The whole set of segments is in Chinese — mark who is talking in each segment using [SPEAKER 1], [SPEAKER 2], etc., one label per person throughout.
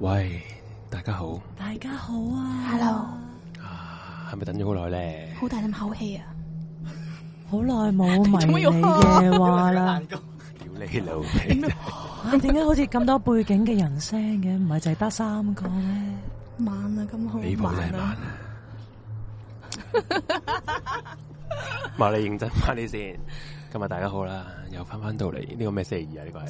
[SPEAKER 1] 喂，大家好
[SPEAKER 2] 大家好啊
[SPEAKER 3] Hello，
[SPEAKER 1] 啊，係咪等咗好耐咧？
[SPEAKER 3] 好大陣口氣啊！
[SPEAKER 2] 好耐冇 迷你嘅話 啦，
[SPEAKER 1] 屌你老味！
[SPEAKER 2] 啊點解好似咁多背景嘅人聲嘅？唔係就係得三個咩？
[SPEAKER 3] 慢啊，咁好
[SPEAKER 1] 你部真係
[SPEAKER 3] 慢
[SPEAKER 1] 慢
[SPEAKER 3] 啊！
[SPEAKER 1] 啊！ 麻你認真翻你先，今日大家好啦，又翻翻到嚟呢、個咩星期二啊？呢、個係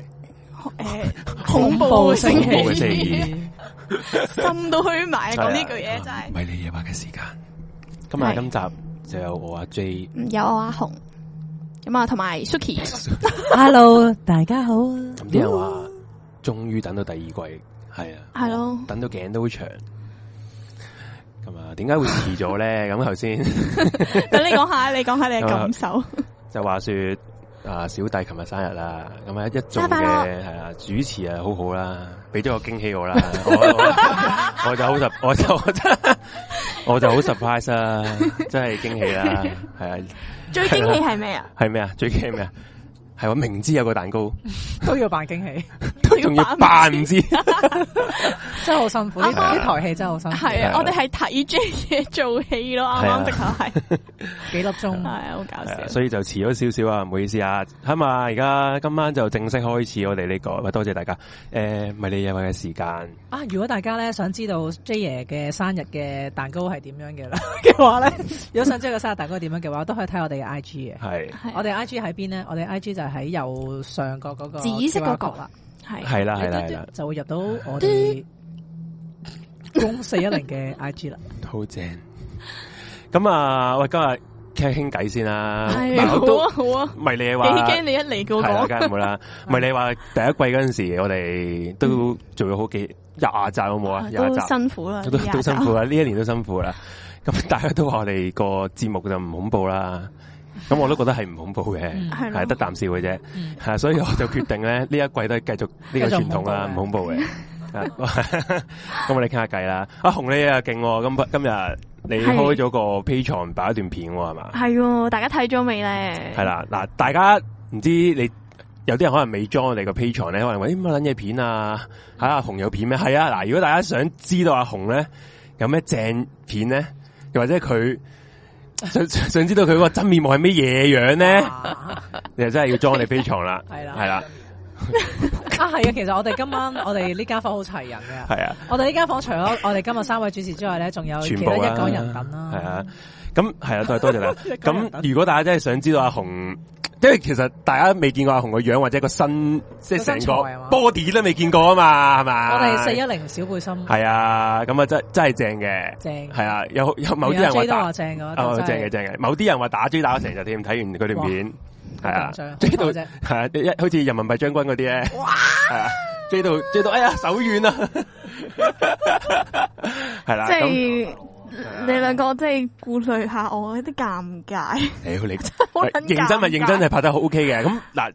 [SPEAKER 3] 誒，恐怖啊星
[SPEAKER 1] 恐怖嘅星
[SPEAKER 3] 期
[SPEAKER 1] 期
[SPEAKER 3] 二， 心都虛埋，
[SPEAKER 1] 係啊
[SPEAKER 3] 講呢句嘢真係。
[SPEAKER 1] 迷你夜話嘅時間。今日
[SPEAKER 3] 係
[SPEAKER 1] 今集就有我阿 J，
[SPEAKER 3] 嗯有我阿紅，咁啊，同埋 Suki，
[SPEAKER 2] Hello，大家好啊。
[SPEAKER 1] 咁啲人話終於等到第二季，係啊，
[SPEAKER 3] 係咯
[SPEAKER 1] 等到頸都長。咁啊，點解會遲咗咧？咁頭先。
[SPEAKER 3] 等你講下，你講下
[SPEAKER 1] 啊
[SPEAKER 3] 你嘅感受。
[SPEAKER 1] 就話說啊，小弟琴日生日啦，咁啊一眾
[SPEAKER 3] 生日快
[SPEAKER 1] 嘅
[SPEAKER 3] 樂
[SPEAKER 1] 係啊主持啊好好啦，俾咗個驚喜我啦，我我我就好 sur 我就 我就我就好 surprise 啦，真係驚喜啦，係啊
[SPEAKER 3] 最驚喜係咩啊？
[SPEAKER 1] 係咩啊？最驚咩啊？係我明知有個蛋糕，
[SPEAKER 2] 都要扮驚喜，
[SPEAKER 3] 都
[SPEAKER 1] 啊仲要
[SPEAKER 3] 要
[SPEAKER 1] 扮
[SPEAKER 3] 扮
[SPEAKER 1] 唔
[SPEAKER 3] 唔
[SPEAKER 1] 知，
[SPEAKER 2] 真係好辛苦，呢
[SPEAKER 1] 啱啱
[SPEAKER 2] 呢台戲真係好辛苦，
[SPEAKER 3] 係
[SPEAKER 1] 係啊
[SPEAKER 3] 啊，我哋係睇 J 嘢做戲咯，啱
[SPEAKER 1] 係啊
[SPEAKER 3] 啱直頭係，
[SPEAKER 2] 幾粒
[SPEAKER 3] 係
[SPEAKER 2] 鐘，
[SPEAKER 3] 啊，好搞
[SPEAKER 1] 係啊
[SPEAKER 3] 笑。
[SPEAKER 1] 所以就遲咗少少啊，唔好意思啊，係嘛？而家今晚就正式開始我哋呢、個，喂多謝大家，誒迷你夜話嘅時間。
[SPEAKER 2] 啊！如果大家咧想知道 J 爺嘅生日嘅蛋糕係點樣嘅啦 嘅話咧，如果想知道個生日蛋糕係點樣嘅話，都可以睇我哋嘅 I G 嘅。
[SPEAKER 1] 係
[SPEAKER 3] 係
[SPEAKER 2] 我哋 I G 喺邊咧？我哋 I G 就喺右上角嗰個
[SPEAKER 3] 紫色嗰個
[SPEAKER 2] QR
[SPEAKER 3] 啊
[SPEAKER 2] code 啦，
[SPEAKER 3] 係
[SPEAKER 1] 係啦啊係啦係啦，
[SPEAKER 2] 就會入到我哋公四一零嘅 I G 啦。
[SPEAKER 1] 好正。咁啊，喂，今日傾傾偈先啦。
[SPEAKER 3] 係
[SPEAKER 1] 嗱
[SPEAKER 3] 好
[SPEAKER 1] 我都
[SPEAKER 3] 啊好啊，
[SPEAKER 1] 唔係你
[SPEAKER 3] 幾
[SPEAKER 1] 話，
[SPEAKER 3] 驚你一嚟
[SPEAKER 1] 係啊
[SPEAKER 3] 個
[SPEAKER 1] 啦，
[SPEAKER 3] 講
[SPEAKER 1] 梗係唔會啦。唔係你話第一季嗰陣時，我哋都做咗好幾廿集有冇啊？廿
[SPEAKER 3] 嗯都
[SPEAKER 1] 集
[SPEAKER 3] 辛苦啦，
[SPEAKER 1] 都
[SPEAKER 3] 呢
[SPEAKER 1] 都
[SPEAKER 3] 廿集
[SPEAKER 1] 辛苦啊啦，呢一年都辛苦啦。咁大家都話我哋個節目就唔恐怖啦，咁我都覺得係唔恐怖嘅，
[SPEAKER 2] 嗯
[SPEAKER 3] 係咯
[SPEAKER 1] 係得啖笑嘅啫。
[SPEAKER 2] 嗯
[SPEAKER 1] 係，所以我就決定咧，呢一 季都係繼續呢個傳統啦，
[SPEAKER 2] 繼續唔
[SPEAKER 1] 唔
[SPEAKER 2] 恐
[SPEAKER 1] 恐怖嘅。啊 咁我哋傾下偈啦。阿紅你啊勁喎，今今日你
[SPEAKER 3] 係
[SPEAKER 1] 開咗個 Patreon 擺一段片喎，係嘛？
[SPEAKER 3] 係喎，大家睇咗未咧？
[SPEAKER 1] 係啦，嗱，大家唔知你有啲人可能未 join 我哋個 Patreon 咧，可能話咦乜撚嘢片啊？吓、阿紅有片咩？係啊，嗱，如果大家想知道阿紅咧有咩正片咧，又或者佢 想想知道佢個真面目係咩嘢樣咧，
[SPEAKER 2] 啊
[SPEAKER 1] 你就真係要 join 我哋 Patreon 啦。
[SPEAKER 2] 係啦
[SPEAKER 1] 嗯係啦，
[SPEAKER 2] 啊，係啊！其實我哋今晚我哋呢間房好齊人嘅，
[SPEAKER 1] 係啊。
[SPEAKER 2] 我哋呢間房除咗我哋今日三位主持之外咧，仲呃有其
[SPEAKER 1] 全
[SPEAKER 2] 他
[SPEAKER 1] 部啦，
[SPEAKER 2] 一港人等啦，
[SPEAKER 1] 系啊，咁係啊，都係多謝大 家。
[SPEAKER 2] 一個人等
[SPEAKER 1] 咁如果大家真係想知道阿紅，因為其實大家未見過阿紅個樣或者個身，即係成個
[SPEAKER 2] 個身材係嘛
[SPEAKER 1] body 都未見過啊嘛，係嘛？
[SPEAKER 2] 我哋四一零小背心
[SPEAKER 1] 系啊，咁啊真真係正嘅，
[SPEAKER 2] 正
[SPEAKER 1] 係啊，有有某啲
[SPEAKER 2] 連
[SPEAKER 1] 人
[SPEAKER 2] 阿 J
[SPEAKER 1] 話
[SPEAKER 2] 都話
[SPEAKER 1] 打，
[SPEAKER 2] 正嘅，
[SPEAKER 1] 哦
[SPEAKER 2] 就
[SPEAKER 1] 正嘅
[SPEAKER 2] 真係
[SPEAKER 1] 正嘅，某啲人話打 J 打咗成日添，睇完佢段片係啊
[SPEAKER 2] 好緊張
[SPEAKER 1] ，J 到
[SPEAKER 2] 好
[SPEAKER 1] 係
[SPEAKER 2] 緊
[SPEAKER 1] 啊，一好似人民幣將軍嗰啲咧，係啊，J 到 J 到，哎呀手軟啊， 係啦，
[SPEAKER 3] 即
[SPEAKER 1] 咁
[SPEAKER 3] 係你兩個即係顧慮下我，有啲 尷尬。
[SPEAKER 1] 屌你，
[SPEAKER 3] 好撚
[SPEAKER 1] 認真咪啊
[SPEAKER 3] 尷尬
[SPEAKER 1] 認真係拍得好 OK 嘅。咁嗱，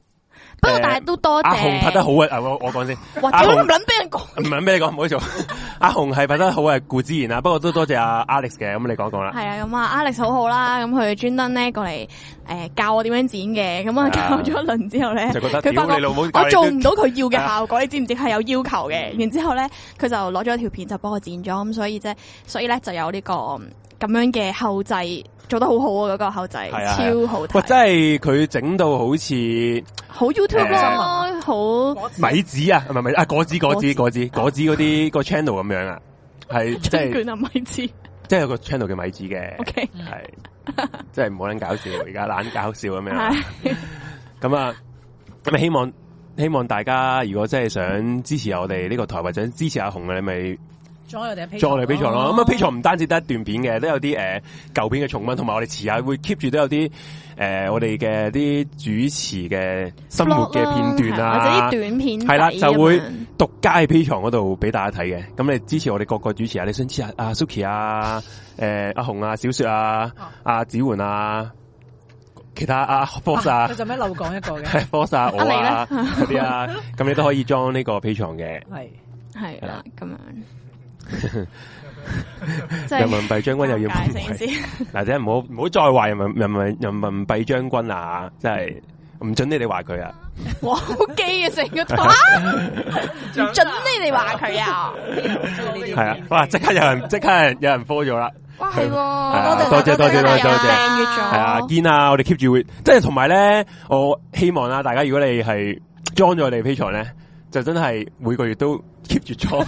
[SPEAKER 3] 不過但係都多謝
[SPEAKER 1] 阿紅拍得好啊！啊我我講先，
[SPEAKER 3] 哇！
[SPEAKER 1] 阿
[SPEAKER 3] 屌
[SPEAKER 1] 紅
[SPEAKER 3] 唔撚俾人講，
[SPEAKER 1] 唔係咩你講，唔好做。 阿紅係拍得好係固之然啊啦，不過都多謝阿 Alex 嘅。咁你講一講 啦，
[SPEAKER 3] 係啊，咁啊，Alex 好好啦，咁佢專登咧過嚟诶、誒教我點樣剪嘅，咁
[SPEAKER 1] 係
[SPEAKER 3] 啊
[SPEAKER 1] 啊
[SPEAKER 3] 教咗一輪之後咧，
[SPEAKER 1] 就覺得
[SPEAKER 3] 佢
[SPEAKER 1] 屌
[SPEAKER 3] 發
[SPEAKER 1] 你
[SPEAKER 3] 覺
[SPEAKER 1] 老母，
[SPEAKER 3] 我做唔
[SPEAKER 1] 到
[SPEAKER 3] 到佢要
[SPEAKER 1] 係
[SPEAKER 3] 嘅
[SPEAKER 1] 啊嗯
[SPEAKER 3] 效果，你知唔知係有要求嘅？然之後咧，佢就攞咗條片就幫我剪咗，咁所以啫，所以咧就有呢、個嗯咁樣嘅後製做得好好啊！嗰、個後製
[SPEAKER 1] 係啊係
[SPEAKER 3] 超好
[SPEAKER 1] 喂，真
[SPEAKER 3] 睇，
[SPEAKER 1] 係佢整到好似米
[SPEAKER 3] 好 YouTube
[SPEAKER 1] 啊
[SPEAKER 3] 咯，好
[SPEAKER 2] 我知
[SPEAKER 1] 子啊，唔係唔係啊果子果子
[SPEAKER 3] 果
[SPEAKER 1] 果子果子嗰啲個 channel 咁樣啊， 係即
[SPEAKER 3] 真
[SPEAKER 1] 係
[SPEAKER 3] 卷啊！咪 知
[SPEAKER 1] 即係有個 channel 叫米子嘅，
[SPEAKER 3] ，OK，
[SPEAKER 2] 嗯
[SPEAKER 1] 係真係唔好撚搞笑，而家懶搞笑咁樣啊啦
[SPEAKER 3] 係。
[SPEAKER 1] 咁啊，咁啊希望希望大家如果真係想支持我哋呢個台，或者支持阿紅嘅，你咪
[SPEAKER 2] join 我哋嘅 Patreon
[SPEAKER 1] 再我哋 P 床咯。咁啊 P 床唔單止得一段片嘅，都有啲诶舊片嘅重温，同埋我哋遲下會 keep 住都有啲诶、呃我哋嘅啲主持嘅生活嘅片段
[SPEAKER 3] 或者
[SPEAKER 1] 啊
[SPEAKER 3] 啲。短啊片
[SPEAKER 1] 係啦
[SPEAKER 3] 仔
[SPEAKER 1] 就會
[SPEAKER 3] 咁樣
[SPEAKER 1] 獨家喺 P 床嗰度俾大家睇嘅，咁你支持我哋各個主持啊，你想支持阿阿 Suki 啊、诶、阿紅啊、小雪啊、
[SPEAKER 3] 哦
[SPEAKER 1] 阿、子媛啊、其他阿 Boss 啊
[SPEAKER 2] 啊佢，做咩漏講一個嘅？
[SPEAKER 1] 系 force 啊我啊
[SPEAKER 3] 啊
[SPEAKER 1] 嗰啲 啊，咁你都可以裝呢個 Patreon 嘅
[SPEAKER 2] 係
[SPEAKER 3] 係啦，咁樣 即
[SPEAKER 1] 人
[SPEAKER 3] 係啊
[SPEAKER 1] 民幣將軍又要
[SPEAKER 3] 尷
[SPEAKER 1] 換
[SPEAKER 3] 尬成件
[SPEAKER 1] 幣，
[SPEAKER 3] 事
[SPEAKER 1] 嗱，真係唔好唔好再話人民人民人民幣將軍啊，真係唔准你哋話佢啊，
[SPEAKER 3] 哇，好基啊！成個台， 唔准你哋話佢啊！
[SPEAKER 2] 中意呢啲
[SPEAKER 1] 係啊，哇！即刻有人即刻有人有人 follow 咗啦，
[SPEAKER 3] 哇，係喎，
[SPEAKER 1] 啊
[SPEAKER 3] 多
[SPEAKER 1] 多謝多謝多謝多謝
[SPEAKER 3] 訂閱咗，
[SPEAKER 1] 係啊，堅啊，我哋 keep 住會，即係同埋咧，我希望啦，大家如果你係 join 咗我哋 Patreon 咧，就真係每個月都 keep 住 join。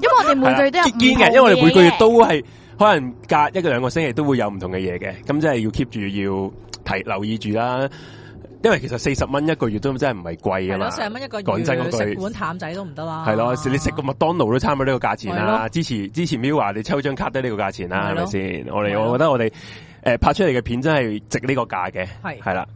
[SPEAKER 3] 因為我哋每個月都有
[SPEAKER 1] 堅嘅，因為我哋每個月都係可能隔一個兩個星期都會有唔同嘅嘢嘅，咁即係要 keep 住要提留意住啦。因為其實四十蚊一個月都真係唔係貴
[SPEAKER 2] 係
[SPEAKER 1] 噶嘛
[SPEAKER 2] 咯，，成蚊一個
[SPEAKER 1] 講真嗰
[SPEAKER 2] 月
[SPEAKER 1] 句
[SPEAKER 2] 食碗淡仔都唔得啦。
[SPEAKER 1] 係咯，你食個麥當勞都差唔多呢個價錢
[SPEAKER 2] 係
[SPEAKER 1] 啦。
[SPEAKER 2] 咯
[SPEAKER 1] 之前之前 Miu 話你抽張卡都呢個價錢啦，係
[SPEAKER 2] 係
[SPEAKER 1] 咪
[SPEAKER 2] 咯
[SPEAKER 1] 先？我
[SPEAKER 2] 係
[SPEAKER 1] 哋
[SPEAKER 2] 咯
[SPEAKER 1] 我覺得我哋诶拍出嚟嘅片真係值呢個價嘅，
[SPEAKER 2] 係
[SPEAKER 1] 係啦。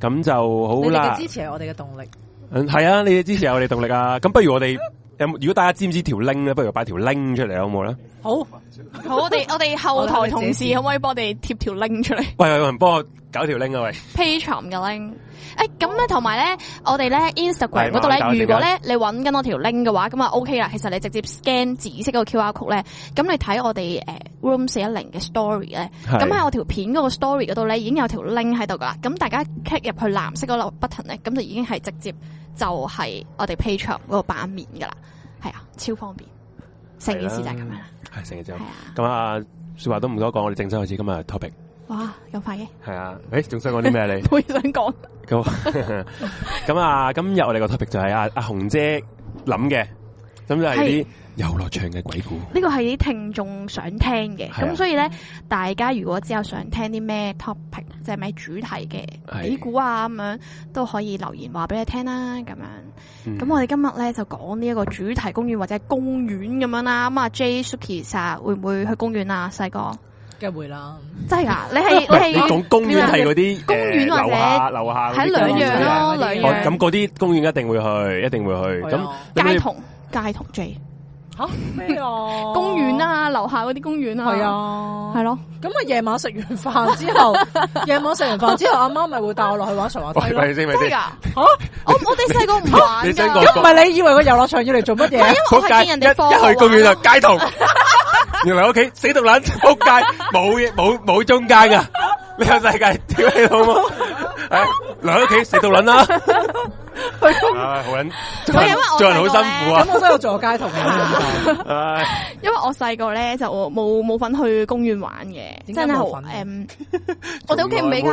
[SPEAKER 1] 咁就好
[SPEAKER 2] 你哋
[SPEAKER 1] 啦
[SPEAKER 2] 嘅支，持係我哋嘅動力。
[SPEAKER 1] 嗯係啊，你哋支持下我哋動力啊。咁不如我哋有冇如果大家知唔知條 link 咧，不如擺條 link 出嚟好唔好咧？
[SPEAKER 2] 好，
[SPEAKER 3] 好，我哋我哋後台同事可唔可以幫我哋貼條 link 出嚟
[SPEAKER 1] 喂，有人幫我搞條 link 啊？喂！
[SPEAKER 3] ？Patreon 嘅 link，誒咁咧，同埋咧，我哋咧
[SPEAKER 1] 係
[SPEAKER 3] Instagram 嗰度
[SPEAKER 1] 慢慢搞
[SPEAKER 3] 咧，如
[SPEAKER 1] 點
[SPEAKER 3] 果咧你揾緊我條 link 嘅話，咁啊 OK 啦。其實你直接 scan 紫色嗰個 QR code 咧，咁你睇我哋誒 Room 四一零嘅 story 咧，
[SPEAKER 1] 係
[SPEAKER 3] 咁喺我條片嗰個 story 嗰度咧，已經有條 link 喺度噶啦。咁大家 click 入去藍色嗰粒 button 咧，咁就已經係直接就係我哋 Patreon 嗰個版面噶啦。係啊，超方便。成件事就係咁樣啦。
[SPEAKER 1] 系成日就
[SPEAKER 3] 係啊，
[SPEAKER 1] 咁啊，说话都唔多講，我哋正式開始今日嘅 topic
[SPEAKER 3] 哇，咁快 嘅，
[SPEAKER 1] 係啊，诶、仲想講啲咩啊你？
[SPEAKER 3] 我想講
[SPEAKER 1] 咁 咁啊，今日我哋個 topic 就係阿阿紅姐諗嘅，咁就係啲遊樂場嘅鬼故，
[SPEAKER 3] 呢個係啲聽眾想聽嘅，
[SPEAKER 1] 係啊
[SPEAKER 3] 咁所以咧，大家如果之後想聽啲咩 topic，即係咩主題嘅
[SPEAKER 1] 係
[SPEAKER 3] 鬼故啊咁樣，都可以留言話俾你聽啦，咁樣。
[SPEAKER 1] 嗯
[SPEAKER 3] 咁我哋今日咧就講呢一個主題公園或者公園咁樣啦。咁啊，J Suki 啊，會唔會去公園啊？細個
[SPEAKER 2] 梗係會啦。
[SPEAKER 3] 真係噶，你係
[SPEAKER 1] 喂
[SPEAKER 3] 你
[SPEAKER 1] 你
[SPEAKER 3] 係
[SPEAKER 1] 講公園係嗰啲
[SPEAKER 3] 公園
[SPEAKER 1] 誒
[SPEAKER 3] 或者
[SPEAKER 1] 樓下樓下嗰啲
[SPEAKER 3] 喺兩樣咯，
[SPEAKER 1] 公
[SPEAKER 2] 公園
[SPEAKER 3] 兩
[SPEAKER 1] 園啊哦
[SPEAKER 3] 樣
[SPEAKER 1] 咁嗰啲公園一定會去，一定會去。
[SPEAKER 2] 係
[SPEAKER 1] 咁
[SPEAKER 2] 啊
[SPEAKER 1] 你咪
[SPEAKER 3] 街童街童 J
[SPEAKER 2] 嚇吓咩 啊？
[SPEAKER 3] 公園，啊，樓下嗰啲公園啊，
[SPEAKER 2] 系，啊，
[SPEAKER 3] 係咯，
[SPEAKER 2] 咁啊，夜晚食完飯之 後，夜晚食完飯之後，阿媽咪會帶我落去玩上滑梯
[SPEAKER 1] 喂，
[SPEAKER 2] 咯。
[SPEAKER 1] 咪先咪
[SPEAKER 3] 真係
[SPEAKER 1] 先，
[SPEAKER 3] 㗎？
[SPEAKER 2] 吓，
[SPEAKER 3] 我我哋細個唔玩
[SPEAKER 1] 你細個
[SPEAKER 3] 㗎，
[SPEAKER 2] 咁唔係你以為個遊樂場要嚟做乜
[SPEAKER 1] Dạ.
[SPEAKER 2] 嘢？
[SPEAKER 3] 因為我 係啊
[SPEAKER 1] 仆
[SPEAKER 3] 見人
[SPEAKER 1] 街！一
[SPEAKER 3] 哋放學
[SPEAKER 1] 一去公園
[SPEAKER 3] 玩
[SPEAKER 1] 就街童，原來屋企死毒撚仆街，冇嘢冇冇中間噶，呢個世界屌你老母，係留喺屋企死毒撚啦，唉，好撚，
[SPEAKER 3] 係因為我
[SPEAKER 1] 做人好
[SPEAKER 3] 細個
[SPEAKER 1] 辛
[SPEAKER 3] 呢
[SPEAKER 1] 苦啊
[SPEAKER 2] 咁，我都有做過街童 嘅，
[SPEAKER 1] 唉。
[SPEAKER 3] 因為我細個咧就冇冇份去公園玩嘅，
[SPEAKER 2] 點解
[SPEAKER 3] 真係好
[SPEAKER 2] 冇份啊
[SPEAKER 3] 诶， 嗯我哋屋企唔俾㗎。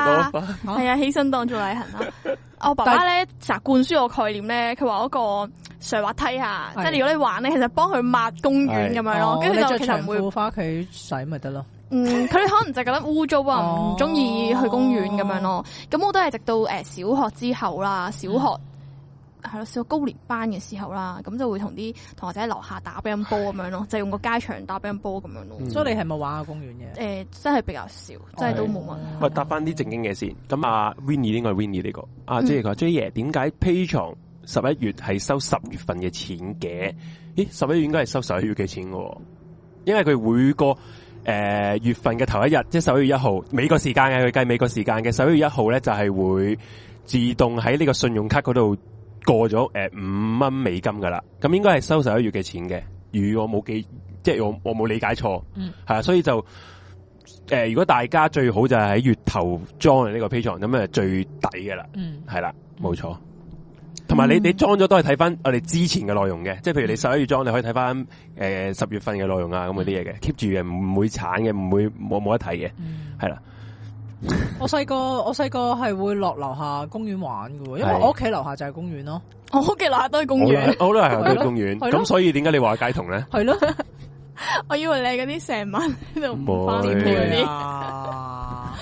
[SPEAKER 2] 嚇
[SPEAKER 3] 系啊，起身當做例行啦。 我爸爸咧成日灌輸我概念咧，佢話嗰個上滑梯啊，即
[SPEAKER 2] 係
[SPEAKER 3] 係如果你玩咧，其實幫佢抹公園咁樣啊咯，跟住
[SPEAKER 2] 哦你
[SPEAKER 3] 就
[SPEAKER 2] 着
[SPEAKER 3] 其實
[SPEAKER 2] 長
[SPEAKER 3] 唔會，
[SPEAKER 2] 褲翻屋企洗咪得咯。
[SPEAKER 3] 嗯，佢可能就覺得污糟啊，
[SPEAKER 2] 哦
[SPEAKER 3] 唔中意去公園咁樣咯。咁我都係直到诶小學之後啦，小學。
[SPEAKER 1] 嗯
[SPEAKER 3] 係咯，小學高年班嘅時候啦，咁就會同啲同學仔喺樓下打乒乓波咁樣咯，就用個街場打乒乓波咁樣咯。
[SPEAKER 1] 嗯哦
[SPEAKER 2] 所以你係咪玩下公園嘅？
[SPEAKER 3] 诶、真係比較少，真係都冇乜。
[SPEAKER 1] 喂，答翻啊啲正經嘢先。咁啊 w i n n i e 應該係 w i n n i e 呢個。阿 J 佢 J 爺點解 P 床十一月係收十月份嘅錢嘅？咦，十一月應該係收十一月嘅錢嘅喎，因為佢每個诶、呃月份嘅頭一日，即係十一月一號，美國時間嘅佢計美國時間嘅十一月一號咧，就係、會自動喺呢個信用卡嗰度過咗诶五蚊美金噶啦。咁應該係收十一月嘅錢嘅，如我冇記，即係我我冇理解錯，
[SPEAKER 2] 嗯
[SPEAKER 1] 係啊，所以就。诶、呃如果大家最好就係喺月頭裝呢個 Patreon，咁啊最抵噶啦，
[SPEAKER 2] 嗯，
[SPEAKER 1] 係啦，冇錯。同埋你
[SPEAKER 3] 嗯
[SPEAKER 1] 你裝咗都係睇翻我哋之前嘅內容嘅，即係譬如你十一月裝，你可以睇翻诶十月份嘅內容啊，咁嗰啲嘢嘅，keep 住嘅，唔會鏟嘅，唔會冇冇得睇嘅，
[SPEAKER 2] 嗯
[SPEAKER 1] 係啦，
[SPEAKER 2] 我細個我細個係會落樓下公園玩嘅喎，因為
[SPEAKER 1] 係
[SPEAKER 2] 我屋企樓下就係公園咯。
[SPEAKER 3] 我屋企樓下都係公
[SPEAKER 1] 好
[SPEAKER 3] 園
[SPEAKER 1] 啦。，好啦，
[SPEAKER 2] 係
[SPEAKER 1] 係
[SPEAKER 2] 咯
[SPEAKER 1] 去公園，
[SPEAKER 2] 係咯
[SPEAKER 1] 咁所以點解你話街童咧？
[SPEAKER 2] 係咯，
[SPEAKER 3] 我以為你係嗰啲成晚喺度唔 翻
[SPEAKER 1] 會
[SPEAKER 3] 屋企嗰
[SPEAKER 2] 會
[SPEAKER 3] 啲。
[SPEAKER 2] 啊！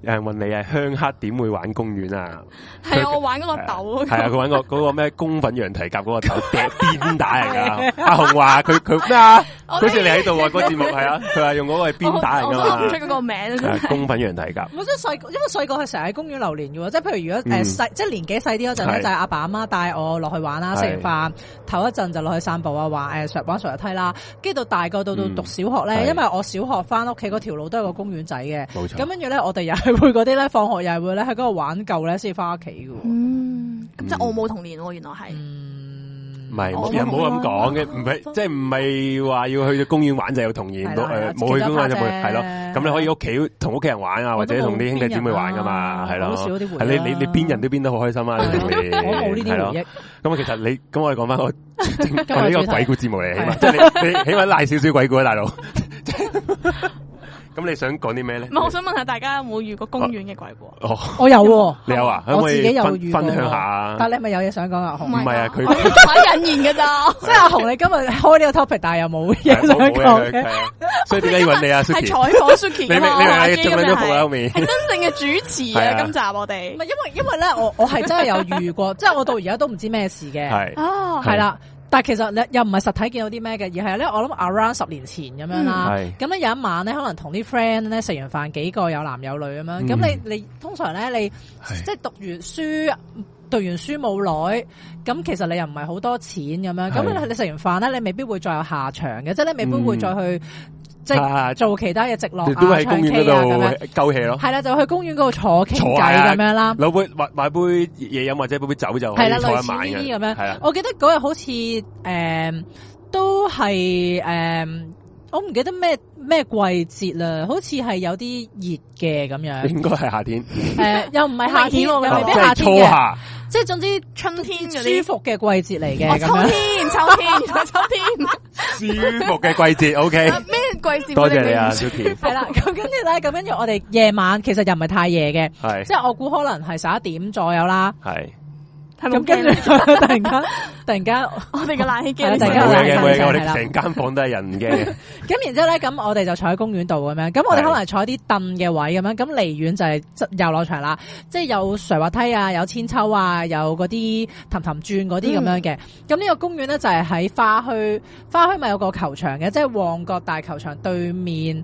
[SPEAKER 1] 有人問你係鄉黑點會玩公園啊？
[SPEAKER 3] 系啊，我玩嗰個豆
[SPEAKER 1] 系啊，佢玩個嗰個咩公粉羊蹄甲嗰個頭掟鞭打嚟
[SPEAKER 2] 啊
[SPEAKER 1] 噶。阿紅話佢佢咩啊？
[SPEAKER 3] 我
[SPEAKER 1] 好似你喺度啊，個節目係啊，佢話用嗰個係鞭打嚟
[SPEAKER 3] 我
[SPEAKER 1] 噶
[SPEAKER 3] 都諗唔出
[SPEAKER 1] 嘛
[SPEAKER 3] 嗰個名，真
[SPEAKER 1] 係啊，
[SPEAKER 3] 係
[SPEAKER 1] 公粉羊蹄甲。
[SPEAKER 2] 唔係即係細個，因為細個係成日喺公園流連嘅喎，即係譬如如果
[SPEAKER 1] 嗯
[SPEAKER 2] 誒細，即係年紀細啲嗰陣咧，
[SPEAKER 1] 係
[SPEAKER 2] 就係阿爸阿媽帶我落去玩啦，食
[SPEAKER 1] 係
[SPEAKER 2] 完飯唞一陣就落去散步啊，玩誒上玩上日梯啦，跟住到大個到到
[SPEAKER 1] 嗯
[SPEAKER 2] 讀小學咧，
[SPEAKER 1] 係
[SPEAKER 2] 因為我小學翻屋企嗰條路都有個公園仔嘅，
[SPEAKER 1] 冇錯
[SPEAKER 2] 咁跟住咧我哋又係會嗰啲咧放學又係會咧喺嗰度玩夠咧先翻屋企嘅喎。
[SPEAKER 3] 嗯，咁即係我冇童年喎，原來係。
[SPEAKER 2] 嗯
[SPEAKER 1] 唔係，
[SPEAKER 3] 我
[SPEAKER 1] 又唔好咁講嘅，唔係即係唔係話要去公園玩就有童年，
[SPEAKER 2] 係啦係啦
[SPEAKER 1] 誒冇去公園玩就冇，
[SPEAKER 2] 自己
[SPEAKER 1] 係咯。咁你可以屋企同屋企人玩啊，或者同啲兄弟姊妹玩噶嘛，係
[SPEAKER 2] 我
[SPEAKER 1] 咯
[SPEAKER 2] 啊都少。啲回憶
[SPEAKER 1] 係你你你邊人都邊得好開心啊！你明唔明
[SPEAKER 2] 我冇
[SPEAKER 1] 係
[SPEAKER 2] 呢啲
[SPEAKER 1] 咯
[SPEAKER 2] 回憶，
[SPEAKER 1] 咁啊，其實你咁我哋講翻個
[SPEAKER 2] 今日
[SPEAKER 1] 我哋呢
[SPEAKER 2] 主題
[SPEAKER 1] 個鬼故節目嚟，起碼即係你你起碼賴少少鬼故啊，大佬。 咁你想講啲咩咧
[SPEAKER 3] 唔？係，我想問下大家有冇遇過公園嘅鬼故啊？
[SPEAKER 1] 哦，
[SPEAKER 2] 我有喎，
[SPEAKER 1] 你有啊？可唔
[SPEAKER 2] 我
[SPEAKER 1] 可
[SPEAKER 2] 自
[SPEAKER 1] 以
[SPEAKER 2] 己有
[SPEAKER 1] 分
[SPEAKER 2] 遇過
[SPEAKER 1] 分享下
[SPEAKER 2] 喎？
[SPEAKER 1] 啊？
[SPEAKER 2] 但你係咪有嘢想講啊？紅
[SPEAKER 1] 唔係啊佢
[SPEAKER 3] 我引言㗎咋，
[SPEAKER 2] 即係阿紅，你今日開呢個 topic，但係又冇嘢想講嘅。
[SPEAKER 1] 所以點解要 揾你啊
[SPEAKER 3] 係
[SPEAKER 1] ，Suki？
[SPEAKER 3] 採訪 Suki
[SPEAKER 1] 你
[SPEAKER 3] 㗎
[SPEAKER 1] 明
[SPEAKER 3] 嘛？我話
[SPEAKER 1] 你明你
[SPEAKER 3] 基
[SPEAKER 1] 中
[SPEAKER 3] 本
[SPEAKER 1] 緊
[SPEAKER 3] 係
[SPEAKER 1] 咗伏啦，後面
[SPEAKER 3] 係真正嘅主持
[SPEAKER 1] 係
[SPEAKER 3] 啊！
[SPEAKER 1] 啊
[SPEAKER 3] 今集我
[SPEAKER 2] 唔
[SPEAKER 3] 哋
[SPEAKER 2] 係因為因為咧，我我係真係有遇過，即係我到而家都唔知咩事嘅，
[SPEAKER 1] 係
[SPEAKER 3] 啊，
[SPEAKER 2] 係啦。但係其實你又唔係實體見到啲咩嘅，而係咧我諗 around 十年前咁樣啦。
[SPEAKER 1] 係
[SPEAKER 2] 咁咧有一晚咧，可能同啲 friend 咧食完飯幾個有男有女咁樣。咁、
[SPEAKER 1] 嗯
[SPEAKER 2] 你你通常咧你
[SPEAKER 1] 係
[SPEAKER 2] 即係讀完書。讀完書冇耐，咁其實你又唔係好多錢咁樣，咁
[SPEAKER 1] 係
[SPEAKER 2] 你你食完飯咧，你未必會再有下場嘅，即係你未必會再去、即係
[SPEAKER 1] 啊
[SPEAKER 2] 做其他嘢直落啊、
[SPEAKER 1] 你都喺
[SPEAKER 2] 唱
[SPEAKER 1] 公園
[SPEAKER 2] K 啊咁 樣
[SPEAKER 1] 嗰度鳩氣咯，
[SPEAKER 2] 系啦，就去公園嗰度坐傾偈
[SPEAKER 1] 坐下
[SPEAKER 2] 咁樣啦。
[SPEAKER 1] 攞杯買買杯嘢飲或者杯杯酒就可
[SPEAKER 2] 係
[SPEAKER 1] 以
[SPEAKER 2] 啦
[SPEAKER 1] 坐
[SPEAKER 2] 類
[SPEAKER 1] 一
[SPEAKER 2] 似
[SPEAKER 1] 晚嘅，
[SPEAKER 2] 呢啲咁樣
[SPEAKER 1] 係啦，
[SPEAKER 2] 我記得嗰日好似诶、誒都係诶、誒我唔記得咩咩季節啦，好似係有啲熱嘅咁樣。
[SPEAKER 1] 應該係夏天，
[SPEAKER 2] 诶、又唔係夏 天，又
[SPEAKER 3] 好明
[SPEAKER 2] 未
[SPEAKER 3] 顯喎
[SPEAKER 1] 即
[SPEAKER 2] 必夏
[SPEAKER 1] 係
[SPEAKER 2] 天
[SPEAKER 1] 初
[SPEAKER 2] 嘅，
[SPEAKER 1] 夏，
[SPEAKER 2] 即係總之
[SPEAKER 3] 春天嗰
[SPEAKER 2] 舒
[SPEAKER 3] 啲。
[SPEAKER 2] 服嘅季節嚟
[SPEAKER 3] 哦，
[SPEAKER 2] 嘅咁
[SPEAKER 3] 秋
[SPEAKER 2] 樣。
[SPEAKER 3] 天，秋天， 秋天，
[SPEAKER 1] 舒服嘅季節。OK，
[SPEAKER 3] 啊咩季節？
[SPEAKER 1] 多謝你啊，Suki，
[SPEAKER 2] 係 啦，咁跟住咧，咁跟住我哋夜晚其實又唔係太夜嘅，
[SPEAKER 1] 係
[SPEAKER 2] 即係我估可能係十一點左右啦。
[SPEAKER 1] 係。
[SPEAKER 3] 係
[SPEAKER 2] 咁
[SPEAKER 3] 咪好
[SPEAKER 2] 跟
[SPEAKER 3] 驚
[SPEAKER 2] 住
[SPEAKER 3] 啊
[SPEAKER 2] 突然間，突然間。
[SPEAKER 3] 我哋嘅冷氣機，
[SPEAKER 2] 係啦
[SPEAKER 3] 你
[SPEAKER 2] 大
[SPEAKER 1] 啊冇
[SPEAKER 2] 家
[SPEAKER 3] 知唔知
[SPEAKER 1] 嘢嘅，冇嘢嘅，我
[SPEAKER 2] 係啦
[SPEAKER 1] 哋成間房都係人嘅，
[SPEAKER 2] 咁然之後咧，咁我哋就坐喺公園度咁樣，咁我哋
[SPEAKER 1] 係
[SPEAKER 2] 可能係坐啲凳嘅位咁樣，咁離遠就係遊樂場啦，即係有垂滑梯啊，有千秋啊，有嗰啲氹氹轉嗰啲咁樣嘅。咁呢、個公園咧就係喺花墟，花墟咪有個球場嘅，即係旺角大球場對面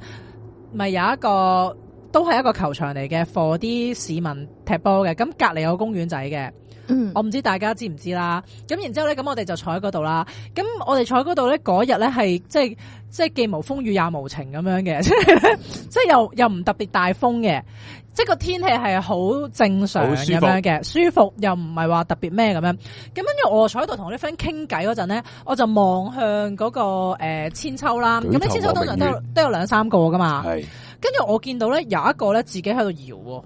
[SPEAKER 2] 咪有一個都係一個球場嚟嘅，for 啲市民踢波嘅。咁隔離有個公園仔嘅，
[SPEAKER 3] 嗯，
[SPEAKER 2] 我唔知大家知唔知啦。咁然之後咧，咁我哋就坐喺嗰度啦。咁我哋坐喺嗰度咧，嗰日咧係即係即係既無風雨也無晴咁樣嘅，即 係呢即係又又唔特別大風嘅，即係個天氣係好正常
[SPEAKER 1] 好舒
[SPEAKER 2] 咁
[SPEAKER 1] 服
[SPEAKER 2] 樣嘅，舒服又唔係話特別咩咁樣。咁跟住我坐喺度同我啲 friend 傾偈嗰陣咧，我就望向嗰、個誒、呃千秋啦。
[SPEAKER 1] 舉
[SPEAKER 2] 咁
[SPEAKER 1] 頭
[SPEAKER 2] 啲千秋通常都有
[SPEAKER 1] 望
[SPEAKER 2] 都有兩三個噶嘛。
[SPEAKER 1] 系
[SPEAKER 2] 跟住我見到咧有一個咧自己喺度搖喎，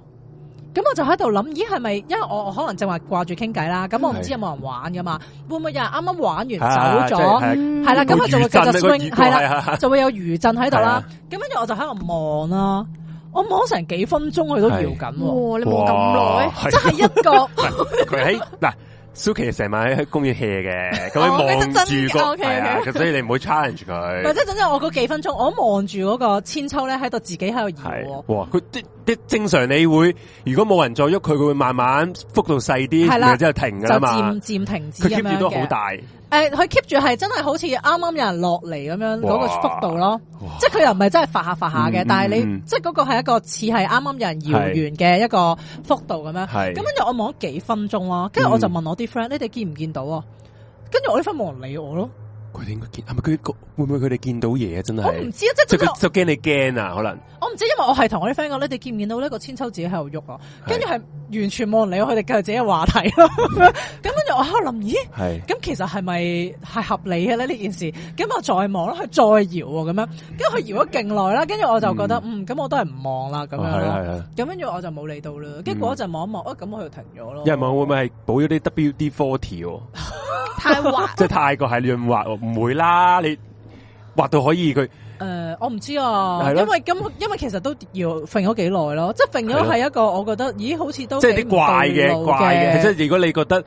[SPEAKER 2] 咁我就喺度諗，咦係咪？因為我我可能正話掛住傾偈啦，咁我唔知有冇人玩噶嘛，會唔會有人啱啱玩完
[SPEAKER 1] 啊
[SPEAKER 2] 走咗，
[SPEAKER 3] 嗯
[SPEAKER 2] 係啦咁佢就會繼續 swing，係啦
[SPEAKER 1] 啦，
[SPEAKER 2] 就會有餘震喺度
[SPEAKER 1] 係
[SPEAKER 2] 啦
[SPEAKER 1] 啊。
[SPEAKER 2] 咁跟住我就喺度望啦，我望成幾分鐘佢都搖緊喎，
[SPEAKER 3] 哇，你望咁耐，
[SPEAKER 1] 哇
[SPEAKER 2] 真係一個
[SPEAKER 1] 佢喺嗱。Suki 成晚喺公園 hea 嘅，咁佢
[SPEAKER 3] 哦
[SPEAKER 1] 望
[SPEAKER 3] 你
[SPEAKER 1] 住
[SPEAKER 3] 真
[SPEAKER 1] 個
[SPEAKER 3] OK，OK
[SPEAKER 1] 係啊，所以你唔好 challenge 佢
[SPEAKER 2] 或。者陣間我嗰幾分鐘，我望住嗰個千秋咧喺度自己喺度搖
[SPEAKER 1] 系
[SPEAKER 2] 喎。
[SPEAKER 1] 哇！佢啲啲正常你會，如果冇人再喐佢，佢會慢慢幅度細啲，
[SPEAKER 2] 係啦
[SPEAKER 1] 然後之後停
[SPEAKER 2] 就
[SPEAKER 1] 噶啦嘛
[SPEAKER 2] 漸。漸停止
[SPEAKER 1] 佢
[SPEAKER 2] 咁
[SPEAKER 1] keep
[SPEAKER 2] 樣
[SPEAKER 1] 住都好
[SPEAKER 2] 嘅，
[SPEAKER 1] 大，
[SPEAKER 2] 誒佢 keep 住係真係好似啱啱有人落嚟咁樣嗰個
[SPEAKER 1] 哇
[SPEAKER 2] 幅度咯。
[SPEAKER 1] 哇
[SPEAKER 2] 即係佢又唔係真係發下發下嘅，
[SPEAKER 1] 嗯
[SPEAKER 2] 但係你、
[SPEAKER 1] 嗯嗯
[SPEAKER 2] 即係嗰個係一個似係啱啱有人搖完嘅一個幅度咁樣。
[SPEAKER 1] 係
[SPEAKER 2] 咁啊跟住我望咗幾分鐘咯，跟住我就問我啲 friend：你哋見唔見到啊？跟住我啲 friend 冇人理我咯，
[SPEAKER 1] 佢哋應該見係咪佢會唔會佢哋見到嘢啊？真
[SPEAKER 2] 我唔
[SPEAKER 1] 係，
[SPEAKER 2] 知啊，
[SPEAKER 1] 即
[SPEAKER 2] 即係真
[SPEAKER 1] 係
[SPEAKER 2] 係
[SPEAKER 1] 佢就驚你驚啊！可能
[SPEAKER 2] 我唔知，因為我係同我啲 friend 講：你哋見唔見到呢個千秋自己喺度喐啊？跟住係完全冇人理我，佢哋繼續自己嘅話題 咯。咁跟住我喺度諗：咦？
[SPEAKER 1] 係
[SPEAKER 2] 咁其實係咪係合理嘅咧呢件事？咁我再望啦，佢再搖喎咁樣，跟住佢搖咗勁耐啦，跟住我就覺得嗯，咁、我都係唔望啦咁
[SPEAKER 1] 哦係
[SPEAKER 2] 樣
[SPEAKER 1] 係
[SPEAKER 2] 咯。
[SPEAKER 1] 係係。
[SPEAKER 2] 咁跟住我就冇理到啦，跟住嗰陣望一望，啊咁我就停咗咯。
[SPEAKER 1] 有人問會唔會係補咗啲 WD forty 喎？
[SPEAKER 3] 太滑，
[SPEAKER 1] 即係太過係潤滑喎，唔會啦，你滑到可以佢
[SPEAKER 2] 誒，我唔知啊，
[SPEAKER 1] 係咯
[SPEAKER 2] 因為咁，因為其實都要揈咗幾耐咯，即係揈咗係一個我覺得，咦，好似都
[SPEAKER 1] 即係啲怪
[SPEAKER 2] 幾
[SPEAKER 1] 嘅
[SPEAKER 2] 唔對路
[SPEAKER 1] 怪嘅，即係如果你覺得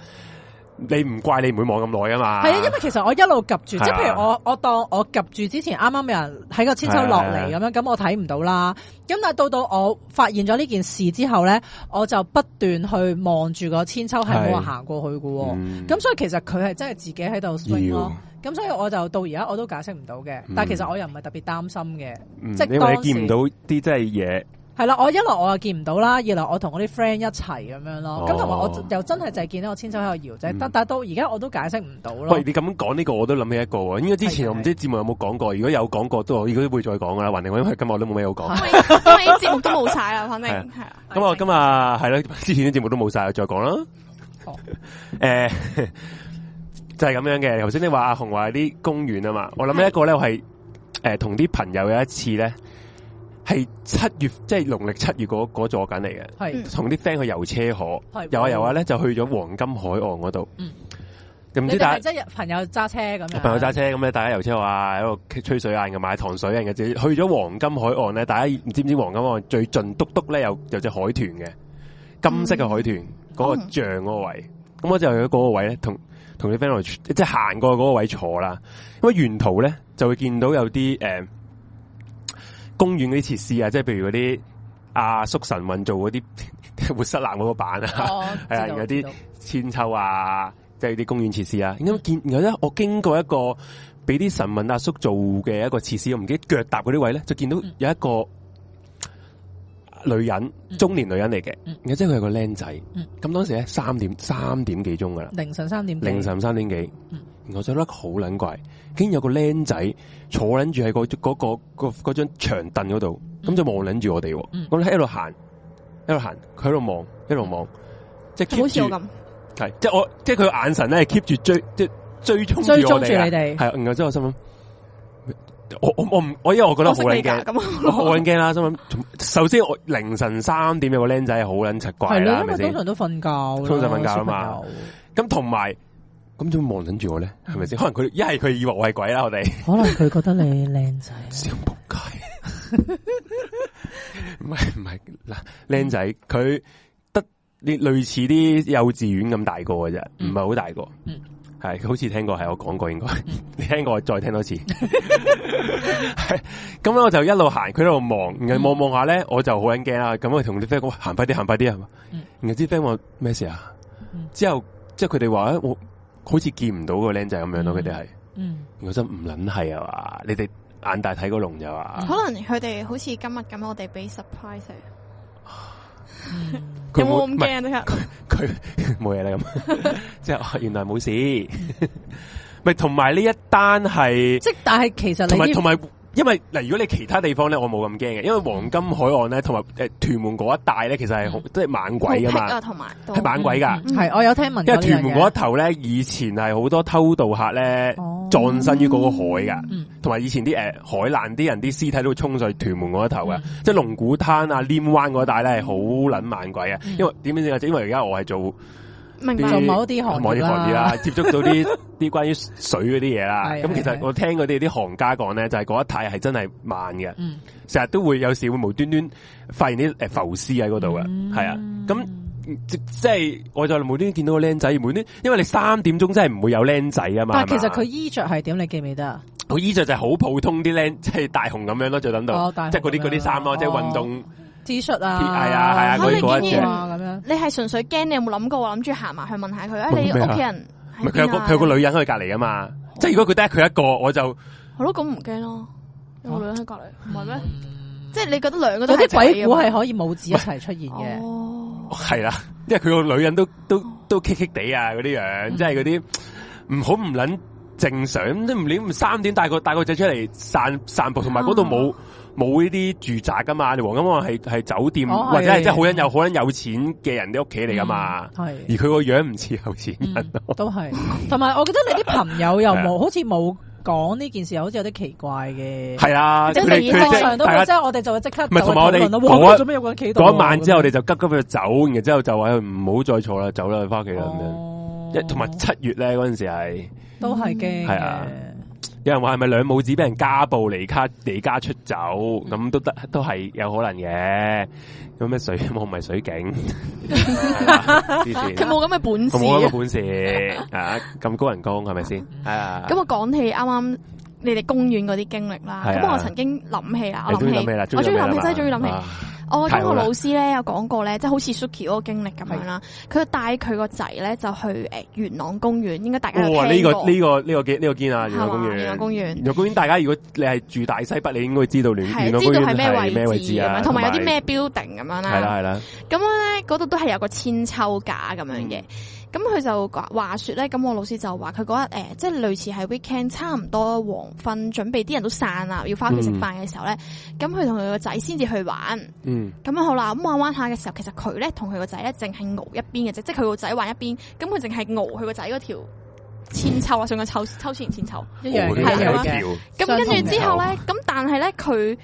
[SPEAKER 1] 你唔怪，你唔會望咁耐啊嘛。
[SPEAKER 2] 係啊，因為其實我一路及住，
[SPEAKER 1] 係
[SPEAKER 2] 即係
[SPEAKER 1] 啊
[SPEAKER 2] 譬如我我當我及住之前，啱啱有人喺個千秋落
[SPEAKER 1] 係
[SPEAKER 2] 嚟咁
[SPEAKER 1] 啊
[SPEAKER 2] 樣，咁我睇唔到啦。咁但係到到我發現咗呢件事之後咧，我就不斷去望住個千秋係冇人
[SPEAKER 1] 係
[SPEAKER 2] 行過去嘅喎。
[SPEAKER 1] 嗯
[SPEAKER 2] 咁所以其實佢係真係自己喺度 swing 咯，咁所以我就到而家我都解釋唔到嘅，
[SPEAKER 1] 嗯
[SPEAKER 2] 但係其實我又唔係特別擔心嘅，
[SPEAKER 1] 嗯
[SPEAKER 2] 即係
[SPEAKER 1] 因為你見唔
[SPEAKER 2] 當時
[SPEAKER 1] 到啲真係嘢，
[SPEAKER 2] 係啦，我一來我又見唔到啦，二來我同我啲 friend 一齊咁樣咯，
[SPEAKER 1] 哦
[SPEAKER 2] 咁同埋我又真係就係見到我千秋喺度搖仔，
[SPEAKER 1] 嗯
[SPEAKER 2] 但但到而家我都解釋唔到咯
[SPEAKER 1] 喂，，你咁講呢個我都諗起一個喎，應該之前我唔知節目有冇講過，如果有講過都我應該會再講噶啦，還定我因為今日我都冇咩好講。
[SPEAKER 3] 因為因為節目都冇晒啦，反正
[SPEAKER 1] 係
[SPEAKER 3] 係啊，
[SPEAKER 1] 咁我今日係啦， 之前啲節目都冇晒，再講啦
[SPEAKER 2] 哦。
[SPEAKER 1] 诶、就係咁樣嘅。頭先你話阿紅話啲公園啊嘛，我諗一個咧，我係诶同啲朋友有一次咧，係七月，即係農曆七月嗰嗰座緊嚟嘅，
[SPEAKER 2] 係
[SPEAKER 3] 嗯
[SPEAKER 1] 同啲 friend 去遊車河
[SPEAKER 2] 係，
[SPEAKER 1] 游下游下咧就去咗黃金海岸嗰度。
[SPEAKER 2] 嗯
[SPEAKER 1] 咁唔
[SPEAKER 2] 你
[SPEAKER 1] 知
[SPEAKER 2] 哋
[SPEAKER 1] 大
[SPEAKER 2] 係
[SPEAKER 1] 家
[SPEAKER 2] 即係朋友揸車咁樣，
[SPEAKER 1] 朋友揸車咁咧，大家遊車河啊，喺度吹水啊，嘅買糖水啊，嘅去咗黃金海岸咧，大家唔知唔知黃金海岸最盡篤篤咧有有隻海豚嘅金色嘅海豚嗰、個
[SPEAKER 2] 哦
[SPEAKER 3] 嗯
[SPEAKER 1] 像嗰個位，咁我就去咗嗰個位咧，同同啲 friend 落去即係行過嗰個位坐啦。咁啊沿途咧就會見到有啲誒、呃公園嗰啲設施啊，即係譬如嗰啲阿叔神運做嗰啲 活塞欄嗰個板啊。
[SPEAKER 2] 哦，
[SPEAKER 1] 係啊，
[SPEAKER 2] 知道
[SPEAKER 1] 有
[SPEAKER 2] 知
[SPEAKER 1] 啲
[SPEAKER 2] 道
[SPEAKER 1] 千秋啊，即係啲公園設施啊。咁見，然後咧，我經過一個俾啲神文阿叔做嘅一個設施，我唔記得腳踏嗰啲位咧，就見到有一個女人，
[SPEAKER 2] 嗯
[SPEAKER 1] 中年女人嚟嘅，
[SPEAKER 2] 嗯
[SPEAKER 1] 然後即係佢有個僆仔
[SPEAKER 2] 嗯。
[SPEAKER 1] 咁當時咧三點三點幾鐘噶啦，
[SPEAKER 2] 凌晨三點幾
[SPEAKER 1] 凌晨三點幾
[SPEAKER 2] 嗯。
[SPEAKER 1] 然後我就覺得好撚怪，竟然有個僆仔坐撚住喺嗰嗰個嗰嗰張長凳嗰度，咁就望撚住我哋喎。
[SPEAKER 2] 嗯
[SPEAKER 1] 咁喺度行，一路行，佢喺度望，一路望，即係
[SPEAKER 3] 就好
[SPEAKER 1] keep
[SPEAKER 3] 似
[SPEAKER 1] 住
[SPEAKER 3] 我。咁，
[SPEAKER 1] 系，即系我，即系佢嘅眼神咧，keep 住追，即系追踪
[SPEAKER 2] 追蹤
[SPEAKER 1] 我
[SPEAKER 2] 住你
[SPEAKER 1] 哋
[SPEAKER 2] 哋
[SPEAKER 1] 系，然後之後我心諗，我我我唔，我因為我覺得
[SPEAKER 3] 我
[SPEAKER 1] 好
[SPEAKER 3] 識
[SPEAKER 1] 撚
[SPEAKER 3] 你
[SPEAKER 1] 驚，
[SPEAKER 3] 㗎咁
[SPEAKER 1] 我好撚驚啦，心諗，首先我凌晨三點有個僆仔好撚柒怪
[SPEAKER 2] 係
[SPEAKER 1] 啦，係
[SPEAKER 2] 咯，因
[SPEAKER 1] 咪
[SPEAKER 2] 為
[SPEAKER 1] 先
[SPEAKER 2] 通？常都瞓覺啦，
[SPEAKER 1] 通常瞓覺啊嘛
[SPEAKER 2] 小朋友，
[SPEAKER 1] 咁同埋，咁仲望撚住我咧，係咪
[SPEAKER 2] 嗯
[SPEAKER 1] 先？可能佢一係佢以為我係鬼啦，我哋
[SPEAKER 2] 可能佢覺得你靚仔，
[SPEAKER 1] 小仆街，唔係唔係嗱，僆仔佢得啲類似啲幼稚園咁大個嘅啫，唔
[SPEAKER 2] 嗯
[SPEAKER 1] 係好大個。
[SPEAKER 2] 嗯
[SPEAKER 1] 係好似聽過，係我講過應該，你聽過再聽多次。係咁咧，我就一路行，佢一路望，
[SPEAKER 2] 嗯
[SPEAKER 1] 然後望望下咧，我就好撚驚啦。咁我同啲 friend 講：行快啲，行快啲啊！
[SPEAKER 2] 嗯
[SPEAKER 1] 然後啲 friend 話咩事啊
[SPEAKER 2] 嗯？
[SPEAKER 1] 之後即係佢哋話：我好似見唔到個僆仔咁樣咯。佢哋係，
[SPEAKER 2] 嗯，
[SPEAKER 1] 我真唔撚係啊嘛！你哋眼大睇過龍就話。
[SPEAKER 3] 可能佢哋好似今日咁，我哋俾 surprise 佢
[SPEAKER 2] 嗯
[SPEAKER 1] 佢
[SPEAKER 3] 有冇
[SPEAKER 1] 冇
[SPEAKER 3] 咁
[SPEAKER 1] 唔係
[SPEAKER 3] 驚啊？即刻
[SPEAKER 1] 佢 冇嘢啦咁， 即系哦原來冇事。 咪同埋呢一單係
[SPEAKER 2] 即係但係其實
[SPEAKER 1] 同埋
[SPEAKER 2] 你
[SPEAKER 1] 同
[SPEAKER 2] 啲
[SPEAKER 1] 埋，因為嗱，如果你其他地方咧，我冇咁驚嘅，因為黃金海岸咧，同埋诶屯門嗰一帶咧，其實係好即係猛鬼噶
[SPEAKER 3] 嗯好
[SPEAKER 1] 嘛
[SPEAKER 3] 僻，啊，同埋都
[SPEAKER 1] 係猛鬼㗎。
[SPEAKER 3] 嗯
[SPEAKER 2] 係我有聽聞過
[SPEAKER 1] 因為
[SPEAKER 2] 呢樣嘢，
[SPEAKER 1] 屯門嗰一頭咧，以前係好多偷渡客咧
[SPEAKER 2] 哦
[SPEAKER 1] 葬身於嗰個海㗎。
[SPEAKER 2] 嗯
[SPEAKER 1] 同埋以前啲誒、呃海難啲人啲屍體都會衝上去屯門嗰一頭啊嘅，
[SPEAKER 2] 嗯
[SPEAKER 1] 即係龍鼓灘啊、稔灣嗰一帶咧係好撚猛鬼嘅，
[SPEAKER 2] 嗯
[SPEAKER 1] 因為點解先？因為而家我係做
[SPEAKER 3] 明
[SPEAKER 1] 啲啊
[SPEAKER 2] 做
[SPEAKER 3] 白。
[SPEAKER 2] 某啲行業啦
[SPEAKER 1] 某啲行業啦， 接觸到啲啲關於水嗰啲嘢啦。
[SPEAKER 2] 係啊
[SPEAKER 1] 咁其
[SPEAKER 2] 係
[SPEAKER 1] 實
[SPEAKER 2] 係
[SPEAKER 1] 我聽嗰啲啲行家講咧，就係、嗰一帶係真係慢嘅，
[SPEAKER 2] 嗯
[SPEAKER 1] 成日都會有時會無端端發現啲誒浮屍喺嗰度嘅，
[SPEAKER 2] 嗯
[SPEAKER 1] 係啊，咁。即即係我就無端端見到個僆仔，無端端，因為你三點鐘真係唔會有僆仔啊嘛。
[SPEAKER 2] 但係其
[SPEAKER 1] 係
[SPEAKER 2] 實
[SPEAKER 1] 嘛
[SPEAKER 2] 佢衣着係點，你記唔記得啊？
[SPEAKER 1] 佢衣着就係好普通啲僆，即係大雄咁樣咯，就等到
[SPEAKER 2] 哦大雄
[SPEAKER 1] 即係嗰啲
[SPEAKER 2] 咁樣
[SPEAKER 1] 嗰啲衫咯，
[SPEAKER 2] 哦
[SPEAKER 1] 即係運動
[SPEAKER 2] T 恤啊，
[SPEAKER 1] 係啊係啊
[SPEAKER 3] 嗰啲嗰一隻
[SPEAKER 2] 啊咁樣。
[SPEAKER 3] 你係純粹驚，你有冇諗過話諗住行埋去問下佢？啊，
[SPEAKER 1] 問
[SPEAKER 3] 你
[SPEAKER 1] 咩啊
[SPEAKER 3] 屋企人
[SPEAKER 1] 唔
[SPEAKER 3] 喺
[SPEAKER 1] 係佢有個
[SPEAKER 3] 邊啊
[SPEAKER 1] 佢有個女人喺佢隔離啊嘛，即係如果佢得佢一個，我就
[SPEAKER 3] 我都咁唔驚咯，有個女人喺隔離，唔係咩？
[SPEAKER 2] 嗯
[SPEAKER 3] 即係你覺得兩個都
[SPEAKER 2] 嗰啲鬼故係啊
[SPEAKER 3] 係啊
[SPEAKER 2] 可以母子一齊出現嘅，
[SPEAKER 3] 哦，
[SPEAKER 1] 係啦，因為佢個女人都都都棘棘地啊嗰啲樣，
[SPEAKER 2] 嗯
[SPEAKER 1] 即係嗰啲唔好唔撚正常，都唔你三點帶個帶個仔出嚟散散步，同埋嗰
[SPEAKER 2] 啊
[SPEAKER 1] 度冇。冇呢啲住宅噶嘛？你黃金岸係係酒店，
[SPEAKER 2] 哦係
[SPEAKER 1] 或者係即係好撚有好撚有錢嘅人啲屋企嚟噶嘛？而
[SPEAKER 2] 嗯係。
[SPEAKER 1] 佢個樣唔似有錢
[SPEAKER 2] 嗯
[SPEAKER 1] 人咯。
[SPEAKER 2] 都係，同埋我覺得你啲朋友又
[SPEAKER 1] 係啊
[SPEAKER 2] 冇，好似冇講呢件事，好似有啲奇怪嘅。
[SPEAKER 1] 係啊，
[SPEAKER 2] 即
[SPEAKER 3] 係
[SPEAKER 1] 佢
[SPEAKER 2] 係
[SPEAKER 1] 哋
[SPEAKER 2] 你
[SPEAKER 3] 你
[SPEAKER 1] 佢哋
[SPEAKER 2] 通
[SPEAKER 1] 即係
[SPEAKER 2] 常都
[SPEAKER 1] 大
[SPEAKER 2] 會
[SPEAKER 1] 家
[SPEAKER 2] 即係我哋就會即刻
[SPEAKER 1] 唔係同埋我哋
[SPEAKER 2] 就會討論
[SPEAKER 1] 嗰
[SPEAKER 2] 啦哇做咩有個人企喺度啊？
[SPEAKER 1] 嗰晚之後，我哋
[SPEAKER 2] 咁
[SPEAKER 1] 就急急去走，然之後就話哎唔好再坐啦，走啦，翻屋企
[SPEAKER 2] 樣
[SPEAKER 1] 啦咁樣。
[SPEAKER 2] 哦
[SPEAKER 1] 一同埋七月咧嗰陣時係，
[SPEAKER 2] 都係驚嘅
[SPEAKER 1] 係啊有人話係咪兩母子俾人家暴離家離家出走，咁都得都係有可能嘅。有咩水我唔係 水警，係啊黐線
[SPEAKER 3] 佢冇咁嘅本
[SPEAKER 1] 佢冇咁嘅
[SPEAKER 3] 事。
[SPEAKER 1] 本事啊！咁高人工係咪先？係啊，
[SPEAKER 3] 咁我講起啱啱你哋公園嗰啲經歷啦，
[SPEAKER 1] 係啊
[SPEAKER 3] 咁我曾經諗起啦，啊我
[SPEAKER 1] 你終於
[SPEAKER 3] 諗
[SPEAKER 1] 諗起
[SPEAKER 3] 起
[SPEAKER 1] 啦，終
[SPEAKER 3] 我終
[SPEAKER 1] 於
[SPEAKER 3] 於
[SPEAKER 1] 諗
[SPEAKER 3] 諗
[SPEAKER 1] 起啦
[SPEAKER 3] 起真係終於諗起。哦
[SPEAKER 1] 啊
[SPEAKER 3] 我
[SPEAKER 1] 太
[SPEAKER 3] 中
[SPEAKER 1] 好
[SPEAKER 3] 學
[SPEAKER 1] 啦
[SPEAKER 3] 老師咧有講過咧，即係好似 Suki 嗰個經歷咁樣啦，佢帶佢個仔咧就去誒元朗公園，應該大家有聽過。
[SPEAKER 1] 哇！呢個呢個呢個堅呢個堅啊！元朗公
[SPEAKER 3] 啊係嘛元朗公
[SPEAKER 1] 園。
[SPEAKER 3] 園
[SPEAKER 1] 元朗公園，大家如果你係住大西北，你應該知道元
[SPEAKER 3] 係
[SPEAKER 1] 元朗公
[SPEAKER 3] 知道
[SPEAKER 1] 園
[SPEAKER 3] 係
[SPEAKER 1] 係咩
[SPEAKER 3] 咩
[SPEAKER 1] 位
[SPEAKER 3] 位
[SPEAKER 1] 置
[SPEAKER 3] 咁
[SPEAKER 1] 啊，
[SPEAKER 3] 樣，同埋有啲咩 building 咁樣
[SPEAKER 1] 係啦
[SPEAKER 3] 啦。
[SPEAKER 1] 係啦，
[SPEAKER 3] 咁樣咧，嗰度都係有個千秋架咁樣
[SPEAKER 1] 嗯
[SPEAKER 3] 嘅。咁佢就話話說咧，咁我老師就話佢嗰日誒，即係類似係 weekend 差唔多黃昏，準備啲人都散啦，要翻屋企食飯嘅時候咧，咁佢同佢個仔先至去玩。
[SPEAKER 1] 嗯，
[SPEAKER 3] 咁樣好啦，咁玩玩下嘅時候，其實佢咧同佢個仔咧淨係熬一邊嘅啫，即係佢個仔玩一邊，咁佢淨係熬佢個仔嗰條千秋啊，上個秋秋前千秋。
[SPEAKER 2] 一樣啊嘅
[SPEAKER 1] 哦係
[SPEAKER 3] 係啊咁
[SPEAKER 2] 一樣
[SPEAKER 3] 樣
[SPEAKER 2] 嘅。
[SPEAKER 1] 條
[SPEAKER 3] 咁跟住之
[SPEAKER 1] 相
[SPEAKER 3] 後咧，咁但係咧佢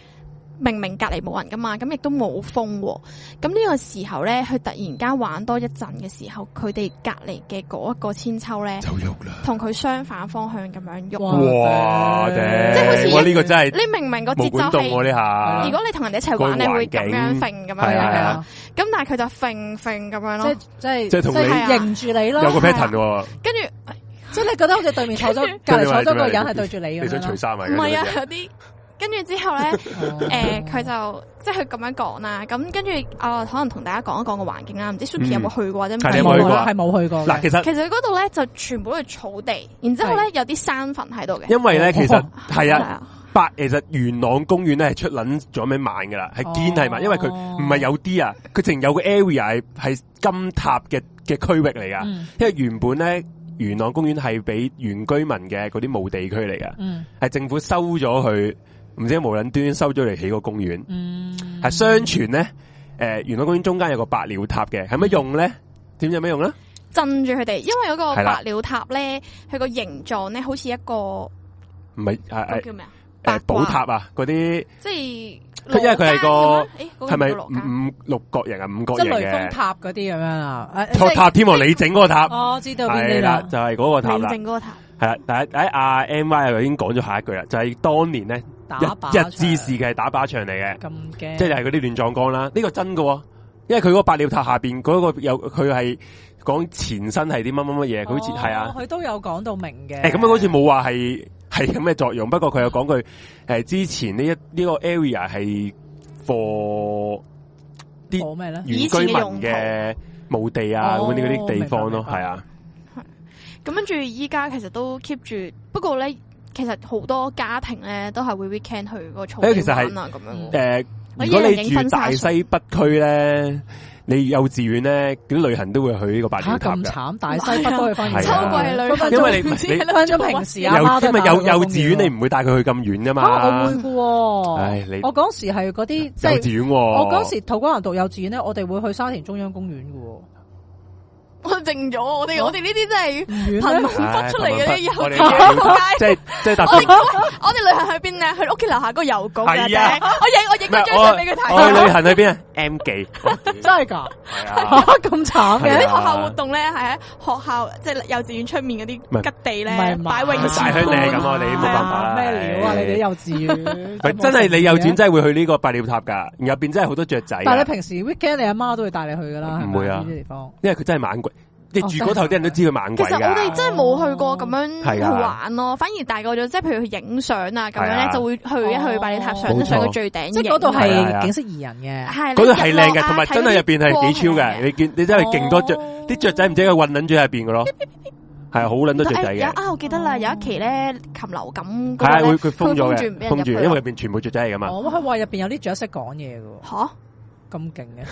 [SPEAKER 3] 明明隔離冇人噶嘛，咁亦都冇風喎。咁呢個時候咧，佢突然間玩多一陣嘅時候，佢哋隔離嘅嗰一個千秋咧，
[SPEAKER 1] 就喐啦。
[SPEAKER 3] 同佢相反方向咁樣喐。
[SPEAKER 1] 哇！
[SPEAKER 2] 頂
[SPEAKER 1] 即
[SPEAKER 3] 即係好似一
[SPEAKER 1] 我呢個真係
[SPEAKER 3] 你明唔明個
[SPEAKER 1] 冇
[SPEAKER 3] 節
[SPEAKER 1] 管
[SPEAKER 3] 奏
[SPEAKER 1] 動
[SPEAKER 3] 係
[SPEAKER 1] 我？呢下
[SPEAKER 3] 如。果你同人哋一齊玩，
[SPEAKER 1] 啊個
[SPEAKER 3] 你會
[SPEAKER 1] 環
[SPEAKER 3] 咁樣
[SPEAKER 1] 境
[SPEAKER 3] 揈咁樣
[SPEAKER 1] 係啊
[SPEAKER 2] 係啊
[SPEAKER 1] 係
[SPEAKER 2] 係
[SPEAKER 1] 啊
[SPEAKER 2] 啊，
[SPEAKER 3] 咁但係佢就揈揈咁樣
[SPEAKER 2] 即係
[SPEAKER 3] 咯。
[SPEAKER 2] 即係
[SPEAKER 1] 即係同你
[SPEAKER 2] 迎住你咯啊
[SPEAKER 1] 有，個 pattern 喎，
[SPEAKER 3] 跟住
[SPEAKER 2] 即係你覺得好似對 面坐咗隔離坐咗個人係對住你
[SPEAKER 1] 你
[SPEAKER 2] 咁
[SPEAKER 1] 想除
[SPEAKER 2] 樣
[SPEAKER 1] 衫啊？
[SPEAKER 3] 唔係啊，有啲跟住之後咧。
[SPEAKER 2] 咯。
[SPEAKER 3] 誒佢、就即係佢咁樣講啦，咁跟住啊，可能同大家講一講個環境啦，啊唔知 Suki 有冇去過啫？
[SPEAKER 1] 係你有冇
[SPEAKER 2] 冇
[SPEAKER 1] 去過啊
[SPEAKER 2] 係冇去過嘅。
[SPEAKER 1] 嗱，其 實
[SPEAKER 3] 其實嗰度咧就全部都係草地，然之後咧有啲山墳喺度嘅。
[SPEAKER 1] 因為咧，
[SPEAKER 2] 哦
[SPEAKER 1] 其實係
[SPEAKER 3] 係
[SPEAKER 1] 啊，
[SPEAKER 3] 啊，
[SPEAKER 1] 八其實元朗公園咧係出撚咗咩慢噶啦，係堅係慢，因為佢
[SPEAKER 2] 哦
[SPEAKER 1] 唔係有啲啊，佢淨有個 area 係係金塔嘅嘅區域嚟噶，
[SPEAKER 2] 嗯
[SPEAKER 1] 因為原本咧元朗公園係俾原居民嘅嗰啲墓地區嚟噶，
[SPEAKER 2] 嗯
[SPEAKER 1] 係政府收咗佢，唔知無撚端收咗嚟起個公園。
[SPEAKER 2] 嗯，
[SPEAKER 1] 系啊相傳咧，诶、元朗公園中間有個百鳥塔嘅，係咩用
[SPEAKER 2] 嗯
[SPEAKER 1] 咧？點有咩用咧？
[SPEAKER 3] 鎮住佢哋，因為嗰個
[SPEAKER 1] 係啦
[SPEAKER 3] 白鳥塔咧，佢個形狀咧好似一個
[SPEAKER 1] 唔係
[SPEAKER 3] 嗰個
[SPEAKER 1] 诶
[SPEAKER 3] 叫咩啊？
[SPEAKER 1] 诶
[SPEAKER 3] 八
[SPEAKER 1] 宝
[SPEAKER 3] 卦
[SPEAKER 1] 塔啊，嗰啲
[SPEAKER 3] 即係
[SPEAKER 1] 佢因為佢係個
[SPEAKER 3] 個
[SPEAKER 1] 係咪
[SPEAKER 3] 羅家
[SPEAKER 1] 五五六角形啊？五角
[SPEAKER 2] 即係
[SPEAKER 1] 形
[SPEAKER 2] 雷峰
[SPEAKER 1] 嘅
[SPEAKER 2] 塔嗰啲咁樣啊。誒
[SPEAKER 1] 托塔天王你整嗰個塔，
[SPEAKER 2] 我哦知道邊啊
[SPEAKER 1] 係
[SPEAKER 2] 啲
[SPEAKER 1] 啦，
[SPEAKER 2] 啦。
[SPEAKER 1] 就係嗰個塔
[SPEAKER 3] 寧
[SPEAKER 1] 啦
[SPEAKER 3] 靜，嗰個塔，
[SPEAKER 1] 係啦。但係喺阿 M Y 啊又已經講咗下一句啦，就係當年咧
[SPEAKER 2] 打靶
[SPEAKER 1] 一
[SPEAKER 2] 場
[SPEAKER 1] 日之事嘅係打靶場嚟嘅，
[SPEAKER 2] 咁驚，
[SPEAKER 1] 即係係嗰啲亂撞光啦。呢個真嘅喎，因為佢嗰個百鳥塔下边嗰個有佢係講前身係啲乜乜乜嘢，佢好似係啊。
[SPEAKER 2] 哦佢都有講到明嘅。
[SPEAKER 1] 诶，咁佢好似冇話係係咁嘅作用，不過佢有講佢诶之前呢一呢個 area 係 for 啲
[SPEAKER 2] 冇咩咧？
[SPEAKER 1] 原
[SPEAKER 3] 以
[SPEAKER 1] 居
[SPEAKER 3] 前嘅
[SPEAKER 1] 民
[SPEAKER 3] 用途
[SPEAKER 1] 嘅墓地啊，咁
[SPEAKER 2] 哦
[SPEAKER 1] 嗰啲嗰啲地方咯，
[SPEAKER 2] 明白明白
[SPEAKER 1] 係啊，
[SPEAKER 3] 咁跟住依家其實都 keep 住，不過咧其實好多家庭咧都係會 weekend 去嗰個草
[SPEAKER 1] 因為
[SPEAKER 3] 地
[SPEAKER 1] 其實係
[SPEAKER 3] 玩啊咁樣喎。
[SPEAKER 1] 诶，
[SPEAKER 3] 我
[SPEAKER 1] 如果
[SPEAKER 3] 以為
[SPEAKER 1] 你
[SPEAKER 3] 影
[SPEAKER 1] 住
[SPEAKER 3] 婚紗
[SPEAKER 1] 大西北區咧，你幼稚園咧，啲旅行都會去呢個八
[SPEAKER 2] 吓
[SPEAKER 1] 鳥塔
[SPEAKER 2] 咁
[SPEAKER 1] 㗎。
[SPEAKER 2] 慘，大西北都 去翻
[SPEAKER 1] 係啊
[SPEAKER 3] 秋季旅行
[SPEAKER 1] 因為你
[SPEAKER 3] 唔知
[SPEAKER 1] 你
[SPEAKER 3] 喺度
[SPEAKER 2] 分
[SPEAKER 3] 做
[SPEAKER 2] 咗
[SPEAKER 3] 乜
[SPEAKER 2] 平時阿媽
[SPEAKER 1] 幼
[SPEAKER 2] 都
[SPEAKER 1] 因為
[SPEAKER 2] 係
[SPEAKER 1] 幼
[SPEAKER 2] 打
[SPEAKER 1] 幼
[SPEAKER 2] 過
[SPEAKER 1] 稚園
[SPEAKER 2] 工嘅
[SPEAKER 1] 你唔會帶佢去咁遠噶
[SPEAKER 2] 啊，我會
[SPEAKER 1] 嘛
[SPEAKER 2] 嘅。喎。
[SPEAKER 1] 唉你
[SPEAKER 2] 我嗰時係嗰啲即
[SPEAKER 1] 幼
[SPEAKER 2] 係
[SPEAKER 1] 稚園喎，
[SPEAKER 2] 我
[SPEAKER 1] 我
[SPEAKER 2] 嗰時土瓜灣讀幼稚園咧，我哋會去沙田中央公園嘅喎。
[SPEAKER 3] 我靜咗，我哋我哋呢啲真 係
[SPEAKER 2] 唔
[SPEAKER 3] 貧
[SPEAKER 2] 遠
[SPEAKER 3] 民
[SPEAKER 2] 咩？
[SPEAKER 3] 窟出嚟嘅啲幼
[SPEAKER 1] 我
[SPEAKER 3] 稚
[SPEAKER 1] 哋
[SPEAKER 3] 園仆
[SPEAKER 1] 即
[SPEAKER 3] 街。
[SPEAKER 1] 係即係搭
[SPEAKER 3] 我哋
[SPEAKER 1] 車。
[SPEAKER 3] 我哋旅行去邊咧？去屋企樓下嗰個郵局啊！
[SPEAKER 1] 係啊
[SPEAKER 3] 姐我影我影
[SPEAKER 1] 唔係
[SPEAKER 3] 咗張相俾佢
[SPEAKER 1] 啊我
[SPEAKER 3] 睇。
[SPEAKER 1] 我去旅行去邊啊？M 記
[SPEAKER 2] 真係㗎，
[SPEAKER 1] 係
[SPEAKER 2] 嚇
[SPEAKER 1] 啊，
[SPEAKER 2] 咁慘
[SPEAKER 3] 有
[SPEAKER 1] 係啊。
[SPEAKER 2] 嘅
[SPEAKER 3] 啲學校活動咧，係喺學校即係幼稚園出面嗰
[SPEAKER 1] 唔係
[SPEAKER 3] 啲吉地
[SPEAKER 2] 唔係
[SPEAKER 3] 咧，
[SPEAKER 2] 嘛
[SPEAKER 3] 擺泳池
[SPEAKER 1] 大
[SPEAKER 3] 啊
[SPEAKER 1] 鄉里咁啊我哋冇辦法啦
[SPEAKER 2] 咩料啊？你哋幼稚 園
[SPEAKER 1] 喂，真係你幼稚園真係會去呢個百鳥塔㗎，入邊真係好多雀仔㗎。
[SPEAKER 2] 但係你平時 weekend 你阿媽都會帶你去㗎啦，係咪
[SPEAKER 1] 唔會啊
[SPEAKER 2] 呢啲地方
[SPEAKER 1] 因為佢真係猛鬼，你住嗰頭啲人都知佢猛
[SPEAKER 3] 哦其
[SPEAKER 1] 鬼
[SPEAKER 3] 實我哋
[SPEAKER 1] 㗎。
[SPEAKER 3] 真係冇去過咁樣
[SPEAKER 1] 係
[SPEAKER 3] 去
[SPEAKER 1] 㗎
[SPEAKER 3] 玩咯，反而大個咗，即係譬如去影相啊咁樣
[SPEAKER 1] 係
[SPEAKER 3] 咧
[SPEAKER 1] 啊，
[SPEAKER 3] 就會去一去百里塔
[SPEAKER 1] 冇
[SPEAKER 3] 上
[SPEAKER 1] 錯
[SPEAKER 3] 上到最頂影，
[SPEAKER 2] 即係嗰度
[SPEAKER 1] 係啊係
[SPEAKER 2] 係
[SPEAKER 1] 啊
[SPEAKER 2] 景色宜人嘅。
[SPEAKER 3] 係
[SPEAKER 1] 嗰度係靚嘅，
[SPEAKER 3] 啊
[SPEAKER 1] 同埋真係入邊
[SPEAKER 3] 邊
[SPEAKER 1] 係幾超
[SPEAKER 3] 啊
[SPEAKER 1] 嘅。你見你真係勁多雀，
[SPEAKER 2] 哦
[SPEAKER 1] 啲雀仔唔知佢混撚咗喺入邊嘅咯，係啊好撚多雀仔
[SPEAKER 3] 有
[SPEAKER 1] 嘅。
[SPEAKER 3] 啊，我記得啦，有一期咧禽流感嗰
[SPEAKER 1] 係啊
[SPEAKER 3] 個
[SPEAKER 1] 會
[SPEAKER 3] 咧
[SPEAKER 1] 佢封咗
[SPEAKER 3] 佢封住唔俾
[SPEAKER 1] 嘅，
[SPEAKER 3] 人
[SPEAKER 1] 封住，
[SPEAKER 3] 入去啊
[SPEAKER 1] 因為入邊全部雀仔嚟㗎嘛。
[SPEAKER 2] 哦，佢話入邊有啲雀識講 嘢嘅喎，
[SPEAKER 3] 吓
[SPEAKER 2] 咁勁嘅，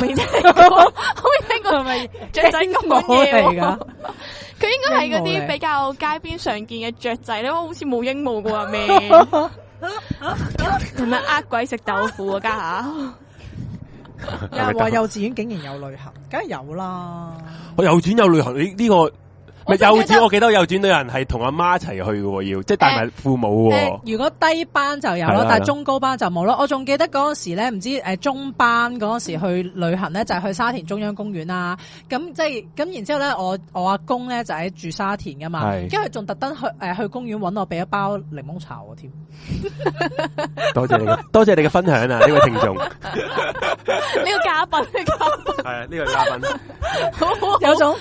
[SPEAKER 3] 未聽過，我未聽過係 咪雀仔咁講嘢
[SPEAKER 2] 嚟
[SPEAKER 3] 喎
[SPEAKER 2] 㗎？
[SPEAKER 3] 佢應該係嗰
[SPEAKER 2] 鸚鵡嚟
[SPEAKER 3] 啲比較街邊常見嘅雀仔咧，哇好似冇鸚鵡啩 咩？咁樣呃鬼食豆腐啊，家
[SPEAKER 1] 啊
[SPEAKER 2] 有
[SPEAKER 3] 下
[SPEAKER 2] 人
[SPEAKER 3] 啊
[SPEAKER 2] 話幼稚園竟然有旅行，梗係有啦。
[SPEAKER 1] 我幼哦稚園有旅行，呢、呢個咪
[SPEAKER 3] 我真係
[SPEAKER 1] 幼
[SPEAKER 3] 記得
[SPEAKER 1] 稚，我記得幼稚園都有人係同阿媽一齊去嘅喎，要即係帶埋父母
[SPEAKER 2] 诶、
[SPEAKER 1] 喎。
[SPEAKER 2] 如果低班就有
[SPEAKER 1] 係
[SPEAKER 2] 咯
[SPEAKER 1] 啦，
[SPEAKER 2] 但
[SPEAKER 1] 係啦
[SPEAKER 2] 系中高班就冇咯。我仲記得嗰阵时咧，唔知诶、誒中班嗰阵时去旅行咧，就係去沙田中央公園啦。咁即係咁，然之后咧，我我阿公咧就喺住沙田噶嘛，
[SPEAKER 1] 係
[SPEAKER 2] 跟住仲特登去诶、去公園揾我俾一包檸檬茶我添。
[SPEAKER 1] 多謝你嘅，多謝你嘅分享啊！呢位聽眾，係
[SPEAKER 3] 呢個嘉賓，呢個嘉賓
[SPEAKER 1] 啊，呢個嘉賓，
[SPEAKER 3] 好好
[SPEAKER 2] 有種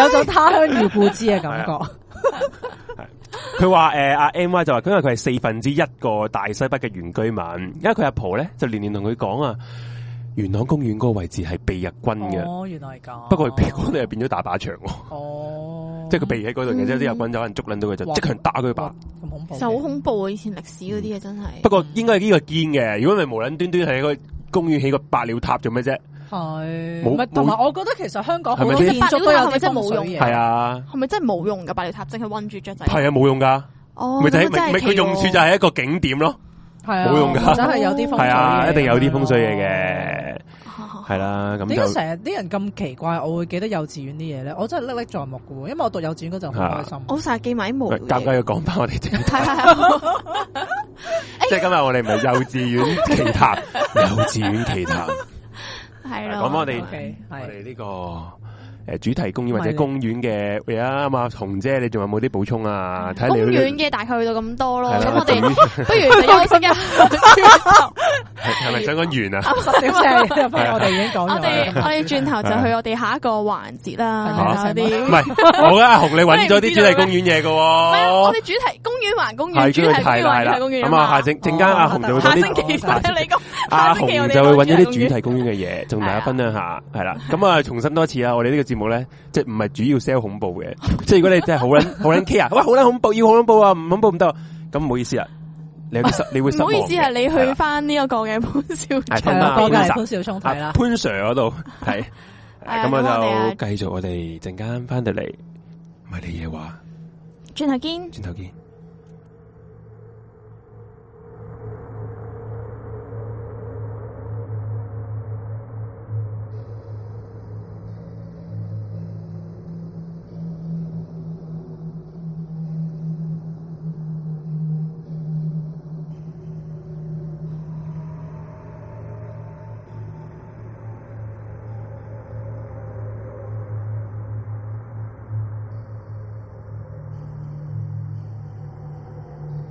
[SPEAKER 2] 有種他鄉遇故知嘅感覺。
[SPEAKER 1] 佢話誒阿 M Y 就話，因為佢係四分之一個大西北嘅原居民，因為佢阿婆咧就年年同佢講啊，元朗公園嗰個位置係避日軍嘅，
[SPEAKER 2] 哦，原來係咁。
[SPEAKER 1] 不過佢避嗰度又變咗打靶場喎，
[SPEAKER 2] 哦，
[SPEAKER 1] 即係佢避喺嗰度，然之後啲日軍就可能捉撚到佢就
[SPEAKER 2] 哇
[SPEAKER 1] 即刻打佢靶。
[SPEAKER 2] 咁恐怖嘅。
[SPEAKER 3] 就好恐怖啊！以前歷史嗰啲嘢真係
[SPEAKER 1] 不過應該係呢個堅嘅，如果唔係無撚端端喺個公園起個百鳥塔做咩啫？
[SPEAKER 2] 係，
[SPEAKER 1] 冇
[SPEAKER 2] 唔係同埋
[SPEAKER 1] 冇
[SPEAKER 2] 我覺得其實香港好多
[SPEAKER 1] 係咪
[SPEAKER 2] 建
[SPEAKER 1] 先
[SPEAKER 2] 築都有啲風水嘢。
[SPEAKER 1] 係啊。
[SPEAKER 3] 係咪真係冇用噶？百鳥塔淨係韞住雀仔，
[SPEAKER 1] 係啊，冇用噶，
[SPEAKER 3] 哦，
[SPEAKER 1] 咪就係
[SPEAKER 3] 咁啊
[SPEAKER 1] 咪咪佢用處 就係一個景點咯，
[SPEAKER 2] 係啊，
[SPEAKER 1] 冇用㗎
[SPEAKER 2] 真係有啲風水嘢
[SPEAKER 1] 係啊，一定有啲風水嘢
[SPEAKER 2] 嘅。
[SPEAKER 1] 嘅，係啦，咁
[SPEAKER 2] 哦點解
[SPEAKER 1] 就
[SPEAKER 2] 成日啲人咁奇怪？我會記得幼稚園啲嘢咧，我真係歷歷在目嘅喎，因為我讀幼稚園嗰陣好開心。
[SPEAKER 3] 我成日記埋啲無
[SPEAKER 1] 喂
[SPEAKER 3] 聊
[SPEAKER 1] 尷尬
[SPEAKER 3] 嘢。
[SPEAKER 1] 要講翻我哋正，
[SPEAKER 3] 係啊係 係
[SPEAKER 1] 即係今日我哋唔係幼稚園奇談，幼稚園奇談，
[SPEAKER 3] 係咯，
[SPEAKER 1] 講翻我哋
[SPEAKER 2] OK，
[SPEAKER 1] 我
[SPEAKER 2] 係
[SPEAKER 1] 哋呢個誒主題公園或者公園嘅而家啊嘛，紅姐你仲有冇啲補充啊？睇
[SPEAKER 3] 嗯公
[SPEAKER 1] 你
[SPEAKER 3] 園嘅大概去到咁多咯，
[SPEAKER 1] 係啦
[SPEAKER 3] 咁我哋
[SPEAKER 1] 公
[SPEAKER 3] 不如就休 息一下。
[SPEAKER 1] 係係咪想講完啊？
[SPEAKER 2] 十點四，因為我哋已經講
[SPEAKER 3] 我
[SPEAKER 2] 咗
[SPEAKER 3] 哋我。哋轉頭就去我哋下一個環節啦，
[SPEAKER 2] 係
[SPEAKER 3] 有啲
[SPEAKER 1] 唔。係，我覺 得阿紅你揾咗啲主題公園嘢嘅
[SPEAKER 3] 唔係啊我
[SPEAKER 1] 喎
[SPEAKER 3] 哋。主題公園還公園，
[SPEAKER 1] 哦係
[SPEAKER 3] 主題公
[SPEAKER 1] 係
[SPEAKER 3] 園
[SPEAKER 1] 啦啊係
[SPEAKER 3] 還主
[SPEAKER 1] 啦，
[SPEAKER 3] 題公園啊
[SPEAKER 1] 咁啊，
[SPEAKER 3] 嘛
[SPEAKER 1] 下陣陣間阿紅就會
[SPEAKER 2] 下
[SPEAKER 1] 講
[SPEAKER 2] 星
[SPEAKER 1] 啲
[SPEAKER 2] 期
[SPEAKER 3] 星期
[SPEAKER 2] 下星
[SPEAKER 3] 你講
[SPEAKER 1] 阿啊
[SPEAKER 3] 下星
[SPEAKER 1] 紅
[SPEAKER 3] 期我哋
[SPEAKER 1] 就會揾
[SPEAKER 3] 講
[SPEAKER 1] 一啲
[SPEAKER 3] 主
[SPEAKER 1] 主題公園嘅嘢，同大家
[SPEAKER 3] 係啊
[SPEAKER 1] 分享下，係啦。咁啊，重申多次啊，我哋呢個節目咧，即係唔係主要 sell 恐怖 嘅，即係如果你真係好撚好撚 care，哇，好撚恐怖，要好恐怖啊，唔恐怖唔得啊，咁唔好意思啊，你會失你會
[SPEAKER 3] 題
[SPEAKER 1] 失
[SPEAKER 3] 唔好
[SPEAKER 1] 望嘅。
[SPEAKER 3] 意思啊，你
[SPEAKER 1] 係
[SPEAKER 3] 去
[SPEAKER 1] 啦
[SPEAKER 3] 翻呢一個嘅潘少
[SPEAKER 1] 係
[SPEAKER 2] 係
[SPEAKER 1] 潘
[SPEAKER 2] 啦，
[SPEAKER 1] 啊
[SPEAKER 2] 過隔
[SPEAKER 1] 潘
[SPEAKER 2] 離
[SPEAKER 1] Sir
[SPEAKER 2] 潘小聰睇
[SPEAKER 1] 啊
[SPEAKER 2] 啦。
[SPEAKER 1] 潘 Sir 嗰度係，
[SPEAKER 3] 係啊
[SPEAKER 1] 咁
[SPEAKER 3] 咁
[SPEAKER 1] 我
[SPEAKER 3] 我
[SPEAKER 1] 就繼續我哋陣間翻到嚟，唔係你嘢話，
[SPEAKER 3] 轉頭見。
[SPEAKER 1] 轉頭見。
[SPEAKER 4] Hãy subscribe cho kênh Ghiền Mì Gõ Để không bỏ lỡ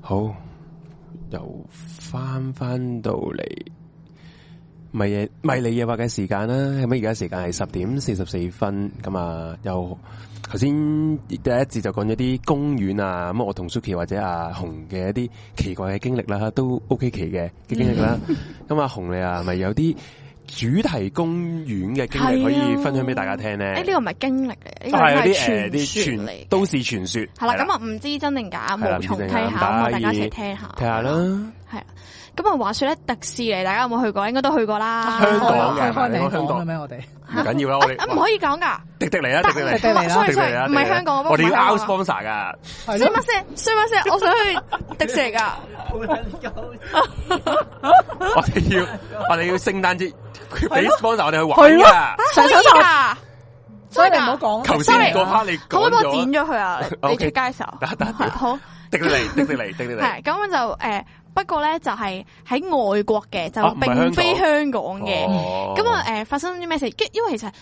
[SPEAKER 1] 好，又翻翻到嚟迷夜迷離夜話嘅時間啦。咁而家時間係十點四十四分，咁啊又頭先第一節就講咗啲公園啊，咁我同 Suki 或者阿紅嘅一啲奇怪嘅經歷啦，都 OK 奇嘅嘅經歷啦。
[SPEAKER 3] 嗯
[SPEAKER 1] 咁阿紅你啊，咪有啲主題公園嘅經歷可以
[SPEAKER 3] 係啊
[SPEAKER 1] 分享俾大家聽咧？
[SPEAKER 3] 诶，呢個唔係經歷嚟，呢個
[SPEAKER 1] 啊係有
[SPEAKER 3] 係
[SPEAKER 1] 啲誒
[SPEAKER 3] 傳
[SPEAKER 1] 啲
[SPEAKER 3] 說
[SPEAKER 1] 傳
[SPEAKER 3] 嚟
[SPEAKER 1] 都
[SPEAKER 3] 嘅。
[SPEAKER 1] 市傳說。
[SPEAKER 3] 係啦，咁啊唔知真定假，
[SPEAKER 1] 係啦
[SPEAKER 3] 無從
[SPEAKER 1] 唔知
[SPEAKER 3] 稽
[SPEAKER 1] 真定假
[SPEAKER 3] 考，咁啊
[SPEAKER 1] 大
[SPEAKER 3] 大
[SPEAKER 1] 家
[SPEAKER 3] 家一齊聽下。
[SPEAKER 1] 睇下啦，
[SPEAKER 3] 係啦，咁啊話說咧，迪士尼大家有冇去過？應該都去過啦。
[SPEAKER 1] 香港嘅
[SPEAKER 2] 開開
[SPEAKER 1] 香
[SPEAKER 2] 名
[SPEAKER 1] 港
[SPEAKER 2] 講嘅咩？我哋
[SPEAKER 1] 唔緊要啦，我
[SPEAKER 3] 啊
[SPEAKER 1] 哋
[SPEAKER 3] 唔可以講㗎。
[SPEAKER 1] 滴滴嚟啦，滴滴嚟
[SPEAKER 2] 滴。滴嚟啦
[SPEAKER 1] 迪
[SPEAKER 3] sorry
[SPEAKER 1] 士尼
[SPEAKER 3] sorry，
[SPEAKER 1] 啊
[SPEAKER 3] 唔係香港嗰個
[SPEAKER 1] 我哋
[SPEAKER 3] 唔係
[SPEAKER 1] 要
[SPEAKER 3] 香港
[SPEAKER 1] out sponsor 噶，
[SPEAKER 2] 係
[SPEAKER 3] 衰
[SPEAKER 2] 咯
[SPEAKER 3] 乜聲？衰乜聲？我想去迪士尼㗎。
[SPEAKER 1] 我哋要我哋要聖誕節佢俾
[SPEAKER 2] 係咯
[SPEAKER 1] sponsor 我哋去玩噶。
[SPEAKER 2] 上手
[SPEAKER 3] 可以啊
[SPEAKER 2] 就所
[SPEAKER 3] 㗎
[SPEAKER 2] 以你唔好講。
[SPEAKER 1] 頭先
[SPEAKER 3] 啊 sorry
[SPEAKER 1] 嗰 part 你
[SPEAKER 3] 可唔可
[SPEAKER 1] 講
[SPEAKER 3] 以幫我剪
[SPEAKER 1] 咗，
[SPEAKER 3] 咗佢啊？你你
[SPEAKER 1] OK
[SPEAKER 3] 出街嘅時候
[SPEAKER 1] 得得得
[SPEAKER 3] 係 好。
[SPEAKER 1] 滴滴嚟，滴滴 嚟，滴滴嚟。
[SPEAKER 3] 系咁就诶、呃不過咧就係喺外國嘅，就
[SPEAKER 1] 啊唔係香港
[SPEAKER 3] 並非香港嘅。
[SPEAKER 1] 哦
[SPEAKER 3] 咁啊诶，發生啲咩事？跟因為其實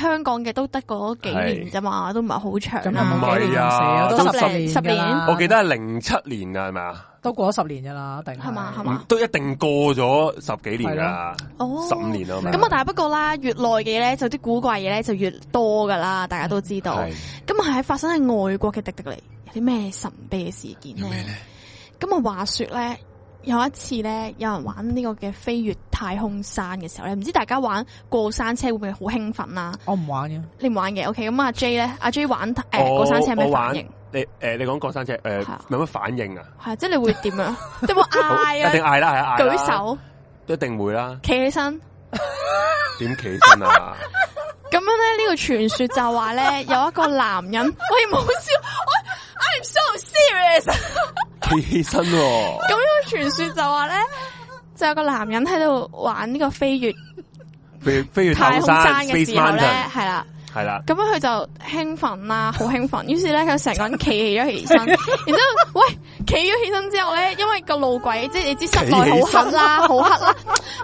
[SPEAKER 3] 香港嘅都得嗰幾年啫嘛，都唔係好長
[SPEAKER 2] 咁
[SPEAKER 1] 又
[SPEAKER 2] 啊
[SPEAKER 1] 冇
[SPEAKER 3] 啦。
[SPEAKER 2] 冇幾年
[SPEAKER 1] 唔係啊
[SPEAKER 2] 咁死都
[SPEAKER 3] 都
[SPEAKER 2] 十
[SPEAKER 3] 十
[SPEAKER 2] 年
[SPEAKER 3] 十年
[SPEAKER 2] 㗎啦
[SPEAKER 1] 我記得係零七年啊，係咪啊？
[SPEAKER 2] 都過咗十年噶啦，定
[SPEAKER 3] 係嘛係嘛
[SPEAKER 1] 都一定過咗十幾年噶，
[SPEAKER 3] 哦
[SPEAKER 1] 十五年啦。係咪
[SPEAKER 3] 咁啊，但係不過啦，越耐嘅咧，就啲古怪嘢咧就越多噶啦，大家都知道。
[SPEAKER 1] 係
[SPEAKER 3] 咁啊，喺發生喺外國嘅迪迪尼，有啲咩神秘嘅事件
[SPEAKER 1] 有咩
[SPEAKER 3] 咧
[SPEAKER 1] 咧？
[SPEAKER 3] 咁啊，話說咧，有一次咧，有人玩呢個嘅飛越太空山嘅時候咧，唔知大家玩過山車會唔會好興奮啦、
[SPEAKER 2] 我唔玩嘅，
[SPEAKER 3] 你唔玩嘅，OK？咁阿啊 J 咧，阿 J 玩诶過山車
[SPEAKER 1] 哦
[SPEAKER 3] 有
[SPEAKER 1] 我
[SPEAKER 3] 咩
[SPEAKER 1] 我玩
[SPEAKER 3] 反應？
[SPEAKER 1] 你誒，你講過山車誒
[SPEAKER 3] 係啊，
[SPEAKER 1] 有乜反應啊？
[SPEAKER 3] 係即係你會點 樣？即係會
[SPEAKER 1] 好一定
[SPEAKER 3] 嗌啊，
[SPEAKER 1] 嗌啦，係啊嗌啦
[SPEAKER 3] 舉，手，
[SPEAKER 1] 一定會啦。
[SPEAKER 3] 企起身。
[SPEAKER 1] 點企身 啊？
[SPEAKER 3] 咁樣咧，呢個傳說就話咧，有一個男人，喂，唔好笑，我 I'm so serious。
[SPEAKER 1] 企起身 喎，
[SPEAKER 3] 咁呢個傳說就話咧，就有個男人喺度玩呢個飛越
[SPEAKER 1] 譬如譬如
[SPEAKER 3] 太
[SPEAKER 1] 頭
[SPEAKER 3] 空
[SPEAKER 1] 山
[SPEAKER 3] 山
[SPEAKER 1] Space
[SPEAKER 3] 嘅時候咧
[SPEAKER 1] Mountain，，
[SPEAKER 3] 係啦。
[SPEAKER 1] 係啦，
[SPEAKER 3] 咁樣佢就興奮啦，好興奮。於是咧，佢成個人企起咗 起身，然之後喂，企咗起身之後咧，因為個路軌即係你知室內好黑啦， 好黑啦，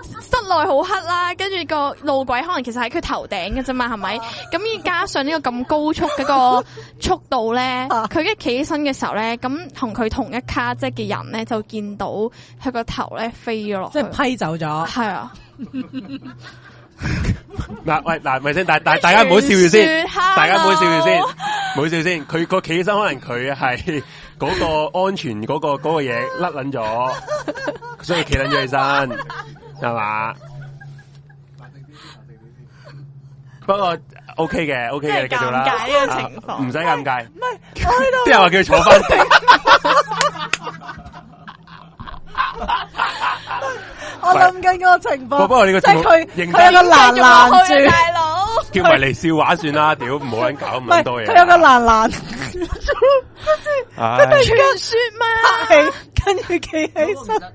[SPEAKER 3] 室內好黑啦，跟住個路軌可能其實喺佢頭頂嘅啫嘛，係咪？
[SPEAKER 2] 啊
[SPEAKER 3] 咁加上呢個咁高速嗰個速度 咧，
[SPEAKER 2] 啊
[SPEAKER 3] 佢一企起身嘅時候咧，咁同佢同一卡即嘅人咧，就見到佢個頭咧飛咗落
[SPEAKER 2] 即
[SPEAKER 3] 去，
[SPEAKER 2] 係批走咗。
[SPEAKER 3] 係啊。
[SPEAKER 1] 嗱喂嗱，咪先，但但大家唔好笑住先，
[SPEAKER 3] 傳說，hello
[SPEAKER 1] 大家唔好笑住先，唔好笑先。佢個企起身，可能佢係 嗰個安全嗰個嗰個嘢甩 撚咗，所以企撚咗起身，係嘛？不過 OK 嘅，OK 嘅，你繼續啦。
[SPEAKER 3] 真係尷尬呢個情況
[SPEAKER 1] 啊唔使尷尬。唔 係，啲人話叫佢坐翻定。
[SPEAKER 2] 我諗緊嗰個情
[SPEAKER 1] 不
[SPEAKER 2] 況，
[SPEAKER 1] 過你個
[SPEAKER 2] 即
[SPEAKER 1] 節目
[SPEAKER 2] 係佢
[SPEAKER 1] 認真
[SPEAKER 2] 佢有個欄攔
[SPEAKER 3] 繼續落去啊
[SPEAKER 2] 住，
[SPEAKER 3] 大 佬。
[SPEAKER 1] 叫埋嚟笑話算啦，屌唔好撚搞
[SPEAKER 2] 唔
[SPEAKER 1] 咁
[SPEAKER 2] 係
[SPEAKER 1] 撚多嘢。
[SPEAKER 2] 佢有個欄攔
[SPEAKER 1] 唉
[SPEAKER 3] 傳說嘛，
[SPEAKER 2] 住，跟住企起身。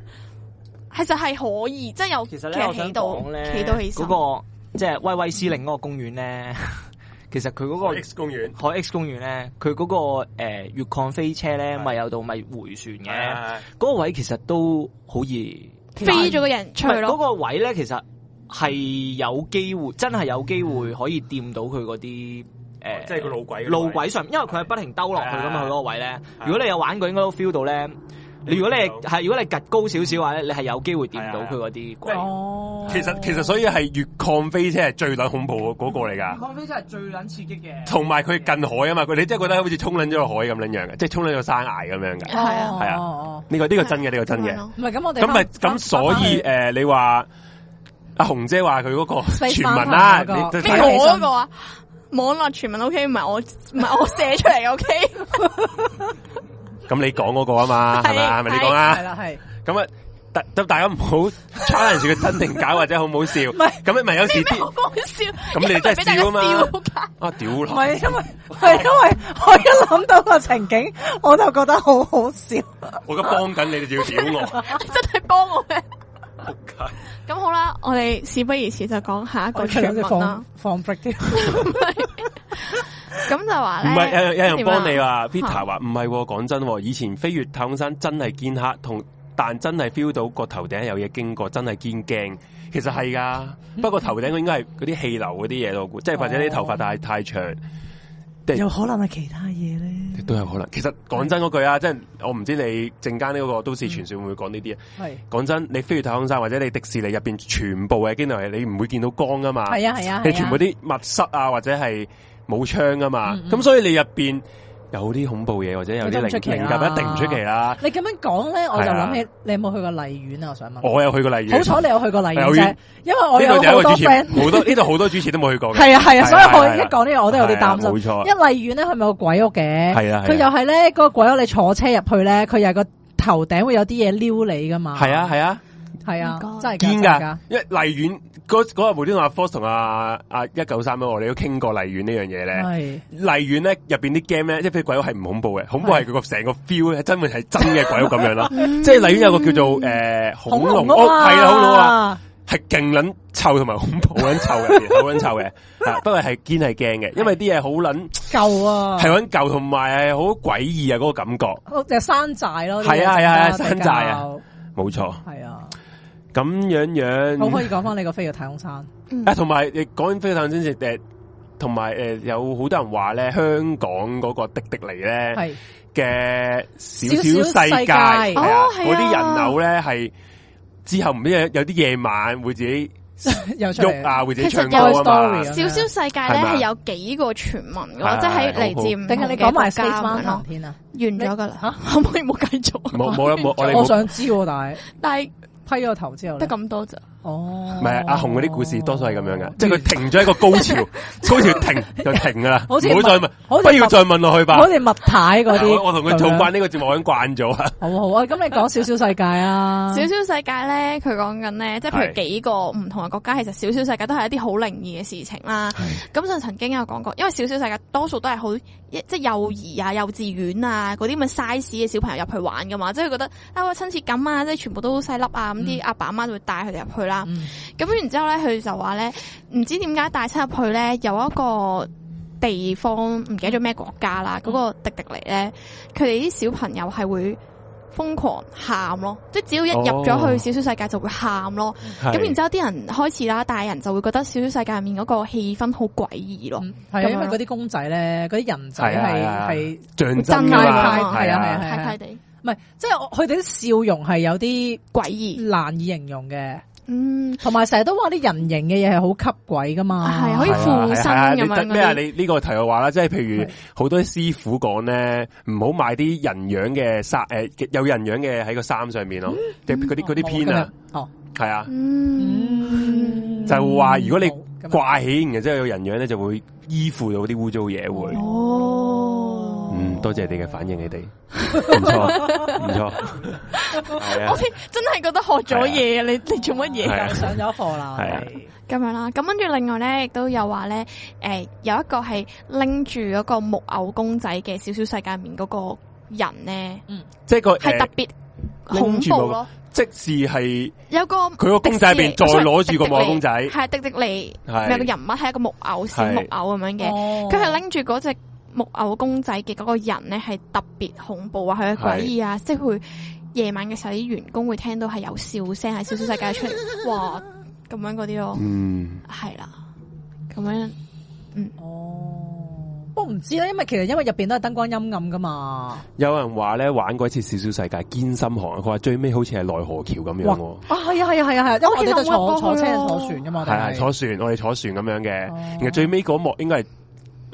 [SPEAKER 3] 其實係可以，即係有
[SPEAKER 4] 其實咧，我
[SPEAKER 3] 企
[SPEAKER 4] 想
[SPEAKER 3] 到
[SPEAKER 4] 講咧，
[SPEAKER 3] 企到起身。
[SPEAKER 4] 嗰個即係威威司令嗰個公園咧， 其實佢嗰個
[SPEAKER 1] X 公園
[SPEAKER 4] 海 X 公園咧，佢嗰個诶越礦飛車咧，咪有度咪回旋嘅，
[SPEAKER 1] 嘅
[SPEAKER 4] 嗰個位其實都好易
[SPEAKER 3] 飛咗個人出去
[SPEAKER 4] 嗰
[SPEAKER 3] 咯，
[SPEAKER 4] 個位咧，其實係有機會，真係有機會可以掂到佢嗰啲诶，
[SPEAKER 1] 嗯哦即係個路軌嗰個位
[SPEAKER 4] 路軌上面，因為佢係不停兜落去噶
[SPEAKER 1] 係啊
[SPEAKER 4] 嘛，
[SPEAKER 1] 係
[SPEAKER 4] 佢嗰個位咧。如果你有玩過，應該都 feel 到咧。你如果你係係如果你趌高少少嘅話咧，你係有機會掂
[SPEAKER 1] 啊
[SPEAKER 4] 到佢嗰啲軌。
[SPEAKER 2] 哦
[SPEAKER 1] 其實其實所以係越礦飛車係最撚恐怖嗰個嚟
[SPEAKER 2] 嗯
[SPEAKER 1] 㗎，
[SPEAKER 4] 康飛真係最撚刺激嘅
[SPEAKER 1] 啊 同埋佢近海啊嘛，佢你真係覺得好似沖撚咗個海咁樣樣嘅，即係沖撚咗山崖咁樣嘅。
[SPEAKER 3] 係啊
[SPEAKER 2] 哦
[SPEAKER 1] 係啊
[SPEAKER 2] 哦
[SPEAKER 1] 呢個呢個真嘅，呢個真
[SPEAKER 3] 咁樣
[SPEAKER 1] 嘅。
[SPEAKER 3] 咯
[SPEAKER 2] 唔嗯係咁，我哋
[SPEAKER 1] 咁咪
[SPEAKER 2] 返
[SPEAKER 1] 咁所以，
[SPEAKER 2] 返返去
[SPEAKER 1] 誒，你話阿紅姐話佢嗰個
[SPEAKER 2] Space
[SPEAKER 1] 傳聞啦，
[SPEAKER 2] Mountain 嗰個
[SPEAKER 1] 你
[SPEAKER 2] 咩
[SPEAKER 3] 咩我嗰個啊？網絡傳聞 O K，唔係我唔係我寫出嚟嘅 O K。
[SPEAKER 1] 咁你講嗰個啊嘛，係咪啊？係
[SPEAKER 3] 係
[SPEAKER 1] 咪你講啊
[SPEAKER 2] 係？啦係，
[SPEAKER 1] 咁啊，大咁大家唔好 challenge 佢真定假或者好唔好笑。
[SPEAKER 2] 係
[SPEAKER 1] 咁咪有時
[SPEAKER 3] 咩
[SPEAKER 1] 啲
[SPEAKER 3] 好講笑？
[SPEAKER 1] 咁你真係笑啊嘛
[SPEAKER 3] 因為俾大家笑㗎
[SPEAKER 1] 啊屌
[SPEAKER 2] 唔
[SPEAKER 1] 啦！
[SPEAKER 2] 係因為係因為我一諗到個情景，我就覺得好好笑。
[SPEAKER 1] 我而家幫緊你，你就要屌我。
[SPEAKER 3] 你真係幫我咩？
[SPEAKER 1] 仆街！
[SPEAKER 3] 咁好啦，我哋事不宜遲，就講下一個
[SPEAKER 2] 我哋
[SPEAKER 3] 傳
[SPEAKER 2] 諗住
[SPEAKER 3] 聞啦
[SPEAKER 2] 放。放 break 啲，
[SPEAKER 3] 咁就話
[SPEAKER 1] 唔
[SPEAKER 3] 咧，
[SPEAKER 1] 係有有人幫你
[SPEAKER 3] 點啊？啊
[SPEAKER 1] 話 Peter 話唔係喎，講真喎，以前飛越太空山真係堅黑，同但真係 feel 到個頭頂有嘢經過，真係堅驚。其實係
[SPEAKER 3] 嗯哦
[SPEAKER 1] 噶，不過頭頂佢應該係嗰啲氣流嗰啲嘢咯，即係或者你頭髮太太長，即係
[SPEAKER 2] 有可能係其他嘢咧，
[SPEAKER 1] 都有可能。其實講真嗰句啊，即係我唔知你陣間呢個都市傳說會唔會講呢啲啊。
[SPEAKER 2] 係
[SPEAKER 1] 講真，你飛越太空山或者你迪士尼入边全部嘅機動系你唔會見到光噶嘛。
[SPEAKER 2] 係啊係啊，
[SPEAKER 1] 你全部
[SPEAKER 2] 啲
[SPEAKER 1] 啲密室啊，或者係冇窗噶嘛，
[SPEAKER 2] 嗯嗯
[SPEAKER 1] 咁、所以你入边有啲恐怖嘢或者有
[SPEAKER 2] 都
[SPEAKER 1] 啲
[SPEAKER 2] 唔出奇
[SPEAKER 1] 靈灵
[SPEAKER 2] 啊
[SPEAKER 1] 感，一定唔出奇啊啦。
[SPEAKER 2] 你咁樣講咧，我就
[SPEAKER 1] 係啊
[SPEAKER 2] 諗起你有冇去過荔苑啊？我想問。
[SPEAKER 1] 我有去過荔園，
[SPEAKER 2] 好彩你有去過荔苑
[SPEAKER 1] 荔
[SPEAKER 2] 啫
[SPEAKER 1] 園，
[SPEAKER 2] 因為我
[SPEAKER 1] 呢
[SPEAKER 2] 有
[SPEAKER 1] 度就有
[SPEAKER 2] 好
[SPEAKER 1] 一個
[SPEAKER 2] 多
[SPEAKER 1] 主持
[SPEAKER 2] friend。
[SPEAKER 1] 好多呢度好多主持都冇去過嘅，
[SPEAKER 2] 係啊係啊，所以
[SPEAKER 1] 係啊
[SPEAKER 2] 我
[SPEAKER 1] 係啊
[SPEAKER 2] 一講呢個我都有啲擔心。
[SPEAKER 1] 係啊冇錯，
[SPEAKER 2] 一荔苑咧，佢咪有鬼屋
[SPEAKER 1] 係啊
[SPEAKER 2] 嘅？
[SPEAKER 1] 係啊
[SPEAKER 2] 佢又係咧，嗰個鬼屋你坐車入去咧，佢又係個頭頂會有啲嘢撩你噶嘛？
[SPEAKER 1] 係啊，係啊，
[SPEAKER 2] 係啊
[SPEAKER 3] Oh my，God
[SPEAKER 2] 真係㗎
[SPEAKER 1] 堅
[SPEAKER 2] 真係㗎
[SPEAKER 1] 㗎。。因為荔園嗰嗰日無端端阿 Force 同阿阿一九三我哋都傾過荔園呢樣嘢咧。
[SPEAKER 2] 係
[SPEAKER 1] 荔苑咧入边啲 game 咧，即系啲鬼屋系唔恐怖嘅，恐怖系佢个成个 feel 咧，真系系真嘅鬼屋咁样 啦。
[SPEAKER 3] 嗯
[SPEAKER 1] 即系荔苑有个叫做诶、呃恐龙屋，系啦恐龙啊，！系劲捻臭同埋恐怖捻臭 嘅，好捻臭嘅。啊不过系坚系惊嘅，因为啲嘢好捻
[SPEAKER 2] 舊啊，
[SPEAKER 1] 系捻旧，同埋係好诡异啊嗰个感觉。
[SPEAKER 2] 我就山寨咯，
[SPEAKER 1] 係啊係啊山寨啊，冇错，
[SPEAKER 2] 系啊，
[SPEAKER 1] 咁样样。
[SPEAKER 2] 好可以講翻你個飛越太空山，
[SPEAKER 1] 啊，同埋你講飛彈先至誒，同埋誒有好多人話咧，香港嗰個迪迪尼咧
[SPEAKER 2] 係
[SPEAKER 1] 嘅小
[SPEAKER 2] 小小世
[SPEAKER 1] 世
[SPEAKER 2] 界
[SPEAKER 1] 界，係啊
[SPEAKER 3] 哦係
[SPEAKER 1] 嗰啲
[SPEAKER 3] 啊
[SPEAKER 1] 人偶咧係之後唔知有有啲夜晚會自己
[SPEAKER 2] 又出
[SPEAKER 1] 喐
[SPEAKER 2] 嚟
[SPEAKER 1] 啊，會自己
[SPEAKER 3] 其實
[SPEAKER 1] 唱歌啊嘛
[SPEAKER 2] Toy Story 啊，
[SPEAKER 3] 小小世界
[SPEAKER 1] 係
[SPEAKER 3] 咧
[SPEAKER 1] 咪啊
[SPEAKER 3] 係有幾個傳聞
[SPEAKER 1] 係
[SPEAKER 3] 嘅，即係嚟自唔
[SPEAKER 2] 定係
[SPEAKER 3] 係
[SPEAKER 2] 你講埋 Space
[SPEAKER 3] 家咁樣
[SPEAKER 2] Mountain
[SPEAKER 3] 咯
[SPEAKER 2] 片啊？
[SPEAKER 3] 完咗噶啦
[SPEAKER 2] 嚇，
[SPEAKER 3] 可唔可以冇繼續啊？
[SPEAKER 1] 冇冇啦冇，我哋
[SPEAKER 2] 我
[SPEAKER 1] 冇
[SPEAKER 2] 想知喎，但係
[SPEAKER 3] 但係
[SPEAKER 2] 批咗個頭之後呢
[SPEAKER 3] 得咁多咋，
[SPEAKER 2] 哦，
[SPEAKER 1] 唔係阿紅嗰啲故事多數係咁樣嘅，即係佢停咗一個高 潮，高潮停就停噶啦，唔
[SPEAKER 2] 好
[SPEAKER 1] 好
[SPEAKER 2] 似
[SPEAKER 1] 再問，
[SPEAKER 2] 好似
[SPEAKER 1] 不要再問落去吧
[SPEAKER 2] 好。似物太嗰
[SPEAKER 1] 我
[SPEAKER 2] 啲。啊
[SPEAKER 1] 我同佢做慣呢個節目，我已經慣咗啊。
[SPEAKER 2] 好啊好啊，咁你講少少世界啊，
[SPEAKER 3] 小小世界咧，佢講緊咧，即係譬
[SPEAKER 1] 係
[SPEAKER 3] 如幾個唔同嘅國家，其實小小世界都係一啲好靈異嘅事情啦。咁就曾經有講過，因為小小世界多數都係好一即係幼兒啊、幼稚園啊嗰啲咁嘅 size 嘅小朋友入去玩噶嘛，即係佢覺得啊個親切感啊，即係全部都好細粒啊，咁
[SPEAKER 1] 嗯
[SPEAKER 3] 啲阿爸阿媽就會帶佢哋入去啦。
[SPEAKER 2] 嗯
[SPEAKER 3] 咁然之後咧，佢就話咧，唔知點解帶親入去咧，有一個地方唔記得咗咩國家啦，嗰、個迪迪尼咧，佢哋啲小朋友係會瘋狂喊咯，即係只要一入咗去小小世界就會喊咯。咁然之後啲人開始啦，大人就會覺得小小世界入面嗰個氣氛好詭異咯。
[SPEAKER 2] 嗯係啊，因為嗰啲公仔咧，嗰啲人仔
[SPEAKER 1] 係啊係啊
[SPEAKER 2] 係係
[SPEAKER 1] 象
[SPEAKER 3] 真
[SPEAKER 1] 真
[SPEAKER 3] 㗎
[SPEAKER 1] 噶
[SPEAKER 3] 嘛
[SPEAKER 1] 嘛，
[SPEAKER 2] 係啊係啊
[SPEAKER 3] 睇睇地
[SPEAKER 2] 唔係即係我佢哋啲笑容係有啲
[SPEAKER 3] 詭異，
[SPEAKER 2] 難以形容嘅，
[SPEAKER 3] 嗯，
[SPEAKER 2] 同埋成日都話啲人形嘅嘢係好吸鬼噶嘛，
[SPEAKER 3] 係可以
[SPEAKER 1] 係啊
[SPEAKER 3] 附身
[SPEAKER 1] 係啊
[SPEAKER 3] 咁樣
[SPEAKER 1] 你得咩啊？
[SPEAKER 3] 嗰啲
[SPEAKER 1] 你呢個題外話啦，即係譬
[SPEAKER 2] 係
[SPEAKER 1] 如好多師傅講咧，唔好買啲人樣嘅衫，诶、有人樣嘅喺個衫上面咯，即係嗰啲嗰啲
[SPEAKER 2] 片
[SPEAKER 1] 片啊，，
[SPEAKER 2] 嗯哦，
[SPEAKER 1] 係啊，
[SPEAKER 3] 嗯，
[SPEAKER 1] 就話如果你
[SPEAKER 2] 咁樣
[SPEAKER 1] 掛起，然之後有人樣咧就會依附到啲污糟嘢
[SPEAKER 2] 嗯
[SPEAKER 1] 會。
[SPEAKER 3] 哦
[SPEAKER 1] 嗯，多謝你嘅反應， 你哋唔錯，唔錯，係啊
[SPEAKER 3] 我，哋真係覺得學咗嘢啊！你你做乜嘢
[SPEAKER 1] 係
[SPEAKER 3] 啊？
[SPEAKER 1] 啊
[SPEAKER 2] 又上咗課啦，
[SPEAKER 1] 係啊
[SPEAKER 3] 咁樣啦，咁跟住另外咧，亦都有話咧，诶、有一個係拎住嗰個木偶公仔嘅小小世界面嗰個人咧，
[SPEAKER 1] 即係個
[SPEAKER 3] 係特
[SPEAKER 1] 誒，
[SPEAKER 3] 別恐
[SPEAKER 1] 拎住
[SPEAKER 3] 怖咯。
[SPEAKER 1] 即是係
[SPEAKER 3] 有個
[SPEAKER 1] 佢個公仔入邊再攞住個木偶公仔，
[SPEAKER 3] 係迪迪尼，
[SPEAKER 1] 係哦
[SPEAKER 3] 有個人物係一個木偶小木偶咁樣嘅，
[SPEAKER 2] 嘅
[SPEAKER 3] 佢係拎住嗰隻木偶公仔嘅嗰個人咧，係特別恐怖啊！佢嘅詭異啊，即係佢夜晚嘅時候，啲員工會聽到係有笑聲喺小小世界出嚟，哇咁樣嗰啲咯，
[SPEAKER 1] 嗯，
[SPEAKER 3] 係啦，咁樣。
[SPEAKER 2] 哦，我唔知咧，因為其實因為入边都係燈光陰暗噶嘛，
[SPEAKER 1] 有人話咧玩過一次小小世界堅心寒，佢話最尾好似係奈何橋咁樣
[SPEAKER 2] 哇
[SPEAKER 1] 喎。
[SPEAKER 2] 啊係啊係啊係啊係啊，因為我哋都
[SPEAKER 3] 其實
[SPEAKER 2] 坐坐
[SPEAKER 3] 我有過去
[SPEAKER 2] 車
[SPEAKER 3] 喎
[SPEAKER 2] 坐船噶嘛，
[SPEAKER 1] 系啊，
[SPEAKER 2] 係
[SPEAKER 1] 坐船，我哋坐船咁樣嘅。
[SPEAKER 2] 哦
[SPEAKER 1] 然後最尾嗰幕應該係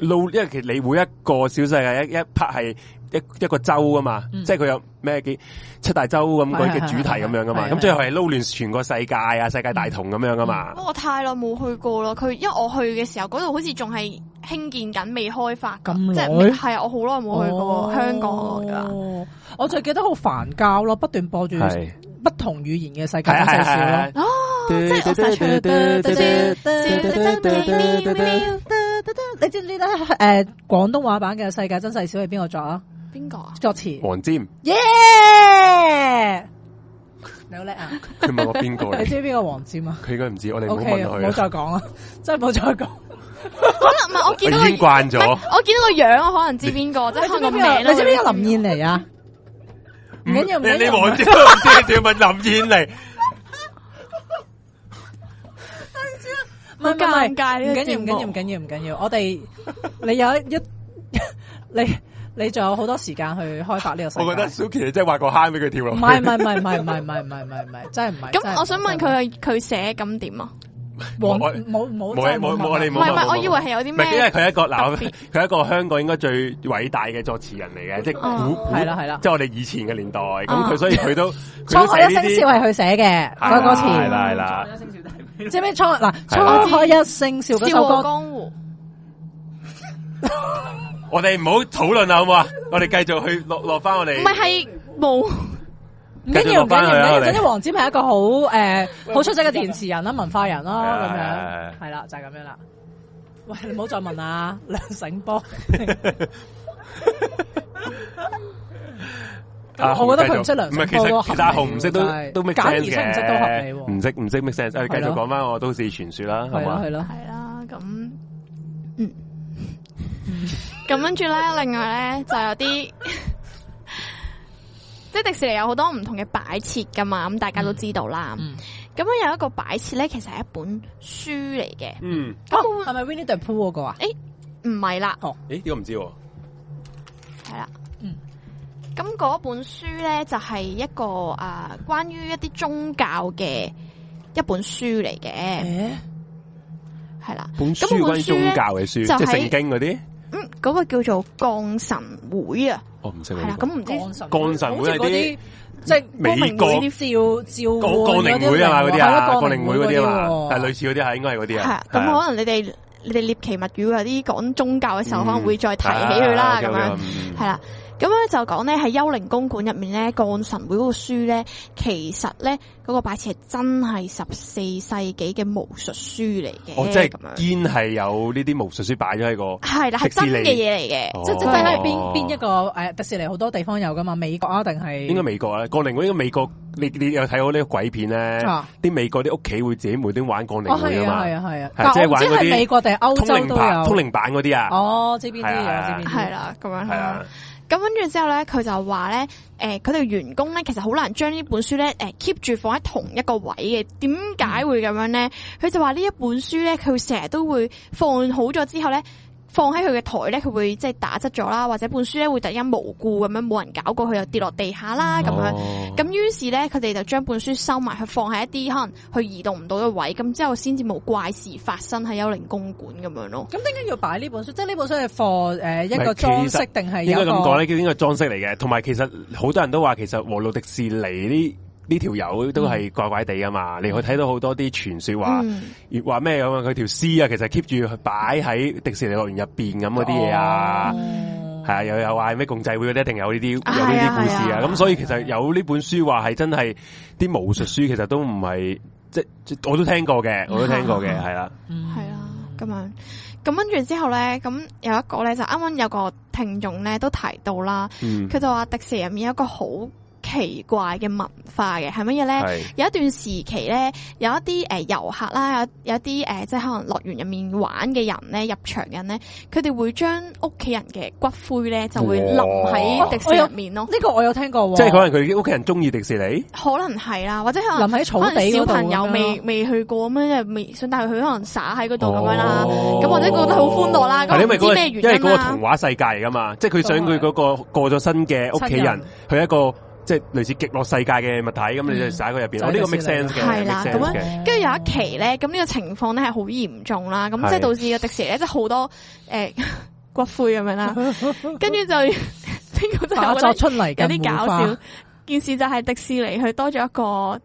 [SPEAKER 1] 撈，因為其實你每一個小世界一一 part 係一一個州噶嘛，
[SPEAKER 2] 嗯
[SPEAKER 1] 即係佢有咩幾七大洲咁佢
[SPEAKER 2] 係
[SPEAKER 1] 嘅
[SPEAKER 2] 係
[SPEAKER 1] 主題咁樣噶
[SPEAKER 2] 係
[SPEAKER 1] 嘛。
[SPEAKER 2] 係係嗯
[SPEAKER 1] 咁最後係撈亂全個世界啊，世界大同咁樣噶嘛
[SPEAKER 3] 不。過我太耐冇去過咯，佢因為我去嘅時候嗰度好似仲係興建緊，未開發㗎
[SPEAKER 2] 咁
[SPEAKER 3] 即
[SPEAKER 2] 耐
[SPEAKER 3] 係係啊！我好耐冇去過
[SPEAKER 2] 哦
[SPEAKER 3] 香港嗰度啦。
[SPEAKER 2] 我最記得好煩交咯，不斷播住
[SPEAKER 1] 係
[SPEAKER 2] 不同語言嘅世界
[SPEAKER 1] 係
[SPEAKER 2] 真細小咯
[SPEAKER 1] 係。
[SPEAKER 3] 哦，即係我成日
[SPEAKER 1] 係
[SPEAKER 2] 你知唔知咧？诶，广东話版嘅世界真細小係邊個作啊？
[SPEAKER 3] 邊個啊？
[SPEAKER 2] 作詞
[SPEAKER 1] 黃沾，
[SPEAKER 2] 耶！你好叻啊！
[SPEAKER 1] 佢問我邊個
[SPEAKER 2] 你
[SPEAKER 1] 嚟？
[SPEAKER 2] 知唔知邊個黃沾啊
[SPEAKER 1] 佢應該唔知，我哋唔好
[SPEAKER 2] ？O
[SPEAKER 1] 問
[SPEAKER 2] K，唔好
[SPEAKER 1] 佢啊。
[SPEAKER 2] 再講啦，真係唔好再講。
[SPEAKER 3] 可能唔係我見到
[SPEAKER 1] 我已經
[SPEAKER 3] 個，
[SPEAKER 1] 慣咗，
[SPEAKER 3] 我見到個樣，我可能知邊個，即係
[SPEAKER 2] 你知
[SPEAKER 3] 可
[SPEAKER 2] 唔知
[SPEAKER 3] 能個
[SPEAKER 2] 邊個？
[SPEAKER 3] 名咯
[SPEAKER 2] 你知唔知邊個林？燕嚟啊？唔緊要，唔
[SPEAKER 1] 嗯你
[SPEAKER 2] 緊
[SPEAKER 1] 你
[SPEAKER 2] 要。
[SPEAKER 1] 黃沾都唔知，你仲要問林燕嚟？
[SPEAKER 2] 唔係唔係唔係
[SPEAKER 3] 好尷尬呢個
[SPEAKER 2] 唔緊要，唔緊要，
[SPEAKER 3] 節目
[SPEAKER 2] 唔緊要，唔緊要。我哋你有一一你你仲有好多時間去開發呢個世界。
[SPEAKER 1] 我覺得 Suki 你真係挖個坑俾佢跳落
[SPEAKER 2] 唔
[SPEAKER 1] 去。
[SPEAKER 2] 係唔係唔係唔係唔係唔係唔係唔係唔係，真係唔係。真係
[SPEAKER 3] 咁
[SPEAKER 2] 唔
[SPEAKER 3] 我
[SPEAKER 2] 係
[SPEAKER 3] 想問
[SPEAKER 2] 真係
[SPEAKER 3] 佢佢寫咁點啊？
[SPEAKER 2] 黃
[SPEAKER 1] 我
[SPEAKER 2] 冇冇
[SPEAKER 1] 冇嘢
[SPEAKER 2] 真係
[SPEAKER 1] 冇冇我哋
[SPEAKER 3] 唔
[SPEAKER 1] 冇
[SPEAKER 3] 係唔
[SPEAKER 1] 冇
[SPEAKER 3] 係，我以為係有 啲
[SPEAKER 1] 唔係，因為
[SPEAKER 3] 咩
[SPEAKER 1] 佢係一個嗱
[SPEAKER 3] 特別，
[SPEAKER 1] 佢係一個香港應該最偉大嘅作詞人嚟嘅，即係古
[SPEAKER 3] 哦
[SPEAKER 1] 古，
[SPEAKER 2] 係啦係啦哦
[SPEAKER 1] 即係我哋以前嘅年代，咁
[SPEAKER 3] 啊
[SPEAKER 1] 佢所以 佢都
[SPEAKER 2] 滄
[SPEAKER 1] 佢都
[SPEAKER 2] 海
[SPEAKER 1] 寫
[SPEAKER 2] 一
[SPEAKER 1] 呢
[SPEAKER 2] 聲笑
[SPEAKER 1] 啲
[SPEAKER 2] 係佢寫嘅
[SPEAKER 1] 係啦
[SPEAKER 2] 嗰個
[SPEAKER 1] 係啦
[SPEAKER 2] 詞，
[SPEAKER 1] 係啦，
[SPEAKER 2] 知唔知滄嗱
[SPEAKER 1] 係啦
[SPEAKER 2] 滄海一聲笑嗰
[SPEAKER 3] 笑
[SPEAKER 2] 首
[SPEAKER 3] 傲
[SPEAKER 2] 歌？
[SPEAKER 3] 江湖
[SPEAKER 1] 我哋唔好討論啦，好唔好啊？我哋繼續去落落翻我哋
[SPEAKER 3] 唔係係冇
[SPEAKER 2] 唔緊要唔緊要唔緊要，
[SPEAKER 1] 繼續落返去啊
[SPEAKER 2] 總之黃霑係一個好誒好出色嘅填詞人啦、文化人啦
[SPEAKER 1] 係啊
[SPEAKER 2] 咁
[SPEAKER 1] 係
[SPEAKER 2] 樣，係啦就係咁樣啦。喂，你唔好再問啊，梁 醒波。
[SPEAKER 1] 阿
[SPEAKER 2] 我覺得佢
[SPEAKER 1] 紅繼續
[SPEAKER 2] 唔識梁
[SPEAKER 1] 唔係其
[SPEAKER 2] 醒波都
[SPEAKER 1] 實其他
[SPEAKER 2] 合理
[SPEAKER 1] 紅唔識都
[SPEAKER 2] 真係
[SPEAKER 1] 都 make
[SPEAKER 2] 簡而
[SPEAKER 1] sense
[SPEAKER 2] 識唔識都合理
[SPEAKER 1] 嘅，
[SPEAKER 2] 喎
[SPEAKER 1] 唔識唔識 make sense。我哋繼
[SPEAKER 2] 係
[SPEAKER 1] 續
[SPEAKER 2] 咯
[SPEAKER 1] 講翻我都市傳說啦，好
[SPEAKER 2] 係咯
[SPEAKER 1] 嘛
[SPEAKER 2] 係？咯，
[SPEAKER 3] 係啦，咁嗯，咁跟住咧，另外咧就有啲。 即係迪士尼有好多唔同嘅擺設噶嘛，咁大家都知道啦。
[SPEAKER 2] 嗯
[SPEAKER 3] 咁樣有一個擺設咧，其實係一本書嚟嘅，
[SPEAKER 1] 嗯，
[SPEAKER 2] 啊係咪 Winnie the Pooh 嗰個啊？
[SPEAKER 3] 唔係啦，
[SPEAKER 1] 咦？呢個唔知喎，
[SPEAKER 3] 係啦。
[SPEAKER 2] 嗯
[SPEAKER 3] 咁嗰本書咧就係、一個啊、關於一啲宗教嘅一本書嚟嘅，
[SPEAKER 2] 誒，
[SPEAKER 3] 係啦。
[SPEAKER 1] 本書
[SPEAKER 3] 咁本
[SPEAKER 1] 關於
[SPEAKER 3] 書
[SPEAKER 1] 宗
[SPEAKER 3] 咧
[SPEAKER 1] 教嘅書，即
[SPEAKER 3] 就
[SPEAKER 1] 係
[SPEAKER 3] 喺
[SPEAKER 1] 聖經嗰啲，
[SPEAKER 3] 嗯，嗰、個叫做降神會啊，
[SPEAKER 1] 我唔識喎。
[SPEAKER 3] 係啦。咁唔知
[SPEAKER 2] 降神啊
[SPEAKER 1] 降神會係啲
[SPEAKER 2] 好似嗰啲即係
[SPEAKER 1] 美
[SPEAKER 3] 光明
[SPEAKER 1] 國
[SPEAKER 3] 會
[SPEAKER 2] 啲召召
[SPEAKER 1] 降降
[SPEAKER 2] 喚
[SPEAKER 1] 靈會啊嘛，嗰啲啊，降靈會
[SPEAKER 2] 會
[SPEAKER 1] 嗰啲啊
[SPEAKER 2] 喎
[SPEAKER 1] 嘛，係類似嗰啲係應該係嗰啲
[SPEAKER 3] 係
[SPEAKER 1] 啊
[SPEAKER 3] 啊。咁可能你哋你哋獵奇物語有啲講宗教嘅時候，
[SPEAKER 1] 嗯
[SPEAKER 3] 可能會再提起佢
[SPEAKER 1] 啊
[SPEAKER 3] 啦，咁樣
[SPEAKER 1] 樣
[SPEAKER 3] 係啦。咁咧就講咧喺幽靈公館入面咧，降神會嗰個書咧，其實咧嗰個擺設係真係十四世紀嘅巫術書嚟嘅，
[SPEAKER 1] 我哦真係
[SPEAKER 3] 咁樣
[SPEAKER 1] 堅係有呢啲巫術書擺咗喺個，
[SPEAKER 3] 係啦，係
[SPEAKER 1] 迪士
[SPEAKER 3] 真
[SPEAKER 1] 尼
[SPEAKER 3] 嘅嘢嚟嘅，
[SPEAKER 1] 哦
[SPEAKER 2] 即係即係喺邊邊一個誒迪士尼好多地方有噶嘛？美國啊，定係
[SPEAKER 1] 應該美國咧，降靈會應該美國，你你有睇過呢個鬼片咧
[SPEAKER 2] 啊？
[SPEAKER 1] 啲美國啲屋企會自己無端玩降靈
[SPEAKER 2] 哦，係
[SPEAKER 1] 會
[SPEAKER 2] 啊，
[SPEAKER 1] 啊嘛，
[SPEAKER 2] 係啊，係啊，
[SPEAKER 1] 係
[SPEAKER 2] 但
[SPEAKER 1] 即係
[SPEAKER 2] 我唔知
[SPEAKER 1] 玩嗰啲
[SPEAKER 2] 係美國定係歐
[SPEAKER 1] 通
[SPEAKER 2] 洲
[SPEAKER 1] 靈
[SPEAKER 2] 都
[SPEAKER 1] 版通
[SPEAKER 2] 有。
[SPEAKER 1] 靈版嗰啲啊，
[SPEAKER 2] 哦，知邊啲
[SPEAKER 1] 係啊
[SPEAKER 2] 有，知邊
[SPEAKER 3] 係
[SPEAKER 2] 啲。
[SPEAKER 3] 啦咁樣
[SPEAKER 1] 係
[SPEAKER 3] 啦
[SPEAKER 1] 啊。，
[SPEAKER 3] 咁跟住之後咧，佢就話咧，誒佢哋員工咧其實好難將呢本書咧，誒 keep 住放喺同一個位嘅。點解會咁樣咧？佢就話呢一本書咧，佢成日都會放好咗之後咧。放喺佢嘅台咧，佢會即係打側咗啦，或者本書咧會突然間無故咁樣冇人搞過，佢又跌落地下啦
[SPEAKER 1] 哦
[SPEAKER 3] 咁
[SPEAKER 2] 啊
[SPEAKER 3] 樣。
[SPEAKER 1] 樣
[SPEAKER 3] 咁於是咧，佢哋就將本書收埋，佢放喺一啲可能佢移動唔到嘅位，咁之後先至冇怪事發生喺幽靈公館咁樣咯。
[SPEAKER 2] 咁點解要擺呢本書？即係呢本書係 for 誒一
[SPEAKER 1] 唔係
[SPEAKER 2] 個
[SPEAKER 1] 其
[SPEAKER 2] 裝
[SPEAKER 1] 實
[SPEAKER 2] 飾定係
[SPEAKER 1] 應
[SPEAKER 2] 啊
[SPEAKER 1] 該
[SPEAKER 2] 有一個
[SPEAKER 1] 咁講咧，應該係裝飾嚟嘅。同埋其實好多人都話，其實和路迪士尼呢呢條友
[SPEAKER 2] 嗯
[SPEAKER 1] 都係怪怪地噶嘛。你可以睇到好多啲傳說話，
[SPEAKER 3] 嗯
[SPEAKER 1] 話咩咁啊？佢條屍啊，其實 keep 住擺喺迪士尼樂園入邊咁嗰啲嘢啊。
[SPEAKER 2] 哦
[SPEAKER 1] 係啊，又有話咩共濟會嗰啲，一定有呢啲
[SPEAKER 3] 啊
[SPEAKER 1] 有呢啲故事
[SPEAKER 3] 係啊
[SPEAKER 1] 啊。
[SPEAKER 3] 係啊
[SPEAKER 1] 咁所以其實有呢本書話係真係啲巫術書，其實都唔係即即我都聽過 嘅，我都聽過嘅，
[SPEAKER 2] 啊
[SPEAKER 1] 係啦。
[SPEAKER 2] 嗯
[SPEAKER 3] 係啦，咁樣，咁跟住之後咧，咁有一個咧就啱啱有個聽眾咧都提到啦，
[SPEAKER 1] 嗯，
[SPEAKER 3] 佢就話迪士尼入面有一個好奇怪嘅文化嘅，係乜嘢咧？
[SPEAKER 1] 係
[SPEAKER 3] 有一段時期咧，有一啲誒、呃、遊客啦，有有一啲誒、呃即係可能樂園入面玩嘅人咧，入場人咧，佢哋會將屋企人嘅骨灰咧就會淋喺
[SPEAKER 2] 哦
[SPEAKER 1] 哇
[SPEAKER 3] 迪士尼入面咯，
[SPEAKER 2] 呢個我有聽過喎，
[SPEAKER 1] 即係可能佢屋企人中意迪士尼。
[SPEAKER 3] 可能係啦，或者可能。
[SPEAKER 2] 淋喺草
[SPEAKER 3] 可
[SPEAKER 2] 地
[SPEAKER 3] 能
[SPEAKER 2] 嗰
[SPEAKER 3] 小
[SPEAKER 2] 度啊咁樣
[SPEAKER 3] 朋
[SPEAKER 2] 咯
[SPEAKER 3] 友未未去過咁樣，未想帶佢去，可能灑喺嗰度咁樣啦。
[SPEAKER 1] 哦
[SPEAKER 3] 咁或者覺得好歡樂啦咁
[SPEAKER 1] 係因為嗰
[SPEAKER 3] 唔
[SPEAKER 1] 個
[SPEAKER 3] 知咩原因
[SPEAKER 1] 因
[SPEAKER 3] 啦
[SPEAKER 1] 為嗰個童話世界嚟噶嘛，即係佢想佢嗰個過咗身嘅屋企人，去一個即係類似極樂世界嘅物體，咁你就灑佢入邊。
[SPEAKER 2] 就係
[SPEAKER 1] 我呢個
[SPEAKER 2] 迪
[SPEAKER 1] make
[SPEAKER 2] 士尼
[SPEAKER 1] sense 嘅
[SPEAKER 3] 嗯係
[SPEAKER 1] make
[SPEAKER 3] 啦
[SPEAKER 1] sense
[SPEAKER 3] 咁樣
[SPEAKER 1] 嘅，
[SPEAKER 3] 跟住有一期咧，咁呢個情況咧係好嚴重啦，咁即係
[SPEAKER 1] 係
[SPEAKER 3] 導致個迪士尼咧即係好多誒骨灰咁 樣啦，跟住就 呢個就
[SPEAKER 2] 打
[SPEAKER 3] 我
[SPEAKER 2] 啊作
[SPEAKER 3] 覺
[SPEAKER 2] 出嚟
[SPEAKER 3] 得有
[SPEAKER 2] 嘅
[SPEAKER 3] 啲搞
[SPEAKER 2] 梅
[SPEAKER 3] 笑
[SPEAKER 2] 花。
[SPEAKER 3] 件事就係迪士尼佢多咗一個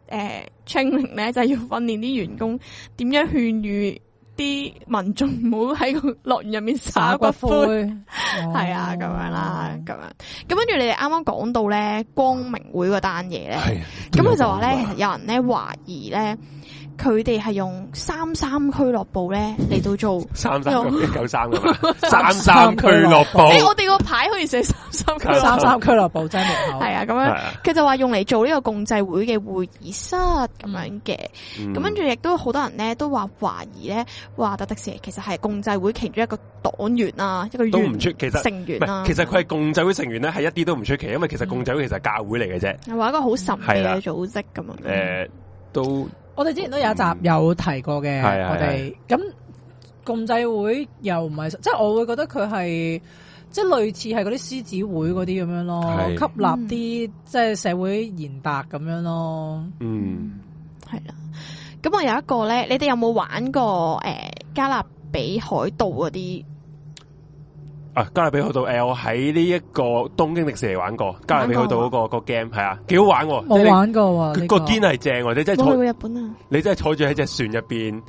[SPEAKER 3] 誒 training 咧，就係要訓練啲員工點樣勸喻啲民眾唔好喺個樂園入面
[SPEAKER 2] 灑
[SPEAKER 3] 灑
[SPEAKER 2] 骨
[SPEAKER 3] 骨灰。
[SPEAKER 2] 灰，
[SPEAKER 3] 係
[SPEAKER 1] 哦
[SPEAKER 3] 啊，咁樣啦，咁樣，咁跟住你哋啱啱講到咧光明會嗰單嘢咧，
[SPEAKER 1] 係。
[SPEAKER 3] 咁佢就話咧，其實有人咧懷疑咧，佢哋係用三三俱樂部咧嚟到做
[SPEAKER 1] 三三
[SPEAKER 3] 用
[SPEAKER 1] 一九三噶嘛，三三俱樂
[SPEAKER 3] 誒、
[SPEAKER 1] 部
[SPEAKER 3] 我哋個牌可以寫三三俱樂
[SPEAKER 2] 三
[SPEAKER 3] 部，
[SPEAKER 2] 三俱樂部真係好
[SPEAKER 3] 係啊，咁
[SPEAKER 1] 係
[SPEAKER 3] 樣
[SPEAKER 1] 啊
[SPEAKER 3] 佢就話用嚟做呢個共濟會嘅會議室咁樣嘅，
[SPEAKER 1] 嗯
[SPEAKER 3] 咁跟住亦都好多人咧都話懷疑咧，話特迪士尼其實係共濟會其中一個黨員啊，一個
[SPEAKER 1] 都唔
[SPEAKER 3] 員
[SPEAKER 1] 出，其實
[SPEAKER 3] 成員
[SPEAKER 1] 唔係
[SPEAKER 3] 啊，嗯
[SPEAKER 1] 其實佢係共濟會成員咧，係一啲都唔出奇，因為其實共濟會其實係教會嚟嘅啫，
[SPEAKER 3] 又話一個好神秘
[SPEAKER 1] 係啦
[SPEAKER 3] 嘅組織咁樣。
[SPEAKER 1] 誒都
[SPEAKER 2] 我哋之前都有一集有提過嘅，
[SPEAKER 1] 嗯係啊
[SPEAKER 2] 我哋咁共濟會又唔係，即係我會覺得佢係即係類似係嗰啲獅子會嗰啲咁樣咯，
[SPEAKER 1] 係
[SPEAKER 2] 吸納啲
[SPEAKER 3] 嗯
[SPEAKER 2] 即係社會賢達咁樣咯。
[SPEAKER 1] 嗯，
[SPEAKER 3] 系啦。咁我有一個咧，你哋有冇玩過诶、呃加勒比海盜嗰啲？
[SPEAKER 1] 啊，加勒比海盜诶，我喺呢一個東京迪士尼玩過加勒比海盜嗰、個个 game 係啊，幾好玩喎！
[SPEAKER 2] 我
[SPEAKER 1] 即係你
[SPEAKER 2] 玩過喎，
[SPEAKER 1] 佢
[SPEAKER 2] 呢
[SPEAKER 1] 個
[SPEAKER 2] 個
[SPEAKER 1] 堅係正喎，你真係
[SPEAKER 3] 冇去過
[SPEAKER 1] 坐，
[SPEAKER 3] 日本啊？
[SPEAKER 1] 你真係坐住喺隻船入边，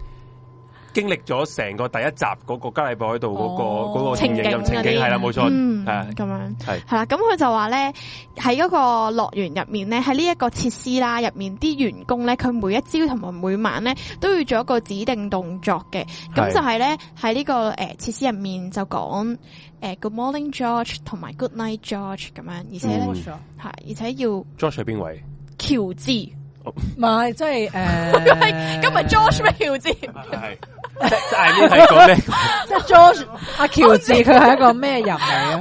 [SPEAKER 1] 經歷咗成個第一集嗰個加勒比海盜嗰、個
[SPEAKER 2] 哦
[SPEAKER 1] 嗰、個
[SPEAKER 3] 情
[SPEAKER 1] 電影咁
[SPEAKER 3] 景
[SPEAKER 1] 情景
[SPEAKER 3] 嗰啲
[SPEAKER 1] 係啦，冇錯，
[SPEAKER 3] 嗯，
[SPEAKER 1] 係啊
[SPEAKER 3] 咁樣
[SPEAKER 1] 係
[SPEAKER 3] 係啦。咁佢就話咧，喺嗰個樂園入面咧，喺呢一個設施啦入面，啲員工咧，佢每一朝同埋每晚咧，都要做一個指定動作嘅。咁
[SPEAKER 1] 係
[SPEAKER 3] 就係咧喺呢個诶設施入面就講诶 Good morning George 同埋 Good night George 咁樣，而且咧
[SPEAKER 1] 嗯
[SPEAKER 2] 唔
[SPEAKER 3] 係而且要
[SPEAKER 1] George 係邊位？
[SPEAKER 3] 喬治，今
[SPEAKER 2] 係即係 誒，
[SPEAKER 3] 日 George 咩喬
[SPEAKER 1] 係
[SPEAKER 3] 治？
[SPEAKER 1] 即係 I mean 係講咩？
[SPEAKER 2] 即係 George 阿喬治，佢係一個咩人嚟嘅？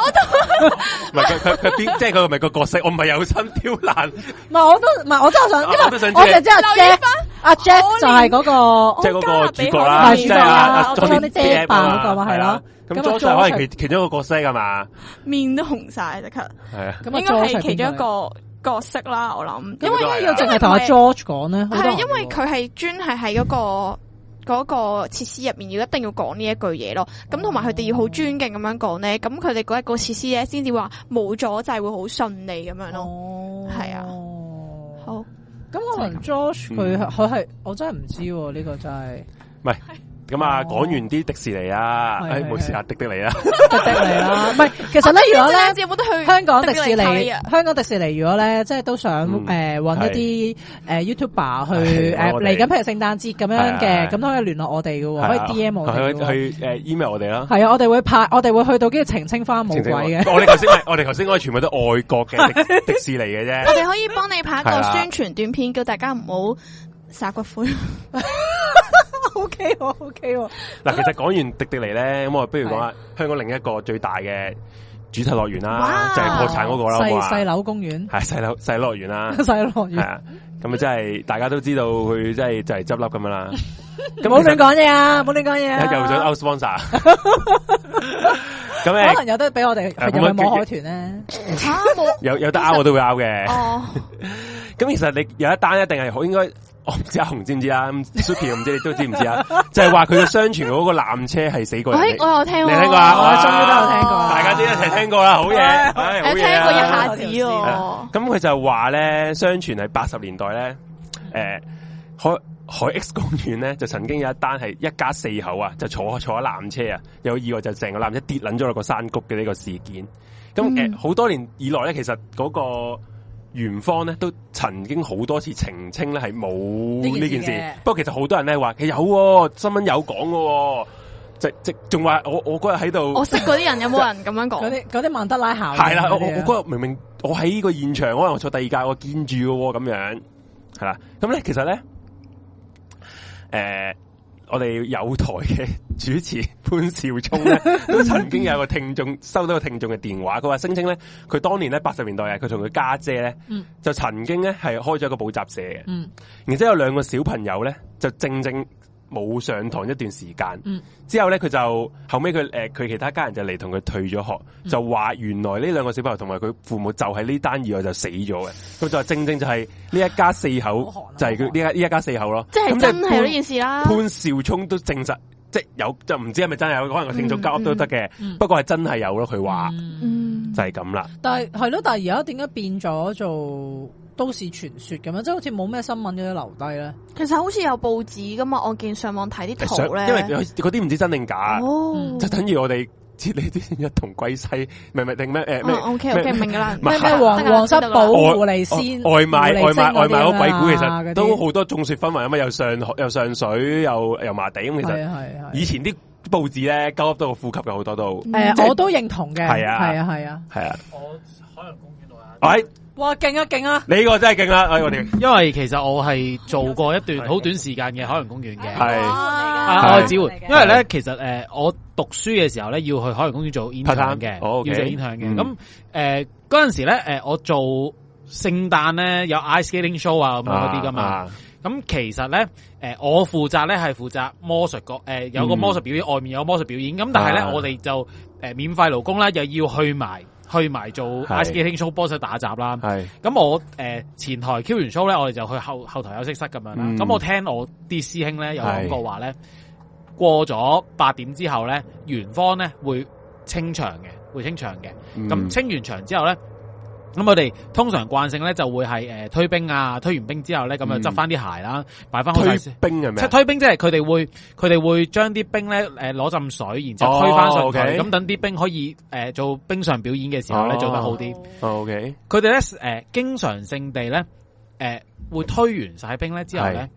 [SPEAKER 1] 唔係佢佢佢 邊即係佢係咪個角色？我唔係有心刁難，
[SPEAKER 2] 唔係我都唔係我真係想，因
[SPEAKER 1] 我都想
[SPEAKER 2] 為
[SPEAKER 1] 知
[SPEAKER 2] 我就知阿
[SPEAKER 3] 留意
[SPEAKER 2] Jack 阿 Jack 就係嗰個
[SPEAKER 1] 即係嗰個主角啦，
[SPEAKER 2] 係
[SPEAKER 1] 即
[SPEAKER 2] 主
[SPEAKER 1] 係啊阿
[SPEAKER 2] 角啦
[SPEAKER 1] 阿
[SPEAKER 2] 我當你爹爸嗰個嘛
[SPEAKER 1] 啊係
[SPEAKER 2] 係
[SPEAKER 1] 啦
[SPEAKER 2] 咯。
[SPEAKER 1] 咁
[SPEAKER 2] 咁啊
[SPEAKER 1] George 可
[SPEAKER 2] George
[SPEAKER 1] 能其其中一個角色㗎嘛，
[SPEAKER 3] 面都紅晒即刻。
[SPEAKER 1] 係啊，
[SPEAKER 2] 咁啊
[SPEAKER 3] 應該
[SPEAKER 2] George
[SPEAKER 3] 係其中一
[SPEAKER 2] 邊
[SPEAKER 3] 個角色啦，我諗，
[SPEAKER 2] 因
[SPEAKER 3] 因為
[SPEAKER 2] 為
[SPEAKER 1] 都係啊
[SPEAKER 2] 呢個淨係同阿 George 講咧，好多
[SPEAKER 3] 係啊
[SPEAKER 2] 人
[SPEAKER 3] 因為佢係專係喺嗰個嗰個設施入面，要一定要講呢一句嘢咯。咁同埋佢哋要好尊敬咁樣講咧，咁佢哋嗰一個設施咧先至話冇阻滯會好順利咁樣咯。
[SPEAKER 2] 哦，
[SPEAKER 3] 啊係啊
[SPEAKER 2] 啊
[SPEAKER 3] 好，
[SPEAKER 2] 咁可能 George 佢
[SPEAKER 1] 嗯
[SPEAKER 2] 佢係我真係唔知喎，呢個真係
[SPEAKER 1] 咁啊
[SPEAKER 2] 哦
[SPEAKER 1] 講完啲迪士尼啊，誒
[SPEAKER 2] 係係
[SPEAKER 1] 冇事啊，迪迪尼啦，
[SPEAKER 2] 迪迪嚟啦。唔係，其 實咧，如果咧
[SPEAKER 3] 你有冇得去
[SPEAKER 2] 香港迪士
[SPEAKER 3] 迪士尼
[SPEAKER 2] 尼
[SPEAKER 3] 睇啊，
[SPEAKER 2] 香港迪士尼如果咧，即係都想
[SPEAKER 1] 嗯
[SPEAKER 2] 誒揾一啲誒 YouTuber 去
[SPEAKER 1] 係
[SPEAKER 2] 誒
[SPEAKER 1] 我哋
[SPEAKER 2] 嚟緊，譬如聖誕節咁樣
[SPEAKER 1] 係係
[SPEAKER 2] 嘅，
[SPEAKER 1] 係
[SPEAKER 2] 咁都可以聯絡我哋嘅
[SPEAKER 1] 係啊
[SPEAKER 2] 喎，可以 DM 我哋嘅喎。
[SPEAKER 1] 去去誒 email 我哋啦。
[SPEAKER 2] 係啊，我哋會派，我哋會去到跟住澄清翻 冇鬼嘅。
[SPEAKER 1] 我哋頭先唔係我哋頭先嗰啲全部都外國嘅 迪迪士尼嘅啫
[SPEAKER 3] 我。哋可以幫你拍
[SPEAKER 1] 係
[SPEAKER 3] 一個
[SPEAKER 1] 啦
[SPEAKER 3] 宣傳短片，叫大家唔好撒骨灰。
[SPEAKER 2] O K 喎，O K 喎，
[SPEAKER 1] 嗱，其實講完迪迪尼咧，咁我不如講下香港另一個最大嘅主題樂園啦，
[SPEAKER 3] 哇
[SPEAKER 1] 就係破產嗰個啦，好唔好啊
[SPEAKER 2] 細細樓公園，
[SPEAKER 1] 係細樓細樂園啦。
[SPEAKER 2] 細樓公
[SPEAKER 1] 系
[SPEAKER 2] 園，
[SPEAKER 1] 啊，咁啊真系大家都知道佢真系就係執笠咁樣啦。咁
[SPEAKER 2] 唔好亂
[SPEAKER 1] 其實
[SPEAKER 2] 講嘢啊！唔好亂講嘢啊！
[SPEAKER 1] 又想 out sponsor，咁
[SPEAKER 2] 可
[SPEAKER 1] 诶
[SPEAKER 2] 能有得俾我哋
[SPEAKER 1] 誒
[SPEAKER 2] 入去
[SPEAKER 1] 咁啊
[SPEAKER 2] 摸海豚咧，
[SPEAKER 3] 吓 冇
[SPEAKER 1] 有有得 out 我都會 out 嘅。
[SPEAKER 3] 哦，
[SPEAKER 1] 咁其實你有一單一定係好應該，我唔知阿紅知唔知啊咁？Suki 唔知你都知唔知啊？ 就係話佢嘅相傳嗰個纜車係死過人
[SPEAKER 3] 哎
[SPEAKER 1] 嚟。
[SPEAKER 3] 我有聽
[SPEAKER 1] 你
[SPEAKER 3] 喎，
[SPEAKER 1] 聽過啊？
[SPEAKER 2] 我
[SPEAKER 1] 哇
[SPEAKER 2] 終於都有聽過啦
[SPEAKER 1] 大家都一齊聽過啦，好嘢，
[SPEAKER 2] 唉
[SPEAKER 1] 唉好
[SPEAKER 3] 我聽
[SPEAKER 1] 嘢啊
[SPEAKER 3] 過一下子
[SPEAKER 2] 係
[SPEAKER 3] 喎。
[SPEAKER 1] 咁佢就話咧，相傳係八十年代咧，诶、海海 X 公園咧就曾經有一單係一家四口啊，就坐坐缆車啊，有意外就成個纜車跌撚咗落個山谷嘅呢個事件。咁诶，
[SPEAKER 3] 嗯
[SPEAKER 1] 呃好、多年以來咧，其實嗰個園方咧都曾經好多次澄清咧係冇呢
[SPEAKER 2] 呢
[SPEAKER 1] 件
[SPEAKER 2] 件事嘅
[SPEAKER 1] 事，不過其實好多人咧話佢有、喎，新聞有講嘅、喎，即即仲話我我嗰日喺度
[SPEAKER 3] 我識嗰啲人有冇人咁樣
[SPEAKER 2] 嗰
[SPEAKER 3] 講？
[SPEAKER 2] 啲嗰啲曼德拉效應
[SPEAKER 1] 系啦，我我
[SPEAKER 2] 嗰啲啊
[SPEAKER 1] 我嗰日明明我喺呢個現場，可能我坐第二架，我見住嘅喎咁樣，係啦。咁咧其實咧，诶、我哋有台嘅主持潘少聰咧， 都曾經有個聽眾收到個聽眾嘅電話，佢話聲稱咧，佢當年咧八十年代啊，佢同佢家姐咧，
[SPEAKER 2] 嗯
[SPEAKER 1] 就曾經咧係開咗一個補習社嘅，
[SPEAKER 2] 嗯
[SPEAKER 1] 然之后有兩個小朋友咧就正正冇上堂一段時間。
[SPEAKER 2] 嗯
[SPEAKER 1] 之後咧，佢就後尾佢誒佢其他家人就嚟同佢退咗學，就話原來呢兩個小朋友同埋佢父母就喺呢單意外就死咗嘅。佢就話正正就係呢一家四口
[SPEAKER 2] 好寒啊，
[SPEAKER 1] 就係佢呢一呢一家四口咯。
[SPEAKER 3] 即係
[SPEAKER 1] 咁
[SPEAKER 3] 真係有呢
[SPEAKER 1] 潘
[SPEAKER 3] 件事啊啦。嗯
[SPEAKER 1] 潘兆聰都證實，即係有就唔知係咪真係有，可能個聽眾交
[SPEAKER 3] 嗯
[SPEAKER 1] 都得嘅。
[SPEAKER 2] 嗯
[SPEAKER 1] 不過係真係有咯，佢話
[SPEAKER 2] 嗯
[SPEAKER 3] 嗯
[SPEAKER 1] 就係咁啦。
[SPEAKER 2] 但係係咯，但係而家點解變咗做都市傳說咁樣？即係好似冇咩新聞嗰啲留低咧。
[SPEAKER 3] 其實好似有報紙噶嘛，我見上網睇啲
[SPEAKER 1] 想
[SPEAKER 3] 圖咧，
[SPEAKER 1] 因為啊有嗰啲唔知真定假，
[SPEAKER 3] 哦，
[SPEAKER 1] 就等於我哋知你啲一同歸西，明唔明定咩誒咩？
[SPEAKER 3] o k 啊
[SPEAKER 1] 咩
[SPEAKER 3] OK 明噶啦，
[SPEAKER 1] 咩
[SPEAKER 2] 咩
[SPEAKER 1] 咩
[SPEAKER 2] 咩皇皇室保
[SPEAKER 3] 哦
[SPEAKER 2] 護你先，
[SPEAKER 1] 外賣
[SPEAKER 2] 狐
[SPEAKER 1] 外
[SPEAKER 2] 狸精
[SPEAKER 1] 賣外
[SPEAKER 2] 嗰啲
[SPEAKER 1] 賣
[SPEAKER 2] 啊
[SPEAKER 1] 嗰鬼故，其
[SPEAKER 2] 嗰
[SPEAKER 1] 實
[SPEAKER 2] 啲
[SPEAKER 1] 都好多眾說紛紜，咁啊又上海又上水又油麻地咁。其
[SPEAKER 2] 係
[SPEAKER 1] 實
[SPEAKER 2] 啊係啊係
[SPEAKER 1] 以前啲報紙咧，鳩噏到個呼吸嘅好多都
[SPEAKER 2] 啊。誒，我都認同嘅，
[SPEAKER 1] 係
[SPEAKER 2] 係
[SPEAKER 1] 啊
[SPEAKER 2] 啊，係啊，係啊。
[SPEAKER 1] 係啊。
[SPEAKER 5] 我海洋公園度啊，
[SPEAKER 1] 喂，
[SPEAKER 2] 哇，勁啊，勁啊！
[SPEAKER 1] 你呢個真係勁啦！哎我哋
[SPEAKER 5] 因為其實我係做過一段好短時間嘅海洋公園嘅。
[SPEAKER 1] 係
[SPEAKER 5] 啊！我
[SPEAKER 1] 係
[SPEAKER 5] 只會，因為咧，其實诶、呃我讀書嘅時候咧，要去海洋公園做 intern
[SPEAKER 1] Part-time，
[SPEAKER 5] 嘅
[SPEAKER 1] 哦，OK
[SPEAKER 5] 要做 intern 嘅。
[SPEAKER 1] 嗯
[SPEAKER 5] 咁呃诶嗰阵时咧，诶、我做聖誕咧有 ice skating show 啊咁樣嗰啲噶嘛。。
[SPEAKER 1] 啊
[SPEAKER 5] 咁其實咧，诶、我負責咧係負責魔術個诶、有個
[SPEAKER 1] 嗯
[SPEAKER 5] 魔術表演，外面有個魔術表演。咁但係咧，
[SPEAKER 1] 啊
[SPEAKER 5] 我哋就诶、誒免費勞工啦，又要去埋去埋做 ice skating show 幫手打雜啦。
[SPEAKER 1] 系
[SPEAKER 5] 咁我诶、誒前台 Q 完 show 咧，我哋就去後後台休息室咁樣啦。
[SPEAKER 1] 嗯
[SPEAKER 5] 咁、我聽我啲師兄咧有講過話咧，過咗八點之後咧，元方咧會清場嘅，會清場嘅。
[SPEAKER 1] 嗯
[SPEAKER 5] 咁、清完場之後咧，咁我哋通常慣性咧就會係诶、呃推冰啊，推完冰之後咧，咁
[SPEAKER 1] 嗯
[SPEAKER 5] 就執翻啲鞋啦，擺翻好晒
[SPEAKER 1] 推
[SPEAKER 5] 先。
[SPEAKER 1] 冰系
[SPEAKER 5] 即係
[SPEAKER 1] 咩？
[SPEAKER 5] 推冰，即係佢哋會佢哋會將啲冰咧诶攞浸水，然之後推翻
[SPEAKER 1] 哦
[SPEAKER 5] 上台，
[SPEAKER 1] ，OK
[SPEAKER 5] 咁、等啲冰可以诶、呃做冰上表演嘅時候咧、
[SPEAKER 1] 哦
[SPEAKER 5] 做得好啲。
[SPEAKER 1] O K，
[SPEAKER 5] 佢哋咧诶經常性地咧诶、呃、會推完晒冰咧之後咧，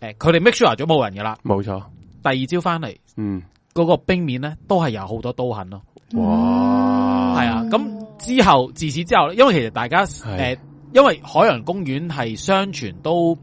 [SPEAKER 5] 诶佢哋 make sure 咗冇人噶啦，
[SPEAKER 1] 冇错，
[SPEAKER 5] 第二朝翻嚟
[SPEAKER 1] 嗯，
[SPEAKER 5] 嗰個冰面咧都係有好多刀痕咯。
[SPEAKER 3] 哦
[SPEAKER 1] 哇，
[SPEAKER 5] 係啊，咁之後自此之後咧，因為其實大家
[SPEAKER 1] 係
[SPEAKER 5] 诶、因為海洋公園係相傳都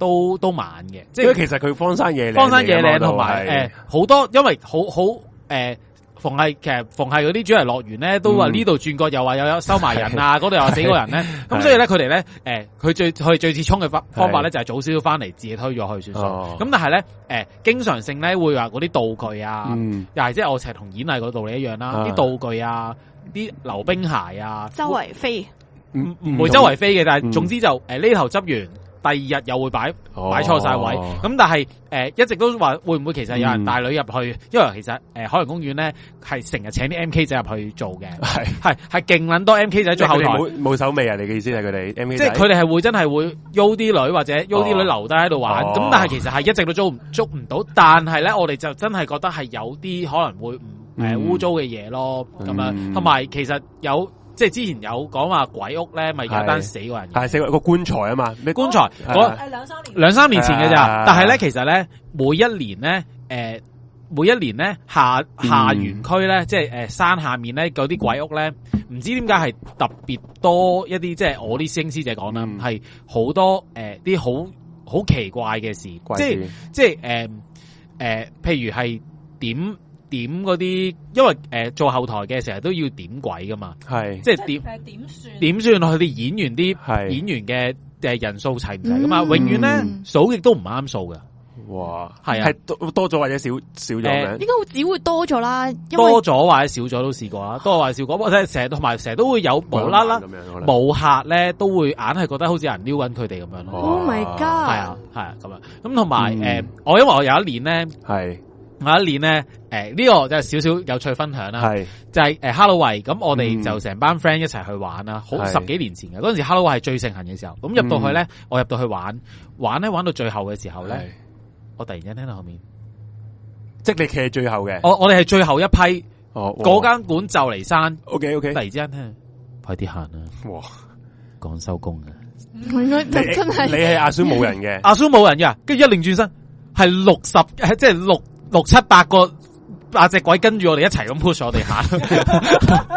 [SPEAKER 5] 都都晚嘅，即
[SPEAKER 1] 因为
[SPEAKER 5] 係
[SPEAKER 1] 其实佢荒山野嶺嚟㗎嘛
[SPEAKER 5] 荒山野嶺同埋诶好多，因為好好诶。逢係其實逢係嗰啲主題樂園咧，都話
[SPEAKER 1] 嗯
[SPEAKER 5] 呢度轉角又話又有收埋人啊，嗰度又話死過人咧，咁所以咧佢哋咧，誒佢最佢最次衝嘅方方法咧就係早少少翻嚟自己推咗去算
[SPEAKER 1] 哦
[SPEAKER 5] 數，咁但係咧誒經常性咧會話嗰啲道具啊，
[SPEAKER 1] 嗯，
[SPEAKER 5] 又係即係我成日同演藝嗰道理一樣啦，
[SPEAKER 1] 啊
[SPEAKER 5] 啲道具啊，啲溜冰鞋啊，
[SPEAKER 3] 周圍飛，
[SPEAKER 5] 唔唔會周圍飛嘅，但
[SPEAKER 1] 嗯
[SPEAKER 5] 係總之就誒呢頭執完，第二日又會擺擺
[SPEAKER 1] 摆
[SPEAKER 5] 錯晒位。咁但係誒一直都話會唔會其實有人
[SPEAKER 1] 嗯
[SPEAKER 5] 帶女入去？因為其實誒海洋公園咧係成日請啲 M K 仔入去做嘅，
[SPEAKER 1] 系
[SPEAKER 5] 係係勁撚多 M K 仔
[SPEAKER 1] 即
[SPEAKER 5] 做後台。
[SPEAKER 1] 冇冇手尾啊！你嘅意思系佢哋 M
[SPEAKER 5] 即係佢哋係會真係會邀啲女或者邀啲女
[SPEAKER 1] 哦
[SPEAKER 5] 留低喺度玩，
[SPEAKER 1] 哦
[SPEAKER 5] 咁、但係其實係一直都捉唔捉唔到，但係咧我哋就真係覺得係有啲可能會唔誒
[SPEAKER 1] 嗯
[SPEAKER 5] 污糟嘅嘢咯，咁樣
[SPEAKER 1] 嗯
[SPEAKER 5] 同埋其實有即係之前有講話鬼屋咧，咪有一單
[SPEAKER 1] 係
[SPEAKER 5] 死過人嘅
[SPEAKER 1] 系四個個棺材啊嘛，你
[SPEAKER 5] 棺材
[SPEAKER 1] 係
[SPEAKER 5] 嗰
[SPEAKER 1] 係
[SPEAKER 2] 诶两三年
[SPEAKER 5] 兩三年前嘅咋，
[SPEAKER 1] 係
[SPEAKER 5] 但係咧其實咧每一年咧誒。呃每一年咧下
[SPEAKER 1] 嗯
[SPEAKER 5] 下園區咧，即係誒、呃山下面咧嗰啲鬼屋咧，唔知點解係特別多一啲，即係我啲師兄師姐講啦，
[SPEAKER 1] 嗯
[SPEAKER 5] 係好、多誒啲好好奇怪嘅事，
[SPEAKER 1] 怪
[SPEAKER 5] 即係
[SPEAKER 1] 事
[SPEAKER 5] 即係誒誒，譬如係點點嗰啲，因為誒、呃做後台嘅成日都要點鬼噶嘛，
[SPEAKER 1] 係
[SPEAKER 5] 即係點
[SPEAKER 2] 诶点算
[SPEAKER 5] 點算啊佢哋演員啲
[SPEAKER 1] 係
[SPEAKER 5] 演員嘅誒人數齊唔齊噶嘛，
[SPEAKER 3] 嗯
[SPEAKER 5] 永遠咧
[SPEAKER 3] 嗯
[SPEAKER 5] 數極都唔啱數嘅。
[SPEAKER 1] 哇，
[SPEAKER 5] 係啊
[SPEAKER 1] 係多多咗或者少少咗
[SPEAKER 5] 誒
[SPEAKER 1] 咁樣，
[SPEAKER 3] 應該會只會多咗啦，因為
[SPEAKER 5] 多咗或者少咗都試過啦，多或者少過，我睇成日同埋成日都會有無啦啦
[SPEAKER 1] 咁樣可能
[SPEAKER 5] 冇客咧，都會硬係覺得好似有人撩緊佢哋咁樣咯。
[SPEAKER 1] 哦
[SPEAKER 3] Oh my
[SPEAKER 5] 係
[SPEAKER 3] God！
[SPEAKER 5] 啊，係啊，咁樣咁同埋
[SPEAKER 1] 嗯
[SPEAKER 5] 誒，我因為我有一年咧，
[SPEAKER 1] 係
[SPEAKER 5] 有一年咧，誒呢個就係少少有趣分享啦，
[SPEAKER 1] 係
[SPEAKER 5] 就係誒 Halloween，咁我哋
[SPEAKER 1] 嗯
[SPEAKER 5] 就成班 friend 一齊去玩啦，好
[SPEAKER 1] 係嗯
[SPEAKER 5] 十幾年前嘅嗰陣時 Halloween 係最盛行嘅時候，咁入到去咧，我入到去玩，玩咧玩到最後嘅時候咧，
[SPEAKER 1] 係
[SPEAKER 5] 我突然間聽到後面，
[SPEAKER 1] 即係你企喺最後嘅，
[SPEAKER 5] 我我哋係最後一批，
[SPEAKER 1] 哦
[SPEAKER 5] 哦嗰間館就嚟閂，
[SPEAKER 1] OK
[SPEAKER 5] 突
[SPEAKER 1] OK，
[SPEAKER 5] 然之間聽到，快啲行啦！
[SPEAKER 1] 哇，
[SPEAKER 5] 讲收工嘅。
[SPEAKER 3] 我應該
[SPEAKER 1] 你
[SPEAKER 3] 真
[SPEAKER 1] 你
[SPEAKER 3] 係
[SPEAKER 1] 係阿孫冇人嘅，
[SPEAKER 5] 阿叔冇人噶，跟住一拧轉身，係六十， 即係六六七八個八隻鬼跟住我哋一齊咁 push 我哋行。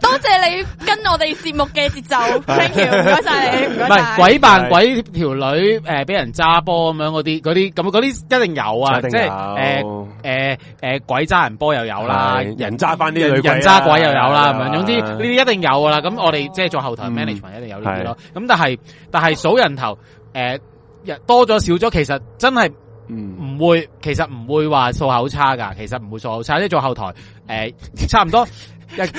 [SPEAKER 3] 多謝你跟我哋節目嘅 節奏
[SPEAKER 1] 啊
[SPEAKER 3] ，thank you，唔該晒你，唔
[SPEAKER 5] 唔
[SPEAKER 3] 該晒
[SPEAKER 5] 係。鬼扮鬼條女诶，俾、人揸波咁樣嗰啲，嗰啲咁嗰啲一定有 啊，
[SPEAKER 1] 一
[SPEAKER 5] 即
[SPEAKER 1] 定有
[SPEAKER 5] 係诶诶诶鬼揸人波又有啦，
[SPEAKER 1] 係人揸翻啲
[SPEAKER 5] 人
[SPEAKER 1] 女鬼啦啊
[SPEAKER 5] 人揸鬼又有啦，咁樣。總之
[SPEAKER 1] 係啊
[SPEAKER 5] 呢啲一定有噶啦。咁我哋即係做後台
[SPEAKER 1] 嗯
[SPEAKER 5] management 一定有呢啲咯。咁但係但係數人頭诶、呃多咗少咗，其實真係。
[SPEAKER 1] 嗯
[SPEAKER 5] 唔會，其實唔會話數口差噶，其實唔會數口差，即係做後台，诶、差唔多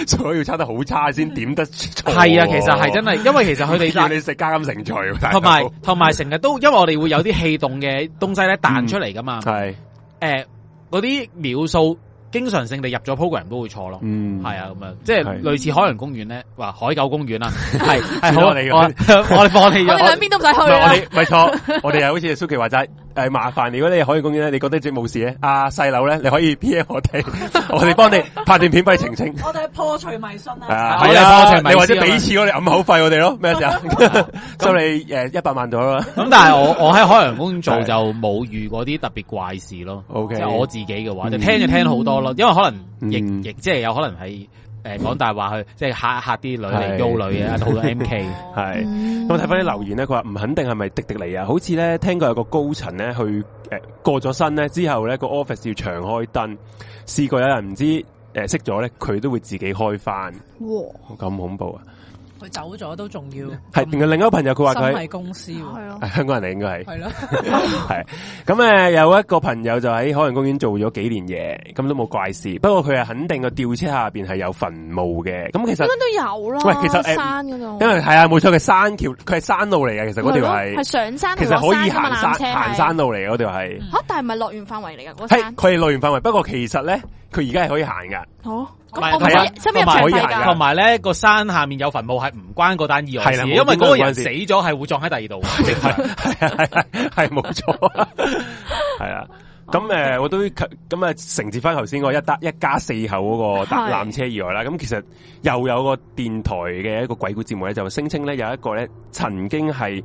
[SPEAKER 1] 所以要差得好差先點得錯
[SPEAKER 5] 係
[SPEAKER 1] 喎
[SPEAKER 5] 啊，其實係真係，因為其實佢
[SPEAKER 1] 要
[SPEAKER 5] 哋
[SPEAKER 1] 你食加減乘除喎，大佬
[SPEAKER 5] 同埋同埋成日都，因為我哋會有啲氣動嘅東西咧彈出嚟噶嘛，
[SPEAKER 1] 係
[SPEAKER 5] 诶、嗰啲秒數經常性地入咗 program 都會錯咯。
[SPEAKER 1] 嗯
[SPEAKER 5] 係啊，咁樣即係
[SPEAKER 1] 係
[SPEAKER 5] 類似海洋公園咧，話海狗 公園啦，係係好，啊
[SPEAKER 1] 算
[SPEAKER 5] 我
[SPEAKER 1] 啦你
[SPEAKER 5] 我我哋放棄
[SPEAKER 3] 我哋
[SPEAKER 5] 咗
[SPEAKER 3] 兩，邊都唔使
[SPEAKER 1] 啊
[SPEAKER 3] 去
[SPEAKER 1] 唔
[SPEAKER 3] 啊
[SPEAKER 1] 係我
[SPEAKER 3] 啦。
[SPEAKER 1] 哋，咪錯，我哋又好似 Suki 話齋，誒麻煩，如果你海洋公園咧，你覺得自己冇事咧，阿細佬咧，你可以 P M 我 哋，我哋幫你拍段片俾你澄清。
[SPEAKER 2] 我哋破除迷信
[SPEAKER 1] 係
[SPEAKER 2] 啊！
[SPEAKER 1] 啊，
[SPEAKER 5] 我哋
[SPEAKER 1] 係啊
[SPEAKER 5] 幫襯
[SPEAKER 1] 你
[SPEAKER 5] 迷
[SPEAKER 1] 或
[SPEAKER 5] 思
[SPEAKER 1] 者
[SPEAKER 5] 啊嘛
[SPEAKER 1] 俾錢我哋揞口費我哋咯，咩事啊？ 收你誒一百萬到啦。
[SPEAKER 5] 咁但係 我我喺海洋公園做
[SPEAKER 1] 係
[SPEAKER 5] 就冇遇過啲特別怪事咯。
[SPEAKER 1] O K，
[SPEAKER 5] 即係我自己嘅話，
[SPEAKER 1] 嗯
[SPEAKER 5] 就聽就聽好多咯，因為可能亦
[SPEAKER 1] 嗯
[SPEAKER 5] 亦即係有可能係诶講大話去，即係嚇嚇啲女嚟
[SPEAKER 1] 係嗯
[SPEAKER 5] 撩女啊，好多 M K
[SPEAKER 1] 係。
[SPEAKER 3] 嗯
[SPEAKER 1] 咁我睇翻啲留言咧，佢話唔肯定係咪迪迪嚟啊？好似咧聽過有個高層咧去誒、呃、過咗身咧之後咧個 office 要長開燈，試過有人唔知誒熄咗咧，佢都會自己開翻，咁
[SPEAKER 3] 哇
[SPEAKER 1] 恐怖啊！
[SPEAKER 2] 佢走咗都仲要
[SPEAKER 1] 係另外另一個朋友佢話佢
[SPEAKER 2] 心系公司
[SPEAKER 3] 系
[SPEAKER 2] 喎，
[SPEAKER 3] 咯，
[SPEAKER 1] 係 香港人嚟，應該係。
[SPEAKER 2] 係咯，
[SPEAKER 1] 咁诶、呃有一個朋友就喺海洋公園做咗幾年嘢，咁都冇怪事。不過佢係肯定個吊車下边係有墳墓嘅。咁其實
[SPEAKER 3] 咁樣都有啦。
[SPEAKER 1] 喂其實誒
[SPEAKER 3] 山嗰度，
[SPEAKER 1] 因為係啊，冇錯，佢山橋，佢係山路嚟嘅。其實嗰條
[SPEAKER 3] 系
[SPEAKER 1] 係，
[SPEAKER 3] 上山
[SPEAKER 1] 其
[SPEAKER 3] 同
[SPEAKER 1] 實
[SPEAKER 3] 落
[SPEAKER 1] 可以
[SPEAKER 3] 山㗎
[SPEAKER 1] 行
[SPEAKER 3] 嘛
[SPEAKER 1] 山
[SPEAKER 3] 纜車係
[SPEAKER 1] 行山路嚟嘅嗰條係。
[SPEAKER 2] 嗯
[SPEAKER 3] 吓，但係咪樂園範圍嚟㗎嗰個
[SPEAKER 1] 系
[SPEAKER 3] 山？
[SPEAKER 1] 佢係類型範圍，不過其實咧，佢而家係可以行噶，
[SPEAKER 3] 哦，
[SPEAKER 5] 唔
[SPEAKER 3] 咁
[SPEAKER 5] 係
[SPEAKER 3] 我唔
[SPEAKER 1] 係啊
[SPEAKER 3] 使使唔使入場
[SPEAKER 1] 可以
[SPEAKER 3] 費
[SPEAKER 1] 行㗎
[SPEAKER 5] 同
[SPEAKER 3] 㗎？
[SPEAKER 5] 埋咧個山下面有墳墓係唔關嗰單意外
[SPEAKER 1] 係
[SPEAKER 5] 事，
[SPEAKER 1] 啦冇
[SPEAKER 5] 因為嗰個
[SPEAKER 1] 關
[SPEAKER 5] 人
[SPEAKER 1] 事
[SPEAKER 5] 死咗係會撞喺第 二度嘅，正常
[SPEAKER 1] 係冇錯，係啊。
[SPEAKER 3] 哦
[SPEAKER 1] 咁诶、呃我都及咁啊，承接翻頭先嗰個一家一家四口嗰個搭
[SPEAKER 3] 係
[SPEAKER 1] 纜車以外啦。咁其實又有個電台嘅一個鬼故節目咧，就聲稱咧有一個咧曾經係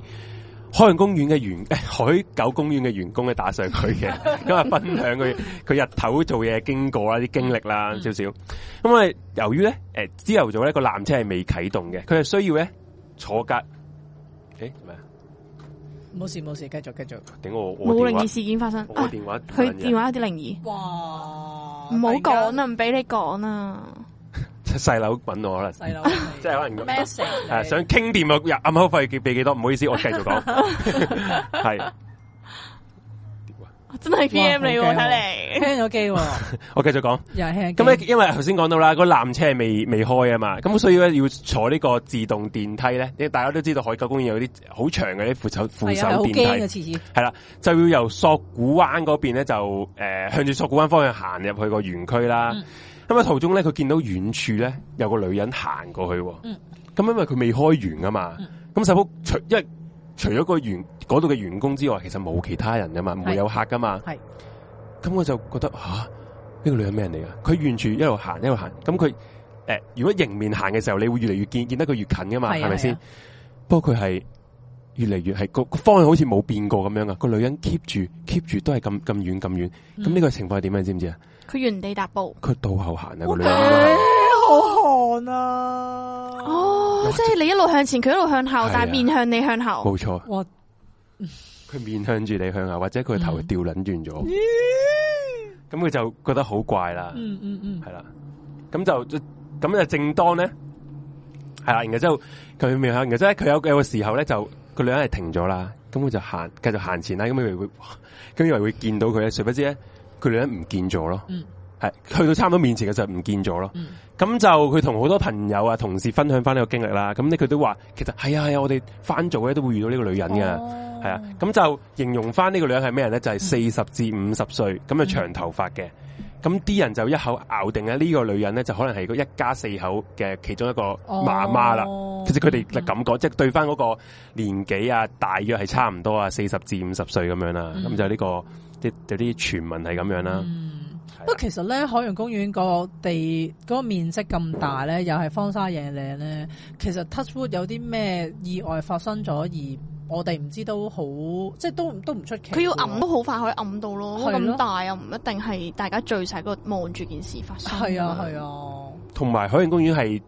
[SPEAKER 1] 海洋公園嘅員、 海狗公園嘅員工咧打上佢 嘅，咁啊分享佢佢日頭做嘢嘅經過啦、啲經歷啦
[SPEAKER 3] 嗯
[SPEAKER 1] 少少。咁啊，由於咧诶朝頭早咧個纜車係未啟動嘅，佢係需要咧坐隔诶咩啊？
[SPEAKER 2] 冇事冇事，繼續繼續。
[SPEAKER 1] 顶我我
[SPEAKER 3] 冇
[SPEAKER 1] 電
[SPEAKER 3] 靈
[SPEAKER 1] 話
[SPEAKER 3] 異事件發生
[SPEAKER 1] 我個
[SPEAKER 3] 啊！
[SPEAKER 1] 電話突
[SPEAKER 3] 佢
[SPEAKER 1] 然間
[SPEAKER 3] 電話有啲靈異，
[SPEAKER 2] 哇！
[SPEAKER 3] 唔好講
[SPEAKER 2] 啦，
[SPEAKER 3] 啦，唔俾你講啊！
[SPEAKER 1] 細佬揾我可能，
[SPEAKER 2] 細佬，
[SPEAKER 1] 即係可能
[SPEAKER 2] 咩事？
[SPEAKER 1] 诶想傾掂個入暗口費俾幾多？唔好意思，我繼續講。係
[SPEAKER 3] 真係 P M
[SPEAKER 1] 啊
[SPEAKER 2] 哇
[SPEAKER 3] 你
[SPEAKER 2] 好
[SPEAKER 3] 喎，
[SPEAKER 2] 驚
[SPEAKER 3] 睇
[SPEAKER 2] 喎
[SPEAKER 3] 嚟。
[SPEAKER 2] 輕咗機 喎，
[SPEAKER 1] 我繼續講。
[SPEAKER 2] 又係輕咗機。
[SPEAKER 1] 咁咧，因為頭先講到啦，個纜車係未未開啊嘛，咁所以咧要坐呢個自動電梯咧，因為大家都知道海狗公園有啲好長嘅啲扶手扶
[SPEAKER 2] 係
[SPEAKER 1] 手
[SPEAKER 2] 啊，係好
[SPEAKER 1] 電
[SPEAKER 2] 驚嘅
[SPEAKER 1] 梯，
[SPEAKER 2] 次次。
[SPEAKER 1] 係啦，就要由索古灣嗰邊咧就诶、呃向住索古灣方向行入去個園區啦。
[SPEAKER 2] 嗯
[SPEAKER 1] 咁啊、途中咧，佢見到遠處咧有個女人行過去喎，咁、
[SPEAKER 2] 嗯
[SPEAKER 1] 因為佢未開園啊嘛
[SPEAKER 2] 嗯，
[SPEAKER 1] 咁細佬除因為除咗個員嗰度嘅員工之外，其實冇其他人噶嘛，唔會有客噶嘛。
[SPEAKER 2] 係
[SPEAKER 1] 咁我就覺得吓呢、個女人咩人嚟噶？佢沿住一路行一路行，咁佢诶如果迎面行嘅時候，你會越嚟越見見得佢越近噶嘛，
[SPEAKER 2] 係啊
[SPEAKER 1] 係咪
[SPEAKER 2] 係
[SPEAKER 1] 先
[SPEAKER 2] 啊？
[SPEAKER 1] 不過佢係越嚟越係個個方向好似冇變過咁樣啊！個女人 keep 住 keep 住都係咁咁遠咁遠，咁呢、
[SPEAKER 2] 嗯
[SPEAKER 1] 個情況係點啊？你知唔知啊？
[SPEAKER 3] 佢原地踏步。
[SPEAKER 1] 佢倒後行啊！個女人
[SPEAKER 3] 哦
[SPEAKER 1] 應該係。
[SPEAKER 2] 好寒啊！
[SPEAKER 3] 哦，即係你一路向前，佢一路向後
[SPEAKER 1] 係啊，
[SPEAKER 3] 但係面向你向後。
[SPEAKER 1] 冇錯，
[SPEAKER 2] 哇！
[SPEAKER 1] 佢面向住你向下，或者佢頭
[SPEAKER 2] 嗯
[SPEAKER 1] 掉捻轉咗，咁佢、就覺得好怪啦，
[SPEAKER 2] 嗯嗯嗯，
[SPEAKER 1] 係啦、咁就咁就正當咧，係啦，然後之後佢面向，然後之後呢佢有有個時候咧就個女人係停咗啦，咁佢就行繼續行前啦，咁以為會，哇咁以為會見到佢咧，誰不知咧佢女人唔見咗咯，
[SPEAKER 2] 嗯
[SPEAKER 1] 係去到差唔多面前嘅時候唔見咗咯。
[SPEAKER 2] 嗯
[SPEAKER 1] 咁就佢同好多朋友啊、同事分享翻呢個經歷啦。咁咧佢都話，其實係啊係啊，我哋翻做咧都會遇到呢個女人嘅，係、
[SPEAKER 2] 哦嗯
[SPEAKER 1] 啊。咁就形容翻呢個女人係咩人咧？就係四十至五十歲，咁啊長頭髮嘅。咁啲人就一口咬定咧，呢、個女人咧就可能係個一家四口嘅其中一個媽媽啦。
[SPEAKER 2] 哦
[SPEAKER 1] 其實佢哋咁講，即係對翻嗰個年紀啊，大約係差唔多啊，四十至五十歲咁樣啦。咁、
[SPEAKER 2] 嗯
[SPEAKER 1] 就呢、個啲有啲傳聞係咁樣啦。
[SPEAKER 2] 嗯
[SPEAKER 1] 係啊
[SPEAKER 2] 不過其實咧，海洋公園個地嗰個面積咁大咧，又係荒沙野嶺咧，其實 Touchwood 有啲咩意外發生咗，而我哋唔知都好，即係都都唔出奇喎。
[SPEAKER 3] 佢要揞都好快可以揞到咯，
[SPEAKER 2] 係咯
[SPEAKER 3] 咁大又唔一定係大家聚晒嗰度望住件事發生。
[SPEAKER 2] 係啊係啊，
[SPEAKER 1] 同埋海洋公園係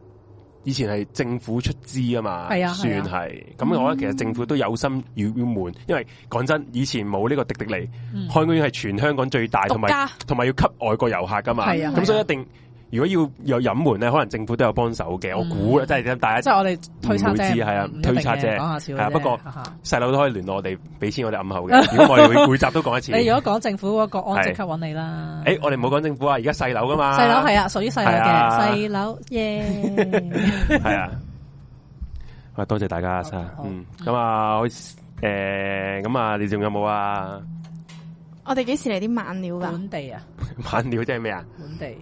[SPEAKER 1] 以前係政府出資啊嘛，
[SPEAKER 2] 係啊
[SPEAKER 1] 算
[SPEAKER 2] 係啊
[SPEAKER 1] 係。咁我覺得其實政府都有心要要瞞，因為講真，以前冇呢個迪迪尼，
[SPEAKER 2] 嗯
[SPEAKER 1] 海洋公園係全香港最大，同
[SPEAKER 3] 獨
[SPEAKER 1] 埋
[SPEAKER 3] 家
[SPEAKER 1] 同埋要吸外國遊客噶嘛。
[SPEAKER 2] 係啊係
[SPEAKER 1] 咁
[SPEAKER 2] 啊
[SPEAKER 1] 所以一定如果要有隱瞞咧，可能政府都有幫手嘅。我估啦，
[SPEAKER 2] 嗯
[SPEAKER 1] 即係大
[SPEAKER 2] 即
[SPEAKER 1] 家
[SPEAKER 2] 係我哋推測
[SPEAKER 1] 唔會
[SPEAKER 2] 啫，
[SPEAKER 1] 知係啊
[SPEAKER 2] 唔一定嘅
[SPEAKER 1] 推測啫
[SPEAKER 2] 講下笑
[SPEAKER 1] 係啊
[SPEAKER 2] 啫
[SPEAKER 1] 不過
[SPEAKER 2] 哈哈
[SPEAKER 1] 細佬都可以聯絡我哋，俾錢我哋暗口 嘅。如果我哋會每集都講一次。
[SPEAKER 2] 你
[SPEAKER 1] 誒，
[SPEAKER 2] 如果講政府嗰個國安，
[SPEAKER 1] 係
[SPEAKER 2] 即刻揾你啦。
[SPEAKER 1] 我哋唔好講政府啊，而家細樓噶嘛。
[SPEAKER 2] 細佬係啊，屬於細佬
[SPEAKER 1] 係啊
[SPEAKER 2] 嘅細佬 耶。
[SPEAKER 1] 系啊，啊多谢大家啊，
[SPEAKER 2] 好好
[SPEAKER 1] 嗯，咁啊，诶，咁啊，你仲有冇啊？
[SPEAKER 3] 我哋幾時嚟啲猛料㗎？
[SPEAKER 2] 本地啊，
[SPEAKER 1] 晚料即系咩啊？
[SPEAKER 2] 本地。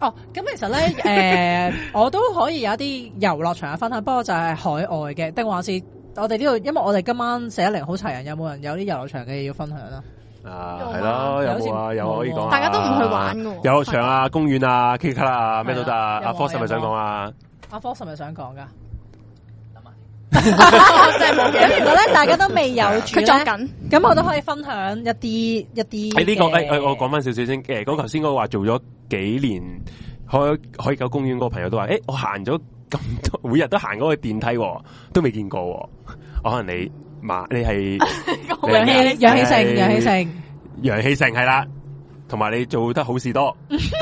[SPEAKER 2] 哦，咁其 實咧，诶、我都可以有一啲遊樂場嘅分享，不過就係海外嘅，定還是我哋呢度？因為我哋今晚四一零好齊人，有冇人有啲遊樂場嘅嘢要分享啊？
[SPEAKER 1] 啊
[SPEAKER 3] 有，啊
[SPEAKER 1] 系咯，有冇啊？
[SPEAKER 2] 有
[SPEAKER 1] 有可以讲，
[SPEAKER 3] 大家都唔去玩㗎喎
[SPEAKER 1] 游乐场啊、公園啊、K 卡啦啊，咩都得啊。
[SPEAKER 2] 係啊
[SPEAKER 1] 阿
[SPEAKER 2] 有冇
[SPEAKER 1] Force 係咪想講啊？
[SPEAKER 2] 阿 Fox 係咪想講噶？
[SPEAKER 3] 真係
[SPEAKER 2] 咁
[SPEAKER 3] 冇
[SPEAKER 2] 其實
[SPEAKER 3] 嘢，
[SPEAKER 2] 咧，大家都未有
[SPEAKER 1] 啊
[SPEAKER 2] 住
[SPEAKER 3] 佢
[SPEAKER 2] 咧
[SPEAKER 3] 作緊。
[SPEAKER 2] 咁我都可以分享一啲一啲嘅。
[SPEAKER 1] 哎喺呢個诶，誒我講翻少少先。诶，嗰頭先嗰個話做咗幾年海海狗公園嗰個朋友都話，诶，我行咗咁多，每 日都行嗰個電梯喎，都未見過喎。我可能你馬，你係
[SPEAKER 3] 我
[SPEAKER 1] 你係
[SPEAKER 2] 氧
[SPEAKER 1] 咩
[SPEAKER 2] 氣
[SPEAKER 1] 啊
[SPEAKER 2] 氧
[SPEAKER 1] 係
[SPEAKER 2] 氣性氧氣性，
[SPEAKER 1] 楊氣盛係啦，同埋你做得好事多，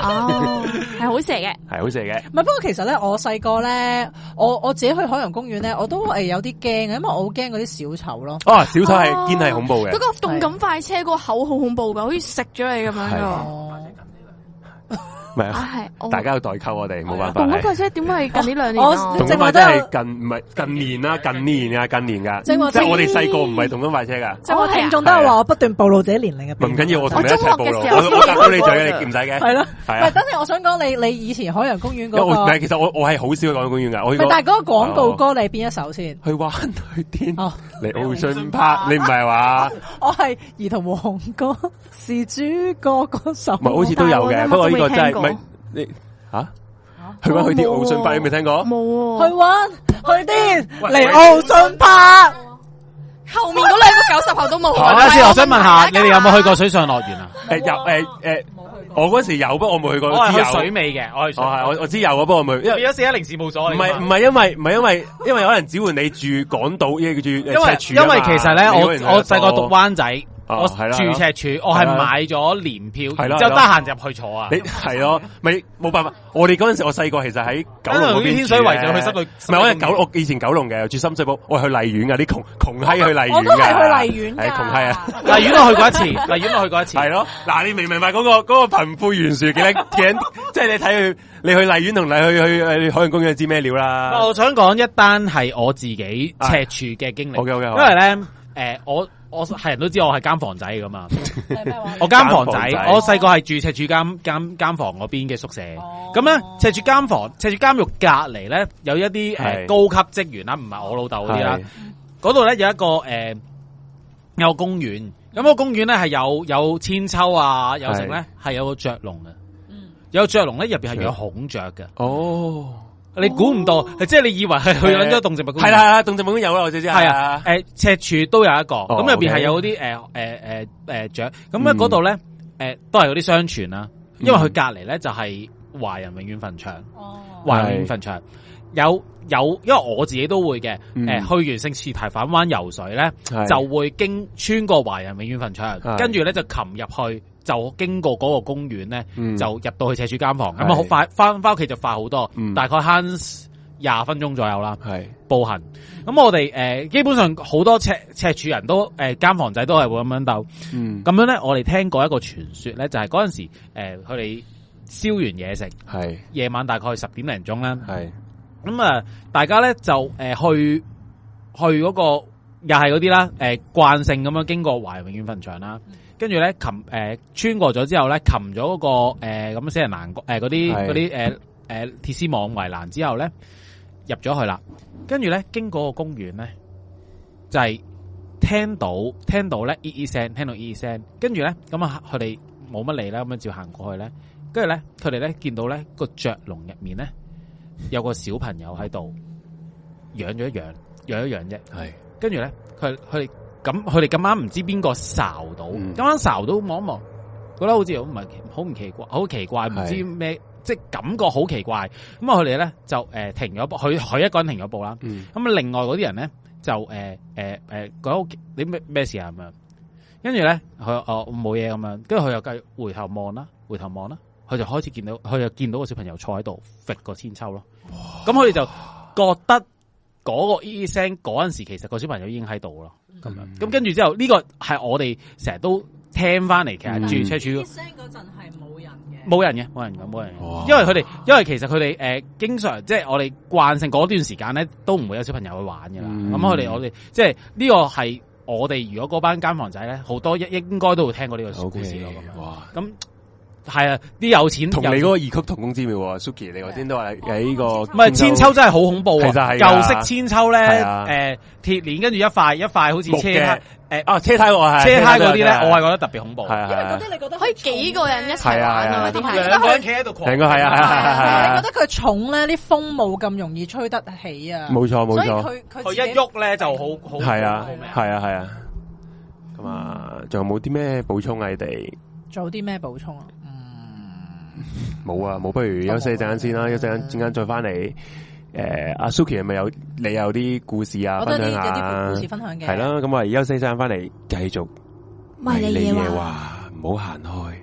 [SPEAKER 3] 哦，系好蛇嘅，
[SPEAKER 1] 係好事嚟嘅。
[SPEAKER 2] 唔係，不過其實咧，我細個咧，我我自己去海洋公園咧，我都誒有啲驚嘅，因為我好驚嗰啲小丑咯。
[SPEAKER 1] 哦，小丑係
[SPEAKER 3] 哦
[SPEAKER 1] 堅係恐怖嘅
[SPEAKER 3] 嗰。個動感快車嗰個口好恐怖噶，好似食咗你咁樣
[SPEAKER 1] 係
[SPEAKER 3] 噶。
[SPEAKER 2] 哦，
[SPEAKER 1] 唔係啊，
[SPEAKER 3] 啊係，我啊
[SPEAKER 1] 大家要代溝我哋冇辦法
[SPEAKER 3] 動感
[SPEAKER 1] 係。
[SPEAKER 3] 快車點解近呢兩年
[SPEAKER 2] 我
[SPEAKER 3] 啊
[SPEAKER 2] 我
[SPEAKER 1] 動感
[SPEAKER 2] 正話
[SPEAKER 1] 快
[SPEAKER 2] 都
[SPEAKER 1] 車
[SPEAKER 2] 有
[SPEAKER 1] 係近唔係近年啦，近年啊，近年噶，即
[SPEAKER 2] 正話
[SPEAKER 1] 係
[SPEAKER 2] 聽
[SPEAKER 1] 我哋細個唔係動感快車噶。
[SPEAKER 2] 即係我啊聽眾都係話我不斷暴露自己年齡嘅。
[SPEAKER 1] 啊唔緊要，我同你一
[SPEAKER 3] 我中學
[SPEAKER 1] 齊暴露，
[SPEAKER 3] 嘅時候
[SPEAKER 1] 我我答到你嘴嘅，你唔使嘅。
[SPEAKER 2] 係咯，
[SPEAKER 1] 係
[SPEAKER 2] 唔係
[SPEAKER 1] 啊，
[SPEAKER 2] 等陣，我想講你你以前海洋公園
[SPEAKER 1] 因為
[SPEAKER 2] 嗰
[SPEAKER 1] 我
[SPEAKER 2] 個，
[SPEAKER 1] 唔
[SPEAKER 2] 唔
[SPEAKER 1] 係，其實我我係好少去港島公園噶，我去
[SPEAKER 2] 係
[SPEAKER 1] 過哦
[SPEAKER 2] 但係嗰個廣告歌你邊一首先？
[SPEAKER 1] 去灣去天
[SPEAKER 2] 哦，
[SPEAKER 1] 嚟 Ocean Park，你唔係話？
[SPEAKER 2] 我係兒童和紅歌是主角嗰首。
[SPEAKER 1] 唔係，好似都有
[SPEAKER 3] 但係我
[SPEAKER 1] 嘅。不過呢個
[SPEAKER 3] 啱啱都未
[SPEAKER 1] 真係
[SPEAKER 3] 聽
[SPEAKER 1] 唔係
[SPEAKER 3] 過
[SPEAKER 1] 你吓，去翻去啲
[SPEAKER 3] 我冇
[SPEAKER 1] 奧信
[SPEAKER 3] 喎
[SPEAKER 1] 派，你未聽過？
[SPEAKER 3] 冇
[SPEAKER 2] 去
[SPEAKER 3] 啊，
[SPEAKER 2] 玩去啲
[SPEAKER 5] 喂
[SPEAKER 2] 嚟奧信拍。
[SPEAKER 3] 後面嗰兩個九十後都冇。
[SPEAKER 5] 等下先， 我想問下，你哋有冇去過水上樂園啊？
[SPEAKER 1] 誒有誒誒，我嗰時有，不過我冇去過，
[SPEAKER 5] 我
[SPEAKER 1] 知
[SPEAKER 5] 係
[SPEAKER 1] 有
[SPEAKER 5] 去。水尾嘅，我去
[SPEAKER 1] 我
[SPEAKER 5] 水尾。
[SPEAKER 1] 係我我知有啊，不過我冇去，因為
[SPEAKER 5] 咗四一零事務所
[SPEAKER 1] 唔係唔係因為唔係因為因為可能只換你住港島，亦住因
[SPEAKER 5] 因為因為其實咧，我我細個讀灣仔，
[SPEAKER 1] 哦
[SPEAKER 5] 我
[SPEAKER 1] 係啦
[SPEAKER 5] 住赤柱，我係
[SPEAKER 1] 係啦
[SPEAKER 5] 買咗年票，
[SPEAKER 1] 係啦
[SPEAKER 5] 然之
[SPEAKER 1] 係
[SPEAKER 5] 後得
[SPEAKER 1] 啦
[SPEAKER 5] 閒入去坐啊。
[SPEAKER 1] 你係咯，咪冇辦法。我哋嗰陣時，我細個其實喺九龍嗰
[SPEAKER 5] 因為
[SPEAKER 1] 邊
[SPEAKER 5] 啲天水圍就去
[SPEAKER 1] 室
[SPEAKER 5] 室內
[SPEAKER 1] 內，唔係我係九，我以前九龍嘅，住深水埗，我係去麗苑嘅，啲窮窮閪去麗苑㗎
[SPEAKER 2] 我都係去荔園㗎
[SPEAKER 1] 係窮閪 啊，
[SPEAKER 5] 荔園我去過一次， 荔園我去過一次，
[SPEAKER 1] 係咯。嗱，你明唔明白嗰個嗰個貧富懸殊幾撚幾撚即係你睇佢，你去麗苑同你去去去海洋公園，知咩料啦？
[SPEAKER 5] 我想講一單係我自己赤柱嘅經
[SPEAKER 1] 啊
[SPEAKER 5] 歷。
[SPEAKER 1] OK，OK，好
[SPEAKER 5] 因為咧，诶、我我係人都知我係間房仔噶嘛， 我間房仔
[SPEAKER 1] 間房，仔
[SPEAKER 5] 我細個係住赤柱間間间房嗰邊嘅宿舍。
[SPEAKER 2] 哦
[SPEAKER 5] 咁咧，赤柱間房、赤柱監獄隔離咧，有一啲
[SPEAKER 1] 係
[SPEAKER 5] 诶、高級職員啦，唔係我老豆嗰啲啦。嗰度咧有一個诶、有個公園，咁、個公園咧係有有千秋啊，有成咧係有個雀籠嘅，
[SPEAKER 2] 嗯
[SPEAKER 5] 有雀籠咧入边係有孔雀嘅。
[SPEAKER 1] 哦，
[SPEAKER 5] 你估唔
[SPEAKER 2] 哦
[SPEAKER 5] 到，即係你以為係去撚咗動植物公園
[SPEAKER 1] 係，啦，係啦，動植物公園有啦，我哋知
[SPEAKER 5] 係啊，，诶、赤柱都有一個，咁
[SPEAKER 1] 哦
[SPEAKER 5] 入边
[SPEAKER 1] OK 嗯
[SPEAKER 5] 係有嗰啲诶诶诶诶雀，咁咧嗰度咧诶都係嗰啲商傳啦，因為佢隔離咧就係華人永遠墳場，
[SPEAKER 2] 哦，
[SPEAKER 5] 華人永遠墳場有有，因為我自己都會嘅，诶、
[SPEAKER 1] 嗯
[SPEAKER 5] 去完聖士提反灣游水咧，
[SPEAKER 1] 係
[SPEAKER 5] 就會經穿過華人永遠墳場，
[SPEAKER 1] 係
[SPEAKER 5] 跟住咧就擒入去。就經過嗰個公園咧，
[SPEAKER 1] 嗯
[SPEAKER 5] 就入到去赤柱間房，咁啊
[SPEAKER 1] 係
[SPEAKER 5] 好快，翻翻屋企就快好多，
[SPEAKER 1] 嗯
[SPEAKER 5] 大概慳廿分鐘左右啦。
[SPEAKER 1] 係
[SPEAKER 5] 步行。咁我哋誒、呃基本上好多赤赤柱人都誒、呃、間房仔都係會咁樣鬥。
[SPEAKER 1] 嗯
[SPEAKER 5] 咁樣咧，我哋聽過一個傳說咧，就係嗰陣時誒佢哋燒完嘢食，
[SPEAKER 1] 係
[SPEAKER 5] 夜晚大概十點零鐘啦。
[SPEAKER 1] 係
[SPEAKER 5] 咁啊、大家咧就誒、呃去去嗰、個又係嗰啲啦，誒、呃、慣性咁樣經過華人永遠墳場啦。跟住咧，擒誒、呃穿過咗之後咧，擒咗嗰個誒咁、死人欄誒嗰啲
[SPEAKER 1] 係
[SPEAKER 5] 嗰啲誒誒鐵絲網圍欄之後咧，入咗去啦。跟住咧，經過個公園咧，就係、聽到聽到咧咿咿聲，聽到咿咿聲。跟住咧，咁啊佢哋冇乜理啦，咁樣照行過去咧。跟住咧，佢哋咧見到咧個雀籠入面咧有個小朋友喺度養咗一養，養一養啫。
[SPEAKER 1] 係
[SPEAKER 5] 跟住咧，佢佢哋咁，佢哋咁啱唔知邊個睄到，
[SPEAKER 1] 嗯
[SPEAKER 5] 咁啱睄到望一望，覺得好似好唔係好唔奇怪，好奇怪，唔知
[SPEAKER 1] 係
[SPEAKER 5] 咩，即係感覺好奇怪。咁啊，佢哋咧就誒、呃停咗步，佢佢一個人停咗步啦。
[SPEAKER 1] 嗯
[SPEAKER 5] 咁啊，另外嗰啲人咧就呃誒誒誒覺得好奇你咩咩事啊咁樣。跟住咧，佢哦冇嘢咁樣，跟住佢又繼續回頭望啦，回頭望啦，佢就開始見到，佢就見到個小朋友坐喺度揈個千秋咯。咁佢哋就覺得嗰個 E 咿咿聲嗰陣時，其實個小朋友已經喺度咯。咁樣，咁跟住之後，呢、個係我哋成日都聽翻嚟，其實
[SPEAKER 1] 嗯
[SPEAKER 5] 住車
[SPEAKER 2] 啲
[SPEAKER 5] 處
[SPEAKER 2] 聲嗰陣係冇人嘅。
[SPEAKER 5] 冇人嘅，冇人嘅，冇人嘅
[SPEAKER 1] 哇
[SPEAKER 5] 因為佢哋，因為其實佢哋誒經常即係我哋慣性嗰段時間咧，都唔會有小朋友去玩嘅啦。
[SPEAKER 1] 嗯
[SPEAKER 5] 咁佢哋我哋即係呢個係我哋如果嗰班間房仔咧，好多應應該都會聽過呢個
[SPEAKER 1] O
[SPEAKER 5] 故事咯。
[SPEAKER 1] K，
[SPEAKER 5] 咁樣
[SPEAKER 1] 哇！
[SPEAKER 5] 咁係啊，啲有錢
[SPEAKER 1] 同你
[SPEAKER 5] 有
[SPEAKER 1] 嗰
[SPEAKER 5] 錢
[SPEAKER 1] 個異曲同工之妙喎，Suki，你頭先都話喺呢個
[SPEAKER 5] 唔係千秋真係好恐怖啊！
[SPEAKER 1] 其實係㗎
[SPEAKER 5] 舊式千秋咧，
[SPEAKER 1] 係啊
[SPEAKER 5] 誒鐵鏈跟住一塊一塊好似
[SPEAKER 1] 木
[SPEAKER 5] 車
[SPEAKER 1] 嘅
[SPEAKER 5] 胎
[SPEAKER 1] 啊車胎我係啊
[SPEAKER 5] 車胎嗰啲咧，我係覺得特別恐怖。
[SPEAKER 1] 係
[SPEAKER 2] 因為嗰
[SPEAKER 1] 係
[SPEAKER 2] 啲你覺得
[SPEAKER 3] 可以幾個人一齊
[SPEAKER 1] 係啊係
[SPEAKER 3] 玩
[SPEAKER 1] 啊
[SPEAKER 3] 啊？嗰啲係
[SPEAKER 5] 兩個人企喺度狂，
[SPEAKER 1] 應該係啊係啊係啊係啊
[SPEAKER 2] 係你覺得佢重咧，啲風冇咁容易吹得起啊。
[SPEAKER 1] 冇錯冇
[SPEAKER 2] 所以
[SPEAKER 1] 錯，
[SPEAKER 2] 佢佢
[SPEAKER 5] 佢
[SPEAKER 2] 自己
[SPEAKER 5] 一喐咧就好好
[SPEAKER 1] 係啊
[SPEAKER 5] 好咩
[SPEAKER 1] 係啊係啊。咁啊，仲有冇啲咩補充啊？你哋
[SPEAKER 2] 做啲咩補充啊？嗯，
[SPEAKER 1] 冇啊，冇，不如休息一陣間先
[SPEAKER 2] 哦
[SPEAKER 1] 啦，休息一陣間再翻嚟。誒，阿 Suki 係咪有你有啲故事啊？
[SPEAKER 2] 我都有
[SPEAKER 1] 分
[SPEAKER 2] 啲
[SPEAKER 1] 享
[SPEAKER 2] 有啲
[SPEAKER 1] 下
[SPEAKER 2] 故事分享嘅。
[SPEAKER 1] 係啦，咁啊我哋休息一陣間翻嚟繼續
[SPEAKER 3] 迷你嘢話。
[SPEAKER 1] 話，唔好行開。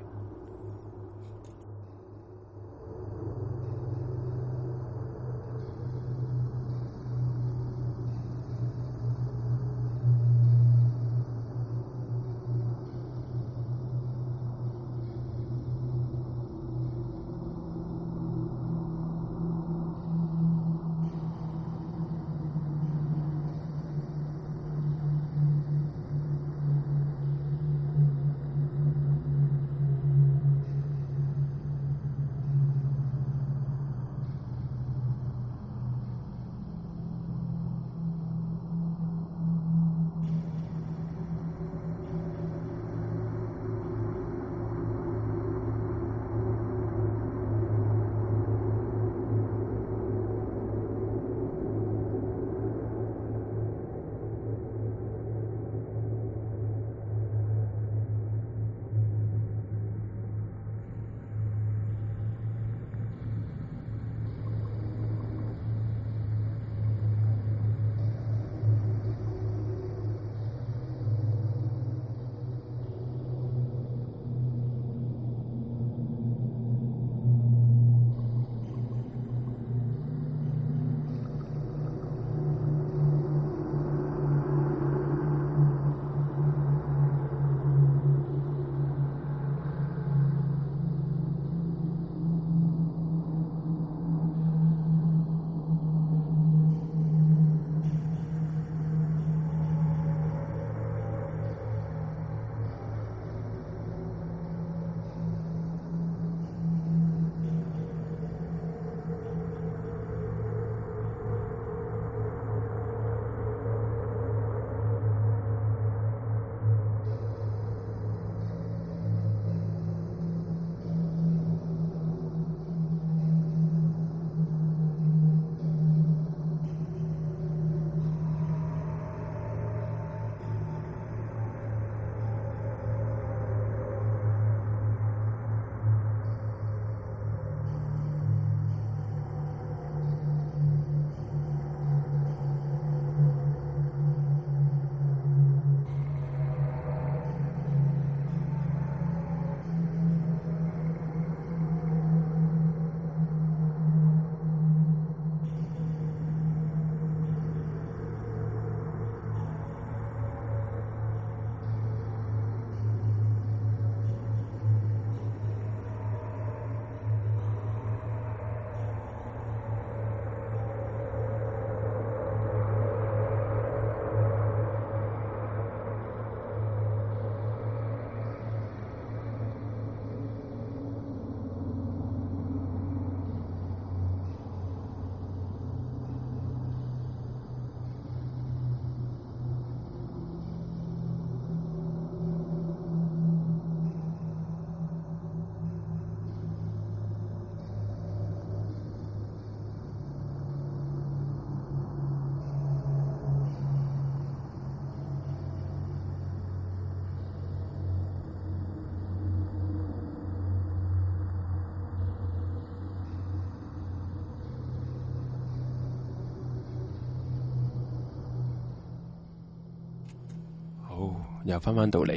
[SPEAKER 1] 又翻翻到嚟，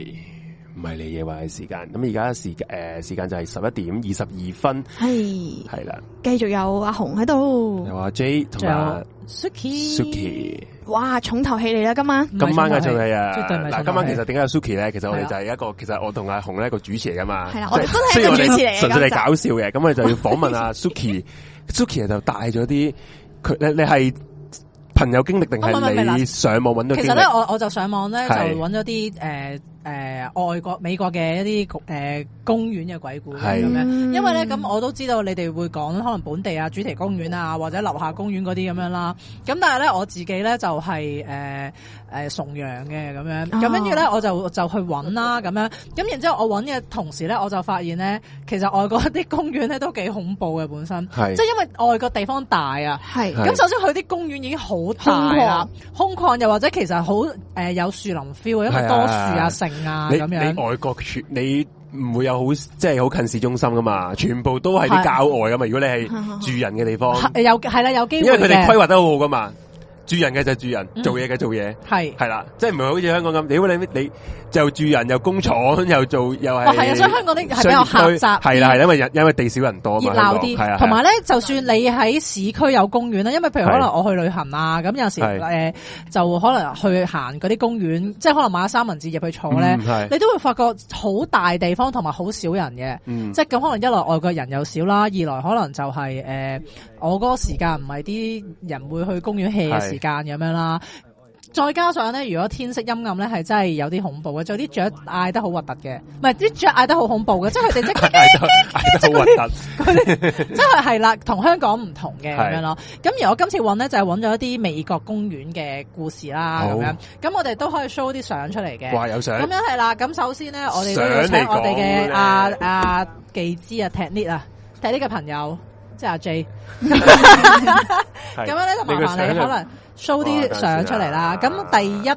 [SPEAKER 1] 唔係你嘢話嘅時間。咁而家時誒、呃、時間就係十一點二十二分，
[SPEAKER 3] 系
[SPEAKER 1] 係啦。
[SPEAKER 3] 繼續有阿紅喺度
[SPEAKER 1] 又，話 J 同
[SPEAKER 2] 仲有
[SPEAKER 1] 埋
[SPEAKER 2] Suki
[SPEAKER 1] Suki，
[SPEAKER 3] 哇，重頭戲嚟啦，今晚
[SPEAKER 1] 今晚嘅做
[SPEAKER 2] 係
[SPEAKER 1] 戲啊！
[SPEAKER 2] 絕對唔係
[SPEAKER 1] 嗱，
[SPEAKER 2] 重頭戲
[SPEAKER 1] 今晚其實點解有 Suki 咧？其實我哋
[SPEAKER 2] 係啊
[SPEAKER 1] 就係一個，其實我同阿紅咧個主持嚟噶嘛。
[SPEAKER 3] 係啦
[SPEAKER 1] 即
[SPEAKER 3] 我哋真係
[SPEAKER 1] 雖然我哋
[SPEAKER 3] 一個主持嚟嘅
[SPEAKER 1] 純粹
[SPEAKER 3] 今集
[SPEAKER 1] 係搞笑嘅。咁我哋就要訪問阿 Suki。Suki 就帶咗啲佢，你你係朋友經歷定
[SPEAKER 2] 哦唔係唔係唔係
[SPEAKER 1] 係你
[SPEAKER 2] 嗱
[SPEAKER 1] 上網揾到
[SPEAKER 2] 其
[SPEAKER 1] 經
[SPEAKER 2] 實咧，
[SPEAKER 1] 歷？
[SPEAKER 2] 我我就上網咧就
[SPEAKER 1] 係
[SPEAKER 2] 揾咗啲诶诶外國美國嘅一啲诶、呃公園嘅鬼故
[SPEAKER 1] 係
[SPEAKER 2] 咁樣。
[SPEAKER 3] 嗯
[SPEAKER 2] 因為咧咁我都知道你哋會講可能本地啊主題公園啊或者樓下公園嗰啲咁樣啦。咁但係咧我自己咧就係誒誒崇洋嘅咁樣，咁
[SPEAKER 3] 哦
[SPEAKER 2] 跟住咧我就就去揾啦咁樣。咁然之後我揾嘅同時咧，我就發現咧其實外國啲公園咧都幾恐怖嘅本身，
[SPEAKER 1] 係
[SPEAKER 2] 即係因為外國地方大啊。
[SPEAKER 3] 係
[SPEAKER 1] 係
[SPEAKER 2] 咁首先佢啲公園已經好大啦，空曠又或者其實好誒、呃有樹林 feel 嘅，因為
[SPEAKER 1] 係
[SPEAKER 2] 多樹
[SPEAKER 1] 係
[SPEAKER 2] 啊、
[SPEAKER 1] 係
[SPEAKER 2] 城啊
[SPEAKER 1] 你
[SPEAKER 2] 咁
[SPEAKER 1] 你
[SPEAKER 2] 樣。
[SPEAKER 1] 外國全你唔會有好即係好近市中心噶嘛？全部都係啲
[SPEAKER 2] 係
[SPEAKER 1] 郊外噶嘛？如果你係住人嘅地方，
[SPEAKER 2] 係有係啦，有機
[SPEAKER 1] 因
[SPEAKER 2] 會
[SPEAKER 1] 為佢哋規
[SPEAKER 2] 嘅，嗯
[SPEAKER 1] 劃得好好噶嘛。住人嘅就住人，做嘢嘅做嘢，
[SPEAKER 2] 係
[SPEAKER 1] 係啦，即係唔係好似香港咁？屌你你就住人又工廠又做又係
[SPEAKER 2] 哦，係啊，所以香港啲係比較狹窄，
[SPEAKER 1] 係啦係啦，因為人因為地少人多嘛，
[SPEAKER 2] 熱鬧
[SPEAKER 1] 係啊，
[SPEAKER 2] 啲。同埋咧，就算你喺市區有公園啦，因為譬如
[SPEAKER 1] 係
[SPEAKER 2] 可能我去旅行啊，咁有時
[SPEAKER 1] 係
[SPEAKER 2] 誒就可能去行嗰啲公園，即係可能買咗三文治入去坐咧，
[SPEAKER 1] 係
[SPEAKER 2] 你都會發覺好大地方同埋好少人嘅。
[SPEAKER 1] 嗯
[SPEAKER 2] 即係咁，可能一來外國人又少啦，二來可能就係、呃我嗰個時間唔係啲人會去公園 hea 嘅時間咁樣啦。再加上咧，如果天色陰暗咧，係真係有啲恐怖嘅，仲有啲雀嗌得好核突嘅，唔係啲雀嗌得好恐怖嘅，即係佢哋 即係
[SPEAKER 1] 嗌得嗌得好核突，
[SPEAKER 2] 即係係啦，同香港唔同嘅
[SPEAKER 1] 係
[SPEAKER 2] 咁樣咯。咁而我今次揾咧就係揾咗一啲美國公園嘅故事啦，
[SPEAKER 1] 好
[SPEAKER 2] 咁樣。咁我哋都可以 show 啲相出嚟嘅。
[SPEAKER 1] 哇有相
[SPEAKER 2] 咁，樣係啦，咁首先咧，我哋都
[SPEAKER 1] 相
[SPEAKER 2] 要
[SPEAKER 1] 嚟
[SPEAKER 2] 請
[SPEAKER 1] 講
[SPEAKER 2] 我哋
[SPEAKER 1] 咧
[SPEAKER 2] 嘅阿阿技資啊 t e c h n i c 啊 t e c h n i c 嘅朋友，即係阿 J，
[SPEAKER 1] 係
[SPEAKER 2] 咁樣咧就麻煩
[SPEAKER 1] 你
[SPEAKER 2] 你
[SPEAKER 1] 個
[SPEAKER 2] 可
[SPEAKER 1] 相
[SPEAKER 2] 能 show
[SPEAKER 1] 哇
[SPEAKER 2] 啲相出嚟啦。咁第一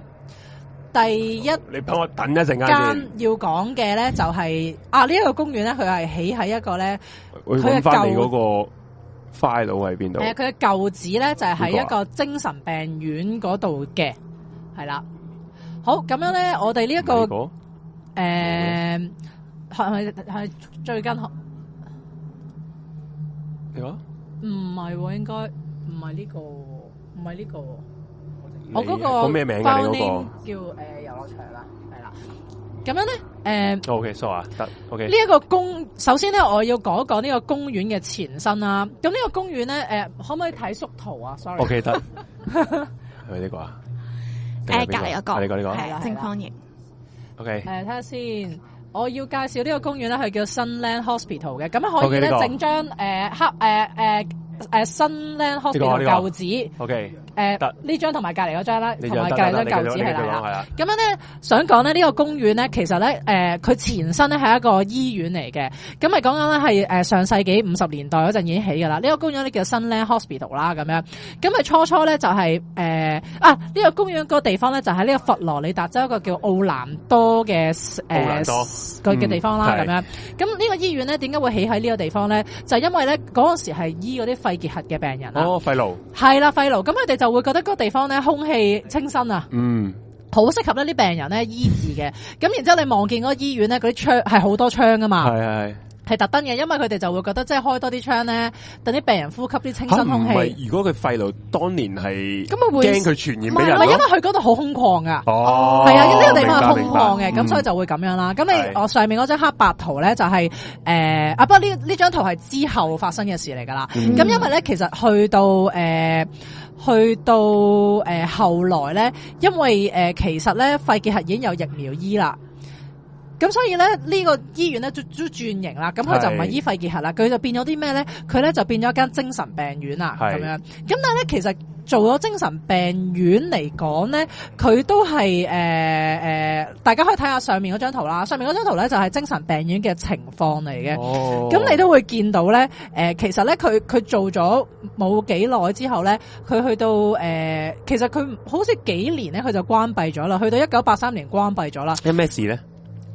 [SPEAKER 2] 第一
[SPEAKER 1] 你幫我等一陣間
[SPEAKER 2] 間
[SPEAKER 1] 先，
[SPEAKER 2] 要講嘅咧就係啊呢一個公園咧，佢係起喺一個咧。
[SPEAKER 1] 我要揾翻你嗰個 file 喺邊度？
[SPEAKER 2] 诶，佢嘅舊址咧就係喺
[SPEAKER 1] 呢
[SPEAKER 2] 一
[SPEAKER 1] 個啊
[SPEAKER 2] 個精神病院嗰度嘅，係啦。好，咁樣咧，我哋呢一個
[SPEAKER 1] 個
[SPEAKER 2] 诶，係咪係最近
[SPEAKER 1] 你話
[SPEAKER 2] 唔係喎，應該唔係呢個喎，唔係呢個喎。我嗰
[SPEAKER 1] 你
[SPEAKER 2] 個
[SPEAKER 1] 講咩名啊？你
[SPEAKER 2] file
[SPEAKER 1] 嗰個？
[SPEAKER 2] name 叫诶遊樂場啦，係啦。咁樣咧，诶。
[SPEAKER 1] O K，so 啊，得 O K，
[SPEAKER 2] 呢一個公，首先咧，我要講一講呢個公園嘅前身啦。咁呢個公園咧，诶、可唔可以睇縮圖啊？sorry，
[SPEAKER 1] O K 得，係咪呢個啊？啊你講你
[SPEAKER 2] 係
[SPEAKER 3] 誒隔離嗰個
[SPEAKER 1] 講
[SPEAKER 2] 啦
[SPEAKER 3] 係正方形，
[SPEAKER 1] ，O K，
[SPEAKER 2] 呃诶，睇下先，我要介紹呢個公園咧，佢叫 Sunland Hospital 嘅，咁可以
[SPEAKER 1] OK，
[SPEAKER 2] 咧
[SPEAKER 1] 呢個
[SPEAKER 2] 整張诶黑诶诶诶 Sunland
[SPEAKER 1] 呢
[SPEAKER 2] Hospital
[SPEAKER 1] 個呢個
[SPEAKER 2] 舊址
[SPEAKER 1] O K，
[SPEAKER 2] 诶
[SPEAKER 1] 得
[SPEAKER 2] 呢張同埋隔離嗰張啦，
[SPEAKER 1] 你
[SPEAKER 2] 同
[SPEAKER 1] 就
[SPEAKER 2] 埋
[SPEAKER 1] 得
[SPEAKER 2] 隔
[SPEAKER 1] 得
[SPEAKER 2] 離
[SPEAKER 1] 得，你
[SPEAKER 2] 張
[SPEAKER 1] 繼續
[SPEAKER 2] 舊址
[SPEAKER 1] 你繼續
[SPEAKER 2] 係啦係
[SPEAKER 1] 講
[SPEAKER 2] 啦。
[SPEAKER 1] 係啦，
[SPEAKER 2] 咁樣咧，想講咧呢個公園咧，其實咧，誒、佢前身咧係一個醫院嚟嘅，咁咪講緊咧係誒上世紀五十年代嗰陣已經起㗎啦。呢、個公園咧叫 Sunland Hospital 啦，咁樣，咁咪初初咧就係、呃啊呢、個公園個地方咧就喺呢個佛羅里達州一個叫奧蘭多嘅誒
[SPEAKER 1] 奧蘭多
[SPEAKER 2] 個嘅地方啦，
[SPEAKER 1] 嗯
[SPEAKER 2] 咁、樣。咁呢個醫院咧點解會起喺呢個地方咧？就係因為咧嗰陣時係醫嗰啲肺結核嘅病人啦，啊
[SPEAKER 1] 哦，費勞，
[SPEAKER 2] 係啦、肺癆，咁佢哋就會覺得嗰個地方咧空氣清新啊。
[SPEAKER 1] 嗯，
[SPEAKER 2] 好適合呢啲病人咧醫治嘅，咁然之後你望見嗰個醫院咧，嗰啲窗係好多窗噶嘛，
[SPEAKER 1] 係係
[SPEAKER 2] 係特登嘅，因為佢哋就會覺得即係開多啲窗咧，等啲病人呼吸啲清
[SPEAKER 1] 係，嚇
[SPEAKER 2] 新
[SPEAKER 1] 唔
[SPEAKER 2] 空氣，
[SPEAKER 1] 係，如果佢費勞當年係
[SPEAKER 2] 咁咪會
[SPEAKER 1] 驚佢傳
[SPEAKER 2] 唔
[SPEAKER 1] 染俾
[SPEAKER 2] 係
[SPEAKER 1] 人
[SPEAKER 2] 唔係因為
[SPEAKER 1] 咯，
[SPEAKER 2] 佢嗰度好空曠噶。
[SPEAKER 1] 哦，
[SPEAKER 2] 係啊，呢、個地方係空
[SPEAKER 1] 明白
[SPEAKER 2] 曠嘅，
[SPEAKER 1] 明白嗯
[SPEAKER 2] 咁所以就會咁樣啦。咁你
[SPEAKER 1] 係
[SPEAKER 2] 我上面嗰張黑白圖咧，就係、呃啊，不過呢呢張圖係之後發生嘅事嚟㗎啦。
[SPEAKER 1] 嗯
[SPEAKER 2] 咁因為咧，其實去到誒、呃去到誒、呃、後來咧，因為誒、呃其實咧肺結核已經有疫苗醫啦。咁所以咧，呢、個醫院咧都都轉型啦，咁佢就唔係
[SPEAKER 1] 係
[SPEAKER 2] 醫肺結核啦，佢就變咗啲咩咧？佢咧就變咗一間精神病院啦，
[SPEAKER 1] 係
[SPEAKER 2] 咁樣。咁但係咧，其實做咗精神病院嚟講咧，佢都係誒誒，大家可以睇下上面嗰張圖啦。上面嗰張圖咧就係精神病院嘅情況嚟嘅。
[SPEAKER 1] 哦，
[SPEAKER 2] 咁你都會見到咧，誒、其實咧佢佢做咗冇幾耐之後咧，佢去到誒、呃其實佢好似幾年咧，佢就關閉咗啦，去到一九八三年關閉咗啦，
[SPEAKER 1] 有咩事咧？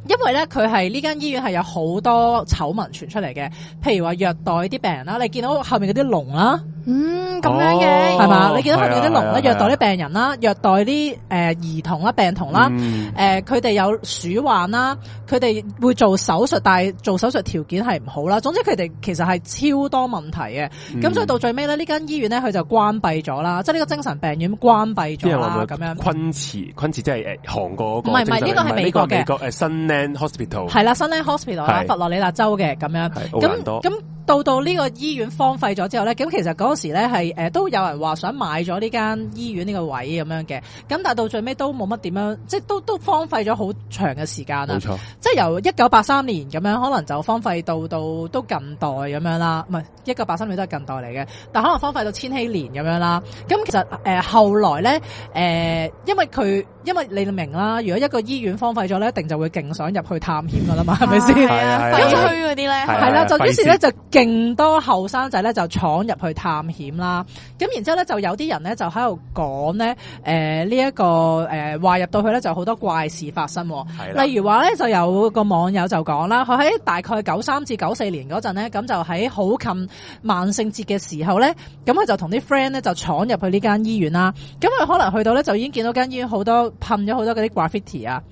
[SPEAKER 2] 因為咧佢係呢間醫院係有好多醜聞傳出嚟嘅，譬如話虐待啲病人啦，你見到後面嗰啲龍啦，
[SPEAKER 3] 嗯，咁樣嘅，
[SPEAKER 2] 係
[SPEAKER 1] 哦
[SPEAKER 2] 嘛？你見到佢哋嗰啲
[SPEAKER 1] 係啊哦
[SPEAKER 2] 籠
[SPEAKER 1] 係啊
[SPEAKER 2] 咧，虐待啲病人啦，虐待啲诶兒童啦、病童啦，
[SPEAKER 1] 嗯
[SPEAKER 2] 诶呃佢哋有鼠患啦，佢哋會做手術，但係做手術條件係唔好啦。總之佢哋其實係超多問題嘅。
[SPEAKER 1] 嗯
[SPEAKER 2] 咁、所以到最尾咧，呢間醫院咧佢就關閉咗啦，即係呢個精神病院關閉
[SPEAKER 1] 啲
[SPEAKER 2] 咗
[SPEAKER 1] 人話
[SPEAKER 2] 啦，
[SPEAKER 1] 咪
[SPEAKER 2] 啊咁樣。
[SPEAKER 1] 昆池，昆池即係诶韩国嗰
[SPEAKER 2] 唔係唔係呢
[SPEAKER 1] 個精
[SPEAKER 2] 個係
[SPEAKER 1] 神病
[SPEAKER 2] 美國嘅
[SPEAKER 1] 呢個係美國誒 Sunland Hospital
[SPEAKER 2] 係啦，新 n Hospital 啦，
[SPEAKER 1] 係
[SPEAKER 2] 佛羅里達州嘅咁樣。
[SPEAKER 1] 係奧蘭
[SPEAKER 2] 咁
[SPEAKER 1] 多
[SPEAKER 2] 咁到到呢個醫院荒廢咗之後咧，咁其實嗰時咧係誒都有人話想買咗呢間醫院呢個位咁樣嘅，咁但係到最尾都冇乜點樣，即係都都荒廢咗好長嘅時間啊啦
[SPEAKER 1] 冇。錯，
[SPEAKER 2] 即係由一九八三年咁樣，可能就荒廢到到都近代咁樣啦，唔係一九八三年都係近代嚟嘅，但可能荒廢到千禧年咁樣啦。咁其實誒、呃、後來咧誒、呃因為佢因為你明啦，如果一個醫院荒廢咗咧，一定就會勁想入去探險噶啦 嘛，係咪先？
[SPEAKER 3] 係啊，
[SPEAKER 1] 係啊
[SPEAKER 3] 廢
[SPEAKER 1] 係啊
[SPEAKER 3] 墟嗰啲
[SPEAKER 1] 係
[SPEAKER 3] 咧，
[SPEAKER 2] 係啦，就
[SPEAKER 1] 費
[SPEAKER 2] 於是
[SPEAKER 1] 事
[SPEAKER 2] 咧就勁多後生仔咧就闖入去探險啦。咁然之後咧就有啲人咧就喺度講咧，誒呢一個誒話入到去咧就好多怪事發生喎。
[SPEAKER 1] 係啦
[SPEAKER 2] 例如話咧就有個網友就講啦，佢喺大概九三至九四年嗰陣咧，咁就喺好近萬聖節嘅時候咧，咁佢就同啲 friend 咧就闖入去呢間醫院啦。咁佢可能去到咧就已經見到間醫院好多噴咗好多嗰啲 graffiti 啊。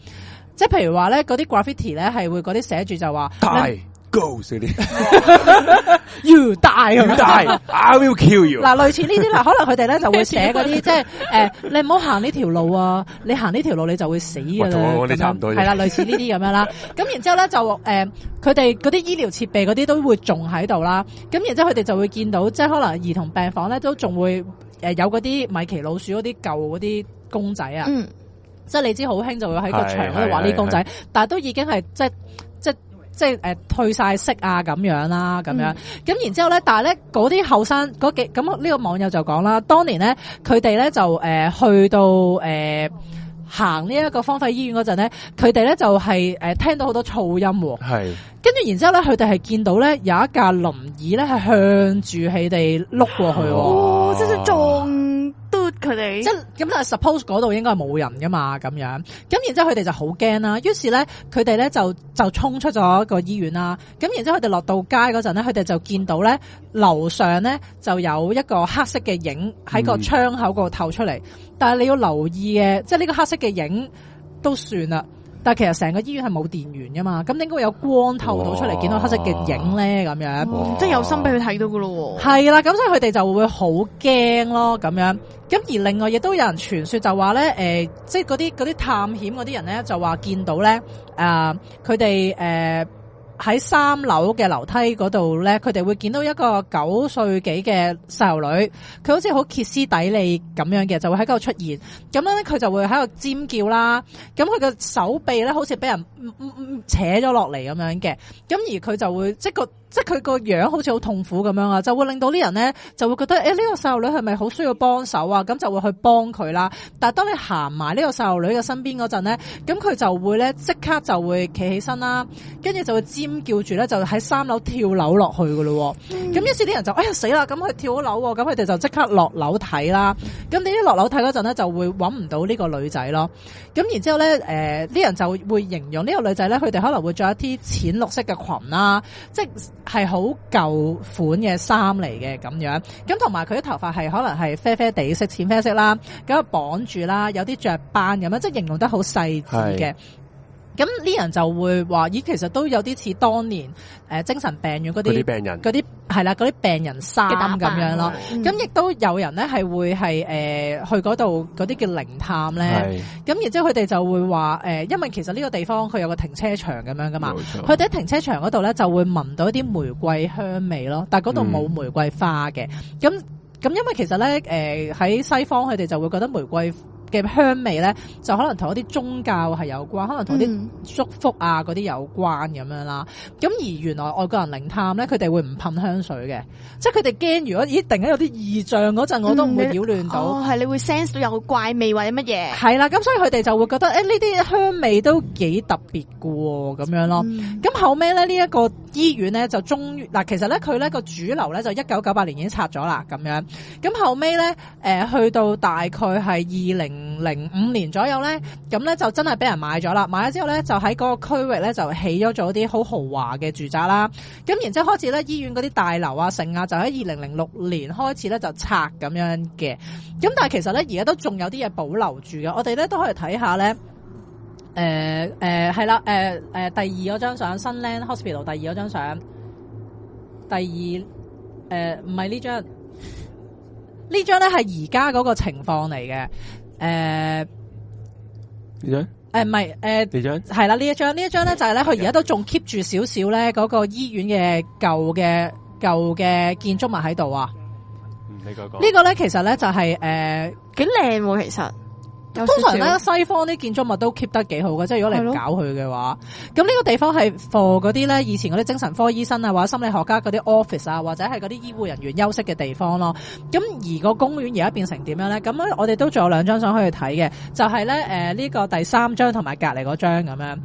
[SPEAKER 2] 即係譬如話咧，嗰啲 graffiti 咧係會嗰啲寫住就話
[SPEAKER 1] 大 Ghost 嗰 啲，
[SPEAKER 2] 要大咁樣
[SPEAKER 1] 大 I will kill you，
[SPEAKER 2] 啊嗱，類似呢啲 啦，可能佢哋咧就會寫嗰啲，即係誒，你唔好行呢條路啊！你行呢條路你就會死㗎
[SPEAKER 1] 喂
[SPEAKER 2] 啦
[SPEAKER 1] 同我講啲
[SPEAKER 2] 咁樣
[SPEAKER 1] 差唔多啫
[SPEAKER 2] 係啦，類似呢啲咁 樣啦。咁然之後咧就誒，佢哋嗰啲醫療設備嗰啲都會仲喺度啦。咁然之後佢哋就會見到，即係可能兒童病房咧都仲會誒有嗰啲米奇老鼠嗰啲舊嗰啲公仔啊，
[SPEAKER 3] 嗯，
[SPEAKER 2] 即係你知好興就會喺個
[SPEAKER 1] 係
[SPEAKER 2] 牆
[SPEAKER 1] 係
[SPEAKER 2] 嗰度畫呢
[SPEAKER 1] 係
[SPEAKER 2] 啲公仔，但係都已經係即係即係即係誒退晒色啊咁樣啦，咁
[SPEAKER 1] 嗯
[SPEAKER 2] 樣。咁然之後咧，但係咧嗰啲後生嗰幾咁呢個網友就講啦，當年咧佢哋咧就誒、呃去到誒。呃行呢一個荒廢醫院嗰陣咧，佢哋咧就係、誒、聽到好多噪音喎，
[SPEAKER 1] 係
[SPEAKER 2] 跟住然之後咧，佢哋係見到咧有一架輪椅咧係向住佢哋碌過去喎。
[SPEAKER 3] 哦，即係撞嘟佢哋，
[SPEAKER 2] 即
[SPEAKER 3] 即
[SPEAKER 2] 係咁，但係 suppose 嗰度應該係冇人噶嘛，咁樣咁然之後佢哋就好驚啦。於是咧，佢哋咧就就衝出咗個醫院啦。咁然之後佢哋落到街嗰陣咧，佢哋就見到咧樓上咧就有一個黑色嘅影喺個
[SPEAKER 1] 嗯
[SPEAKER 2] 窗口嗰度透出嚟。但係你要留意嘅，即係呢個黑色嘅影都算啦。但係其實成個醫院係冇電源噶嘛，咁點解會有光透到出嚟，
[SPEAKER 1] 哇
[SPEAKER 2] 見到黑色嘅影咧？咁樣。
[SPEAKER 3] 哦即係有心俾佢睇到噶咯喎，
[SPEAKER 2] 係啦，咁所以佢哋就會好驚咯，咁樣。咁而另外亦都有人傳說就話咧，诶、即係嗰啲嗰啲探險嗰啲人咧，就話見到咧，诶、佢哋诶喺三樓嘅樓梯嗰度咧，佢哋會見到一個九歲幾嘅細路女，佢好似好歇斯底里咁樣嘅，就會喺嗰度出現。咁咧佢就會喺度尖叫啦，咁佢嘅手臂咧好似俾人嗯嗯嗯扯咗落嚟咁樣嘅，咁而佢就會即係個即係佢個樣好似好痛苦咁樣啊，就會令到啲人咧就會覺得誒呢、個細路女係咪好需要幫手啊？咁就會去幫佢啦。但係當你行埋呢個細路女嘅身邊嗰陣咧，咁佢就會咧即刻就會企起身啦，跟住就會尖叫住咧就喺三樓跳樓落去噶咯喎。咁於是啲人就哎呀死啦！咁佢跳咗樓喎，咁佢哋就即刻落樓睇啦。咁你一落樓睇嗰陣咧，就會揾唔到呢個女仔咯。咁然之後咧，誒、啲人就會形容呢個女仔咧，佢哋可能會着一啲淺綠色嘅裙啦，即係好舊款嘅衫嚟嘅咁樣。咁同埋佢啲頭髮係可能係啡啡地色、淺啡色啦，咁啊綁住啦，有啲雀斑咁樣，即係形容得好細緻嘅。咁呢人就會話：咦，其實都有啲似當年誒、呃精神病院嗰
[SPEAKER 1] 嗰啲
[SPEAKER 2] 啲
[SPEAKER 1] 病人
[SPEAKER 2] 嗰啲係啦，嗰啲病人衫
[SPEAKER 3] 嘅打
[SPEAKER 2] 咁
[SPEAKER 3] 扮
[SPEAKER 2] 樣咯。
[SPEAKER 3] 嗯
[SPEAKER 2] 咁亦都有人咧係會係誒、呃去嗰度嗰啲叫靈探咧，
[SPEAKER 1] 係
[SPEAKER 2] 咁然之後佢哋就會話誒、呃因為其實呢個地方佢有個停車場咁樣噶嘛
[SPEAKER 1] 冇，錯
[SPEAKER 2] 佢哋喺停車場嗰度咧就會聞到一啲玫瑰香味咯，但係嗰
[SPEAKER 1] 嗯
[SPEAKER 2] 度冇玫瑰花嘅，咁咁因為其實咧誒喺西方佢哋就會覺得玫瑰嘅香味咧就可能同一啲宗教係有關，可能同啲
[SPEAKER 3] 嗯
[SPEAKER 2] 祝福啊嗰啲有關咁樣啦。咁而原來外國人靈探咧，佢哋會唔噴香水嘅，即係佢哋驚如果咦突然間有啲異象嗰陣，我都唔會
[SPEAKER 3] 嗯你
[SPEAKER 2] 擾亂到。
[SPEAKER 3] 哦，係你會 sense 到有怪味或者乜嘢，
[SPEAKER 2] 係啦，咁所以佢哋就會覺得，誒呢啲香味都幾特別嘅喎，咁樣咯。
[SPEAKER 3] 嗯
[SPEAKER 2] 咁後尾咧，呢、一個醫院咧就終於嗱，其實咧佢咧個主流咧就一九九八年已經拆咗啦，咁樣。咁後尾咧，誒、去到大概係二零零零五年左右咧，咁咧就真係俾人買咗啦。買咗之後咧，就喺嗰個區域咧就起咗咗啲好豪華嘅住宅啦。咁然之後開始咧，醫院嗰啲大樓啊、城啊，就喺二零零六年開始咧就拆咁樣嘅。咁但係其實咧，而家都仲有啲嘢保留住嘅。我哋咧都可以睇下咧。呃誒誒係啦，誒、誒、第二嗰張相新 land hospital 第二嗰張相，第二誒唔係呢張，呢張咧係而家嗰個情況嚟嘅，誒
[SPEAKER 1] 呢張
[SPEAKER 2] 誒唔係誒
[SPEAKER 1] 呢張
[SPEAKER 2] 係啦呢一張呢一張咧就係咧佢而家都仲 keep 住少少咧嗰個醫院嘅舊嘅舊嘅建築物喺度啊，
[SPEAKER 1] 嗯你講
[SPEAKER 2] 呢個咧其實咧就係、誒。呃
[SPEAKER 3] 几靓喎，其实有
[SPEAKER 2] 通常
[SPEAKER 3] 啊少
[SPEAKER 2] 咧
[SPEAKER 3] 少
[SPEAKER 2] 西方啲建築物都 keep 得幾好嘅，即係如果你唔
[SPEAKER 3] 係
[SPEAKER 2] 搞佢嘅話，咁呢個地方係 for 嗰啲咧以前嗰啲精神科醫生啊或者心理學家嗰啲 office 啊或者係嗰啲醫護人員休息嘅地方咯。咁而個公園而家變成點樣咧？咁咧我哋都仲有兩張相可以睇嘅，就係咧誒呢個第三張同埋隔離嗰張咁樣。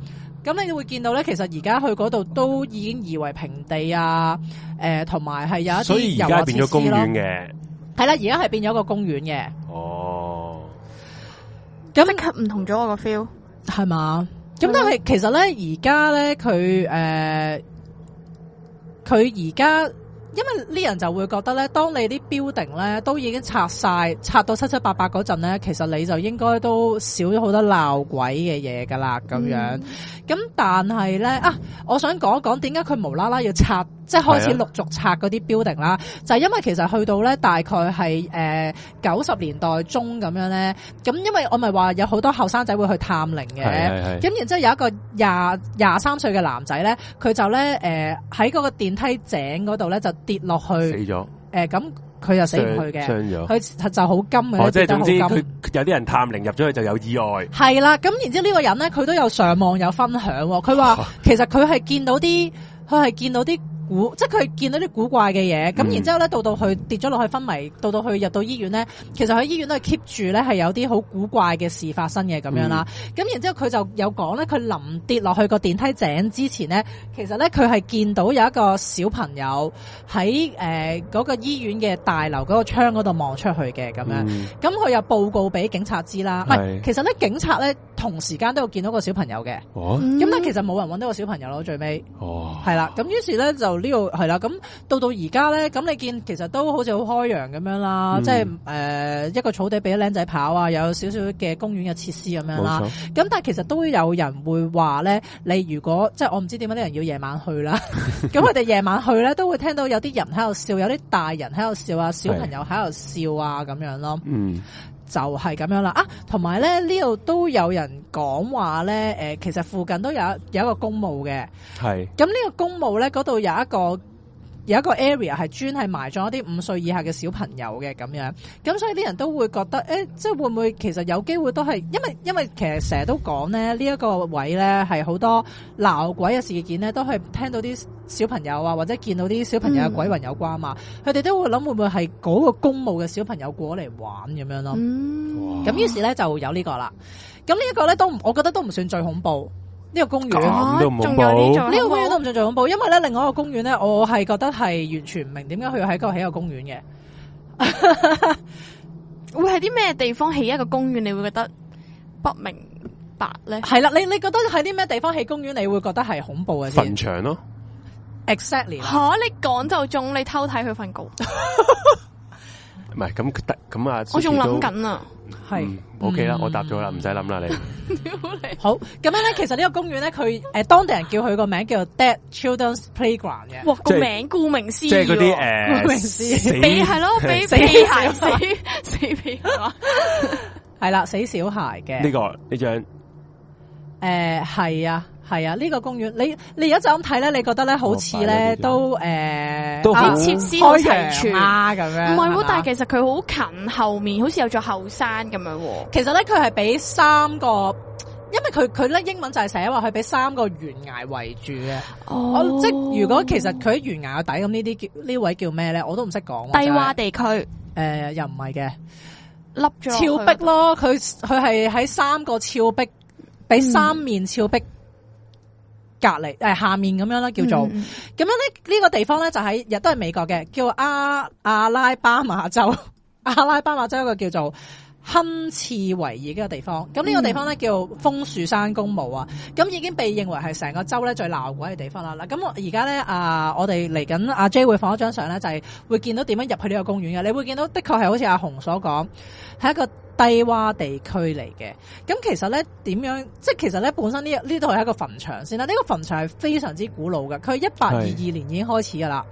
[SPEAKER 2] 咁你會見到咧，其實而家去嗰度都已經夷為平地啊，誒同埋係有一啲
[SPEAKER 1] 所以而
[SPEAKER 2] 遊
[SPEAKER 1] 家
[SPEAKER 2] 樂
[SPEAKER 1] 變咗公
[SPEAKER 2] 設施咯
[SPEAKER 1] 園，嘅，
[SPEAKER 2] 係啦，而家係變咗個公園嘅，
[SPEAKER 1] 哦，
[SPEAKER 3] 咁即刻唔同咗我個 feel。
[SPEAKER 2] 係嘛？咁但係其實咧，而家咧佢诶，佢而家因為呢人就會覺得咧，當你啲 building 咧都已經拆晒，拆到七七八八嗰陣咧，其實你就應該都少咗好多鬧鬼嘅嘢噶啦，咁樣。咁、但係咧啊，我想講一講點解佢無啦啦要拆，即係啊開始
[SPEAKER 1] 係
[SPEAKER 2] 陸續拆嗰啲 building 啦，就係因為其實去到咧大概係呃诶九十年代中咁樣咧，咁因為我咪話有好多後生仔會去探靈
[SPEAKER 1] 係
[SPEAKER 2] 嘅。
[SPEAKER 1] 係係，
[SPEAKER 2] 咁然之後有一個廿廿三歲嘅男仔咧，佢就咧誒喺嗰個電梯井嗰度咧就跌落去
[SPEAKER 1] 死
[SPEAKER 2] 誒，
[SPEAKER 1] 咗，
[SPEAKER 2] 呃咁佢、就死唔
[SPEAKER 1] 傷
[SPEAKER 2] 去嘅，
[SPEAKER 1] 傷咗，
[SPEAKER 2] 佢就好金嘅，
[SPEAKER 1] 哦，即係
[SPEAKER 2] 跌得
[SPEAKER 1] 總
[SPEAKER 2] 好
[SPEAKER 1] 之
[SPEAKER 2] 金
[SPEAKER 1] 佢佢有啲人探靈入咗去就有意外。
[SPEAKER 2] 係啦，咁然之後呢個人咧，佢都有上網有分享喎。佢話其實佢係見到啲，佢係見到啲古，即係佢係見到啲古怪嘅嘢。咁
[SPEAKER 1] 嗯
[SPEAKER 2] 然之後咧，到到佢跌咗落去昏迷，到到佢入到醫院咧，其實佢醫院都係 keep 住咧係有啲好古怪嘅事發生嘅咁樣啦。咁、然之後佢就有講咧，佢臨跌落去個電梯井之前咧，其實咧佢係見到有一個小朋友喺誒嗰個醫院嘅大樓嗰個窗嗰度望出去嘅咁樣。
[SPEAKER 1] 嗯
[SPEAKER 2] 咁佢又報告俾警察知啦，唔係，
[SPEAKER 1] 係
[SPEAKER 2] 其實咧警察咧同時間都有見到個小朋友嘅，
[SPEAKER 1] 哦，
[SPEAKER 2] 咁
[SPEAKER 3] 咁
[SPEAKER 2] 但係其實冇人揾到個小朋友咯，最尾
[SPEAKER 1] 哦，
[SPEAKER 2] 係啦，咁於是咧就呢度係啦，咁到到而家咧，咁你見其實都好似好開揚咁樣啦，
[SPEAKER 1] 嗯
[SPEAKER 2] 即係誒、呃一個草地俾啲僆仔跑啊，有少少嘅公園嘅設施咁樣
[SPEAKER 1] 冇
[SPEAKER 2] 啦，
[SPEAKER 1] 錯，
[SPEAKER 2] 咁但係其實都有人會話咧，你如果即係我唔知點解啲人要夜晚去 啦，咁佢哋夜晚去咧都會聽到有啲人喺度笑，有啲大人喺度笑啊，小朋友喺度笑啊咁樣咯。
[SPEAKER 1] 嗯，
[SPEAKER 2] 就係咁樣啦啊！同埋咧呢度都有人講話咧，誒、其實附近都有有一個公墓嘅，
[SPEAKER 1] 係
[SPEAKER 2] 咁呢個公墓咧嗰度有一個。有一個 area 係專係埋葬一啲五歲以下嘅小朋友嘅咁樣，咁所以啲人都會覺得，誒、即係會唔會其實有機會都係，因為因為其實成日都講咧，呢、一個位咧係好多鬧鬼嘅事件咧，都係聽到啲小朋友啊，或者見到啲小朋友嘅鬼魂有關嘛，佢哋、都會諗會唔會係嗰個公墓嘅小朋友過嚟玩咁樣咯。
[SPEAKER 1] 哦
[SPEAKER 3] 嗯
[SPEAKER 2] 咁於是咧就有呢個啦。咁呢一個咧都唔，我覺得都唔算最恐怖。呢、個公園，呢、
[SPEAKER 1] 咁都唔恐怖
[SPEAKER 3] 仲有呢
[SPEAKER 2] 個
[SPEAKER 3] 種
[SPEAKER 2] 公園都唔算最恐怖，因為咧另外一個公園咧，我係覺得係完全唔明點解佢要喺嗰度起個公園嘅。
[SPEAKER 3] 會係啲咩地方起一個公園，你會覺得不明白 咧？
[SPEAKER 2] 係啦，你你覺得喺啲咩地方起公園，你會覺得係恐怖嘅
[SPEAKER 1] 墳
[SPEAKER 2] 先
[SPEAKER 1] 場咯，
[SPEAKER 2] ？Exactly 啦。
[SPEAKER 3] 吓，你講就中，你偷睇佢份稿，
[SPEAKER 1] 唔係咁佢得咁啊，
[SPEAKER 3] 我仲
[SPEAKER 1] Suki 都
[SPEAKER 3] 諗，緊啊！
[SPEAKER 2] 係、
[SPEAKER 1] 嗯，OK 啦，
[SPEAKER 2] 嗯
[SPEAKER 1] 我答咗啦，唔使諗啦，你
[SPEAKER 3] 屌你，
[SPEAKER 2] 好咁樣咧，其實呢個公園咧，佢誒、呃、當地人叫佢個名叫做 Dead Children's Playground 嘅。
[SPEAKER 3] 哇
[SPEAKER 1] 即
[SPEAKER 3] 個
[SPEAKER 1] 係
[SPEAKER 3] 名顧名思義
[SPEAKER 1] 即
[SPEAKER 3] 喎，
[SPEAKER 1] 係嗰啲
[SPEAKER 2] 明
[SPEAKER 1] 誒
[SPEAKER 2] 知
[SPEAKER 3] 俾
[SPEAKER 1] 死
[SPEAKER 3] 係咯，俾
[SPEAKER 2] 死
[SPEAKER 3] 俾
[SPEAKER 2] 小
[SPEAKER 3] 鞋死
[SPEAKER 2] 孩
[SPEAKER 3] 死俾 鞋
[SPEAKER 2] 係啦，死小孩嘅。
[SPEAKER 1] 呢個呢張
[SPEAKER 2] 诶，系、係啊，係啊，呢、個公園，你你而家就咁睇咧，你覺得咧好似
[SPEAKER 1] 哦擺咗
[SPEAKER 2] 咧
[SPEAKER 1] 呢啲
[SPEAKER 2] 都诶，
[SPEAKER 1] 都好
[SPEAKER 2] 啊
[SPEAKER 1] 設
[SPEAKER 3] 施好齊
[SPEAKER 2] 開
[SPEAKER 3] 全
[SPEAKER 2] 揚啊咁
[SPEAKER 3] 唔
[SPEAKER 2] 樣。
[SPEAKER 3] 係喎
[SPEAKER 2] 嘛，
[SPEAKER 3] 但係其實佢好近後面，好似有座後山咁樣喎。
[SPEAKER 2] 其實咧佢係俾三個，因為佢佢咧英文就係寫話佢俾三個懸崖圍住嘅。我
[SPEAKER 3] 哦
[SPEAKER 2] 即係如果其實佢喺懸崖底咁呢啲叫呢位叫咩咧，我都唔識講喎。
[SPEAKER 3] 低洼
[SPEAKER 2] 洼
[SPEAKER 3] 地區
[SPEAKER 2] 诶又唔係嘅，
[SPEAKER 3] 凹咗
[SPEAKER 2] 峭
[SPEAKER 3] 落去
[SPEAKER 2] 壁咯，佢佢係喺三個峭壁，
[SPEAKER 3] 嗯
[SPEAKER 2] 俾三面峭壁隔離诶下面咁樣啦，叫做。
[SPEAKER 3] 嗯
[SPEAKER 2] 咁樣咧，呢、個地方咧就喺亦都係 美國嘅，叫阿阿拉巴馬州，阿拉巴馬州一個叫做亨刺維爾嘅一個地方。咁呢個地方咧叫楓樹山公墓啊，咁已經被認為係成個州咧最鬧鬼嘅地方啦。嗱，咁我而家咧啊，我哋嚟緊阿 J 會放一張相咧，就係、會見到點樣入去呢個公園嘅。你會見到的確係好似阿紅所講，係一個低洼地區嚟嘅。咁其實咧點樣？即係其實咧本身呢呢度係一個墳場先啦。呢、個墳場係非常之古老嘅，佢一八二二年已經開始㗎啦。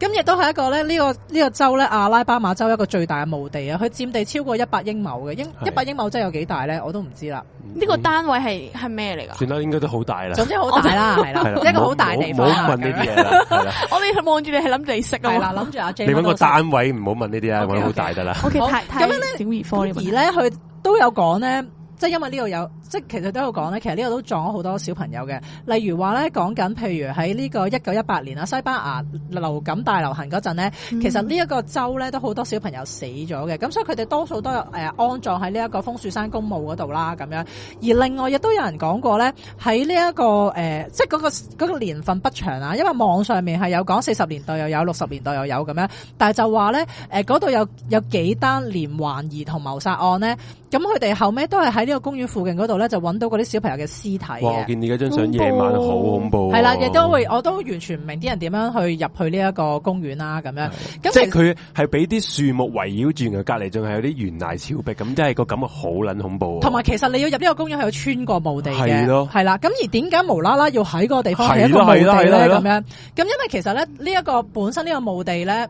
[SPEAKER 2] 咁亦都係一個咧，呢、個呢、個州咧，阿拉巴馬州一個最大嘅墓地啊，佢佔地超過一百英畝嘅，英
[SPEAKER 1] 係
[SPEAKER 2] 一百英畝真係有幾大咧，我都唔 知啦。
[SPEAKER 3] 呢個單位係係咩嚟㗎？
[SPEAKER 1] 嗯算啦，應該都好大啦，
[SPEAKER 2] 總之好大啦，係
[SPEAKER 1] 係
[SPEAKER 2] 啦，
[SPEAKER 1] 啦，
[SPEAKER 2] 一個好大嘅地方啊
[SPEAKER 1] 唔好
[SPEAKER 2] 啦。
[SPEAKER 1] 問呢啲嘢啦，係啦，
[SPEAKER 3] 我哋望嗯住你係諗住你識
[SPEAKER 2] 係
[SPEAKER 3] 啊
[SPEAKER 2] 啦，
[SPEAKER 3] 嘛。
[SPEAKER 2] 諗住阿 J
[SPEAKER 1] 你揾個
[SPEAKER 2] 都識
[SPEAKER 1] 單位唔好問呢啲啊，
[SPEAKER 2] OK，
[SPEAKER 1] 揾好大得啦，
[SPEAKER 3] O K，
[SPEAKER 2] 好
[SPEAKER 3] 太
[SPEAKER 2] 咁
[SPEAKER 3] 太
[SPEAKER 2] 樣
[SPEAKER 3] 小兒科呢
[SPEAKER 2] 而
[SPEAKER 3] 個問題。
[SPEAKER 2] 咧，佢都有講咧，即係因為呢度有，即係其實都有講咧，其實呢度都撞咗好多小朋友嘅。例如話咧，講緊譬如喺呢個一九一八年啊，西班牙流感大流行嗰陣咧，
[SPEAKER 3] 嗯
[SPEAKER 2] 其實呢一個州咧都好多小朋友死咗嘅，咁所以佢哋多數都有誒、呃安葬喺呢一個楓樹山公墓嗰度啦，咁樣。而另外亦都有人講過咧，喺呢一個誒、呃即係嗰、個嗰個年份不長啊，因為網上面係有講四十年代又有，六十年代又有咁樣，但係就話咧誒嗰度有有幾單連環兒童謀殺案咧，咁佢哋後尾都係喺呢個公園附近嗰度咧就揾到嗰啲小朋友嘅屍體
[SPEAKER 1] 哇！啊我
[SPEAKER 2] 嘅。
[SPEAKER 1] 見你嗰張相夜晚好恐怖喎，啊
[SPEAKER 2] 啊係啦，亦都會，我都完全唔明啲人點樣去入去呢一個公園啦，咁樣。
[SPEAKER 1] 即
[SPEAKER 2] 咁
[SPEAKER 1] 係
[SPEAKER 2] 其實
[SPEAKER 1] 佢係俾啲樹木圍繞住，然後隔離仲係有啲懸崖峭壁，咁真係個感覺好撚恐怖喎。
[SPEAKER 2] 同埋其實你要入呢個公園係要穿過墓地嘅，
[SPEAKER 1] 啊係咯
[SPEAKER 2] 係啦。咁而點解無啦啦要喺嗰個地方係一個
[SPEAKER 1] 係咯
[SPEAKER 2] 墓地
[SPEAKER 1] 係咯係
[SPEAKER 2] 咧？
[SPEAKER 1] 咯
[SPEAKER 2] 咁樣咁因為其實咧呢一個本身呢個墓地咧。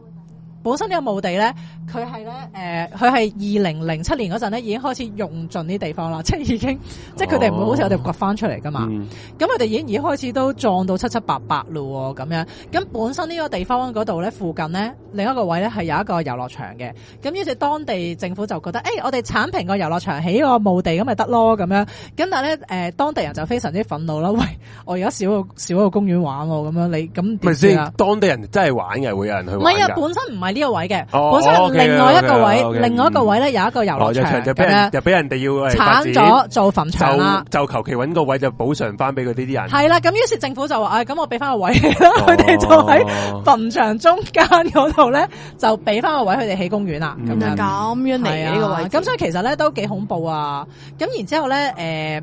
[SPEAKER 2] 本身呢個墓地咧，佢係咧誒，佢係二零零七年嗰陣咧已經開始用盡啲地方啦，即係已經，即係佢哋唔會好似我哋掘翻出嚟噶嘛。
[SPEAKER 1] 嗯
[SPEAKER 2] 咁佢哋已經已經開始都撞到七七八八咯喎，咁樣。咁本身呢個地方嗰度咧，附近咧另一個位咧係有一個遊樂場嘅。咁於是當地政府就覺得，誒、我哋剷平個遊樂場起個墓地咁咪得咯，咁樣。咁但係咧，誒、當地人就非常之憤怒啦，喂， 我而家少個少個公園玩喎，咁樣你咁
[SPEAKER 1] 咪
[SPEAKER 2] 點
[SPEAKER 1] 先
[SPEAKER 2] 算啊？，
[SPEAKER 1] 當地人真係玩嘅，會有人去
[SPEAKER 2] 唔
[SPEAKER 1] 玩㗎。
[SPEAKER 2] 係啊，本身唔係呢個位嘅，
[SPEAKER 1] 哦
[SPEAKER 2] 本身
[SPEAKER 1] 哦
[SPEAKER 2] 係
[SPEAKER 1] ，OK，
[SPEAKER 2] 另外一個位
[SPEAKER 1] OK，OK，
[SPEAKER 2] 另外一個位咧有一個遊樂
[SPEAKER 1] 哦，就
[SPEAKER 2] 場
[SPEAKER 1] 場就俾
[SPEAKER 2] 咁
[SPEAKER 1] 人
[SPEAKER 2] 樣，
[SPEAKER 1] 就俾人哋要誒發
[SPEAKER 2] 剷
[SPEAKER 1] 展
[SPEAKER 2] 咗做墳場啦。
[SPEAKER 1] 就就求其揾個位就補償翻俾佢呢啲人。
[SPEAKER 2] 係啦，咁於是政府就話：，唉、咁我俾翻個位你啦。
[SPEAKER 1] 哦
[SPEAKER 2] 佢哋就喺
[SPEAKER 1] 喺
[SPEAKER 2] 墳場中間嗰度咧，就俾翻個位佢哋起公園啦。咁
[SPEAKER 1] 嗯
[SPEAKER 2] 樣
[SPEAKER 3] 咁樣嚟
[SPEAKER 2] 係
[SPEAKER 3] 嘅呢個
[SPEAKER 2] 啊
[SPEAKER 3] 位，，
[SPEAKER 2] 咁所以其實咧都幾恐怖啊。咁然之後咧，誒、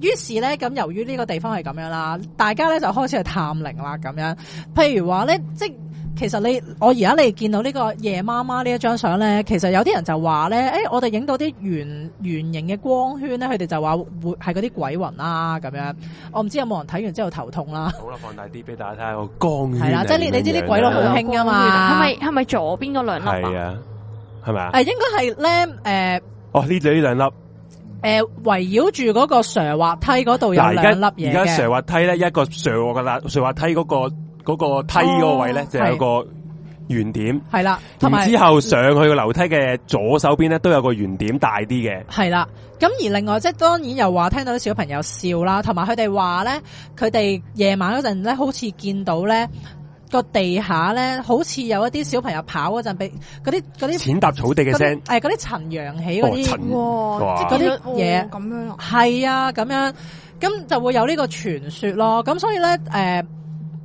[SPEAKER 2] 於是咧，咁由於呢個地方係咁樣啦，大家咧就開始去探靈啦，咁樣。譬如話咧，即其實你我而家你見到呢個夜媽媽呢一張相咧，其實有啲人就話咧，誒、我哋影到啲圓圓形嘅光圈咧，佢哋就話會係嗰啲鬼魂啦咁樣。我唔知有冇人睇完之後頭痛啦。
[SPEAKER 1] 好啦，放大啲俾大家睇下個光圈。
[SPEAKER 2] 係啦即係你
[SPEAKER 1] 啊
[SPEAKER 2] 你知啲鬼佬好興啊㗎嘛
[SPEAKER 3] 係咪係咪左邊嗰兩粒
[SPEAKER 1] 係
[SPEAKER 3] 啊？
[SPEAKER 1] 啊，係咪啊
[SPEAKER 2] 誒、？應該係咧，誒、
[SPEAKER 1] 哦，呢度呢兩粒。
[SPEAKER 2] 誒，呃圍繞住嗰個斜滑梯嗰度有
[SPEAKER 1] 嗱，而家
[SPEAKER 2] 兩粒嘢
[SPEAKER 1] 而家
[SPEAKER 2] 嘅
[SPEAKER 1] 斜，滑梯咧，一個斜滑嘅啦，斜滑梯嗰個嗰個梯嗰個位咧，就有個圓點。啊
[SPEAKER 2] 係啦，嗯同
[SPEAKER 1] 然
[SPEAKER 2] 埋
[SPEAKER 1] 之後上去個樓梯嘅左手邊咧，都有個圓點大啲嘅。
[SPEAKER 2] 係啦。咁而另外即係當然又話聽到啲小朋友笑啦，同埋佢哋話咧，佢哋夜晚嗰陣咧，好似見到咧個地下咧，好似有一啲小朋友跑嗰陣俾嗰啲嗰啲
[SPEAKER 1] 淺踏草地嘅聲
[SPEAKER 2] 嗰啲，誒嗰啲塵揚起嗰
[SPEAKER 1] 哦，
[SPEAKER 2] 啲。
[SPEAKER 1] 塵
[SPEAKER 3] 哇！
[SPEAKER 1] 哇
[SPEAKER 3] 即係見到
[SPEAKER 2] 嗰啲嘢
[SPEAKER 3] 哇咁樣啊！
[SPEAKER 2] 係啊，咁樣咁就會有呢個傳說咯。咁所以咧，誒、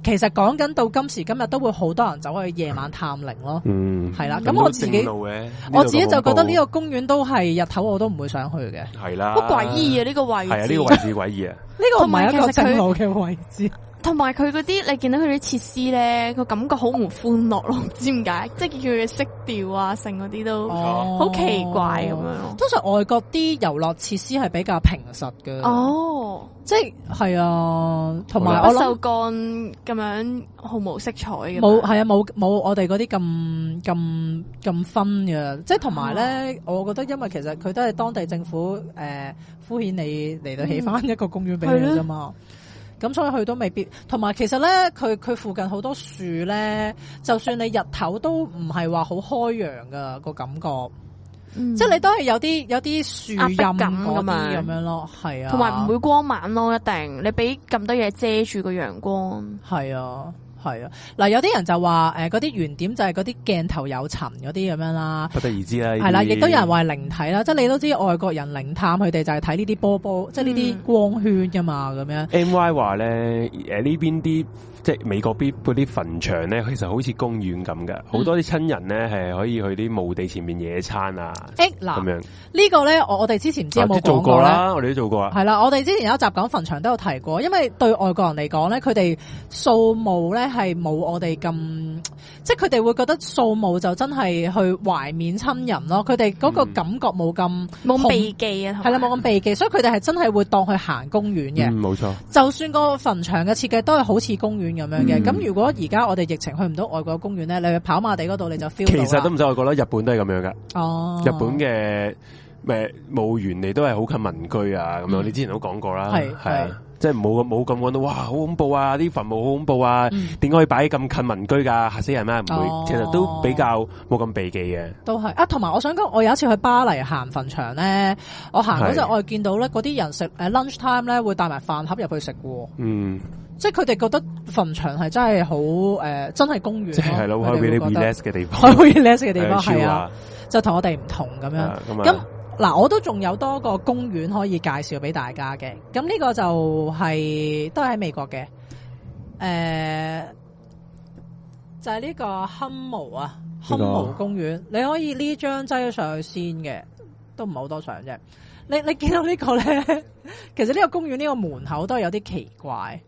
[SPEAKER 2] 其實講緊到今時今日，都會好多人走去夜晚探靈咯。
[SPEAKER 1] 嗯，
[SPEAKER 2] 係啦、
[SPEAKER 1] 咁
[SPEAKER 2] 咁我自己
[SPEAKER 1] 都正路嘅
[SPEAKER 2] 我自己就覺得呢
[SPEAKER 1] 呢度
[SPEAKER 2] 個公園都係日頭我都唔會想去
[SPEAKER 1] 個
[SPEAKER 2] 嘅。呢
[SPEAKER 1] 恐怖係啦，
[SPEAKER 3] 好詭異啊！呢個位
[SPEAKER 1] 係啊，呢
[SPEAKER 3] 置
[SPEAKER 1] 個位置詭異啊，
[SPEAKER 2] 個唔係一個
[SPEAKER 3] 同埋其實佢
[SPEAKER 2] 正路嘅位置，
[SPEAKER 3] 同埋佢嗰啲，你見到佢啲設施咧，個感覺好唔歡樂咯，唔知點解，即係佢嘅色調啊，成嗰啲都
[SPEAKER 2] 哦
[SPEAKER 3] 好奇怪咁樣。咯。
[SPEAKER 2] 通常外國啲遊樂設施係比較平實嘅，
[SPEAKER 3] 哦，
[SPEAKER 2] 即係係啊，同埋
[SPEAKER 1] 好啦
[SPEAKER 2] 我
[SPEAKER 3] 不
[SPEAKER 2] 諗
[SPEAKER 3] 鏽鋼咁樣毫無色彩咁樣。
[SPEAKER 2] 冇係啊，冇冇我哋嗰啲咁咁咁分嘅，即係同埋
[SPEAKER 3] 啊
[SPEAKER 2] 咧，我覺得因為其實佢都係當地政府誒、呃敷衍你嚟到起翻一個公園俾你
[SPEAKER 3] 嗯係
[SPEAKER 2] 啫
[SPEAKER 3] 咯
[SPEAKER 2] 嘛。咁所以佢都未必，同埋其實咧，佢佢附近好多樹咧，就算你日頭都唔係話好開揚噶個感覺，
[SPEAKER 3] 嗯，
[SPEAKER 2] 即係你都係有啲有啲樹
[SPEAKER 3] 壓迫
[SPEAKER 2] 蔭
[SPEAKER 3] 感
[SPEAKER 2] 嗰
[SPEAKER 3] 咁
[SPEAKER 2] 啲
[SPEAKER 3] 樣
[SPEAKER 2] 咁樣咯，係啊，
[SPEAKER 3] 同埋唔會光猛咯，一定你俾咁多嘢遮住個陽光。
[SPEAKER 2] 係啊。係啊，嗱有啲人就話誒嗰啲原點就係嗰啲鏡頭有塵嗰啲咁樣啦，
[SPEAKER 1] 不得而知啦。呢啲
[SPEAKER 2] 係啦，亦都有人話係靈體啦，即係你都知外國人靈探佢哋就係睇
[SPEAKER 1] 嗯
[SPEAKER 2] 呢啲波波，即係呢啲光圈噶嘛，咁樣
[SPEAKER 1] M Y 話咧，誒呢邊啲即係美國邊嗰啲墳場咧，其實好似公園咁嘅，好多啲親人咧係可以去啲墓地前面野餐啊，
[SPEAKER 2] 诶，嗱
[SPEAKER 1] 咁樣。
[SPEAKER 2] 呢個咧，我我哋之前唔知有
[SPEAKER 1] 我
[SPEAKER 2] 冇
[SPEAKER 1] 哋做
[SPEAKER 2] 講
[SPEAKER 1] 過
[SPEAKER 2] 啊過咧。
[SPEAKER 1] 啦，我哋都做過啊。
[SPEAKER 2] 係啦，我哋之前有一集講墳場都有提過，因為對外國人嚟講咧，佢哋掃墓咧係冇我哋咁，即係佢哋會覺得掃墓就真係去懷緬親人咯，佢哋嗰個
[SPEAKER 1] 嗯
[SPEAKER 2] 感覺冇咁
[SPEAKER 3] 冇咁
[SPEAKER 2] 恐
[SPEAKER 3] 避忌啊，
[SPEAKER 2] 係啦，冇咁避忌，所以佢哋係真係會當去行公園嘅。
[SPEAKER 1] 嗯，冇錯。
[SPEAKER 2] 就算個墳場嘅設計都係好似公園咁樣嘅，
[SPEAKER 1] 嗯
[SPEAKER 2] 咁、如果而家我哋疫情去唔到外國嘅公園咧，你去跑馬地嗰度你就 feel
[SPEAKER 1] 其
[SPEAKER 2] 到
[SPEAKER 1] 實都
[SPEAKER 2] 啦
[SPEAKER 1] 唔使外國啦，日本都係咁樣噶。
[SPEAKER 2] 哦，
[SPEAKER 1] 日本嘅咩墓園嚟都係好近民居啊，咁樣
[SPEAKER 2] 嗯
[SPEAKER 1] 你之前都講過啦，係
[SPEAKER 2] 係係
[SPEAKER 1] 啊，即係冇咁冇咁講到哇，好恐怖啊！啲墳墓好恐怖啊！
[SPEAKER 2] 嗯
[SPEAKER 1] 點解可以擺咁近民居㗎？嚇死人啊咩？唔
[SPEAKER 2] 哦
[SPEAKER 1] 會，其實都比較冇咁避忌嘅。
[SPEAKER 2] 都係啊，同埋我想講，我有一次去巴黎行墳場咧，我行嗰陣
[SPEAKER 1] 係
[SPEAKER 2] 我係見到咧嗰啲人食誒 lunch time 咧會帶埋飯盒入去食嘅喎，
[SPEAKER 1] 嗯，
[SPEAKER 2] 即係佢哋覺得墳場係真係好誒、呃真係公園咯，
[SPEAKER 1] 即係係咯，可以
[SPEAKER 2] 佢哋
[SPEAKER 1] 俾你
[SPEAKER 2] 會覺得
[SPEAKER 1] relax 嘅地方，
[SPEAKER 2] 開 relax 嘅地方
[SPEAKER 1] 誒
[SPEAKER 2] 係
[SPEAKER 1] chill
[SPEAKER 2] 啊，就同我哋唔同咁樣。
[SPEAKER 1] 啊咁
[SPEAKER 2] 咁
[SPEAKER 1] 啊，
[SPEAKER 2] 嗱，我都仲有多個公園可以介紹俾大家嘅。咁呢個就係、都係喺美國嘅，誒、就係、呢個堪毛啊，
[SPEAKER 1] 呢個
[SPEAKER 2] 堪毛公園，你可以呢張擠咗上去先嘅，都唔係好多相啫。你你見到呢 個咧，其實呢個公園呢個門口都係有啲奇怪，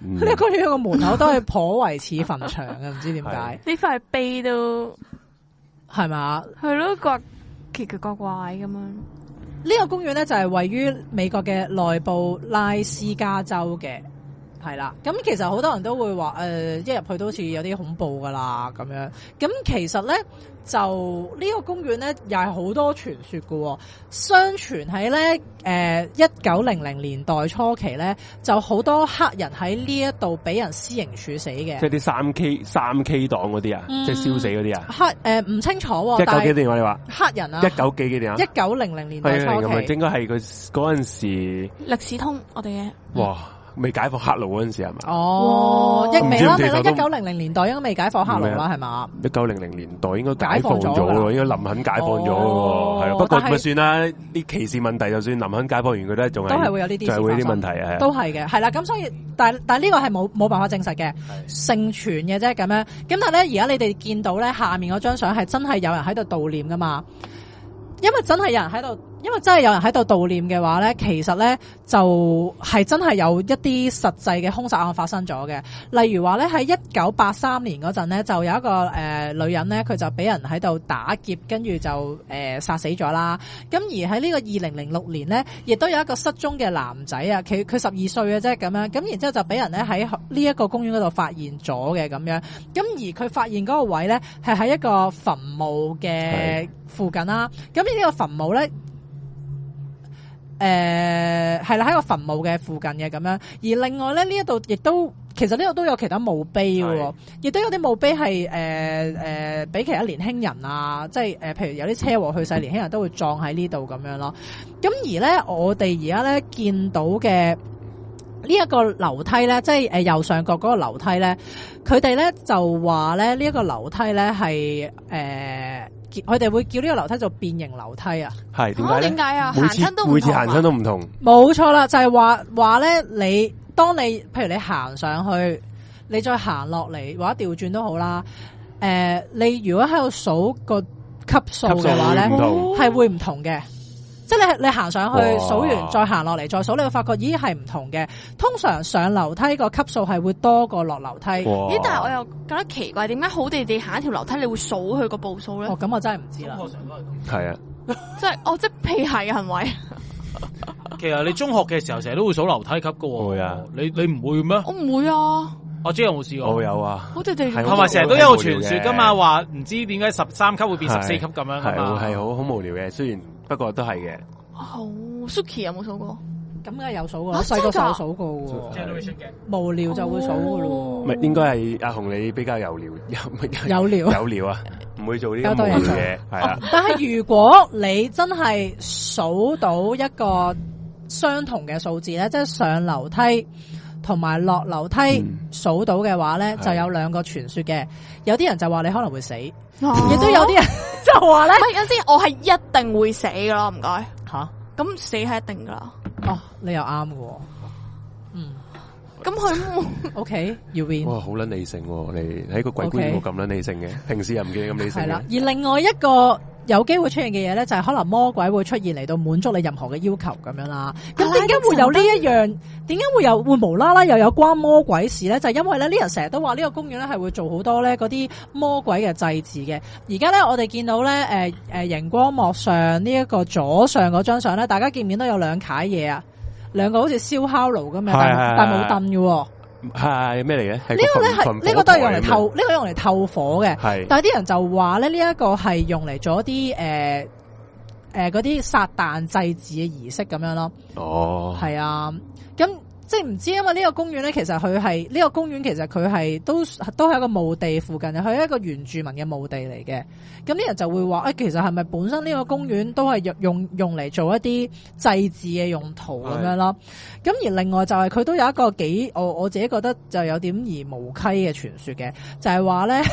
[SPEAKER 1] 嗯
[SPEAKER 2] 呢、個公園個門口都係頗為似墳場嘅，唔知點解
[SPEAKER 3] 呢塊碑都
[SPEAKER 2] 係嘛？
[SPEAKER 3] 系咯，怪奇奇怪怪咁樣。
[SPEAKER 2] 呢個公園咧就係位於美國嘅內布拉斯加州嘅，係啦。咁其實好多人都會話誒、呃一入去都好似有啲恐怖噶啦咁樣。咁其實咧就呢、個公園咧又係好多傳說嘅、喎。相傳喺咧誒一九零零年代初期咧，就好多黑人喺呢一度俾人私刑處死嘅
[SPEAKER 1] 即。係啲三 K 三 K 黨嗰啲啊，
[SPEAKER 2] 嗯
[SPEAKER 1] 即係燒死嗰啲啊，
[SPEAKER 2] 黑呃誒唔、清楚、喎，
[SPEAKER 1] 一
[SPEAKER 2] 嗯但
[SPEAKER 1] 九幾
[SPEAKER 2] 係
[SPEAKER 1] 年我哋話
[SPEAKER 2] 黑人啊，
[SPEAKER 1] 一九幾幾年啊，
[SPEAKER 2] 一九零零年代
[SPEAKER 1] 係
[SPEAKER 2] 初
[SPEAKER 1] 咁啊，
[SPEAKER 2] 期
[SPEAKER 1] 應該係佢嗰陣時，
[SPEAKER 3] 歷史通我哋嘅
[SPEAKER 1] 哇，未解放黑奴嗰陣時係嘛？
[SPEAKER 2] 哦，
[SPEAKER 3] 哇
[SPEAKER 2] 一未啦，
[SPEAKER 1] 唔知
[SPEAKER 2] 未啦，
[SPEAKER 1] 地球
[SPEAKER 2] 一
[SPEAKER 1] 都啊
[SPEAKER 2] 九零零年代應該未解放黑奴啦，係嘛？
[SPEAKER 1] 一九零零年代應該解放
[SPEAKER 2] 解放
[SPEAKER 1] 咗
[SPEAKER 2] 咗㗎
[SPEAKER 1] 咯，
[SPEAKER 2] 啦
[SPEAKER 1] 應該林肯解放咗
[SPEAKER 2] 哦
[SPEAKER 1] 喎，係咯。啊不過
[SPEAKER 2] 但係
[SPEAKER 1] 咪算啦，啲歧視問題就算林肯解放完佢咧，仲
[SPEAKER 2] 都係
[SPEAKER 1] 係
[SPEAKER 2] 會有呢啲
[SPEAKER 1] 仲係會有
[SPEAKER 2] 事
[SPEAKER 1] 啲
[SPEAKER 2] 發
[SPEAKER 1] 問
[SPEAKER 2] 生
[SPEAKER 1] 題啊係
[SPEAKER 2] 都係嘅，係啦。咁所以，但但呢個係冇冇辦法證實嘅，盛傳嘅啫咁樣。咁但係咧，而家你哋見到咧下面嗰張相係真係有人喺度悼念噶嘛？因為真係有人喺度，因為真係有人喺度悼念嘅話咧，其實咧就係、真係有一啲實際嘅兇殺案發生咗嘅。例如話咧，喺一九八三年嗰陣咧，就有一個誒、呃女人咧，佢就俾人喺度打劫，跟住就誒、呃、殺死咗啦。咁而喺呢個二零零六年咧，亦都有一個失蹤嘅男仔啊，佢佢十二歲嘅啫咁樣，咁然之後就俾人咧喺呢一個公園嗰度發現咗嘅咁樣，咁而佢發現嗰個位咧係喺一個墳墓嘅
[SPEAKER 1] 係
[SPEAKER 2] 附近啦，咁呢個墳墓咧。誒係啦，喺個墳墓嘅附近嘅咁樣，而另外咧呢一度亦都其實呢度都有其他墓碑嘅喎
[SPEAKER 1] 係，
[SPEAKER 2] 亦都有啲墓碑係誒誒俾其他年輕人啊，即係誒、呃譬如有啲車禍去世，年輕人都會撞喺呢度咁樣咯。咁而咧，我哋而家咧見到嘅呢一個樓梯咧，即係誒右上角嗰個樓梯咧，佢哋咧就話咧呢一個樓梯咧係誒，佢哋會叫呢個樓梯做變形樓梯啊。
[SPEAKER 1] 係點
[SPEAKER 3] 啊
[SPEAKER 1] 解
[SPEAKER 3] 點
[SPEAKER 1] 咧？
[SPEAKER 3] 解啊？行
[SPEAKER 1] 每次
[SPEAKER 3] 親都唔
[SPEAKER 1] 每次
[SPEAKER 3] 同啊
[SPEAKER 1] 行親都唔同，
[SPEAKER 2] 冇錯啦，就係話話咧，你當你譬如你行上去，你再行落嚟或者調轉都好啦。诶、你如果喺度數個級數
[SPEAKER 1] 級數
[SPEAKER 2] 嘅話咧
[SPEAKER 1] 會唔，同。
[SPEAKER 2] 係會唔同嘅。即係你你行上去
[SPEAKER 1] 哇
[SPEAKER 2] 數完，再行落嚟再數，你會發覺咦係唔同嘅。通常上樓梯個級數係會多過落樓梯。
[SPEAKER 1] 咦
[SPEAKER 3] 咦？但
[SPEAKER 1] 哦
[SPEAKER 3] 係我又覺得奇怪，點解好地地行一條樓梯，你會數佢個步數咧
[SPEAKER 2] 哦，？咁我真係唔知啦。
[SPEAKER 1] 係啊，
[SPEAKER 3] 即係哦，即係屁孩嘅行為。
[SPEAKER 5] 其實你中學嘅時候成日都會數樓梯級噶喎，
[SPEAKER 1] 會啊
[SPEAKER 5] 你你唔會咩？
[SPEAKER 3] 我唔會啊，
[SPEAKER 5] 我知有冇試過？
[SPEAKER 1] 我有啊，
[SPEAKER 3] 好地地
[SPEAKER 1] 係
[SPEAKER 5] 同埋成日都有個傳說噶嘛，話唔知點解十三級會變十四級咁樣噶
[SPEAKER 1] 係
[SPEAKER 5] 嘛，
[SPEAKER 1] 係好好無聊嘅，雖然不過都係嘅。
[SPEAKER 3] 好哦 Suki 有冇數過？
[SPEAKER 2] 咁梗係有數過
[SPEAKER 3] 啊
[SPEAKER 2] 啦，細個
[SPEAKER 3] 真
[SPEAKER 2] 就
[SPEAKER 3] 㗎
[SPEAKER 2] 有數過喎，
[SPEAKER 5] generation 嘅。
[SPEAKER 2] 無聊就會數噶咯
[SPEAKER 3] 哦
[SPEAKER 1] 唔係應該係阿紅你比較有聊，有
[SPEAKER 2] 喎，有聊。
[SPEAKER 1] 有聊啊，唔會做呢啲無聊嘢，係啊，
[SPEAKER 2] 但係如果你真係數到一個相同嘅數字咧，即係上樓梯同埋落樓梯
[SPEAKER 1] 嗯
[SPEAKER 2] 數到嘅話咧，
[SPEAKER 1] 係
[SPEAKER 2] 就有兩個傳說嘅。有啲人就話你可能會死，亦
[SPEAKER 3] 哦 亦
[SPEAKER 2] 都有啲人就話咧
[SPEAKER 3] 唔係有先，我係一定會死噶啦，唔該。
[SPEAKER 2] 吓
[SPEAKER 3] 咁死係一定噶啦。
[SPEAKER 2] 哦，你又啱嘅喎。嗯，
[SPEAKER 3] 咁佢 冇
[SPEAKER 2] OK，要 win。
[SPEAKER 1] 哇，好捻理性喎！你喺個鬼
[SPEAKER 2] OK
[SPEAKER 1] 官冇咁捻理性嘅，平時又唔見你咁理
[SPEAKER 2] 系
[SPEAKER 1] 性
[SPEAKER 2] 啦，
[SPEAKER 1] 嘅
[SPEAKER 2] 而。另外一個有機會出現嘅嘢咧，就係可能魔鬼會出現嚟到滿足你任何嘅要求咁樣啦。咁點解會有呢一樣？點解會有會無啦啦又有關魔鬼事咧？就係因為咧，呢人成日都話呢個公園咧係會做好多咧嗰啲魔鬼嘅祭祀嘅。而家咧，我哋見到咧，誒、呃、誒，熒光幕上呢一個左上嗰張相咧，大家見唔見到有兩楷嘢啊？兩個好似燒烤爐咁樣，但
[SPEAKER 1] 係係
[SPEAKER 2] 係但係
[SPEAKER 1] 係
[SPEAKER 2] 冇凳嘅喎。
[SPEAKER 1] 係咩嚟嘅？呢
[SPEAKER 2] 呢個咧係呢個都係用嚟透，呢個用嚟透火嘅。
[SPEAKER 1] 係
[SPEAKER 2] 但系啲人就話咧，呢、一個係用嚟做一啲诶诶嗰啲撒旦祭祀嘅儀式咁樣咯，
[SPEAKER 1] 哦，
[SPEAKER 2] 係啊，咁。即係唔知，因為呢個公園咧，其實佢係呢個公園，其實佢係都都係一個墓地附近嘅，佢係一個原住民嘅墓地嚟嘅。咁啲人就會話：，誒、其實係咪本身呢個公園都係用用嚟做一啲祭祀嘅用途咁樣咯？咁而另外就係佢都有一個幾，我我自己覺得就有點而無稽嘅傳說嘅，就係話咧。 呢、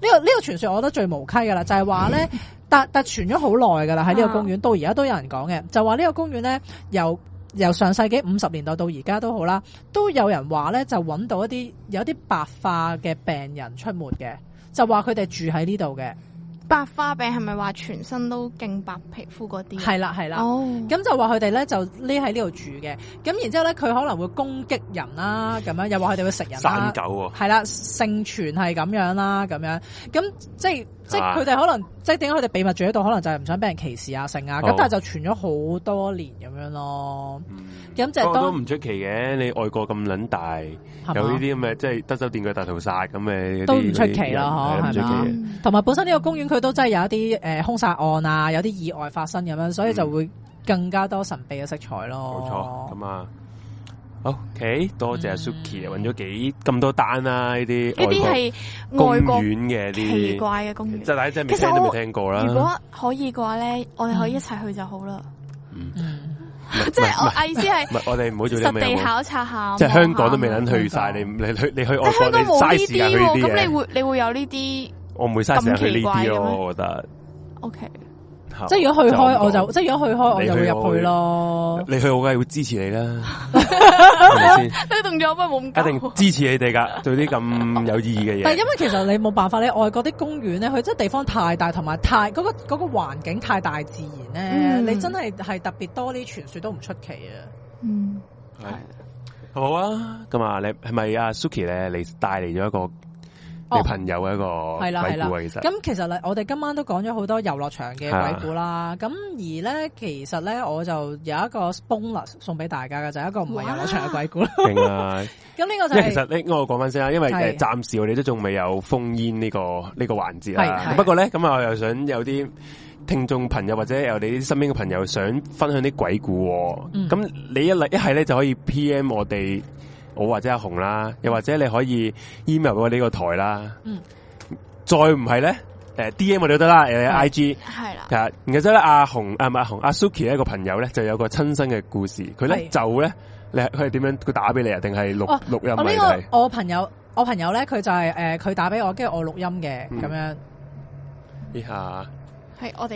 [SPEAKER 2] 個呢、個傳說我覺得最無稽噶啦，就係話咧，但但傳咗好耐噶啦，喺呢個公園到而家都有人講嘅，就話呢個公園咧由由上世紀五十年代到而家都好啦，都有人話咧就揾到一啲有啲白化嘅病人出沒嘅，就話佢哋住喺呢度嘅，
[SPEAKER 3] 白化病係咪話全身都勁白皮膚嗰啲？
[SPEAKER 2] 係啦係啦。
[SPEAKER 3] 哦，
[SPEAKER 2] 咁就話佢哋咧就匿喺呢度住嘅，咁然之後咧佢可能會攻擊人啦，咁樣又話佢哋會食人
[SPEAKER 1] 散，
[SPEAKER 2] 啦
[SPEAKER 1] 狗喎，
[SPEAKER 2] 系啦，盛傳係咁樣啦，咁樣咁即係即係
[SPEAKER 1] 啊
[SPEAKER 2] 佢哋可能即係點解佢哋秘密住喺度，可能就係唔想俾人歧視啊、成啊，咁
[SPEAKER 1] 哦
[SPEAKER 2] 但係就傳咗好多年咁樣咯。
[SPEAKER 1] 嗯
[SPEAKER 2] 咁就
[SPEAKER 1] 不
[SPEAKER 2] 係
[SPEAKER 1] 哦過都
[SPEAKER 2] 當
[SPEAKER 1] 唔出奇嘅。你外國咁撚大，有呢
[SPEAKER 2] 係嘛
[SPEAKER 1] 啲咁嘅，即係德州電鋸大屠殺咁嘅，
[SPEAKER 2] 都唔出奇啦
[SPEAKER 1] 係唔出
[SPEAKER 2] 嗬係嘛
[SPEAKER 1] 奇嘅。
[SPEAKER 3] 嗯
[SPEAKER 2] 同埋本身呢個公園佢都真係有一啲诶凶殺案啊，有啲意外發生咁樣，所以就會更加多神秘嘅色彩
[SPEAKER 1] 嗯冇
[SPEAKER 2] 咯。
[SPEAKER 1] 錯，咁啊。好，OK，多謝阿
[SPEAKER 2] 嗯
[SPEAKER 1] Suki 啊，揾咗幾咁多單啦，呢啲
[SPEAKER 3] 呢啲
[SPEAKER 1] 外
[SPEAKER 3] 係
[SPEAKER 1] 國
[SPEAKER 3] 外
[SPEAKER 1] 公
[SPEAKER 3] 國
[SPEAKER 1] 園嘅呢
[SPEAKER 3] 奇
[SPEAKER 1] 啲，
[SPEAKER 3] 怪嘅公園
[SPEAKER 1] 即。係大家真係未
[SPEAKER 3] 其實
[SPEAKER 1] 聽都
[SPEAKER 3] 我
[SPEAKER 1] 未聽過啦。
[SPEAKER 3] 如果可以嘅話咧，我哋可以一齊去就好啦。
[SPEAKER 1] 嗯
[SPEAKER 2] 嗯，
[SPEAKER 1] 唔係
[SPEAKER 3] 即
[SPEAKER 1] 唔
[SPEAKER 3] 係
[SPEAKER 1] 係唔係
[SPEAKER 3] 我意思係
[SPEAKER 1] 唔係，我哋唔好做啲咁
[SPEAKER 3] 實
[SPEAKER 1] 嘅嘢
[SPEAKER 3] 地
[SPEAKER 1] 好
[SPEAKER 3] 考察下，
[SPEAKER 1] 啊即係香港都未
[SPEAKER 3] 望
[SPEAKER 1] 撚
[SPEAKER 3] 下
[SPEAKER 1] 去晒，你你去你去
[SPEAKER 3] 即
[SPEAKER 1] 外
[SPEAKER 3] 係
[SPEAKER 1] 國，
[SPEAKER 3] 香
[SPEAKER 1] 你
[SPEAKER 3] 港冇
[SPEAKER 1] 嘥
[SPEAKER 3] 呢
[SPEAKER 1] 時間
[SPEAKER 3] 啲
[SPEAKER 1] 去呢
[SPEAKER 3] 喎，
[SPEAKER 1] 啲
[SPEAKER 3] 咁你
[SPEAKER 1] 嘢，
[SPEAKER 3] 會你會有呢啲
[SPEAKER 1] 我唔會嘥時間去呢
[SPEAKER 3] 咁
[SPEAKER 1] 啲
[SPEAKER 3] 奇怪嘅
[SPEAKER 1] 咯，
[SPEAKER 3] 咩
[SPEAKER 1] 我覺得。
[SPEAKER 3] ？OK，
[SPEAKER 2] 即係如果去開我
[SPEAKER 1] 就唔
[SPEAKER 2] 就
[SPEAKER 1] 講
[SPEAKER 2] 即係如果去開我
[SPEAKER 1] 你去
[SPEAKER 2] 就會入去咯。
[SPEAKER 1] 你去我梗係會支持你 啦，係咪先？
[SPEAKER 3] 呢個動作可唔可以冇咁
[SPEAKER 1] 一定支持你哋噶，做啲咁有意義嘅
[SPEAKER 2] 但係
[SPEAKER 1] 嘢
[SPEAKER 2] 因。為其實你冇辦法，你外國啲公園咧，佢真係地方太大，同埋太嗰、個嗰、個環境太大自然咧，
[SPEAKER 3] 嗯
[SPEAKER 2] 你真係係特別多呢啲傳說都唔出奇啊！
[SPEAKER 3] 嗯，
[SPEAKER 1] 好啊，咁啊，你係咪阿 Suki 咧？你帶嚟咗一個
[SPEAKER 3] 哦
[SPEAKER 1] 你朋友嘅一個
[SPEAKER 2] 係啦係
[SPEAKER 1] 鬼
[SPEAKER 2] 啦
[SPEAKER 1] 故啊，其實
[SPEAKER 2] 咁其實咧，我哋今晚都講咗好多遊樂場嘅鬼故
[SPEAKER 1] 啊
[SPEAKER 2] 啦。咁而咧，其實咧，我就有一個 bonus 送俾大家嘅，就係一個唔係遊樂場嘅鬼故啦。
[SPEAKER 1] 勁啊！
[SPEAKER 2] 咁呢
[SPEAKER 1] 因
[SPEAKER 2] 個就
[SPEAKER 1] 為其
[SPEAKER 2] 係
[SPEAKER 1] 實咧，我講翻先啦，啊因為誒
[SPEAKER 2] 係
[SPEAKER 1] 暫時我哋都仲未有封煙呢、個呢、個環節
[SPEAKER 2] 係
[SPEAKER 1] 啦。
[SPEAKER 2] 係
[SPEAKER 1] 不過咧，咁啊，我又想有啲聽眾朋友或者有你啲身邊嘅朋友想分享啲鬼故喎、
[SPEAKER 2] 嗯
[SPEAKER 1] 咁、你一嚟一係咧就可以 P.M 我哋，我或者阿紅啦，又或者你可以 email 我呢個台啦。
[SPEAKER 2] 嗯。
[SPEAKER 1] 再唔係咧，誒 D.M 我哋都得啦，誒 I.G。
[SPEAKER 3] 係啦，
[SPEAKER 1] 啊，然後之後咧，阿紅啊唔係阿紅阿 Suki 呢一個朋友咧，就有個親身嘅故事。佢咧
[SPEAKER 2] 係
[SPEAKER 1] 就咧，你係佢係點樣？佢打俾你啊？定係錄
[SPEAKER 2] 哦
[SPEAKER 1] 錄音
[SPEAKER 2] 我
[SPEAKER 1] 啊？
[SPEAKER 2] 呢、
[SPEAKER 1] 定係
[SPEAKER 2] 個我朋友，我朋友咧，佢就係、誒，佢、打俾我，跟住我錄音嘅
[SPEAKER 1] 嗯
[SPEAKER 2] 咁樣。
[SPEAKER 1] 呢下
[SPEAKER 3] 係我哋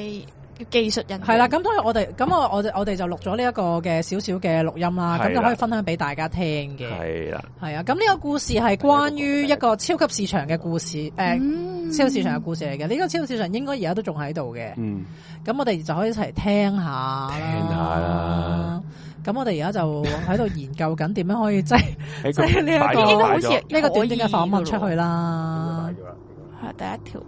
[SPEAKER 3] 嘅技術人員
[SPEAKER 2] 係啦，咁所以我哋咁我我我哋就錄咗呢一個嘅少少嘅錄音啦，
[SPEAKER 1] 係
[SPEAKER 2] 咁
[SPEAKER 1] 啦
[SPEAKER 2] 就可以分享俾大家聽嘅。
[SPEAKER 1] 係啦，
[SPEAKER 2] 係啊，咁呢個故事係關於一個超級市場嘅故事，誒、
[SPEAKER 3] 嗯
[SPEAKER 2] 超級市場嘅故事嚟嘅。呢、個超級市場應該而家都仲喺度嘅，
[SPEAKER 1] 嗯，
[SPEAKER 2] 咁我哋就可以一齊聽下啦
[SPEAKER 1] 聽下啦。
[SPEAKER 2] 咁我哋而家就喺度研究緊點樣可以即係
[SPEAKER 1] 喺
[SPEAKER 2] 即係呢一個
[SPEAKER 3] 應該好似
[SPEAKER 1] 咗
[SPEAKER 2] 呢個短短嘅訪問出去啦
[SPEAKER 1] 擺。咗啦
[SPEAKER 3] 係第一條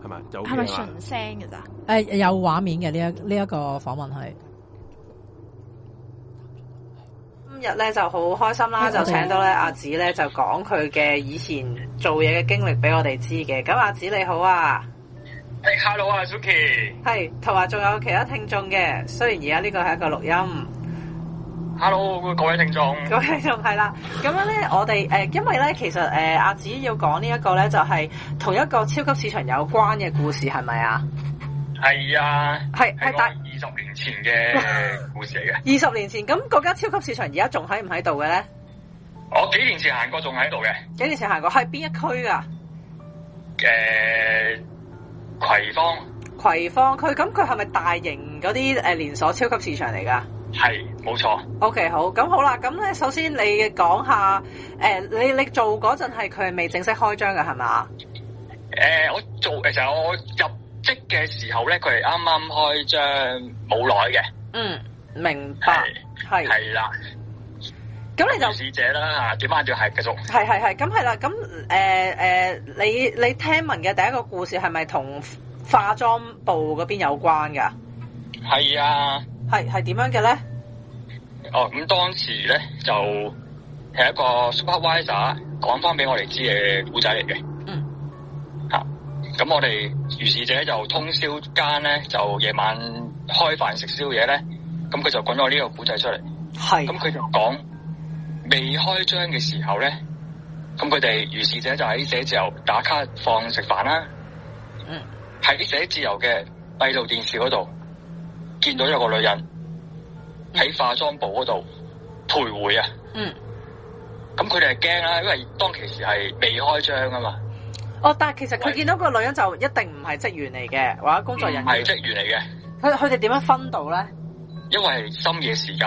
[SPEAKER 1] 係咪就 OK
[SPEAKER 3] 係咪
[SPEAKER 1] 啦？
[SPEAKER 3] 純聲嘅咋？
[SPEAKER 2] 誒、呃有畫面嘅呢一呢一、個訪問係。
[SPEAKER 6] 今日咧就好開心啦，就請到咧阿紫咧就講佢嘅以前做嘢嘅經歷俾我哋知嘅。咁阿紫你好啊，
[SPEAKER 7] 诶、h e l l o 啊，Suki，Hello
[SPEAKER 6] 係同埋仲有其他聽眾嘅。雖然而家呢個係一個錄音。
[SPEAKER 7] 各位听众，
[SPEAKER 6] 咁樣就係啦。咁樣咧，我哋誒、呃因為咧，其實誒、呃阿紫要講呢一個咧，就係、同一個超級市場有關嘅故事，係咪啊？
[SPEAKER 7] 系啊，
[SPEAKER 6] 係
[SPEAKER 7] 系
[SPEAKER 6] 係
[SPEAKER 7] 我
[SPEAKER 6] 大
[SPEAKER 7] 二十年前 嘅故事嚟嘅，
[SPEAKER 6] 二十年前，咁嗰間超級市場而家仲喺唔喺度嘅咧？
[SPEAKER 7] 我幾年前行過仲喺度嘅，
[SPEAKER 6] 幾年前行過，係邊一區噶？
[SPEAKER 2] 啊
[SPEAKER 7] 诶、葵芳
[SPEAKER 2] 呃
[SPEAKER 6] 葵芳區，咁佢係咪大型嗰啲誒連鎖超級市場嚟㗎？
[SPEAKER 7] 係冇錯。
[SPEAKER 2] OK，好，咁好啦，咁咧首先你講下，诶、你你做嗰陣係佢係未正式開張嘅係嘛？
[SPEAKER 7] 诶、我做其實我入職嘅時候咧，佢係啱啱開張冇耐嘅，
[SPEAKER 2] 嗯，明白，係。
[SPEAKER 7] 係係啦，
[SPEAKER 2] 咁你就
[SPEAKER 7] 肇事者啦，點解仲係繼續？
[SPEAKER 2] 係係係，咁係啦，咁诶诶，誒你你聽聞嘅第一個故事係咪同化妝部嗰邊有關㗎？
[SPEAKER 7] 係啊，
[SPEAKER 2] 係係點樣嘅咧？
[SPEAKER 7] 哦，咁當時咧就係一個 supervisor 講翻俾我哋知嘅古仔嚟嘅。
[SPEAKER 2] 嗯。
[SPEAKER 7] 嚇、咁我哋如是者就通宵間咧，就夜晚開飯食宵夜咧，咁佢就講咗呢個古仔出嚟。
[SPEAKER 2] 係啊
[SPEAKER 7] 咁佢就講未開張嘅時候咧，咁佢哋如是者就喺寫字樓打卡放食飯啦。
[SPEAKER 2] 嗯。
[SPEAKER 7] 喺寫字樓嘅閉路電視嗰度見到有個女人喺化妝部嗰度徘徊啊。
[SPEAKER 2] 嗯。
[SPEAKER 7] 咁佢哋係驚啦，因為當其時係未開張啊嘛，
[SPEAKER 2] 哦，但係其實佢見到個女人就一定唔係職員嚟嘅，或者工
[SPEAKER 7] 唔
[SPEAKER 2] 作人員。
[SPEAKER 7] 係職員嚟嘅，
[SPEAKER 2] 佢佢哋點樣分到咧？
[SPEAKER 7] 因為係深夜時間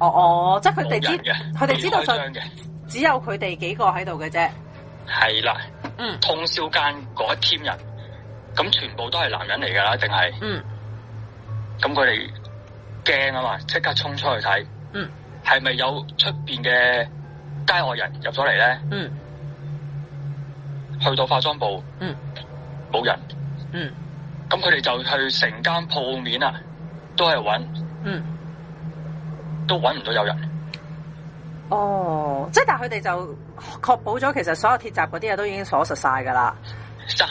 [SPEAKER 2] 哦哦，即係佢
[SPEAKER 7] 冇
[SPEAKER 2] 哋
[SPEAKER 7] 人
[SPEAKER 2] 知，
[SPEAKER 7] 嘅，
[SPEAKER 2] 佢哋知道
[SPEAKER 7] 未
[SPEAKER 2] 就
[SPEAKER 7] 開張嘅。
[SPEAKER 2] 只有佢哋幾個喺度嘅啫。
[SPEAKER 7] 係啦，
[SPEAKER 2] 嗯
[SPEAKER 7] 通宵間嗰一 team 人，咁全部都係男人嚟㗎啦，一定係，
[SPEAKER 2] 嗯，
[SPEAKER 7] 咁佢哋驚啊嘛，即刻衝出去睇，
[SPEAKER 2] 嗯，
[SPEAKER 7] 係咪有出邊嘅街外人入咗嚟咧？
[SPEAKER 2] 嗯，
[SPEAKER 7] 去到化妝部，
[SPEAKER 2] 嗯，
[SPEAKER 7] 冇人，
[SPEAKER 2] 嗯，
[SPEAKER 7] 咁佢哋就去成間鋪面啊，都係揾，
[SPEAKER 2] 嗯，
[SPEAKER 7] 都揾唔到有人，
[SPEAKER 2] 哦，即係但係佢哋就確保咗，其實所有鐵閘嗰啲嘢都已經鎖實晒㗎啦。
[SPEAKER 7] 閂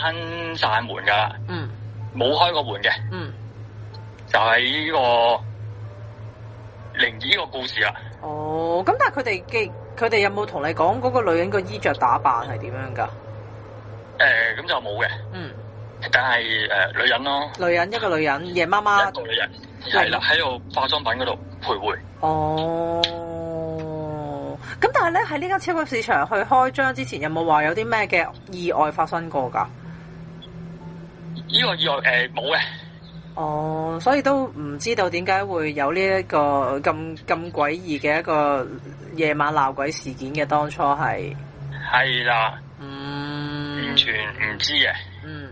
[SPEAKER 7] 晒門㗎啦，
[SPEAKER 2] 嗯
[SPEAKER 7] 冇開過門嘅。
[SPEAKER 2] 嗯，
[SPEAKER 7] 就係呢個靈異呢個故事啦。
[SPEAKER 2] 哦，咁但係佢哋嘅佢哋有冇同你講嗰個女人個衣着打扮係點樣㗎？
[SPEAKER 7] 誒、咁就冇嘅，
[SPEAKER 2] 嗯，
[SPEAKER 7] 但係誒、女人咯，
[SPEAKER 2] 女人一個女人夜媽
[SPEAKER 7] 一
[SPEAKER 2] 媽。
[SPEAKER 7] 個女人係啦，喺度化妝品嗰度徘徊。
[SPEAKER 2] 哦，咁但係咧喺呢間超級市場去開張之前，有冇話有啲咩嘅意外發生過㗎？
[SPEAKER 7] 呢、個意外誒冇嘅，
[SPEAKER 2] 哦，所以都唔知道點解會有呢、一個咁咁詭異嘅一個夜晚鬧鬼事件嘅，當初係
[SPEAKER 7] 係啦，
[SPEAKER 2] 嗯
[SPEAKER 7] 完全唔知嘅，
[SPEAKER 2] 嗯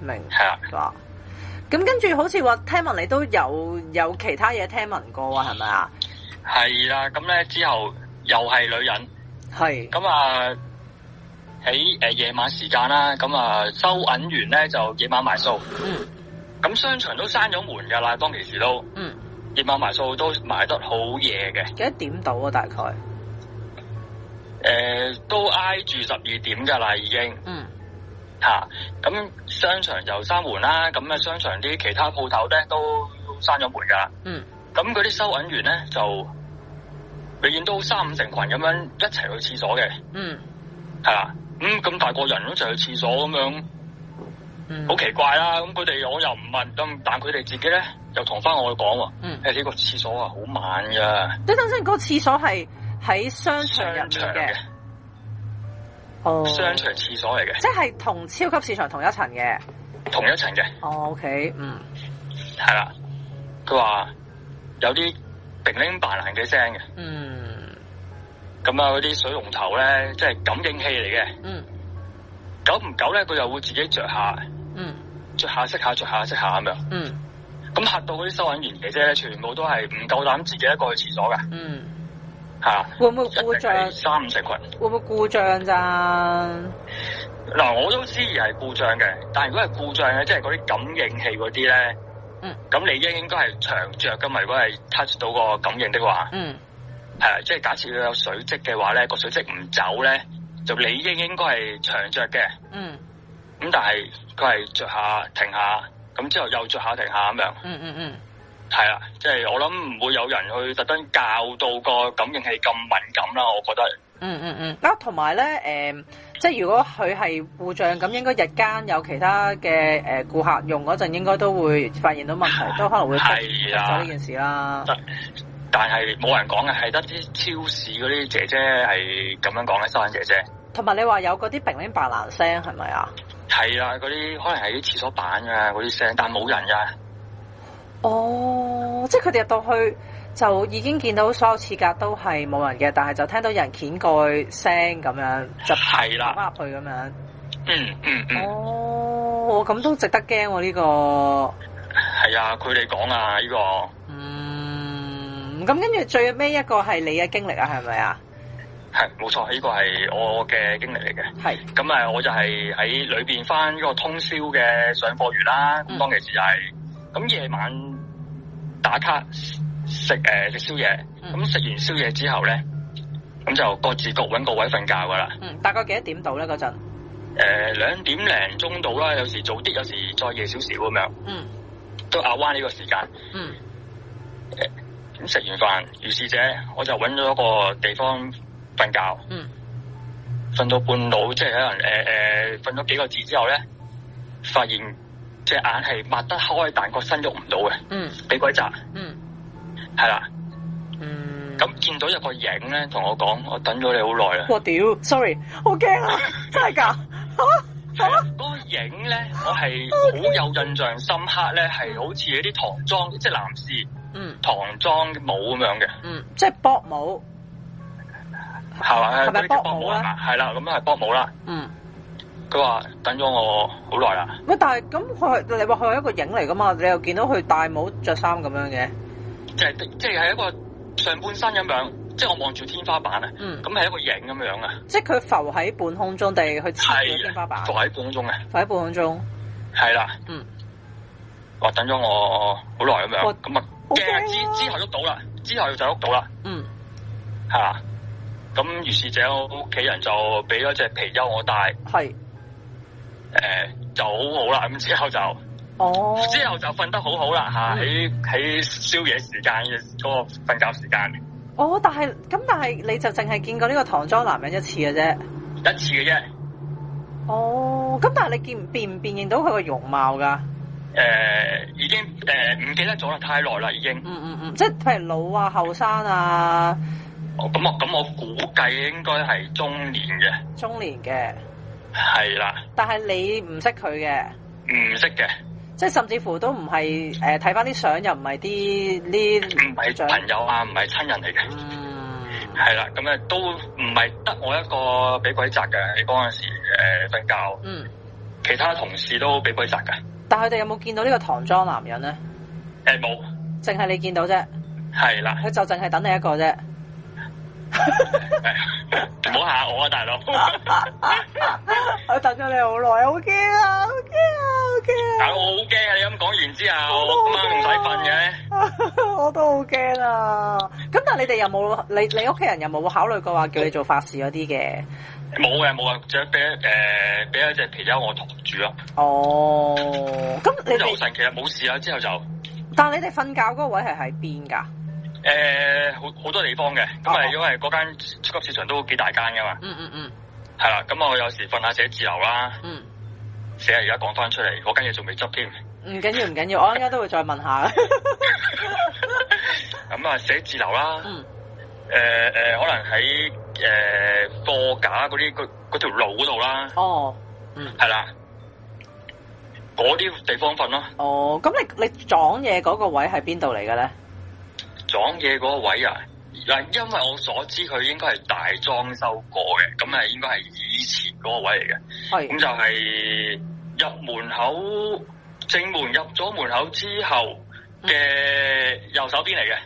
[SPEAKER 2] 明
[SPEAKER 7] 係啊啦，
[SPEAKER 2] 白。咁跟住好似話聽聞你都有有其他嘢聽聞過啊，係咪啊？
[SPEAKER 7] 係啦。咁咧之後又係女人，
[SPEAKER 2] 係
[SPEAKER 7] 咁啊喺誒夜晚時間啦，咁啊收銀員咧就夜晚埋數，
[SPEAKER 2] 嗯
[SPEAKER 7] 咁商場都閂咗門㗎啦，當其時都
[SPEAKER 2] 嗯
[SPEAKER 7] 夜晚埋數都埋得好夜嘅。
[SPEAKER 2] 幾多點到啊？大概
[SPEAKER 7] 诶、呃都挨住十二點㗎啦，已經
[SPEAKER 2] 嗯
[SPEAKER 7] 吓。咁、商場就閂門啦，咁啊商場啲其他鋪頭咧都閂咗門㗎啦。
[SPEAKER 2] 嗯。
[SPEAKER 7] 咁嗰啲收銀員咧就永遠都三五成群咁樣一齊去廁所嘅，
[SPEAKER 2] 嗯
[SPEAKER 7] 係啦。咁、咁大個人一齊去廁所咁樣，
[SPEAKER 2] 嗯
[SPEAKER 7] 好奇怪啦。咁佢哋我又唔問，咁但佢哋自己咧又同翻我講喎，
[SPEAKER 2] 嗯
[SPEAKER 7] 誒呢個廁所啊好猛㗎，
[SPEAKER 2] 即係等先，嗰個廁所係喺商場入面
[SPEAKER 7] 商場
[SPEAKER 2] 嘅
[SPEAKER 7] 嘅，
[SPEAKER 2] 哦，
[SPEAKER 7] 商場廁所嚟嘅，
[SPEAKER 2] 即係同超級市場同一層嘅。
[SPEAKER 7] 同一層嘅。
[SPEAKER 2] 哦，OK，嗯
[SPEAKER 7] 系啦，佢話有啲乒鈴扮爛嘅聲嘅，
[SPEAKER 2] 嗯
[SPEAKER 7] 咁啊嗰啲水龍頭咧，即係感應器嚟嘅，
[SPEAKER 2] 嗯
[SPEAKER 7] 久唔久咧佢又會自己着下，
[SPEAKER 2] 嗯
[SPEAKER 7] 着下熄下，着下熄下咁樣，
[SPEAKER 2] 嗯
[SPEAKER 7] 咁嚇到嗰啲收銀員姐姐咧，全部都係唔夠膽自己一個去廁所嘅，
[SPEAKER 2] 嗯，
[SPEAKER 7] 係啦，
[SPEAKER 2] 會唔會
[SPEAKER 7] 一定
[SPEAKER 2] 故障
[SPEAKER 7] 係？三五成群。
[SPEAKER 2] 會唔會故障咋？
[SPEAKER 7] 嗱，我都知而係故障嘅，但係如果係故障嘅，即係嗰啲感應器嗰啲咧，
[SPEAKER 2] 嗯，
[SPEAKER 7] 咁你應應該係長着噶嘛，如果係 touch 到個感應的話。
[SPEAKER 2] 嗯
[SPEAKER 7] 係啊，即係假設佢有水漬嘅話咧，個水漬唔走咧，就理應應該係長着嘅。
[SPEAKER 2] 嗯
[SPEAKER 7] 咁但係佢係着下停下，咁之後又着下停下咁樣。
[SPEAKER 2] 嗯嗯嗯
[SPEAKER 7] 係啦，即係我諗唔會有人去特登教到個感應器咁敏感啦。我覺得
[SPEAKER 2] 嗯嗯嗯。啊，同埋咧，诶、即係如果佢係故障，咁應該日間有其他嘅诶顾客用嗰陣，應該都會發現到問題，都可能會
[SPEAKER 7] 係
[SPEAKER 2] 咗
[SPEAKER 7] 啊
[SPEAKER 2] 呢，件事啦。
[SPEAKER 7] 但係冇人講嘅，係得啲超市嗰啲姐姐係咁樣講嘅，收銀姐姐。
[SPEAKER 2] 同埋你話有嗰啲乒鈴白蘭聲係咪啊？
[SPEAKER 7] 係啦，嗰啲可能係啲廁所板啊，嗰啲聲，但冇人㗎。
[SPEAKER 2] 哦，即係佢哋入到去，就已經見到所有廁格都係冇人嘅，但係就聽到有人掀蓋聲咁樣，就
[SPEAKER 7] 係
[SPEAKER 2] 爬
[SPEAKER 7] 啦，
[SPEAKER 2] 翻入去咁樣。
[SPEAKER 7] 嗯嗯嗯。
[SPEAKER 2] 哦，咁都值得驚喎呢個。
[SPEAKER 7] 系啊，佢哋講啊，呢、個
[SPEAKER 2] 嗯，咁跟住最尾一個係你嘅經歷啊，係咪啊？
[SPEAKER 7] 係冇錯，呢、個係我嘅經歷嚟嘅。
[SPEAKER 2] 係，
[SPEAKER 7] 咁啊，我就係喺裏邊翻呢個通宵嘅上課月啦。咁
[SPEAKER 2] 嗯
[SPEAKER 7] 當其時就係、咁夜晚打卡食誒食宵夜，
[SPEAKER 2] 嗯
[SPEAKER 7] 咁食完宵夜之後咧，咁就各自各揾個位瞓覺噶啦。
[SPEAKER 2] 嗯，大概幾多點到咧嗰陣？
[SPEAKER 7] 誒兩點零鐘到啦，有時早啲，有時再夜少少咁樣，
[SPEAKER 2] 嗯
[SPEAKER 7] 都亞灣呢個時間。
[SPEAKER 2] 嗯
[SPEAKER 7] 咁食完飯，如是者我就揾咗個地方瞓覺。
[SPEAKER 2] 嗯。
[SPEAKER 7] 瞓到半路，即係可能誒誒瞓咗幾個字之後咧，發現隻眼係擘得開，但個身喐唔到嘅，
[SPEAKER 2] 嗯
[SPEAKER 7] 俾鬼砸，
[SPEAKER 2] 嗯
[SPEAKER 7] 係啦。
[SPEAKER 2] 嗯。
[SPEAKER 7] 咁見到有個影咧，同我講，我等咗你好耐啦。
[SPEAKER 2] 我屌，sorry，好驚啊！真係㗎，
[SPEAKER 7] 係啊嗰個影咧，我係好有印象深刻咧，係好似嗰啲唐裝，即係男士
[SPEAKER 2] 嗯
[SPEAKER 7] 唐裝舞咁樣嘅，
[SPEAKER 2] 嗯，即係搏舞，
[SPEAKER 7] 係嘛？
[SPEAKER 2] 係咪
[SPEAKER 7] 嗰啲叫
[SPEAKER 2] 搏舞
[SPEAKER 7] 係
[SPEAKER 2] 啊？
[SPEAKER 7] 嘛係啦，咁係搏舞啦。
[SPEAKER 2] 嗯，
[SPEAKER 7] 佢話等咗我好耐啦。
[SPEAKER 2] 喂，但係咁佢係你話佢係一個影嚟㗎嘛？你又見到佢戴帽着衫咁樣嘅，
[SPEAKER 7] 就係即係一個上半身咁樣，即係我望住天花板啊，
[SPEAKER 2] 嗯，
[SPEAKER 7] 咁係一個影咁樣啊，
[SPEAKER 2] 即係佢浮喺半空中定係佢黐住天花板，
[SPEAKER 7] 坐
[SPEAKER 2] 浮
[SPEAKER 7] 喺半中啊，
[SPEAKER 2] 喺半空中，
[SPEAKER 7] 係啦，
[SPEAKER 2] 嗯，
[SPEAKER 7] 我等咗我好耐咁
[SPEAKER 2] 哇
[SPEAKER 7] 樣，咁啊
[SPEAKER 2] 好
[SPEAKER 7] 驚
[SPEAKER 2] 驚
[SPEAKER 7] 啊，
[SPEAKER 2] 啊
[SPEAKER 7] 之之後喐到啦，之後就喐到啦，
[SPEAKER 2] 嗯
[SPEAKER 7] 係嘛，咁於是者我屋企人就俾咗隻貔貅我戴，誒、
[SPEAKER 2] 係，
[SPEAKER 7] 就好好啦，咁之後就
[SPEAKER 2] 哦，
[SPEAKER 7] 之後就瞓得好好啦嚇，喺喺宵夜時間嘅嗰個瞓覺時間
[SPEAKER 2] 哦，但係咁但係你就淨係見過呢個唐裝男人一次嘅啫，
[SPEAKER 7] 一次嘅啫，
[SPEAKER 2] 哦，咁但係你見唔辨唔辨認到佢個容貌㗎？
[SPEAKER 7] 誒、呃已經誒唔、記得咗啦，太耐啦已經。
[SPEAKER 2] 嗯嗯嗯，即係譬如老啊、後生啊、
[SPEAKER 7] 哦，咁我咁我估計應該係中年嘅，
[SPEAKER 2] 中年嘅，
[SPEAKER 7] 係啦，
[SPEAKER 2] 但係你唔識佢嘅。
[SPEAKER 7] 唔識嘅，
[SPEAKER 2] 即係甚至乎都唔係誒睇翻啲相，又唔係啲呢
[SPEAKER 7] 唔係朋友啊，唔係親人嚟嘅，
[SPEAKER 2] 嗯
[SPEAKER 7] 係啦，咁啊都唔係得我一個俾鬼砸嘅，喺嗰陣時誒瞓、覺，
[SPEAKER 2] 嗯，
[SPEAKER 7] 其他同事都俾鬼砸嘅，
[SPEAKER 2] 但係佢哋有冇見到呢個唐裝男人咧？
[SPEAKER 7] 誒冇，
[SPEAKER 2] 淨係你見到啫，
[SPEAKER 7] 係啦，
[SPEAKER 2] 佢就淨係等你一個啫。
[SPEAKER 7] 唔好嚇我啊，大佬，
[SPEAKER 2] 我等咗你好耐，好驚啊！好驚
[SPEAKER 7] 但我好驚啊！你咁講完之後，
[SPEAKER 2] 我都
[SPEAKER 7] 今
[SPEAKER 2] 好
[SPEAKER 7] 晚唔使瞓嘅，
[SPEAKER 2] 啊！好驚啊！ 我都好驚啊！咁但係你哋有冇你你屋企人有冇考慮過話叫你做法事嗰啲嘅？
[SPEAKER 7] 冇嘅冇嘅，仲有俾誒俾一隻皮丘我托住咯，
[SPEAKER 2] 哦，咁你
[SPEAKER 7] 咁就好
[SPEAKER 2] 哋
[SPEAKER 7] 神奇啦，啊冇事啦，之後就。
[SPEAKER 2] 但係你哋瞓覺嗰個位係喺邊㗎？
[SPEAKER 7] 誒、呃好好多地方嘅，咁
[SPEAKER 2] 哦
[SPEAKER 7] 啊，因為嗰間超級市場都幾大間噶嘛，
[SPEAKER 2] 嗯嗯嗯
[SPEAKER 7] 係啦，咁我有時瞓下寫字樓啦，
[SPEAKER 2] 嗯。
[SPEAKER 7] 寫下而家講翻出嚟，嗰間嘢仲未執添，
[SPEAKER 2] 唔緊要唔緊要，我應該都會再問下。
[SPEAKER 7] 咁啊寫字樓啦，
[SPEAKER 2] 嗯
[SPEAKER 7] 誒誒、可能喺誒貨架嗰啲嗰嗰條路嗰度啦，
[SPEAKER 2] 哦，
[SPEAKER 7] 係啦，嗰啲地方瞓咯，
[SPEAKER 2] 哦，咁你你撞嘢嗰個位係邊度嚟嘅咧？
[SPEAKER 7] 撞嘢嗰個位啊，嗱，因為我所知佢應該係大裝修過嘅，咁係應該係以前嗰個位嚟嘅。咁
[SPEAKER 2] 係，
[SPEAKER 7] 就係入門口正門入咗門口之後嘅右手邊嚟嘅，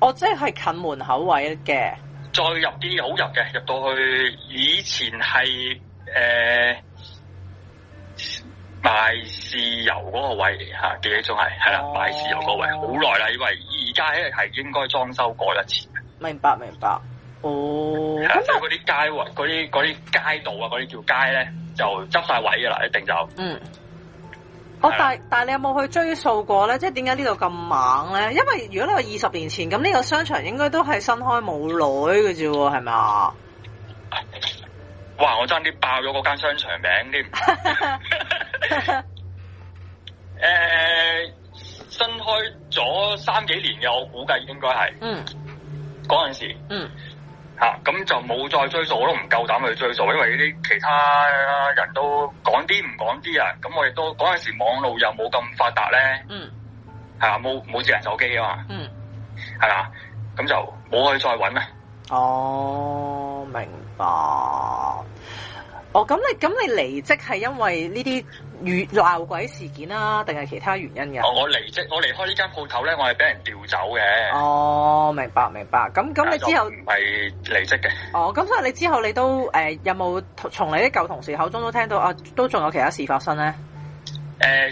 [SPEAKER 2] 我哦即係近門口位嘅。
[SPEAKER 7] 再入啲好入嘅，入到去以前係誒、呃、賣豉油嗰個位嚇，記憶中係係啦，
[SPEAKER 2] 哦
[SPEAKER 7] 賣豉油嗰個位好耐啦，因為而家咧係應該裝修過一次，
[SPEAKER 2] 明白明白。哦，
[SPEAKER 7] 係啦
[SPEAKER 2] 咁
[SPEAKER 7] 所以
[SPEAKER 2] 但
[SPEAKER 7] 嗰啲街位、嗰啲嗰啲街道啊、嗰啲叫街咧，就執晒位噶啦，一定就。
[SPEAKER 2] 嗯。哦
[SPEAKER 7] 係，啦
[SPEAKER 2] 但係但係你有冇去追溯過咧？即係點解呢度咁猛咧？因為如果你話二十年前咁，呢個商場應該都係新開冇耐嘅啫喎，係咪啊？
[SPEAKER 7] 哇！我爭啲爆咗嗰間商場名添。 誒、新開咗三幾年嘅，我估計應該係
[SPEAKER 2] 嗯
[SPEAKER 7] 嗰陣時
[SPEAKER 2] 嗯
[SPEAKER 7] 嚇，咁、就冇再追溯，我都唔夠膽去追溯，因為啲其他人都講啲唔講啲啊。咁我亦都嗰陣時網路又冇咁發達咧，
[SPEAKER 2] 嗯
[SPEAKER 7] 係啊，冇冇智能手機啊嘛，
[SPEAKER 2] 嗯
[SPEAKER 7] 係啦，咁就冇去再揾啦。
[SPEAKER 2] 哦，明白。哦，咁你咁你離職係因為呢啲遇鬧鬼事件啦、定係其他原因嘅？
[SPEAKER 7] 我我離職，我離開呢間鋪頭咧，我係俾人調走嘅。
[SPEAKER 2] 哦，明白明白。咁咁你之後
[SPEAKER 7] 啊就，唔係離職嘅，
[SPEAKER 2] 哦，咁所以你之後你都誒、呃有冇從你啲舊同事口中都聽到啊，都仲有其他事發生咧？
[SPEAKER 7] 誒呃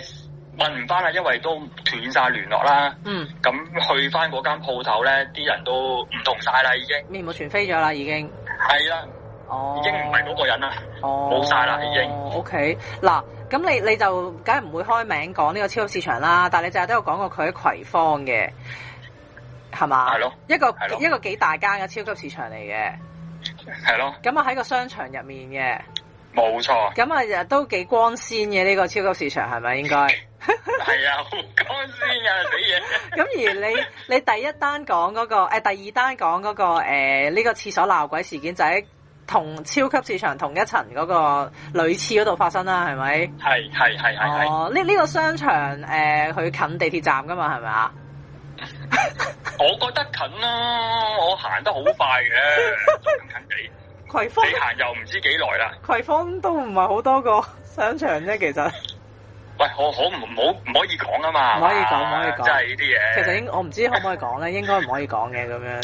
[SPEAKER 7] 問唔翻啦，因為都斷晒聯絡啦。
[SPEAKER 2] 嗯，
[SPEAKER 7] 咁去翻嗰間鋪頭咧，啲人都唔同晒啦，已經
[SPEAKER 2] 面目全非咗啦，已經。
[SPEAKER 7] 係啦，
[SPEAKER 2] 哦，
[SPEAKER 7] 已經唔係嗰個人啦。
[SPEAKER 2] 哦，
[SPEAKER 7] 冇晒啦已經
[SPEAKER 2] O K，嗱，咁你你就梗係唔會開名講呢個超級市場啦，但係你就係都有講過佢喺葵芳嘅，係嘛？
[SPEAKER 7] 係咯，
[SPEAKER 2] 一個
[SPEAKER 7] 係咯
[SPEAKER 2] 一個幾大間嘅超級市場嚟嘅，
[SPEAKER 7] 係咯，
[SPEAKER 2] 咁啊喺個商場入面
[SPEAKER 7] 冇錯
[SPEAKER 2] 嘅，，咁啊又都幾光鮮嘅呢個超級市場係咪應該？
[SPEAKER 7] 係啊，好光鮮啊，死嘢！
[SPEAKER 2] 咁而你你第一單講嗰、個、呃、第二單講嗰、個呃呢、個廁所鬧鬼事件就喺同超級市場同一層嗰個女廁嗰度發生啦，係咪？
[SPEAKER 7] 係係係係係，
[SPEAKER 2] 哦，呢呢、個商場誒，呃佢、近地鐵站噶嘛，係咪啊？
[SPEAKER 7] 我覺得近啦，我行得好快嘅，近近 地，
[SPEAKER 2] 葵芳
[SPEAKER 7] 你行又唔知幾耐啦。
[SPEAKER 2] 葵芳都唔係好多個商場啫，其實
[SPEAKER 7] 喂，我可唔唔好唔可以講啊嘛？
[SPEAKER 2] 唔可以講唔可以講
[SPEAKER 7] 真係呢啲嘢。
[SPEAKER 2] 其實應我唔知可唔可以講咧，應該唔可以講嘅咁樣。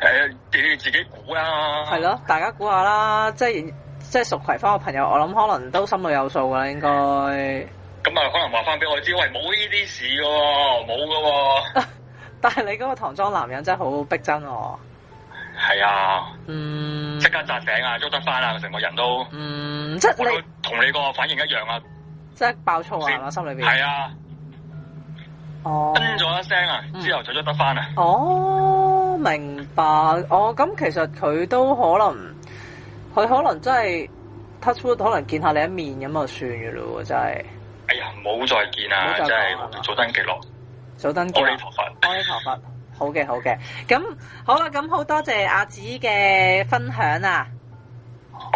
[SPEAKER 7] 誒，你哋自己估啦。
[SPEAKER 2] 係。咯，大家估下啦，即係即係熟葵芳嘅朋友，我諗可能都心裏有數噶啦，應該
[SPEAKER 7] 咁啊，可能話翻俾我知，喂，冇呢啲事嘅喎，冇 嘅喎。
[SPEAKER 2] 但係你嗰個唐裝男人真係好逼真喎，
[SPEAKER 7] 係啊，
[SPEAKER 2] 嗯
[SPEAKER 7] 即刻扎醒啊，喐得翻啊，成個人都。
[SPEAKER 2] 嗯，即係
[SPEAKER 7] 我都
[SPEAKER 2] 你
[SPEAKER 7] 同你個反應一樣啊。
[SPEAKER 2] 即係爆粗啊，係嘛心裏邊
[SPEAKER 7] 係啊，
[SPEAKER 2] 哦。
[SPEAKER 7] 嗯咗一聲啊，之後就喐得翻啊。
[SPEAKER 2] 哦，明白。哦，咁其實佢都可能，佢可能真係 touch wood，可能見下你一面咁就算嘅咯喎，真係。
[SPEAKER 7] 哎呀，冇再見
[SPEAKER 2] 唔
[SPEAKER 7] 啊，
[SPEAKER 2] 好再
[SPEAKER 7] 真
[SPEAKER 2] 講啦
[SPEAKER 7] 係早登記落，
[SPEAKER 2] 早登記
[SPEAKER 7] 我
[SPEAKER 2] 啦
[SPEAKER 7] 哋，頭髮。
[SPEAKER 2] 我啲頭髮。好嘅，好嘅。咁好啦，咁好多謝阿子嘅分享啊！
[SPEAKER 7] 好，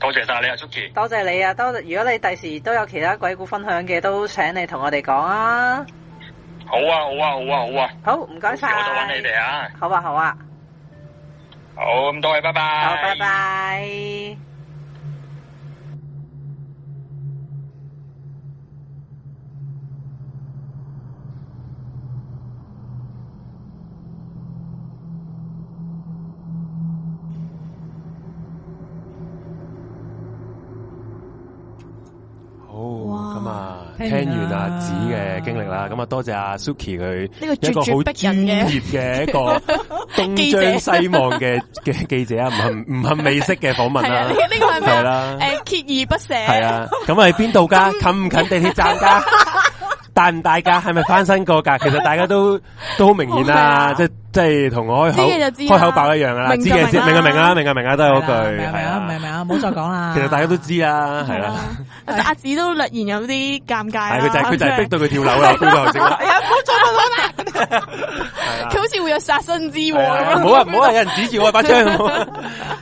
[SPEAKER 7] 多謝晒你啊，Suki。
[SPEAKER 2] 多謝你啊！多謝，如果你第時都有其他鬼故分享嘅，都請你同我哋講啊！
[SPEAKER 7] 好啊，好啊，好啊，好啊。
[SPEAKER 2] 好，唔該晒。
[SPEAKER 7] 我就揾你哋啊。
[SPEAKER 2] 好啊，好啊，
[SPEAKER 7] 好，咁多位，拜拜。
[SPEAKER 2] 好，拜。拜。
[SPEAKER 1] 好，
[SPEAKER 3] 哇
[SPEAKER 1] 咁啊，
[SPEAKER 8] 聽
[SPEAKER 1] 聽
[SPEAKER 8] 完
[SPEAKER 1] 完
[SPEAKER 8] 啦
[SPEAKER 1] 阿子嘅經歷啦，咁啊，多謝阿 Suki 佢
[SPEAKER 3] 呢個
[SPEAKER 1] 一個
[SPEAKER 3] 咄
[SPEAKER 1] 好
[SPEAKER 3] 咄逼
[SPEAKER 1] 專
[SPEAKER 3] 人嘅
[SPEAKER 1] 業嘅一個 東張西望嘅嘅記者啊，唔恨唔恨美式嘅訪問
[SPEAKER 3] 係啊，
[SPEAKER 1] 啦
[SPEAKER 3] 呢，呢個係咩
[SPEAKER 1] 係
[SPEAKER 3] 啊？
[SPEAKER 1] 啦，
[SPEAKER 3] 诶，锲而不舍。
[SPEAKER 1] 係啊，咁係邊度噶？近唔近地鐵站噶？大唔大噶？係咪翻身過噶？其實大家都都好明顯啦，即係即系同我開口
[SPEAKER 3] 知嘅就知啦
[SPEAKER 1] 開口爆一樣噶啦，
[SPEAKER 3] 明
[SPEAKER 1] 知
[SPEAKER 3] 就
[SPEAKER 1] 嘅知
[SPEAKER 3] 明
[SPEAKER 1] 明
[SPEAKER 3] 啦
[SPEAKER 1] 啊明啦明啊明啊，都係嗰句
[SPEAKER 8] 明唔明
[SPEAKER 1] 係
[SPEAKER 8] 啊？
[SPEAKER 1] 啊，
[SPEAKER 8] 明唔明啊？唔好再講啦。
[SPEAKER 1] 其實大家都知啦，係
[SPEAKER 3] 啊
[SPEAKER 1] 啦。
[SPEAKER 3] 但阿紫都略然有啲尷尬
[SPEAKER 1] 係啊
[SPEAKER 3] 啦。
[SPEAKER 1] 佢就係佢就係逼到佢跳樓啦，邊個頭先 講？
[SPEAKER 3] 啊
[SPEAKER 1] 係啦
[SPEAKER 3] 佢好似會有殺身之
[SPEAKER 1] 係
[SPEAKER 3] 禍咁
[SPEAKER 1] 啊
[SPEAKER 3] 樣。
[SPEAKER 1] 唔好啊，唔好啊，有人指住我把槍咁啊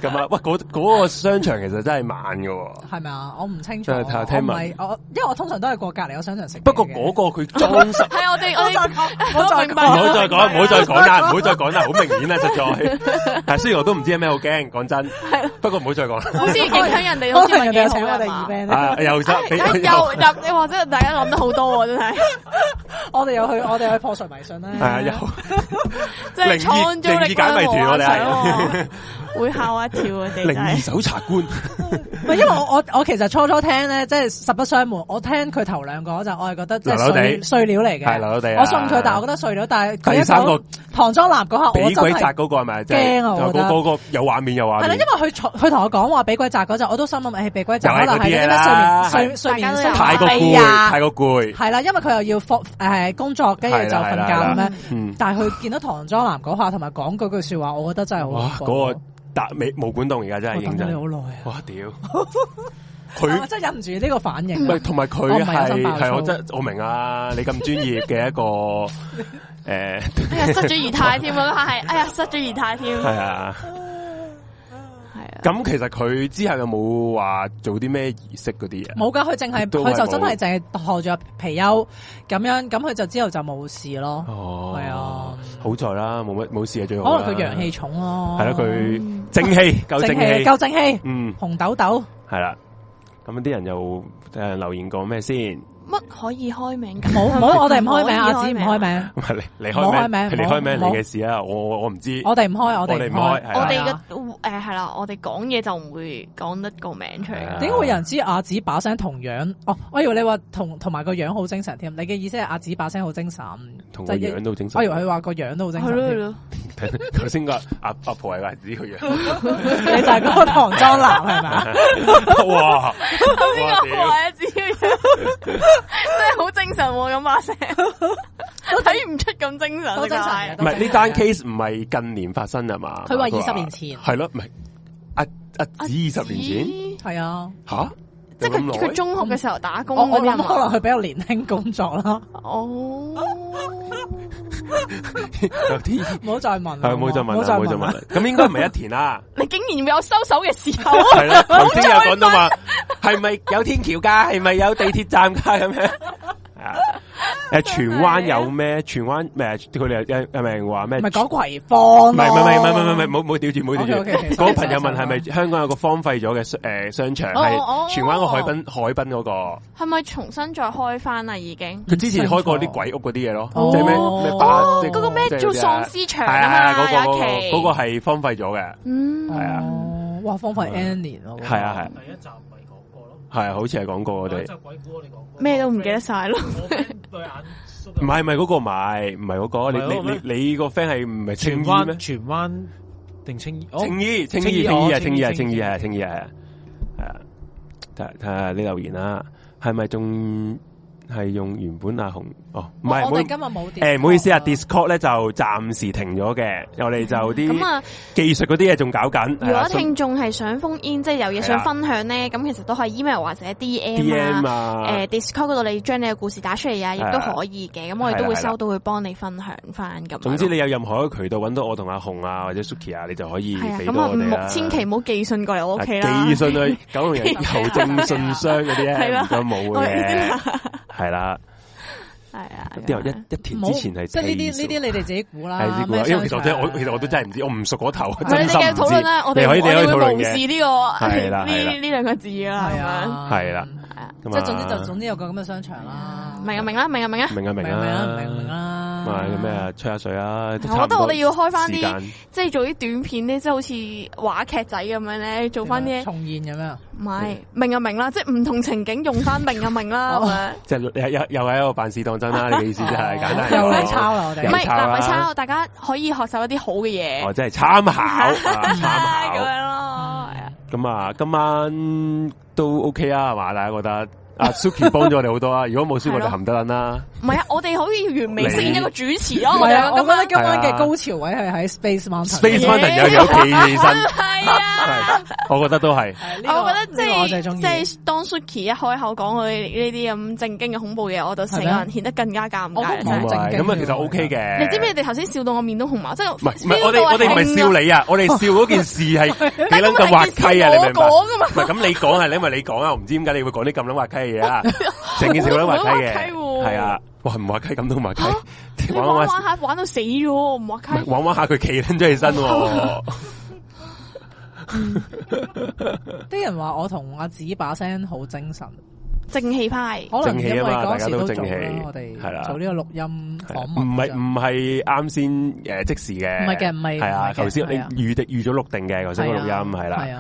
[SPEAKER 1] 咁啊！喂，嗰嗰個商場其實真係慢嘅喎，
[SPEAKER 8] 係咪啊？我唔清楚，
[SPEAKER 1] 真係睇下聽
[SPEAKER 8] 我唔
[SPEAKER 1] 聞
[SPEAKER 8] 係我，因為我通常都係過隔離，我商場食嘢嘅。
[SPEAKER 1] 不過嗰個佢裝飾，
[SPEAKER 3] 係我哋我哋
[SPEAKER 8] 我再講
[SPEAKER 3] 明白
[SPEAKER 1] 唔好再 講，唔好再講啦，唔好再講啦，好明顯啦，實在。 但雖然我都唔知係咩好驚，講真，不過唔好再講啦。
[SPEAKER 3] 好似影響人哋，好
[SPEAKER 8] 可
[SPEAKER 3] 似唔
[SPEAKER 8] 能
[SPEAKER 3] 係
[SPEAKER 8] 人
[SPEAKER 3] 幾好
[SPEAKER 8] 哋有請我哋
[SPEAKER 3] 啊嘛
[SPEAKER 8] event
[SPEAKER 1] 啊，又 得
[SPEAKER 3] 哎哎又答你話真係大家諗得好多喎，真係，
[SPEAKER 8] 我哋有去， 我哋有去破除迷信啦。
[SPEAKER 1] 係啊，又
[SPEAKER 3] 即係
[SPEAKER 1] 靈
[SPEAKER 3] 創
[SPEAKER 1] 異
[SPEAKER 3] 造力
[SPEAKER 1] 靈異解謎團，我哋係
[SPEAKER 8] 啊
[SPEAKER 3] 想喎會嚇我一跳啊！你
[SPEAKER 1] 靈
[SPEAKER 3] 真
[SPEAKER 1] 異
[SPEAKER 3] 係
[SPEAKER 1] 搜查官，
[SPEAKER 8] 唔係因為我我我其實初初聽咧，即係實不相瞞，我聽佢頭兩個就我係覺得即係
[SPEAKER 1] 流流地
[SPEAKER 8] 碎碎料嚟
[SPEAKER 1] 係
[SPEAKER 8] 嘅，
[SPEAKER 1] 流流地啊
[SPEAKER 8] 我信佢，但係我覺得碎料，但係佢一
[SPEAKER 1] 第三個
[SPEAKER 8] 講唐裝男嗰下，我
[SPEAKER 1] 俾
[SPEAKER 8] 真
[SPEAKER 1] 鬼
[SPEAKER 8] 係
[SPEAKER 1] 砸嗰個係咪？就係
[SPEAKER 8] 驚啊我覺
[SPEAKER 1] 就
[SPEAKER 8] 得
[SPEAKER 1] 嗰嗰個有畫面有畫
[SPEAKER 8] 係啦，
[SPEAKER 1] 面
[SPEAKER 8] 因。為佢佢同我講話俾鬼砸嗰陣，我都心諗誒俾鬼砸可
[SPEAKER 1] 又係嗰
[SPEAKER 8] 能
[SPEAKER 1] 啲
[SPEAKER 8] 係
[SPEAKER 1] 嘢
[SPEAKER 8] 啲
[SPEAKER 1] 啦
[SPEAKER 8] 睡眠睡睡
[SPEAKER 3] 大
[SPEAKER 8] 眠
[SPEAKER 3] 家都有
[SPEAKER 8] 失
[SPEAKER 3] 啊
[SPEAKER 1] 太過
[SPEAKER 8] 係
[SPEAKER 1] 攰，
[SPEAKER 8] 啊
[SPEAKER 1] 太過攰。
[SPEAKER 8] 係啦，因為佢又要放誒工作，跟住就
[SPEAKER 1] 係
[SPEAKER 8] 瞓
[SPEAKER 1] 啦
[SPEAKER 8] 覺
[SPEAKER 1] 係啦
[SPEAKER 8] 咁樣。
[SPEAKER 1] 嗯，
[SPEAKER 8] 但係佢見到唐裝男嗰下，同埋講嗰句説話，我覺得真係
[SPEAKER 1] 哇，
[SPEAKER 8] 好恐怖
[SPEAKER 1] 嗰個達美毛管洞而家真
[SPEAKER 8] 我
[SPEAKER 1] 係認
[SPEAKER 8] 等咗你
[SPEAKER 1] 真。
[SPEAKER 8] 好耐啊！
[SPEAKER 1] 哇，屌！
[SPEAKER 8] 我
[SPEAKER 1] 佢
[SPEAKER 8] 真係忍唔住呢個反應啊
[SPEAKER 1] 喂，！同埋佢
[SPEAKER 8] 我唔係有心爆
[SPEAKER 1] 係
[SPEAKER 8] 粗
[SPEAKER 1] 係我真我明啊！你咁專業嘅一個誒，
[SPEAKER 3] 哎呀，失咗儀態添啊！嗰下係，哎呀，失咗儀態添，
[SPEAKER 1] 係
[SPEAKER 3] 係
[SPEAKER 1] 啊，
[SPEAKER 3] 啊，
[SPEAKER 1] 咁其實佢之後有冇話做啲咩儀式嗰啲嘢？啊
[SPEAKER 2] 冇噶，佢淨係
[SPEAKER 1] 都係
[SPEAKER 2] 佢就真
[SPEAKER 1] 冇
[SPEAKER 2] 係淨係托住皮丘咁樣，咁佢就之後就冇事咯。
[SPEAKER 1] 哦，
[SPEAKER 2] 係啊，
[SPEAKER 1] 好在啦，冇乜冇事啊係最好啦。
[SPEAKER 2] 可能佢陽氣重咯。
[SPEAKER 1] 係啦，
[SPEAKER 3] 嗯
[SPEAKER 1] 佢正 氣夠正氣，
[SPEAKER 2] 夠正氣，
[SPEAKER 1] 嗯，
[SPEAKER 2] 紅豆豆。
[SPEAKER 1] 係啦。咁啲人又诶留言講咩先？
[SPEAKER 3] 乜可以開名㗎？
[SPEAKER 2] 冇 冇，我哋唔開名，
[SPEAKER 3] 可以
[SPEAKER 2] 阿子唔開名，
[SPEAKER 1] 唔係 你你
[SPEAKER 2] 唔好
[SPEAKER 1] 開
[SPEAKER 2] 開名
[SPEAKER 1] 係你
[SPEAKER 2] 唔好
[SPEAKER 1] 開名
[SPEAKER 2] 唔
[SPEAKER 1] 你
[SPEAKER 2] 好
[SPEAKER 1] 嘅事啊！我我我唔知。
[SPEAKER 2] 我哋唔開，我
[SPEAKER 1] 我哋
[SPEAKER 2] 哋
[SPEAKER 1] 唔
[SPEAKER 2] 唔
[SPEAKER 1] 開係啦
[SPEAKER 2] 開。
[SPEAKER 3] 我哋
[SPEAKER 2] 係啊
[SPEAKER 3] 嘅诶系啦，我哋講嘢就唔會講得個名出嚟
[SPEAKER 1] 係啊
[SPEAKER 3] 㗎。
[SPEAKER 2] 點解會有人知阿子把聲同樣？哦，我以為你話同同埋個樣好精神添。你嘅意思係阿子把聲好精神，
[SPEAKER 1] 同個
[SPEAKER 2] 就一
[SPEAKER 1] 樣都整神
[SPEAKER 2] 我以為佢話個樣
[SPEAKER 1] 啊
[SPEAKER 2] 都好精
[SPEAKER 3] 係
[SPEAKER 2] 神
[SPEAKER 3] 咯係
[SPEAKER 2] 添。
[SPEAKER 3] 咯，
[SPEAKER 1] 頭先個阿阿婆係話自己個樣，
[SPEAKER 2] 你就係嗰個唐裝男係咪？
[SPEAKER 1] 哇！哇
[SPEAKER 3] 邊個啊
[SPEAKER 1] 屌
[SPEAKER 3] 話只要真係好精神喎咁把聲，睇唔出咁精神啊。
[SPEAKER 2] 好精神嘅
[SPEAKER 1] 唔係呢單 case 唔係近年發生係啊嘛？
[SPEAKER 2] 佢話20年前
[SPEAKER 1] 係咯，唔係阿阿子二十年前
[SPEAKER 2] 係啊，
[SPEAKER 1] 吓，
[SPEAKER 3] 即
[SPEAKER 1] 有
[SPEAKER 3] 係佢
[SPEAKER 1] 咁耐哦
[SPEAKER 3] 佢中學嘅時候打工
[SPEAKER 2] 我我
[SPEAKER 3] 嗰啲
[SPEAKER 2] 諗
[SPEAKER 3] 啊嘛
[SPEAKER 2] 可能佢比較年輕工作啦，
[SPEAKER 3] 哦，
[SPEAKER 1] 有啲
[SPEAKER 2] 唔好再問
[SPEAKER 1] 系
[SPEAKER 2] 啦。
[SPEAKER 1] 冇再問
[SPEAKER 2] 唔
[SPEAKER 1] 啦，
[SPEAKER 2] 好再
[SPEAKER 1] 冇再
[SPEAKER 2] 問
[SPEAKER 1] 問
[SPEAKER 2] 啦
[SPEAKER 1] 啦。。咁應該唔係一田啦，
[SPEAKER 3] 你竟然會有收手嘅時候，
[SPEAKER 1] 係啦。頭先有講到話，係咪有天橋㗎？係咪有地鐵站㗎？咁樣啊？诶，荃灣有咩？荃灣咩？佢哋有有人話咩？
[SPEAKER 2] 咪講葵芳啊
[SPEAKER 1] 唔係唔係唔係唔係唔係唔係，冇冇吊住冇吊住。
[SPEAKER 2] OK，OK，OK，
[SPEAKER 1] 嗰個朋友
[SPEAKER 2] sorry，
[SPEAKER 1] 問係
[SPEAKER 2] sorry，
[SPEAKER 1] 咪香港有個荒廢咗嘅诶商場
[SPEAKER 3] 哦哦
[SPEAKER 1] 係
[SPEAKER 3] 哦
[SPEAKER 1] 荃灣個海濱海濱嗰個？
[SPEAKER 3] 係咪重新再開翻啦？已經
[SPEAKER 1] 佢之前開過啲鬼屋嗰啲嘢咯，
[SPEAKER 2] 哦
[SPEAKER 1] 即係咩咩巴
[SPEAKER 2] 哦
[SPEAKER 1] 即係
[SPEAKER 3] 嗰個咩
[SPEAKER 1] 即係
[SPEAKER 3] 做
[SPEAKER 1] 嗰啲啊
[SPEAKER 3] 喪屍場
[SPEAKER 1] 係
[SPEAKER 3] 啊
[SPEAKER 1] 啊，
[SPEAKER 3] 嘛，
[SPEAKER 1] 嗰個
[SPEAKER 3] 有一期
[SPEAKER 1] 嗰個係荒廢咗嘅，
[SPEAKER 3] 嗯
[SPEAKER 1] 係啊
[SPEAKER 2] 哦，哇，荒廢 N 年咯，
[SPEAKER 1] 係啊係啊
[SPEAKER 5] 第一集咪講過咯，
[SPEAKER 1] 係啊好似係講過我
[SPEAKER 5] 第
[SPEAKER 1] 哋
[SPEAKER 5] 一集。鬼故我哋講過
[SPEAKER 3] 咩都唔記得。晒咯。
[SPEAKER 5] 我 friend 對眼縮
[SPEAKER 1] 唔係唔係嗰個，唔係唔係嗰個，
[SPEAKER 5] 唔係嗰個
[SPEAKER 1] 你
[SPEAKER 5] 咩
[SPEAKER 1] 你你你個 friend 係唔係青
[SPEAKER 5] 荃
[SPEAKER 1] 衣
[SPEAKER 5] 灣
[SPEAKER 1] 咩？
[SPEAKER 5] 荃灣定青衣？
[SPEAKER 1] 青
[SPEAKER 5] 哦
[SPEAKER 1] 衣青
[SPEAKER 5] 青
[SPEAKER 1] 衣
[SPEAKER 5] 衣
[SPEAKER 1] 青衣啊
[SPEAKER 5] 哦
[SPEAKER 1] 青衣啊青
[SPEAKER 5] 青衣
[SPEAKER 1] 衣啊
[SPEAKER 5] 青
[SPEAKER 1] 青衣啊係啊！睇睇下啲留言啦，係咪仲係用原本阿紅？哦，唔係，
[SPEAKER 2] 我
[SPEAKER 1] 唔好
[SPEAKER 2] 哋今日
[SPEAKER 1] 誒
[SPEAKER 2] 冇
[SPEAKER 1] 唔好意思啊
[SPEAKER 3] 哦
[SPEAKER 2] 跌
[SPEAKER 1] ，Discord 咧就暫時停咗嘅，我哋就
[SPEAKER 3] 咁
[SPEAKER 1] 啲
[SPEAKER 3] 啊，
[SPEAKER 1] 技術嗰啲嘢仲搞緊。啊
[SPEAKER 3] 如果聽眾啊係想封煙，即係有
[SPEAKER 1] 係
[SPEAKER 3] 嘢想
[SPEAKER 1] 啊
[SPEAKER 3] 分享咧，咁其實都可以 email 或者 D
[SPEAKER 1] D
[SPEAKER 3] M
[SPEAKER 1] M
[SPEAKER 3] 啊。
[SPEAKER 1] 啊，
[SPEAKER 3] 誒 Discord 嗰度，你將你嘅故事打出嚟啊，亦
[SPEAKER 1] 係
[SPEAKER 3] 都
[SPEAKER 1] 啊
[SPEAKER 3] 可以嘅。咁我哋都
[SPEAKER 1] 係啦
[SPEAKER 3] 會
[SPEAKER 1] 係啦
[SPEAKER 3] 收到，會幫你分享翻咁樣咯。啊
[SPEAKER 1] 總之你有任何一個渠道揾到我同阿紅啊或者 Suki 啊，你就可以
[SPEAKER 3] 係啊，
[SPEAKER 1] 俾
[SPEAKER 3] 咁
[SPEAKER 1] 到
[SPEAKER 3] 啊，
[SPEAKER 1] 我哋啊
[SPEAKER 3] 唔
[SPEAKER 1] 啦
[SPEAKER 3] 好千祈唔好寄信過嚟我屋企啦。
[SPEAKER 1] 寄信去九龍 人郵政信箱嗰啲
[SPEAKER 3] 係
[SPEAKER 1] 咧
[SPEAKER 3] 啦，
[SPEAKER 1] 都冇
[SPEAKER 3] 我哋知
[SPEAKER 1] 嘅，係啦。
[SPEAKER 3] 係啊，
[SPEAKER 1] 咁之後一一
[SPEAKER 2] 之
[SPEAKER 1] 田之前係
[SPEAKER 2] 即係呢啲呢啲你哋自己估啦。
[SPEAKER 1] 係呢個
[SPEAKER 2] 咩
[SPEAKER 1] 啦，因為其實我真係
[SPEAKER 2] 商
[SPEAKER 1] 我
[SPEAKER 2] 場啊
[SPEAKER 1] 其實我都真係唔知，我唔熟嗰頭，
[SPEAKER 3] 我哋
[SPEAKER 1] 真心
[SPEAKER 3] 繼續
[SPEAKER 1] 唔
[SPEAKER 3] 討論啦，我
[SPEAKER 1] 知。
[SPEAKER 3] 哋
[SPEAKER 1] 你可以
[SPEAKER 3] 我哋
[SPEAKER 1] 可以討論
[SPEAKER 3] 會無視
[SPEAKER 1] 嘅，
[SPEAKER 3] 呢個
[SPEAKER 1] 係啦係啦
[SPEAKER 3] 呢呢兩個字㗎啦，
[SPEAKER 2] 係
[SPEAKER 3] 係啊，
[SPEAKER 2] 啊，
[SPEAKER 1] 係啦，
[SPEAKER 2] 即
[SPEAKER 1] 咁啊
[SPEAKER 2] 係總之就總之有個咁嘅商場啦。
[SPEAKER 3] 明啊明啦明啊明啊，
[SPEAKER 1] 明啊明
[SPEAKER 2] 明啊明啊明
[SPEAKER 1] 啊，
[SPEAKER 2] 啦。
[SPEAKER 1] 咁啊咁咩啊，吹下水啊，我
[SPEAKER 3] 我覺得我哋要開返啲即係做啲短片咧，即係好似話劇仔咁樣咧，做翻
[SPEAKER 1] 啊
[SPEAKER 3] 啲
[SPEAKER 2] 重現咁樣。
[SPEAKER 3] 唔係明啊明啦，即係唔同情景用翻明啊明啦 咁樣。
[SPEAKER 1] 即係又又又喺度辦事當真 啦。你嘅意思即係簡單
[SPEAKER 2] 又嚟
[SPEAKER 1] 講
[SPEAKER 2] 抄啦我
[SPEAKER 1] 又
[SPEAKER 2] 哋
[SPEAKER 3] 唔。係
[SPEAKER 1] 抄
[SPEAKER 3] 嗱，
[SPEAKER 1] 啦
[SPEAKER 3] 唔係抄，大家可以學習一啲好嘅嘢
[SPEAKER 1] 啊我，哦真係參考 啊，
[SPEAKER 3] 啊咁
[SPEAKER 1] 參考。
[SPEAKER 3] 樣咯，係啊
[SPEAKER 1] 咁啊，今晚都 OK 啊，係嘛？大家覺得阿 Suki 幫咗我哋好多啊。如果冇 Suki，我哋含得撚啦。
[SPEAKER 3] 唔係啊，我哋可以完美飾演一個主持咯，
[SPEAKER 2] 唔
[SPEAKER 3] 我
[SPEAKER 2] 係
[SPEAKER 3] 哋
[SPEAKER 2] 啊，我覺
[SPEAKER 3] 咁
[SPEAKER 2] 得
[SPEAKER 3] 樣
[SPEAKER 2] 今晚
[SPEAKER 1] 係啊
[SPEAKER 2] 嘅高潮位係喺 Space Mountain。
[SPEAKER 1] Space Mountain 又有企起身，
[SPEAKER 3] 係啊。
[SPEAKER 1] 我覺得都係。
[SPEAKER 2] 係呢個呢
[SPEAKER 3] 我覺
[SPEAKER 2] 個我
[SPEAKER 3] 得
[SPEAKER 2] 最
[SPEAKER 3] 即
[SPEAKER 2] 中意。
[SPEAKER 3] 係即係當 Suki 一開口講佢呢啲咁正經嘅恐怖嘢，我就成個
[SPEAKER 2] 係
[SPEAKER 3] 人
[SPEAKER 2] 咩
[SPEAKER 3] 顯得更加尷
[SPEAKER 2] 我都
[SPEAKER 3] 尬啦
[SPEAKER 2] 唔
[SPEAKER 3] 真係
[SPEAKER 1] 咁
[SPEAKER 2] 正
[SPEAKER 1] 啊，
[SPEAKER 2] 經
[SPEAKER 1] 咁啊，其實
[SPEAKER 2] 喎
[SPEAKER 1] OK 嘅。
[SPEAKER 3] 你知唔知你哋頭先笑到我面都紅埋，即係
[SPEAKER 1] 唔係唔係，我哋我哋唔係笑你啊，我哋笑嗰件事係幾撚咁滑稽啊！你明唔明白？
[SPEAKER 3] 我講㗎嘛
[SPEAKER 1] 唔係咁，你講係因為你講啊，我唔知點解你會講啲咁撚滑稽嘅嘢啊！成件事好撚滑稽嘅，
[SPEAKER 3] 我覺得好撚滑稽喎
[SPEAKER 1] 係啊，哇唔滑稽咁都唔滑稽
[SPEAKER 3] 嚇，你
[SPEAKER 1] 玩
[SPEAKER 3] 玩
[SPEAKER 1] 玩
[SPEAKER 3] 玩下玩到死咗，唔話
[SPEAKER 1] 唔係
[SPEAKER 3] 溪。
[SPEAKER 1] 玩玩下佢企撚咗起身喎，
[SPEAKER 2] 啲人話我同阿子把聲好精神，
[SPEAKER 3] 正氣派，
[SPEAKER 2] 可能因為
[SPEAKER 1] 正氣啊嘛大
[SPEAKER 2] 嗰陣時
[SPEAKER 1] 家都正
[SPEAKER 2] 做
[SPEAKER 1] 氣
[SPEAKER 2] 啦，我
[SPEAKER 1] 係啦
[SPEAKER 2] 哋做呢個錄音
[SPEAKER 1] 係啊
[SPEAKER 2] 訪
[SPEAKER 1] 唔
[SPEAKER 2] 問
[SPEAKER 1] 係
[SPEAKER 2] 啫。
[SPEAKER 1] 唔係啱先誒即時嘅，
[SPEAKER 2] 唔係嘅唔係
[SPEAKER 1] 係啊，
[SPEAKER 2] 唔係嘅
[SPEAKER 1] 頭先你
[SPEAKER 2] 係啊
[SPEAKER 1] 預定預咗錄定嘅頭先個錄音係
[SPEAKER 2] 係
[SPEAKER 1] 啦，
[SPEAKER 2] 啊，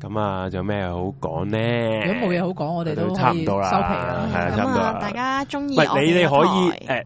[SPEAKER 1] 咁啊仲有咩好講咧？
[SPEAKER 2] 如果冇嘢好講，我哋都
[SPEAKER 1] 差
[SPEAKER 2] 可
[SPEAKER 1] 唔
[SPEAKER 2] 以
[SPEAKER 1] 多啦
[SPEAKER 2] 收皮
[SPEAKER 1] 係啊
[SPEAKER 2] 啦。
[SPEAKER 1] 差唔
[SPEAKER 3] 咁
[SPEAKER 1] 多
[SPEAKER 3] 啊
[SPEAKER 1] 啦，
[SPEAKER 3] 大家中意
[SPEAKER 1] 喂，
[SPEAKER 3] 我
[SPEAKER 1] 你哋可
[SPEAKER 3] 哋
[SPEAKER 1] 以
[SPEAKER 3] 嘅台。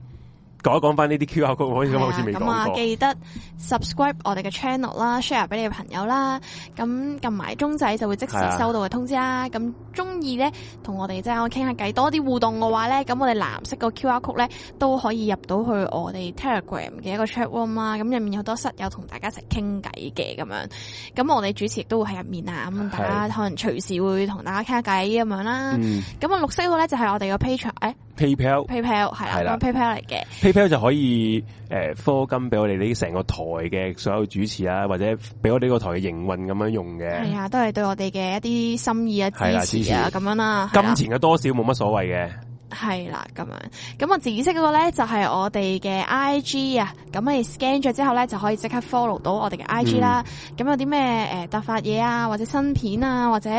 [SPEAKER 1] 誒講一講翻呢啲 QR code，好似咁好似未講
[SPEAKER 3] 咁啊，
[SPEAKER 1] 過。
[SPEAKER 3] 記得 subscribe 我哋嘅 channel 啦，share 俾你嘅朋友啦，咁撳埋鐘仔就會即時
[SPEAKER 1] 係啊
[SPEAKER 3] 收到嘅通知啦。咁中意咧同我哋即係我傾下偈，多啲互動嘅話咧，咁我哋藍色個 QR code 咧都可以入到去我哋 Telegram 嘅一個 chat room 啦。咁入面有好多室友同大家一齊傾偈嘅咁樣。咁我哋主持亦都會喺入面啊，咁大家可能隨時會同大家傾下偈咁樣啦。
[SPEAKER 1] 嗯，
[SPEAKER 3] 咁啊，綠色嗰個咧就係我哋個 patron，誒
[SPEAKER 1] PayPal。
[SPEAKER 3] PayPal 系
[SPEAKER 1] 係啦
[SPEAKER 3] 啦咁，PayPal 啊嚟嘅，
[SPEAKER 1] PayPal 就可以诶、呃科金俾我哋呢成個台嘅所有主持啊，或者俾我哋呢個台嘅營運咁樣用
[SPEAKER 3] 系
[SPEAKER 1] 嘅。
[SPEAKER 3] 啊，都系對我哋嘅一啲心意啊、
[SPEAKER 1] 係啦
[SPEAKER 3] 支持啊
[SPEAKER 1] 支
[SPEAKER 3] 咁樣啦，係啦
[SPEAKER 1] 金錢嘅多少冇乜所謂嘅，
[SPEAKER 3] 係啦，咁樣。咁啊，紫色嗰個咧就係我哋嘅 I G 啊，咁你 scan 咗之後咧就可以即刻 follow 到我哋嘅 I
[SPEAKER 1] 嗯
[SPEAKER 3] G 啦。咁、有啲咩诶突發嘢啊，或者新片啊，或者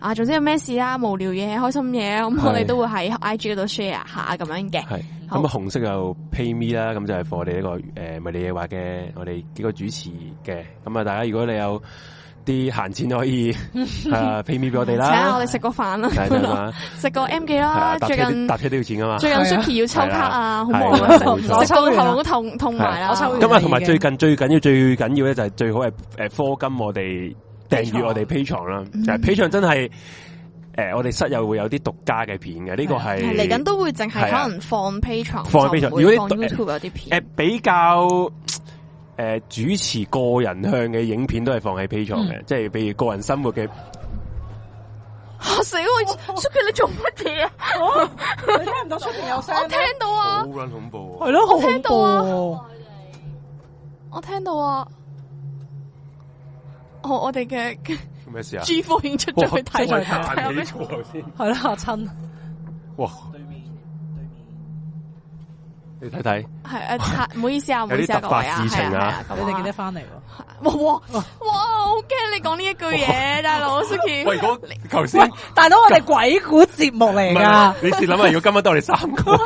[SPEAKER 3] 啊，總之有咩事啦、無聊嘢、開心嘢，咁我哋
[SPEAKER 1] 係
[SPEAKER 3] 都會喺 I G 度 share 下咁樣嘅。
[SPEAKER 1] 係
[SPEAKER 3] 好
[SPEAKER 1] 咁啊紅色就 PayMe 啦，咁就係 for 我哋呢、個个诶迷你嘢話嘅我哋幾個主持嘅。咁啊，大家如果你有啲閒錢可以啊 PayMe 俾我哋
[SPEAKER 3] 請下我
[SPEAKER 1] 啦，
[SPEAKER 3] 哋食個飯
[SPEAKER 1] 係咪
[SPEAKER 3] 啦，
[SPEAKER 1] 啊？
[SPEAKER 3] 食個 M 記
[SPEAKER 1] 係啊
[SPEAKER 3] 啦，
[SPEAKER 1] 搭
[SPEAKER 3] 最
[SPEAKER 1] 車
[SPEAKER 3] 近
[SPEAKER 1] 都搭。車都要錢噶嘛。
[SPEAKER 3] 最近
[SPEAKER 2] 係啊
[SPEAKER 3] Suki 要抽卡啊，好忙
[SPEAKER 1] 係
[SPEAKER 3] 啊
[SPEAKER 1] 啦，冇錯
[SPEAKER 3] 食到喉嚨都痛痛埋啦。
[SPEAKER 2] 我抽完
[SPEAKER 1] 咁啊，
[SPEAKER 2] 啦
[SPEAKER 1] 同埋
[SPEAKER 2] 已經
[SPEAKER 1] 最近最緊要最緊要咧，就係最好係诶科金我哋訂閱我哋 P 床啦，就
[SPEAKER 3] 嗯
[SPEAKER 1] 係 P 床真係诶、呃我哋室友會有啲獨家嘅片嘅，呢、個係
[SPEAKER 3] 係嚟緊都會淨係
[SPEAKER 1] 係啊
[SPEAKER 3] 可能放 Patreon，
[SPEAKER 1] 放
[SPEAKER 3] 就
[SPEAKER 1] Patreon，
[SPEAKER 3] 唔會
[SPEAKER 1] 如果
[SPEAKER 3] 放
[SPEAKER 1] 你
[SPEAKER 3] YouTube 有啲
[SPEAKER 1] 诶、
[SPEAKER 3] 片，
[SPEAKER 1] 呃比較诶、呃主持個人向嘅影片都係放喺 P 床
[SPEAKER 3] 嗯
[SPEAKER 1] 嘅，即係譬如個人生活嘅
[SPEAKER 3] 嚇啊死我！Suki 你做乜嘢啊？
[SPEAKER 2] 你听唔到出边有声
[SPEAKER 3] 我聽到啊，
[SPEAKER 1] 撚恐怖
[SPEAKER 2] 系咯，好恐
[SPEAKER 3] 聽到
[SPEAKER 2] 怖
[SPEAKER 3] 啊
[SPEAKER 2] 喎。
[SPEAKER 3] 我聽到啊。我我哋 嘅
[SPEAKER 1] 咩事啊？
[SPEAKER 3] G 科已經出咗去睇
[SPEAKER 2] 哇
[SPEAKER 3] 咗
[SPEAKER 2] 真係
[SPEAKER 3] 睇下咩事
[SPEAKER 1] 錯先，
[SPEAKER 2] 系啦，阿亲，
[SPEAKER 1] 哇！你睇睇，
[SPEAKER 3] 係誒擦唔好意思啊，唔好意思
[SPEAKER 1] 有啲
[SPEAKER 3] 啊，
[SPEAKER 1] 突
[SPEAKER 3] 各位
[SPEAKER 1] 發
[SPEAKER 3] 啊，
[SPEAKER 1] 事情啊
[SPEAKER 3] 係啊，係
[SPEAKER 2] 你哋記得
[SPEAKER 3] 咁啊
[SPEAKER 2] 翻嚟喎？
[SPEAKER 3] 哇哇哇！好驚你講呢一句嘢，大佬 Suki。
[SPEAKER 1] 喂，嗰頭先
[SPEAKER 2] 喂，大佬，我哋鬼故節目嚟
[SPEAKER 1] 唔
[SPEAKER 2] 㗎
[SPEAKER 1] 係，你試諗下，如果今晚得我哋三 個。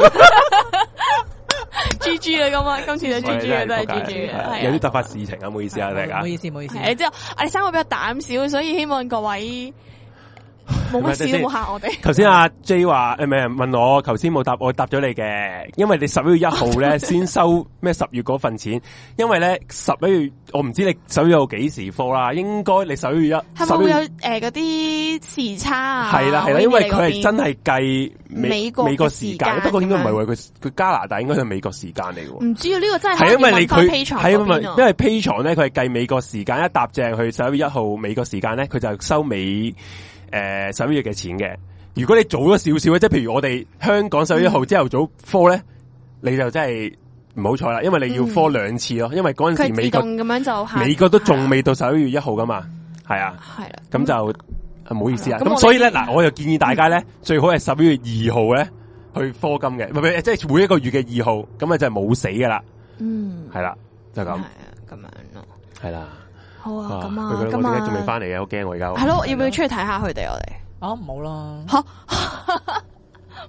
[SPEAKER 3] G G 啦，咁啊，今次就 G G 啦，都係啊 G G
[SPEAKER 1] 係
[SPEAKER 3] 嘅，
[SPEAKER 1] 有啲突發事情啊，唔好意思啊，大
[SPEAKER 2] 啊唔
[SPEAKER 1] 家
[SPEAKER 2] 好。意思，唔好意思。
[SPEAKER 3] 系之後我哋三個比較膽小，所以希望各位冇乜事都冇嚇我哋。
[SPEAKER 1] 頭先阿 J 話诶，唔係問我頭先冇答，我答咗你嘅，因為你十一月一號咧先 收咩十月嗰份錢，因為咧十一月我唔知你十一月號幾時科啦，應該你十一月一
[SPEAKER 3] 係咪
[SPEAKER 1] 十
[SPEAKER 3] 會
[SPEAKER 1] 一
[SPEAKER 3] 有
[SPEAKER 1] 月
[SPEAKER 3] 诶嗰啲時差啊？
[SPEAKER 1] 係啦係啦，因為佢係真係計
[SPEAKER 3] 美
[SPEAKER 1] 國
[SPEAKER 3] 國
[SPEAKER 1] 美國
[SPEAKER 3] 嘅時
[SPEAKER 1] 時
[SPEAKER 3] 間
[SPEAKER 1] 間，不過應該唔
[SPEAKER 3] 咁
[SPEAKER 1] 係
[SPEAKER 3] 樣
[SPEAKER 1] 喎，佢佢加拿大應該係美國時間嚟嘅喎。
[SPEAKER 3] 唔知啊，呢個真係
[SPEAKER 1] 係因為你佢係啊
[SPEAKER 3] 系
[SPEAKER 1] 因為因為 P 床咧，佢係計美國時間一搭正去十一月一號美國時間咧，佢就收美诶十一月嘅錢嘅。如果你早咗少少咧，即係譬如我哋香港十一號朝頭早科咧，你就真係唔好彩啦，因為你要科兩次咯，因為嗰陣時
[SPEAKER 3] 嗯佢
[SPEAKER 1] 美
[SPEAKER 3] 自
[SPEAKER 1] 國
[SPEAKER 3] 動咁樣就下
[SPEAKER 1] 美國都仲未到十一月一號噶嘛，係啊，
[SPEAKER 3] 係啦。
[SPEAKER 1] 咁就唔好意思啊。
[SPEAKER 3] 嗯咁我
[SPEAKER 1] 咁
[SPEAKER 3] 哋
[SPEAKER 1] 所以咧，嗱，我就建議大家咧，最好係十一月二號咧去科金嘅，唔係唔係即係每一個月嘅二號，咁啊就係冇死噶啦，
[SPEAKER 3] 嗯
[SPEAKER 1] 係啦，就
[SPEAKER 3] 係
[SPEAKER 1] 咁
[SPEAKER 3] 啊，咁樣咯。
[SPEAKER 1] 係啦。
[SPEAKER 3] 好啊，
[SPEAKER 1] 啊
[SPEAKER 3] 咁
[SPEAKER 1] 佢
[SPEAKER 3] 啊，
[SPEAKER 1] 覺得我
[SPEAKER 3] 咁
[SPEAKER 1] 點解仲未
[SPEAKER 3] 啊，
[SPEAKER 1] 翻嚟嘅？好驚我而家。
[SPEAKER 3] 係咯，要唔要出去睇下佢哋？啊我哋
[SPEAKER 2] 哦，唔好啦，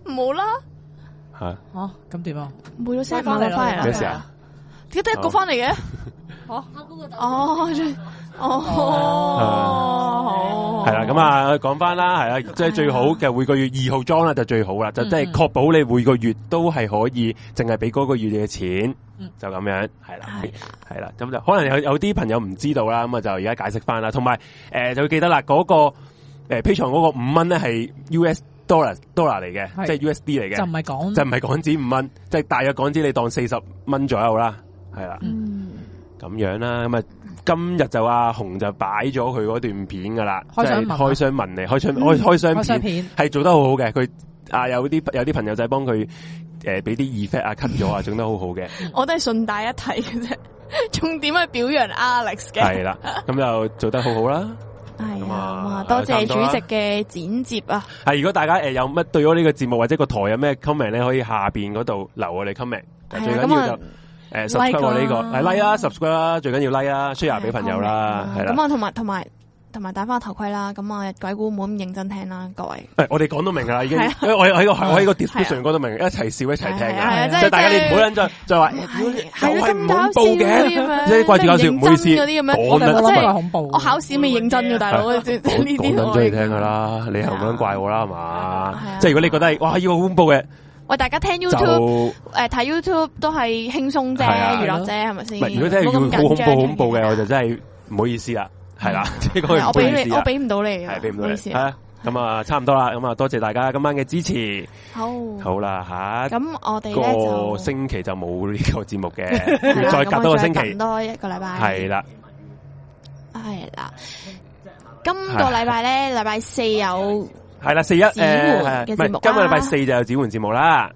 [SPEAKER 3] 冇啦，
[SPEAKER 1] 嚇
[SPEAKER 2] 哦，咁點啊？
[SPEAKER 3] 冇咗聲，
[SPEAKER 2] 翻
[SPEAKER 3] 翻
[SPEAKER 2] 嚟
[SPEAKER 3] 嚟
[SPEAKER 2] 啦
[SPEAKER 3] 翻嚟
[SPEAKER 1] 咩
[SPEAKER 3] 啦
[SPEAKER 1] 事。啊？
[SPEAKER 3] 點解得一個翻嚟嘅？哦，哦，好
[SPEAKER 1] 係啦，咁啊，講翻啦，係啦，即係最好嘅每個月二號裝啦，就最好啦，就即係確保你每個月都係可以淨係俾嗰個月嘅錢
[SPEAKER 2] 嗯，
[SPEAKER 1] 就咁樣係啦
[SPEAKER 3] 係，
[SPEAKER 1] 係啦，咁就可能有有啲朋友唔知道啦，咁啊就而家解釋翻啦，同埋誒就要記得啦，嗰個誒 P 床嗰個五蚊咧係 US dollar dollar 嚟嘅，
[SPEAKER 2] 係
[SPEAKER 1] 即係 USD 嚟
[SPEAKER 2] 就唔
[SPEAKER 1] 嘅，
[SPEAKER 2] 係講
[SPEAKER 1] 就唔係港紙五蚊，即係大約港紙你當四十蚊左右啦，係啦。
[SPEAKER 3] 嗯
[SPEAKER 1] 咁樣啦，咁啊，今日就阿紅就擺咗佢嗰段片噶啦，即
[SPEAKER 2] 開箱
[SPEAKER 1] 係
[SPEAKER 2] 文啊
[SPEAKER 1] 開箱文嚟，開箱開開
[SPEAKER 2] 開
[SPEAKER 1] 箱
[SPEAKER 2] 箱
[SPEAKER 1] 片
[SPEAKER 2] 片，
[SPEAKER 1] 係做得好好嘅，佢啊有啲有啲朋友仔幫佢诶俾啲 effect 啊 cut 咗啊，整得好好 嘅，
[SPEAKER 3] 我都係順帶一睇嘅啫， 重點係表揚 Alex 嘅。
[SPEAKER 1] 係啦，咁就做得好好啦。
[SPEAKER 3] 系
[SPEAKER 1] 咁啊
[SPEAKER 3] 啊，咁啊，多謝主席嘅剪接啊，
[SPEAKER 1] 係如果大家诶有乜對我呢個節目或者個台有咩 comment 咧，可以下边嗰度留我哋 comment。
[SPEAKER 3] 係
[SPEAKER 1] 最
[SPEAKER 3] 啊
[SPEAKER 1] 緊要
[SPEAKER 3] 咁
[SPEAKER 1] 就
[SPEAKER 3] 啊
[SPEAKER 1] 诶呃
[SPEAKER 3] like 啊
[SPEAKER 1] subscribe 我呢個
[SPEAKER 3] 啦
[SPEAKER 1] 係 like 啦，subscribe 啦，最緊要 like 啦，share 俾朋友啦，係啦
[SPEAKER 3] 咁。啊，同埋同埋同埋戴翻個頭盔啦，咁啊，鬼故唔好咁認真聽啦，各位。
[SPEAKER 1] 喂，我哋講到明㗎啦，已經，
[SPEAKER 3] 係啊
[SPEAKER 1] 因為我喺個我喺個
[SPEAKER 3] 係
[SPEAKER 1] description
[SPEAKER 3] 啊
[SPEAKER 1] 講到明，一齊笑一齊聽
[SPEAKER 3] 係
[SPEAKER 1] 㗎
[SPEAKER 3] 啊係啊
[SPEAKER 1] 即
[SPEAKER 3] 真係
[SPEAKER 1] 係大家你唔
[SPEAKER 3] 真係
[SPEAKER 1] 好諗就就話，
[SPEAKER 3] 係
[SPEAKER 1] 又
[SPEAKER 3] 係啊
[SPEAKER 1] 係
[SPEAKER 3] 咁
[SPEAKER 1] 唔
[SPEAKER 3] 搞
[SPEAKER 1] 恐怖
[SPEAKER 3] 笑
[SPEAKER 1] 嘅，
[SPEAKER 3] 咁樣
[SPEAKER 1] 即係掛住搞笑，
[SPEAKER 3] 唔
[SPEAKER 1] 唔好意思，
[SPEAKER 3] 認真嗰啲咁樣
[SPEAKER 2] 我
[SPEAKER 1] 講
[SPEAKER 2] 哋
[SPEAKER 1] 緊
[SPEAKER 2] 冇
[SPEAKER 3] 真
[SPEAKER 2] 諗
[SPEAKER 3] 係
[SPEAKER 2] 過係恐
[SPEAKER 1] 哦
[SPEAKER 2] 怖。
[SPEAKER 3] 我考試咪認真嘅，大佬，呢
[SPEAKER 1] 講
[SPEAKER 3] 啲
[SPEAKER 1] 緊
[SPEAKER 3] 我
[SPEAKER 1] 俾你
[SPEAKER 3] 哋啊
[SPEAKER 1] 聽㗎。啦，你係咁樣怪我啦，係嘛
[SPEAKER 3] 係啊？
[SPEAKER 1] 即係如果你覺得係哇要好恐怖嘅，
[SPEAKER 3] 喂，大家聽 YouTube
[SPEAKER 1] 就
[SPEAKER 3] 誒睇 YouTube 都係輕鬆啫，
[SPEAKER 1] 係啊
[SPEAKER 3] 娛樂啫，係咪先
[SPEAKER 1] 唔？係如果真係要
[SPEAKER 3] 冇咁
[SPEAKER 1] 好恐
[SPEAKER 3] 緊張
[SPEAKER 1] 怖恐怖嘅，我就
[SPEAKER 3] 係
[SPEAKER 1] 真係唔好意思啦，係啦， 即係講
[SPEAKER 3] 啊
[SPEAKER 1] 句
[SPEAKER 3] 我
[SPEAKER 1] 唔好意
[SPEAKER 3] 俾你，
[SPEAKER 1] 思
[SPEAKER 3] 我
[SPEAKER 1] 啊，
[SPEAKER 3] 俾唔到你㗎，
[SPEAKER 1] 係俾唔
[SPEAKER 3] 唔
[SPEAKER 1] 到
[SPEAKER 3] 好
[SPEAKER 1] 你，
[SPEAKER 3] 意思
[SPEAKER 1] 係
[SPEAKER 3] 啊。
[SPEAKER 1] 啊咁啊差唔多啦，咁啊多謝大家今晚嘅支持，
[SPEAKER 3] 好，咁
[SPEAKER 1] 好啦，下一
[SPEAKER 3] 嗯我哋咧就
[SPEAKER 1] 個星期就冇呢個節目嘅，
[SPEAKER 3] 係啦
[SPEAKER 1] 要再
[SPEAKER 3] 咁
[SPEAKER 1] 隔
[SPEAKER 3] 我
[SPEAKER 1] 多個星期，
[SPEAKER 3] 等多一個禮拜，
[SPEAKER 1] 係啦。
[SPEAKER 3] 系啦。今個禮拜咧，禮拜四有
[SPEAKER 1] 系啦，四一
[SPEAKER 3] 指
[SPEAKER 1] 诶，
[SPEAKER 3] 環嘅
[SPEAKER 1] 係唔係
[SPEAKER 3] 節目啦啊
[SPEAKER 1] 今個禮拜四就有指換節目啦。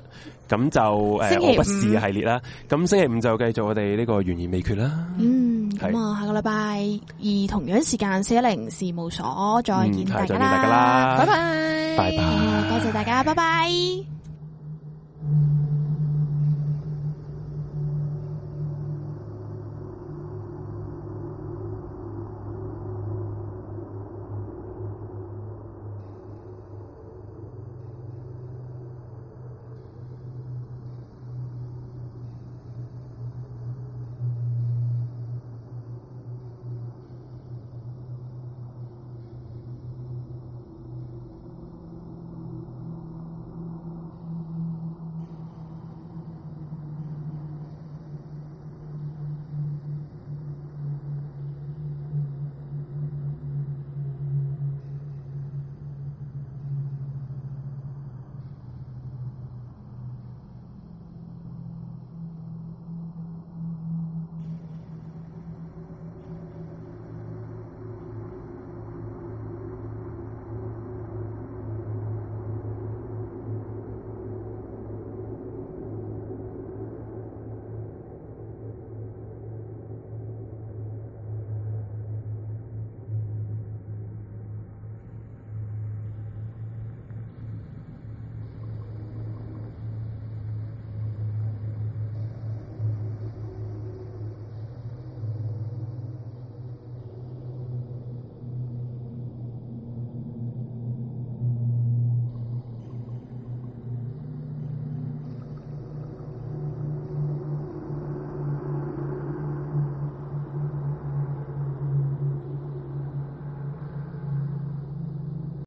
[SPEAKER 1] 咁就诶，
[SPEAKER 3] 星期
[SPEAKER 1] 我不
[SPEAKER 3] 五
[SPEAKER 1] 是系列啦。咁星期五就繼續我哋呢個懸疑未決啦。
[SPEAKER 3] 嗯，咁啊，下個禮拜二同樣時間四一零事務所再見
[SPEAKER 1] 嗯係再
[SPEAKER 3] 大家
[SPEAKER 1] 見大家
[SPEAKER 3] 啦，
[SPEAKER 1] 啦
[SPEAKER 3] 拜拜，
[SPEAKER 1] 拜拜
[SPEAKER 3] 多謝大家，拜拜。